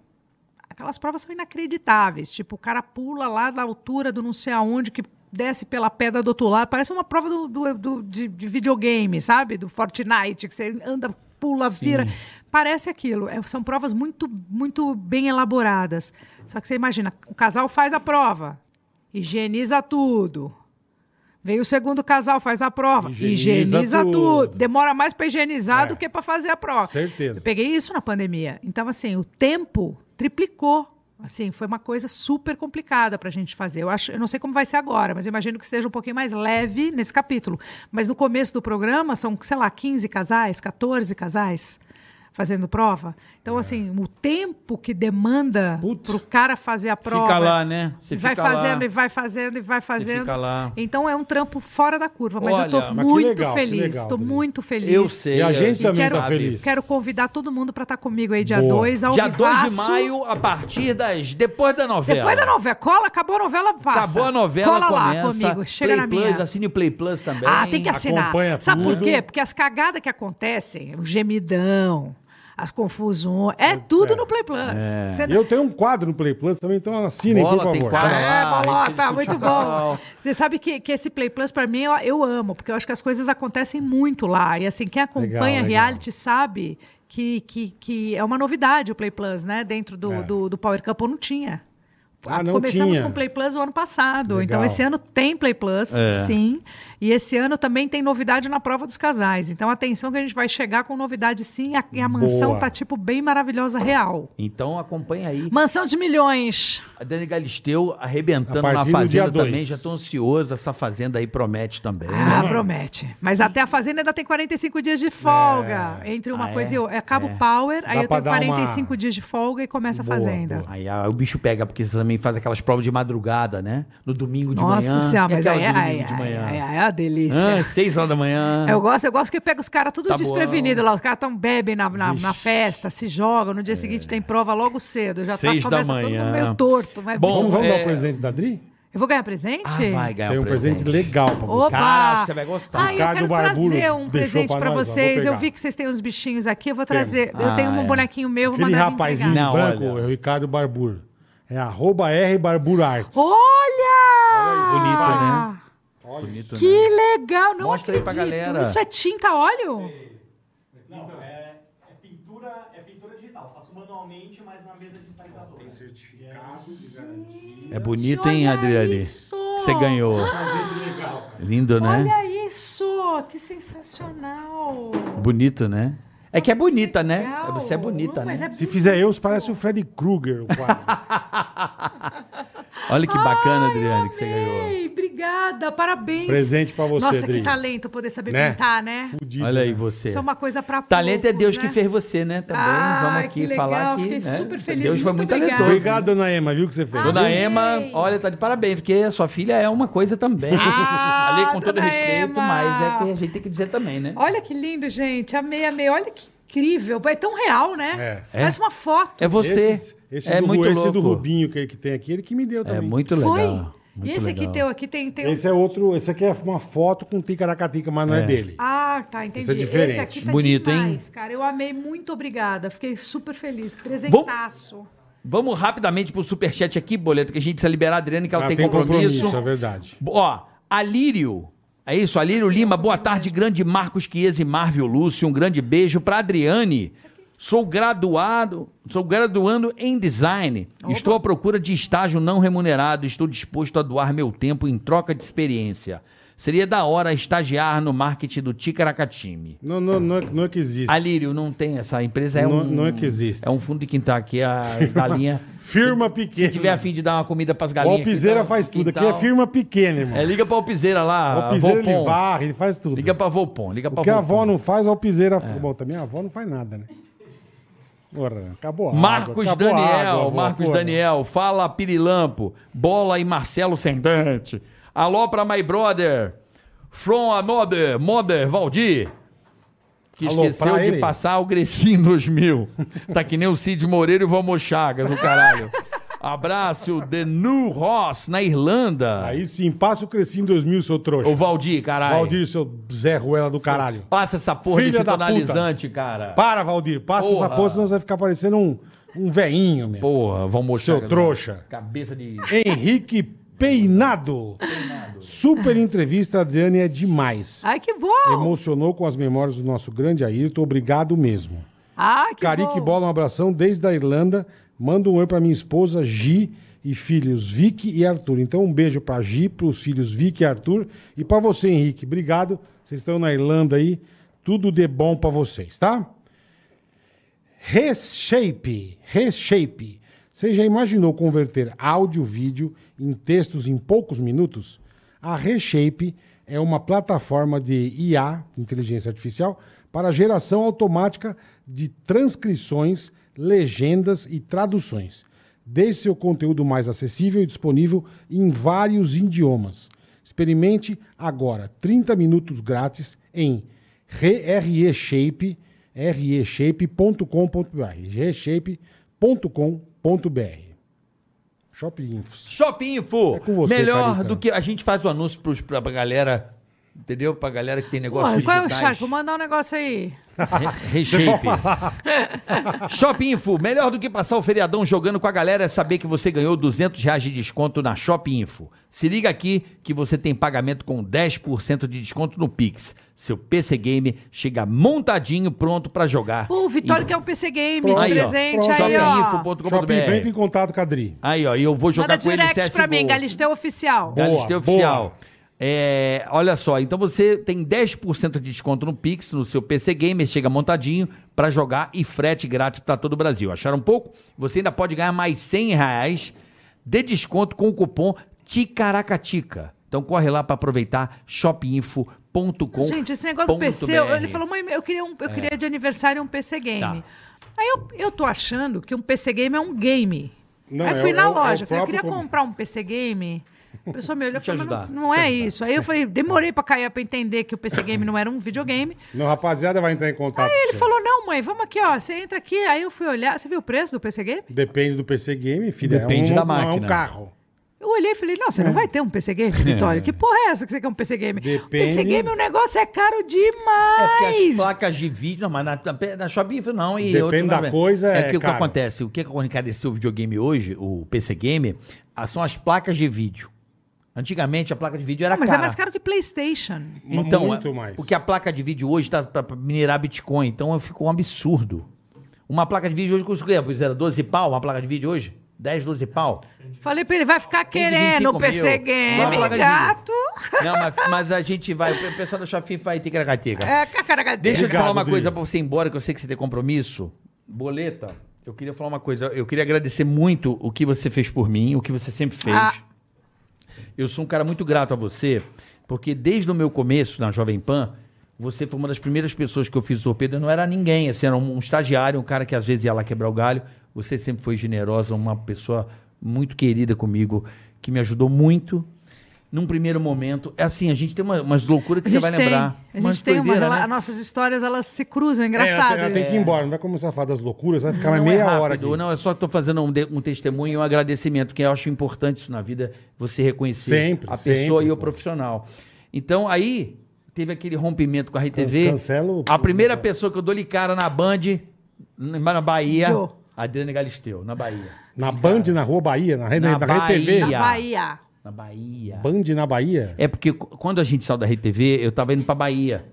[SPEAKER 4] aquelas provas são inacreditáveis, tipo, o cara pula lá da altura do não sei aonde que desce pela pedra do outro lado, parece uma prova do, do- do- de, de videogame, sabe? Do Fortnite, que você anda, pula, vira. Parece aquilo. É, são provas muito, muito bem elaboradas. Só que você imagina, o casal faz a prova, higieniza tudo. Veio o segundo casal, faz a prova,
[SPEAKER 2] Higieniza
[SPEAKER 4] higieniza,
[SPEAKER 2] tudo.
[SPEAKER 4] tudo. Demora mais para higienizar
[SPEAKER 2] É.
[SPEAKER 4] do que para fazer a prova.
[SPEAKER 2] Certeza.
[SPEAKER 4] Eu peguei isso na pandemia. Então, assim, o tempo triplicou. Assim, foi uma coisa super complicada para a gente fazer. Eu, acho, eu não sei como vai ser agora, mas eu imagino que esteja um pouquinho mais leve nesse capítulo. Mas no começo do programa são, sei lá, 15 casais, 14 casais fazendo prova. Então,
[SPEAKER 3] É.
[SPEAKER 4] assim, o tempo que demanda
[SPEAKER 2] Putz.
[SPEAKER 4] para o cara fazer a prova.
[SPEAKER 3] Fica lá, né? Você
[SPEAKER 4] E vai
[SPEAKER 3] fica lá.
[SPEAKER 4] fazendo, e vai fazendo, e vai fazendo.
[SPEAKER 3] fica lá.
[SPEAKER 4] Então é um trampo fora da curva, mas eu
[SPEAKER 3] Olha,
[SPEAKER 4] tô
[SPEAKER 2] mas que
[SPEAKER 4] muito
[SPEAKER 2] legal, que
[SPEAKER 4] feliz.
[SPEAKER 2] legal,
[SPEAKER 4] tô
[SPEAKER 2] Dani.
[SPEAKER 4] muito feliz.
[SPEAKER 3] Eu sei.
[SPEAKER 2] E a gente
[SPEAKER 3] gente
[SPEAKER 2] também
[SPEAKER 4] Quero-
[SPEAKER 2] tá feliz.
[SPEAKER 4] Quero convidar todo mundo para estar comigo aí dia
[SPEAKER 2] Boa.
[SPEAKER 4] 2, ao
[SPEAKER 3] Dia 2 de
[SPEAKER 4] vivaço.
[SPEAKER 3] maio, a partir das. Depois da novela.
[SPEAKER 4] Depois da novela. Cola, acabou a novela, passa.
[SPEAKER 3] Acabou a novela,
[SPEAKER 4] Cola
[SPEAKER 3] começa.
[SPEAKER 4] lá comigo, chega
[SPEAKER 3] Play
[SPEAKER 4] na minha.
[SPEAKER 3] Plus, assine o Play Plus também.
[SPEAKER 4] ah, tem que assinar.
[SPEAKER 2] acompanha
[SPEAKER 4] Sabe por
[SPEAKER 2] tudo.
[SPEAKER 4] quê? Porque as cagadas que acontecem, o gemidão, as confusões, é tudo no Play Plus.
[SPEAKER 3] É.
[SPEAKER 4] Você
[SPEAKER 2] Eu tenho um quadro no Play Plus também, então assinem,
[SPEAKER 3] Bola,
[SPEAKER 2] por favor.
[SPEAKER 3] tem quadro
[SPEAKER 2] Tá?
[SPEAKER 4] É,
[SPEAKER 3] lá,
[SPEAKER 4] bolota,
[SPEAKER 3] rede
[SPEAKER 4] muito
[SPEAKER 3] social.
[SPEAKER 4] bom. Você sabe que, que esse Play Plus, pra mim, eu, eu amo, porque eu acho que as coisas acontecem muito lá. E assim, quem acompanha
[SPEAKER 2] Legal, legal.
[SPEAKER 4] reality sabe que, que, que é uma novidade o Play Plus, né? Dentro do,
[SPEAKER 2] É.
[SPEAKER 4] do, do Power Couple não tinha.
[SPEAKER 2] Ah, não
[SPEAKER 4] Começamos
[SPEAKER 2] tinha.
[SPEAKER 4] com o Play Plus o ano passado.
[SPEAKER 2] Legal.
[SPEAKER 4] Então, esse ano tem Play Plus, sim. E esse ano também tem novidade na prova dos casais. Então, atenção que a gente vai chegar com novidade sim. E a, e a mansão
[SPEAKER 2] Boa.
[SPEAKER 4] tá, tipo, bem maravilhosa, real.
[SPEAKER 3] Então acompanha aí.
[SPEAKER 4] Mansão de milhões.
[SPEAKER 3] A Dani Galisteu arrebentando
[SPEAKER 2] A partir
[SPEAKER 3] na
[SPEAKER 2] do dia
[SPEAKER 3] Fazenda
[SPEAKER 2] dois.
[SPEAKER 3] também. Já tô ansioso. Essa Fazenda aí promete também.
[SPEAKER 4] Ah, promete. Mas até a Fazenda ainda tem 45 dias de folga. Entre uma
[SPEAKER 3] Ah,
[SPEAKER 4] coisa
[SPEAKER 3] é?
[SPEAKER 4] e outra. Acaba o Power, aí
[SPEAKER 2] Dá
[SPEAKER 4] eu
[SPEAKER 2] pra
[SPEAKER 4] tenho
[SPEAKER 2] dar uma-
[SPEAKER 4] 45 dias de folga e começa
[SPEAKER 2] Boa,
[SPEAKER 4] a Fazenda.
[SPEAKER 2] boa.
[SPEAKER 3] Aí, ah, o bicho pega, porque você também faz aquelas provas de madrugada, né? No domingo de
[SPEAKER 4] Nossa
[SPEAKER 3] manhã.
[SPEAKER 4] Senhora,
[SPEAKER 3] E
[SPEAKER 4] mas
[SPEAKER 3] aquela
[SPEAKER 4] aí, é-
[SPEAKER 3] do domingo
[SPEAKER 4] aí,
[SPEAKER 3] de
[SPEAKER 4] aí,
[SPEAKER 3] manhã.
[SPEAKER 4] aí, aí é uma delícia.
[SPEAKER 3] Ah, seis horas da manhã.
[SPEAKER 4] Eu gosto, eu gosto que pega os caras tudo
[SPEAKER 3] Tá bom.
[SPEAKER 4] desprevenido lá. Os caras tão bebem na, na, na festa, se jogam. No dia seguinte tem prova logo cedo. Já
[SPEAKER 3] É. Seis
[SPEAKER 4] tá,
[SPEAKER 3] da
[SPEAKER 4] começa todo
[SPEAKER 3] manhã.
[SPEAKER 4] mundo meio torto. Mas
[SPEAKER 3] Bom,
[SPEAKER 2] Vamos, vamos dar
[SPEAKER 3] É.
[SPEAKER 2] um presente da Dri?
[SPEAKER 4] Eu vou ganhar presente?
[SPEAKER 3] Ah, vai ganhar
[SPEAKER 2] Tem um presente legal pra você.
[SPEAKER 4] Opa!
[SPEAKER 3] Cara, você vai gostar.
[SPEAKER 4] Ah, eu
[SPEAKER 2] Ricardo
[SPEAKER 4] quero
[SPEAKER 2] Barbulo
[SPEAKER 4] trazer um
[SPEAKER 2] deixou
[SPEAKER 4] presente
[SPEAKER 2] pra
[SPEAKER 4] pra,
[SPEAKER 2] nós, ó, vou
[SPEAKER 4] vocês. Eu
[SPEAKER 2] pegar.
[SPEAKER 4] vi que vocês têm uns bichinhos aqui, eu vou
[SPEAKER 2] Temos.
[SPEAKER 4] trazer. Eu
[SPEAKER 3] Ah,
[SPEAKER 4] tenho um
[SPEAKER 3] é.
[SPEAKER 4] bonequinho meu, vou
[SPEAKER 2] Aquele
[SPEAKER 4] mandar
[SPEAKER 2] rapazinho
[SPEAKER 4] entregar.
[SPEAKER 3] Não,
[SPEAKER 2] branco
[SPEAKER 3] olha.
[SPEAKER 2] é o Ricardo Barbur. É arroba R Barbur Arts.
[SPEAKER 4] Olha!
[SPEAKER 3] Bonito,
[SPEAKER 4] né?
[SPEAKER 3] Bonito, né?
[SPEAKER 4] Que legal! Não
[SPEAKER 3] Mostra aí pra
[SPEAKER 4] acredito.
[SPEAKER 3] galera.
[SPEAKER 4] Isso é tinta óleo?
[SPEAKER 7] É pintura, é pintura digital. Faço manualmente, mas na mesa digitalizadora. Tem certificado de garantia.
[SPEAKER 3] É bonito, hein,
[SPEAKER 4] Olha
[SPEAKER 3] Adriane?
[SPEAKER 4] isso! Ah.
[SPEAKER 3] Que Você ganhou. Lindo, né?
[SPEAKER 4] Olha isso! Que sensacional!
[SPEAKER 3] Bonito, né? É que é bonita, né?
[SPEAKER 4] Legal.
[SPEAKER 3] Você é bonita,
[SPEAKER 4] Não, mas
[SPEAKER 3] né?
[SPEAKER 4] é
[SPEAKER 2] Se fizer eu, você parece o Freddy Krueger. o quadro.
[SPEAKER 4] é-
[SPEAKER 3] Olha que bacana, Adriane, que você ganhou.
[SPEAKER 4] Ei, obrigada, parabéns.
[SPEAKER 2] presente pra você,
[SPEAKER 4] Nossa,
[SPEAKER 2] Dri.
[SPEAKER 4] que talento poder saber
[SPEAKER 2] Né?
[SPEAKER 4] pintar, né?
[SPEAKER 2] Fudido,
[SPEAKER 3] Olha aí
[SPEAKER 2] né?
[SPEAKER 3] você.
[SPEAKER 4] Isso é uma coisa pra
[SPEAKER 3] Talento é
[SPEAKER 4] poucos,
[SPEAKER 3] Deus
[SPEAKER 4] né?
[SPEAKER 3] que fez você, né? Também.
[SPEAKER 4] Ah,
[SPEAKER 3] Vamos aqui
[SPEAKER 4] que legal,
[SPEAKER 3] falar aqui.
[SPEAKER 4] fiquei
[SPEAKER 3] né?
[SPEAKER 4] super feliz,
[SPEAKER 3] Deus foi
[SPEAKER 4] muito
[SPEAKER 3] muito
[SPEAKER 4] obrigada.
[SPEAKER 3] talentoso.
[SPEAKER 2] Obrigado, dona Ema, viu o que você fez?
[SPEAKER 3] Dona
[SPEAKER 4] Amei.
[SPEAKER 3] Ema, olha, tá de parabéns, porque a sua filha é uma coisa também.
[SPEAKER 4] Ah,
[SPEAKER 3] Ali com todo
[SPEAKER 4] dona
[SPEAKER 3] respeito,
[SPEAKER 4] Ema.
[SPEAKER 3] mas é que a gente tem que dizer também, né?
[SPEAKER 4] Olha que lindo, gente. Amei, amei. Olha que incrível. É tão real, né?
[SPEAKER 3] É.
[SPEAKER 4] Parece uma foto.
[SPEAKER 3] É você.
[SPEAKER 2] Esse, esse
[SPEAKER 3] é
[SPEAKER 2] do,
[SPEAKER 3] muito
[SPEAKER 2] esse
[SPEAKER 3] louco.
[SPEAKER 2] do Rubinho que, que tem aqui, ele que me deu
[SPEAKER 3] É
[SPEAKER 2] também.
[SPEAKER 3] muito legal.
[SPEAKER 4] Foi.
[SPEAKER 3] muito
[SPEAKER 4] e esse aqui
[SPEAKER 3] legal.
[SPEAKER 4] teu aqui tem, tem um-
[SPEAKER 2] Esse é outro, esse aqui é uma foto com ticaracatica, mas não é, dele.
[SPEAKER 4] Ah, tá, entendi.
[SPEAKER 2] Esse é diferente.
[SPEAKER 4] aqui tá
[SPEAKER 3] Bonito, hein?
[SPEAKER 4] demais, cara. Eu amei, muito obrigada. Fiquei super feliz. Presentaço.
[SPEAKER 3] Vamos rapidamente pro superchat aqui, boleto, que a gente precisa liberar a Adriane, que ela
[SPEAKER 2] Ah,
[SPEAKER 3] tem, compromisso.
[SPEAKER 2] é verdade.
[SPEAKER 3] Ó, Alírio. É isso, Alírio Lima. Boa tarde, grande Marcos Chiesa e Marvio Lúcio. Um grande beijo pra Adriane. Sou graduado, sou graduando em design. Estou à procura de estágio não remunerado. Estou disposto a doar meu tempo em troca de experiência. Seria da hora estagiar no marketing do Ticaracatime.
[SPEAKER 2] Não, não, não, é, não é que existe.
[SPEAKER 3] Alírio, não tem essa empresa. É
[SPEAKER 2] Não-
[SPEAKER 3] um,
[SPEAKER 2] não é que existe.
[SPEAKER 3] É um fundo de quintal aqui, a galinha.
[SPEAKER 2] Firma pequena.
[SPEAKER 3] Se tiver a fim de dar uma comida pras
[SPEAKER 2] O
[SPEAKER 3] galinhas. aqui,
[SPEAKER 2] Alpizeira
[SPEAKER 3] tá?
[SPEAKER 2] faz tudo. Aqui é
[SPEAKER 3] Quintal.
[SPEAKER 2] firma pequena, irmão.
[SPEAKER 3] É, liga pra Alpizeira lá.
[SPEAKER 2] o Alpizeira ele
[SPEAKER 3] Volpon.
[SPEAKER 2] varre, ele faz tudo.
[SPEAKER 3] Liga pra Volpon, liga pra
[SPEAKER 2] O que a avó
[SPEAKER 3] Volpon. É.
[SPEAKER 2] não faz, a Alpizeira... Bom, também a avó não faz nada, né? Porra, acabou a
[SPEAKER 3] Marcos
[SPEAKER 2] água, acabou a
[SPEAKER 3] Daniel,
[SPEAKER 2] água, avó,
[SPEAKER 3] Marcos
[SPEAKER 2] porra.
[SPEAKER 3] Daniel, fala Pirilampo, Bola e Marcelo Sendante. Alô pra my brother, from another, mother, Valdir. Que
[SPEAKER 2] Alô,
[SPEAKER 3] esqueceu
[SPEAKER 2] pra
[SPEAKER 3] de
[SPEAKER 2] ele.
[SPEAKER 3] passar o Grecim 2000. Tá que nem o Cid Moreira e o Valmor Chagas, o caralho.
[SPEAKER 6] Abraço, Denu Ross, na Irlanda.
[SPEAKER 2] Aí sim, passa o Cresci em 2000, seu trouxa.
[SPEAKER 6] Ô, Valdir, caralho.
[SPEAKER 2] Valdir, seu Zé Ruela do caralho.
[SPEAKER 6] Passa essa porra
[SPEAKER 2] Filha
[SPEAKER 6] desse
[SPEAKER 2] da puta.
[SPEAKER 6] tonalizante, cara.
[SPEAKER 2] Para, Valdir, passa
[SPEAKER 6] Porra.
[SPEAKER 2] essa porra, senão você vai ficar parecendo um, um veinho, meu.
[SPEAKER 6] Porra, vão mostrar.
[SPEAKER 3] né?
[SPEAKER 2] Seu trouxa.
[SPEAKER 6] Cabeça de.
[SPEAKER 2] Henrique Peinado. Super entrevista, Adriane, é demais.
[SPEAKER 4] Ai, que Ah, bom!
[SPEAKER 2] Emocionou com as memórias do nosso grande Ayrton, obrigado mesmo.
[SPEAKER 4] Ah, que
[SPEAKER 2] Carique
[SPEAKER 4] bom!
[SPEAKER 2] Bola, um abração desde a Irlanda. Manda um oi pra minha esposa, Gi, e filhos Vicky e Arthur. Então, um beijo pra Gi, pros filhos Vicky e Arthur. E pra você, Henrique. Obrigado. Vocês estão na Irlanda aí. Tudo de bom pra vocês, tá? Reshape. Reshape. Você já imaginou converter áudio, vídeo em textos em poucos minutos? A Reshape é uma plataforma de IA, inteligência artificial, para geração automática de transcrições, legendas e traduções. Deixe seu conteúdo mais acessível e disponível em vários idiomas. Experimente agora 30 minutos grátis em reshape, reshape.com.br, reshape.com.br. Shopping Infos.
[SPEAKER 3] Shop Info.
[SPEAKER 2] É com você,
[SPEAKER 3] Melhor
[SPEAKER 2] Carica.
[SPEAKER 3] do que a gente faz o anúncio pros, pra galera, entendeu? Pra galera que tem negócio
[SPEAKER 4] Porra, qual é o
[SPEAKER 3] digitais.
[SPEAKER 4] chat? Vou mandar um negócio aí.
[SPEAKER 3] Re- Reshape. Shop Info. Melhor do que passar o feriadão jogando com a galera é saber que você ganhou 200 reais de desconto na Shop Info. Se liga aqui que você tem pagamento com 10% de desconto no Pix. Seu PC Game chega montadinho, pronto pra jogar.
[SPEAKER 4] Pô, o Vitório que é um PC Game
[SPEAKER 2] Pronto.
[SPEAKER 4] de
[SPEAKER 3] Aí, ó.
[SPEAKER 4] presente.
[SPEAKER 2] Pronto.
[SPEAKER 4] Aí, ó.
[SPEAKER 2] Shopping Vento em
[SPEAKER 3] Shopinfo.com.br.
[SPEAKER 2] contato com a Dri.
[SPEAKER 3] Aí, ó, e eu vou jogar
[SPEAKER 4] Manda
[SPEAKER 3] com ele
[SPEAKER 4] direct pra mim,
[SPEAKER 3] CSGO.
[SPEAKER 4] Galisteu Oficial.
[SPEAKER 2] Boa,
[SPEAKER 3] Galisteu
[SPEAKER 2] boa.
[SPEAKER 3] Oficial. É, olha só, então você tem 10% de desconto no Pix, no seu PC Gamer, chega montadinho pra jogar e frete grátis pra todo o Brasil. Acharam pouco? Você ainda pode ganhar mais 100 reais de desconto com o cupom TICARACATICA. Então corre lá pra aproveitar shopinfo.com.
[SPEAKER 4] Gente, esse negócio do PC, eu- ele falou, mãe, eu queria, um- eu queria de aniversário um PC Game.
[SPEAKER 3] É. Tá.
[SPEAKER 4] Aí eu, eu tô achando que um PC Game é um game.
[SPEAKER 2] Não,
[SPEAKER 4] Aí eu
[SPEAKER 2] é
[SPEAKER 4] fui
[SPEAKER 2] o-
[SPEAKER 4] na
[SPEAKER 2] é o- é o
[SPEAKER 4] loja, falei,
[SPEAKER 2] próprio
[SPEAKER 4] eu queria
[SPEAKER 2] como-
[SPEAKER 4] comprar um PC Game. A pessoa me olhou e
[SPEAKER 3] Vou te
[SPEAKER 4] falou, mas
[SPEAKER 3] ajudar,
[SPEAKER 4] não, não é isso. Aí eu falei, demorei pra cair, pra entender que o PC Game não era um videogame.
[SPEAKER 2] Não, rapaziada vai entrar em contato
[SPEAKER 4] Aí
[SPEAKER 2] com
[SPEAKER 4] ele
[SPEAKER 2] você.
[SPEAKER 4] falou, não, mãe, vamos aqui, ó, você entra aqui. Aí eu fui olhar, você viu o preço do PC Game?
[SPEAKER 2] Depende do PC Game, filho.
[SPEAKER 3] Depende
[SPEAKER 2] é um,
[SPEAKER 3] da
[SPEAKER 2] É
[SPEAKER 3] máquina.
[SPEAKER 2] um carro.
[SPEAKER 4] Eu olhei e falei, não, você não vai ter um PC Game, Vitório. Que porra é essa que você quer um PC Game? O PC
[SPEAKER 2] É. Depende-
[SPEAKER 4] Game, o negócio é caro
[SPEAKER 3] É porque as
[SPEAKER 4] demais.
[SPEAKER 3] placas de vídeo, não, mas na, na- na Shopify não. E
[SPEAKER 2] Depende
[SPEAKER 3] outros-
[SPEAKER 2] da coisa,
[SPEAKER 3] É
[SPEAKER 2] é
[SPEAKER 3] que o que
[SPEAKER 2] caro.
[SPEAKER 3] acontece, o que encareceu o videogame hoje, o PC Game, ah, são as placas de vídeo. Antigamente a placa de vídeo era
[SPEAKER 4] Mas é
[SPEAKER 3] cara.
[SPEAKER 4] mais caro que PlayStation.
[SPEAKER 2] Então, muito mais.
[SPEAKER 3] Porque a placa de vídeo hoje tá pra pra minerar Bitcoin, então ficou um absurdo. Uma placa de vídeo hoje custa o quê? Pois era 12 pau, uma placa de vídeo hoje? 10, 12 pau.
[SPEAKER 4] Falei pra ele, vai ficar
[SPEAKER 3] de
[SPEAKER 4] querendo
[SPEAKER 3] 25
[SPEAKER 4] o PC
[SPEAKER 3] mil. Só
[SPEAKER 4] Game,
[SPEAKER 3] placa de
[SPEAKER 4] gato.
[SPEAKER 3] Não, mas, mas a gente vai, o pessoal da Shopify vai ter que
[SPEAKER 4] É, cacaracadeira.
[SPEAKER 3] Deixa eu te
[SPEAKER 2] Obrigado,
[SPEAKER 3] falar uma
[SPEAKER 2] Dri.
[SPEAKER 3] coisa pra você ir embora, que eu sei que você tem compromisso. Boleta, eu queria falar uma coisa. Eu queria agradecer muito o que você fez por mim, o que você sempre fez.
[SPEAKER 4] Ah.
[SPEAKER 3] Eu sou um cara muito grato a você, porque desde o meu começo na Jovem Pan, você foi uma das primeiras pessoas que eu fiz o torpedo. Eu não era ninguém, assim, era um um estagiário, um cara que às vezes ia lá quebrar o galho. Você sempre foi generosa, uma pessoa muito querida comigo, que me ajudou muito. Num primeiro momento, é assim, a gente tem uma- umas loucuras que
[SPEAKER 4] A
[SPEAKER 3] você
[SPEAKER 4] gente
[SPEAKER 3] vai
[SPEAKER 4] tem,
[SPEAKER 3] lembrar.
[SPEAKER 4] A gente tem uma,
[SPEAKER 3] doideira,
[SPEAKER 4] rela-
[SPEAKER 3] né?
[SPEAKER 4] as nossas histórias, elas se cruzam, é
[SPEAKER 2] É, ela tem-
[SPEAKER 4] engraçado
[SPEAKER 2] ela tem
[SPEAKER 4] isso.
[SPEAKER 2] que ir embora, não vai começar a falar das loucuras, vai ficar mais
[SPEAKER 3] Não é
[SPEAKER 2] meia
[SPEAKER 3] rápido,
[SPEAKER 2] hora aqui.
[SPEAKER 3] Não, eu só estou fazendo um, de- um testemunho e um agradecimento, que eu acho importante isso na vida, você reconhecer
[SPEAKER 2] Sempre,
[SPEAKER 3] a pessoa
[SPEAKER 2] sempre,
[SPEAKER 3] e o
[SPEAKER 2] pô.
[SPEAKER 3] profissional. Então, aí, teve aquele rompimento com a RTV.
[SPEAKER 2] Cancela o-
[SPEAKER 3] A primeira pessoa que eu dou-lhe cara na Band, na na Bahia,
[SPEAKER 4] Jô.
[SPEAKER 3] Adriane Galisteu, na Bahia.
[SPEAKER 2] Na Band, na Rua Bahia, na Rede,
[SPEAKER 3] Na
[SPEAKER 2] na Rede TV.
[SPEAKER 3] Bahia.
[SPEAKER 4] Na Bahia.
[SPEAKER 3] Na Bahia.
[SPEAKER 2] Band na Bahia?
[SPEAKER 3] É porque qu- quando a gente saiu da RTV, eu tava indo pra Bahia.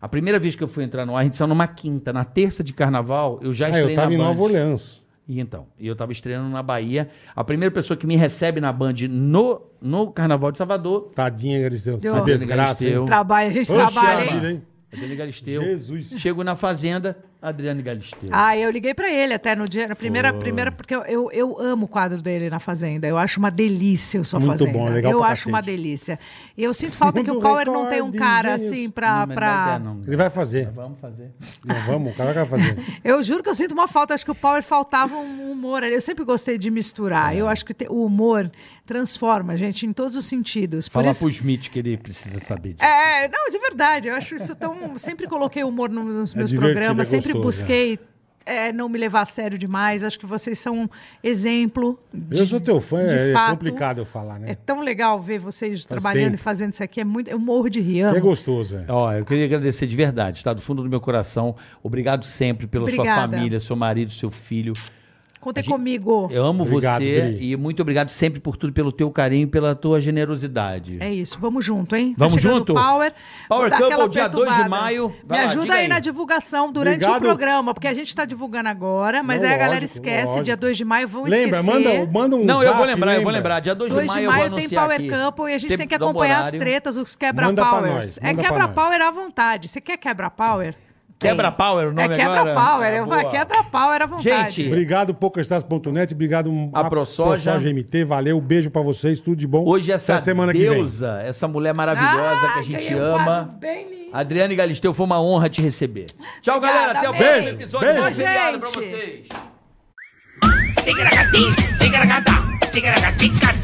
[SPEAKER 3] A primeira vez que eu fui entrar no ar, a gente saiu numa quinta. Na terça de carnaval, eu já
[SPEAKER 2] Ah,
[SPEAKER 3] estrei
[SPEAKER 2] eu tava
[SPEAKER 3] na
[SPEAKER 2] em
[SPEAKER 3] Band.
[SPEAKER 2] Nova Orleans.
[SPEAKER 3] E então, e eu tava estreando na Bahia. A primeira pessoa que me recebe na Band no, no Carnaval de Salvador
[SPEAKER 2] Tadinha, Galisteu.
[SPEAKER 4] Deu.
[SPEAKER 2] Que desgraça, hein?
[SPEAKER 3] Galisteu.
[SPEAKER 4] Trabalha, a gente
[SPEAKER 2] Oxe,
[SPEAKER 4] trabalha,
[SPEAKER 2] Ana.
[SPEAKER 4] hein?
[SPEAKER 3] Adriane Galisteu.
[SPEAKER 2] Jesus.
[SPEAKER 3] Chego na Fazenda, Adriane Galisteu.
[SPEAKER 4] Ah, eu liguei pra ele até no dia, na primeira, primeira porque eu, eu, eu amo o quadro dele na Fazenda. Eu acho uma delícia o sua
[SPEAKER 2] Muito
[SPEAKER 4] Fazenda.
[SPEAKER 2] bom, é legal
[SPEAKER 4] Eu
[SPEAKER 2] pra
[SPEAKER 4] acho uma
[SPEAKER 2] cacete.
[SPEAKER 4] delícia. E eu sinto falta que o
[SPEAKER 2] Mundo
[SPEAKER 4] Power não tem um
[SPEAKER 2] Record,
[SPEAKER 4] cara
[SPEAKER 2] gênios.
[SPEAKER 4] assim pra.
[SPEAKER 3] Não, mas
[SPEAKER 4] pra-
[SPEAKER 3] não, dá, não.
[SPEAKER 2] Ele vai fazer.
[SPEAKER 3] Vamos fazer.
[SPEAKER 2] Não, vamos, o cara vai fazer.
[SPEAKER 4] Eu juro que eu sinto uma falta. Acho que o Power faltava um humor ali. Eu sempre gostei de misturar.
[SPEAKER 2] É.
[SPEAKER 4] Eu acho que te- o humor transforma a gente em todos os sentidos. Por
[SPEAKER 3] Fala
[SPEAKER 4] isso.
[SPEAKER 3] pro Smith que ele precisa saber disso.
[SPEAKER 4] É, não, de verdade. Eu acho isso tão. Sempre coloquei humor no- nos meus
[SPEAKER 2] divertido,
[SPEAKER 4] programas,
[SPEAKER 2] é
[SPEAKER 4] sempre
[SPEAKER 2] gostoso,
[SPEAKER 4] busquei é, não me levar a sério demais. Acho que vocês são um exemplo. de-
[SPEAKER 2] Eu sou teu fã,
[SPEAKER 4] de
[SPEAKER 2] é, é
[SPEAKER 4] fato.
[SPEAKER 2] complicado eu falar,
[SPEAKER 4] É
[SPEAKER 2] né?
[SPEAKER 4] tão legal ver vocês trabalhando
[SPEAKER 2] tempo.
[SPEAKER 4] e fazendo isso aqui. É muito, eu morro de rir.
[SPEAKER 2] É,
[SPEAKER 4] amo.
[SPEAKER 2] gostoso, é.
[SPEAKER 3] Ó, eu queria agradecer de verdade, tá? Do fundo do meu coração. Obrigado sempre pela sua
[SPEAKER 4] Obrigada.
[SPEAKER 3] família, seu marido, seu filho.
[SPEAKER 4] Contem comigo.
[SPEAKER 3] Eu amo
[SPEAKER 2] Obrigado,
[SPEAKER 3] você
[SPEAKER 2] Dri.
[SPEAKER 3] e muito obrigado sempre por tudo, pelo teu carinho, e pela tua generosidade.
[SPEAKER 4] É isso, vamos junto, hein? Tá
[SPEAKER 3] Vamos
[SPEAKER 4] chegando
[SPEAKER 3] junto?
[SPEAKER 4] o Power. Vou
[SPEAKER 3] Power
[SPEAKER 4] dar
[SPEAKER 3] Couple,
[SPEAKER 4] aquela
[SPEAKER 3] dia 2 de
[SPEAKER 4] perturbada.
[SPEAKER 3] maio.
[SPEAKER 4] Me
[SPEAKER 3] Vai lá, diga
[SPEAKER 4] ajuda aí
[SPEAKER 3] aí.
[SPEAKER 4] na divulgação durante
[SPEAKER 2] Obrigado.
[SPEAKER 4] o programa, porque a gente está divulgando agora, mas
[SPEAKER 2] Não,
[SPEAKER 4] aí a galera
[SPEAKER 2] lógico,
[SPEAKER 4] esquece.
[SPEAKER 2] lógico.
[SPEAKER 4] Dia 2 de maio, vão
[SPEAKER 2] Lembra,
[SPEAKER 4] esquecer.
[SPEAKER 2] manda, manda um
[SPEAKER 3] Não, eu vou
[SPEAKER 2] zap,
[SPEAKER 3] lembrar, eu vou
[SPEAKER 2] lembra?
[SPEAKER 3] lembrar. Dia 2
[SPEAKER 4] 2
[SPEAKER 3] de maio eu vou
[SPEAKER 4] tem
[SPEAKER 3] anunciar
[SPEAKER 4] Power
[SPEAKER 3] aqui.
[SPEAKER 4] Campo e a gente
[SPEAKER 3] Sempre
[SPEAKER 4] tem que
[SPEAKER 3] dá um
[SPEAKER 4] acompanhar as
[SPEAKER 3] horário.
[SPEAKER 4] tretas, os
[SPEAKER 2] Manda pra
[SPEAKER 4] quebra-powers.
[SPEAKER 2] nós, manda
[SPEAKER 4] É
[SPEAKER 2] pra nós.
[SPEAKER 4] quebra-power à vontade. Você quer quebra-power? Tem.
[SPEAKER 3] Quebra-power o
[SPEAKER 4] É
[SPEAKER 3] nome agora?
[SPEAKER 4] quebra-power, eu
[SPEAKER 3] Boa.
[SPEAKER 4] vou quebra-power à vontade.
[SPEAKER 3] Gente,
[SPEAKER 2] Obrigado, PokerStars.net. Obrigado,
[SPEAKER 3] A ProSoja.
[SPEAKER 2] MT. Valeu, beijo pra vocês. Tudo de bom.
[SPEAKER 3] Hoje é essa
[SPEAKER 2] Até semana que
[SPEAKER 3] deusa, essa mulher maravilhosa
[SPEAKER 4] Ah,
[SPEAKER 3] que a gente
[SPEAKER 4] ganhei um quadro
[SPEAKER 3] ama.
[SPEAKER 4] bem lindo.
[SPEAKER 3] Adriane Galisteu, foi uma honra te receber. Tchau, galera. Até o
[SPEAKER 4] beijo.
[SPEAKER 3] próximo episódio.
[SPEAKER 2] Beijo.
[SPEAKER 3] Muito Obrigado pra
[SPEAKER 4] Gente.
[SPEAKER 3] vocês.
[SPEAKER 5] Tigaracati, tigaracata, tigaracatica,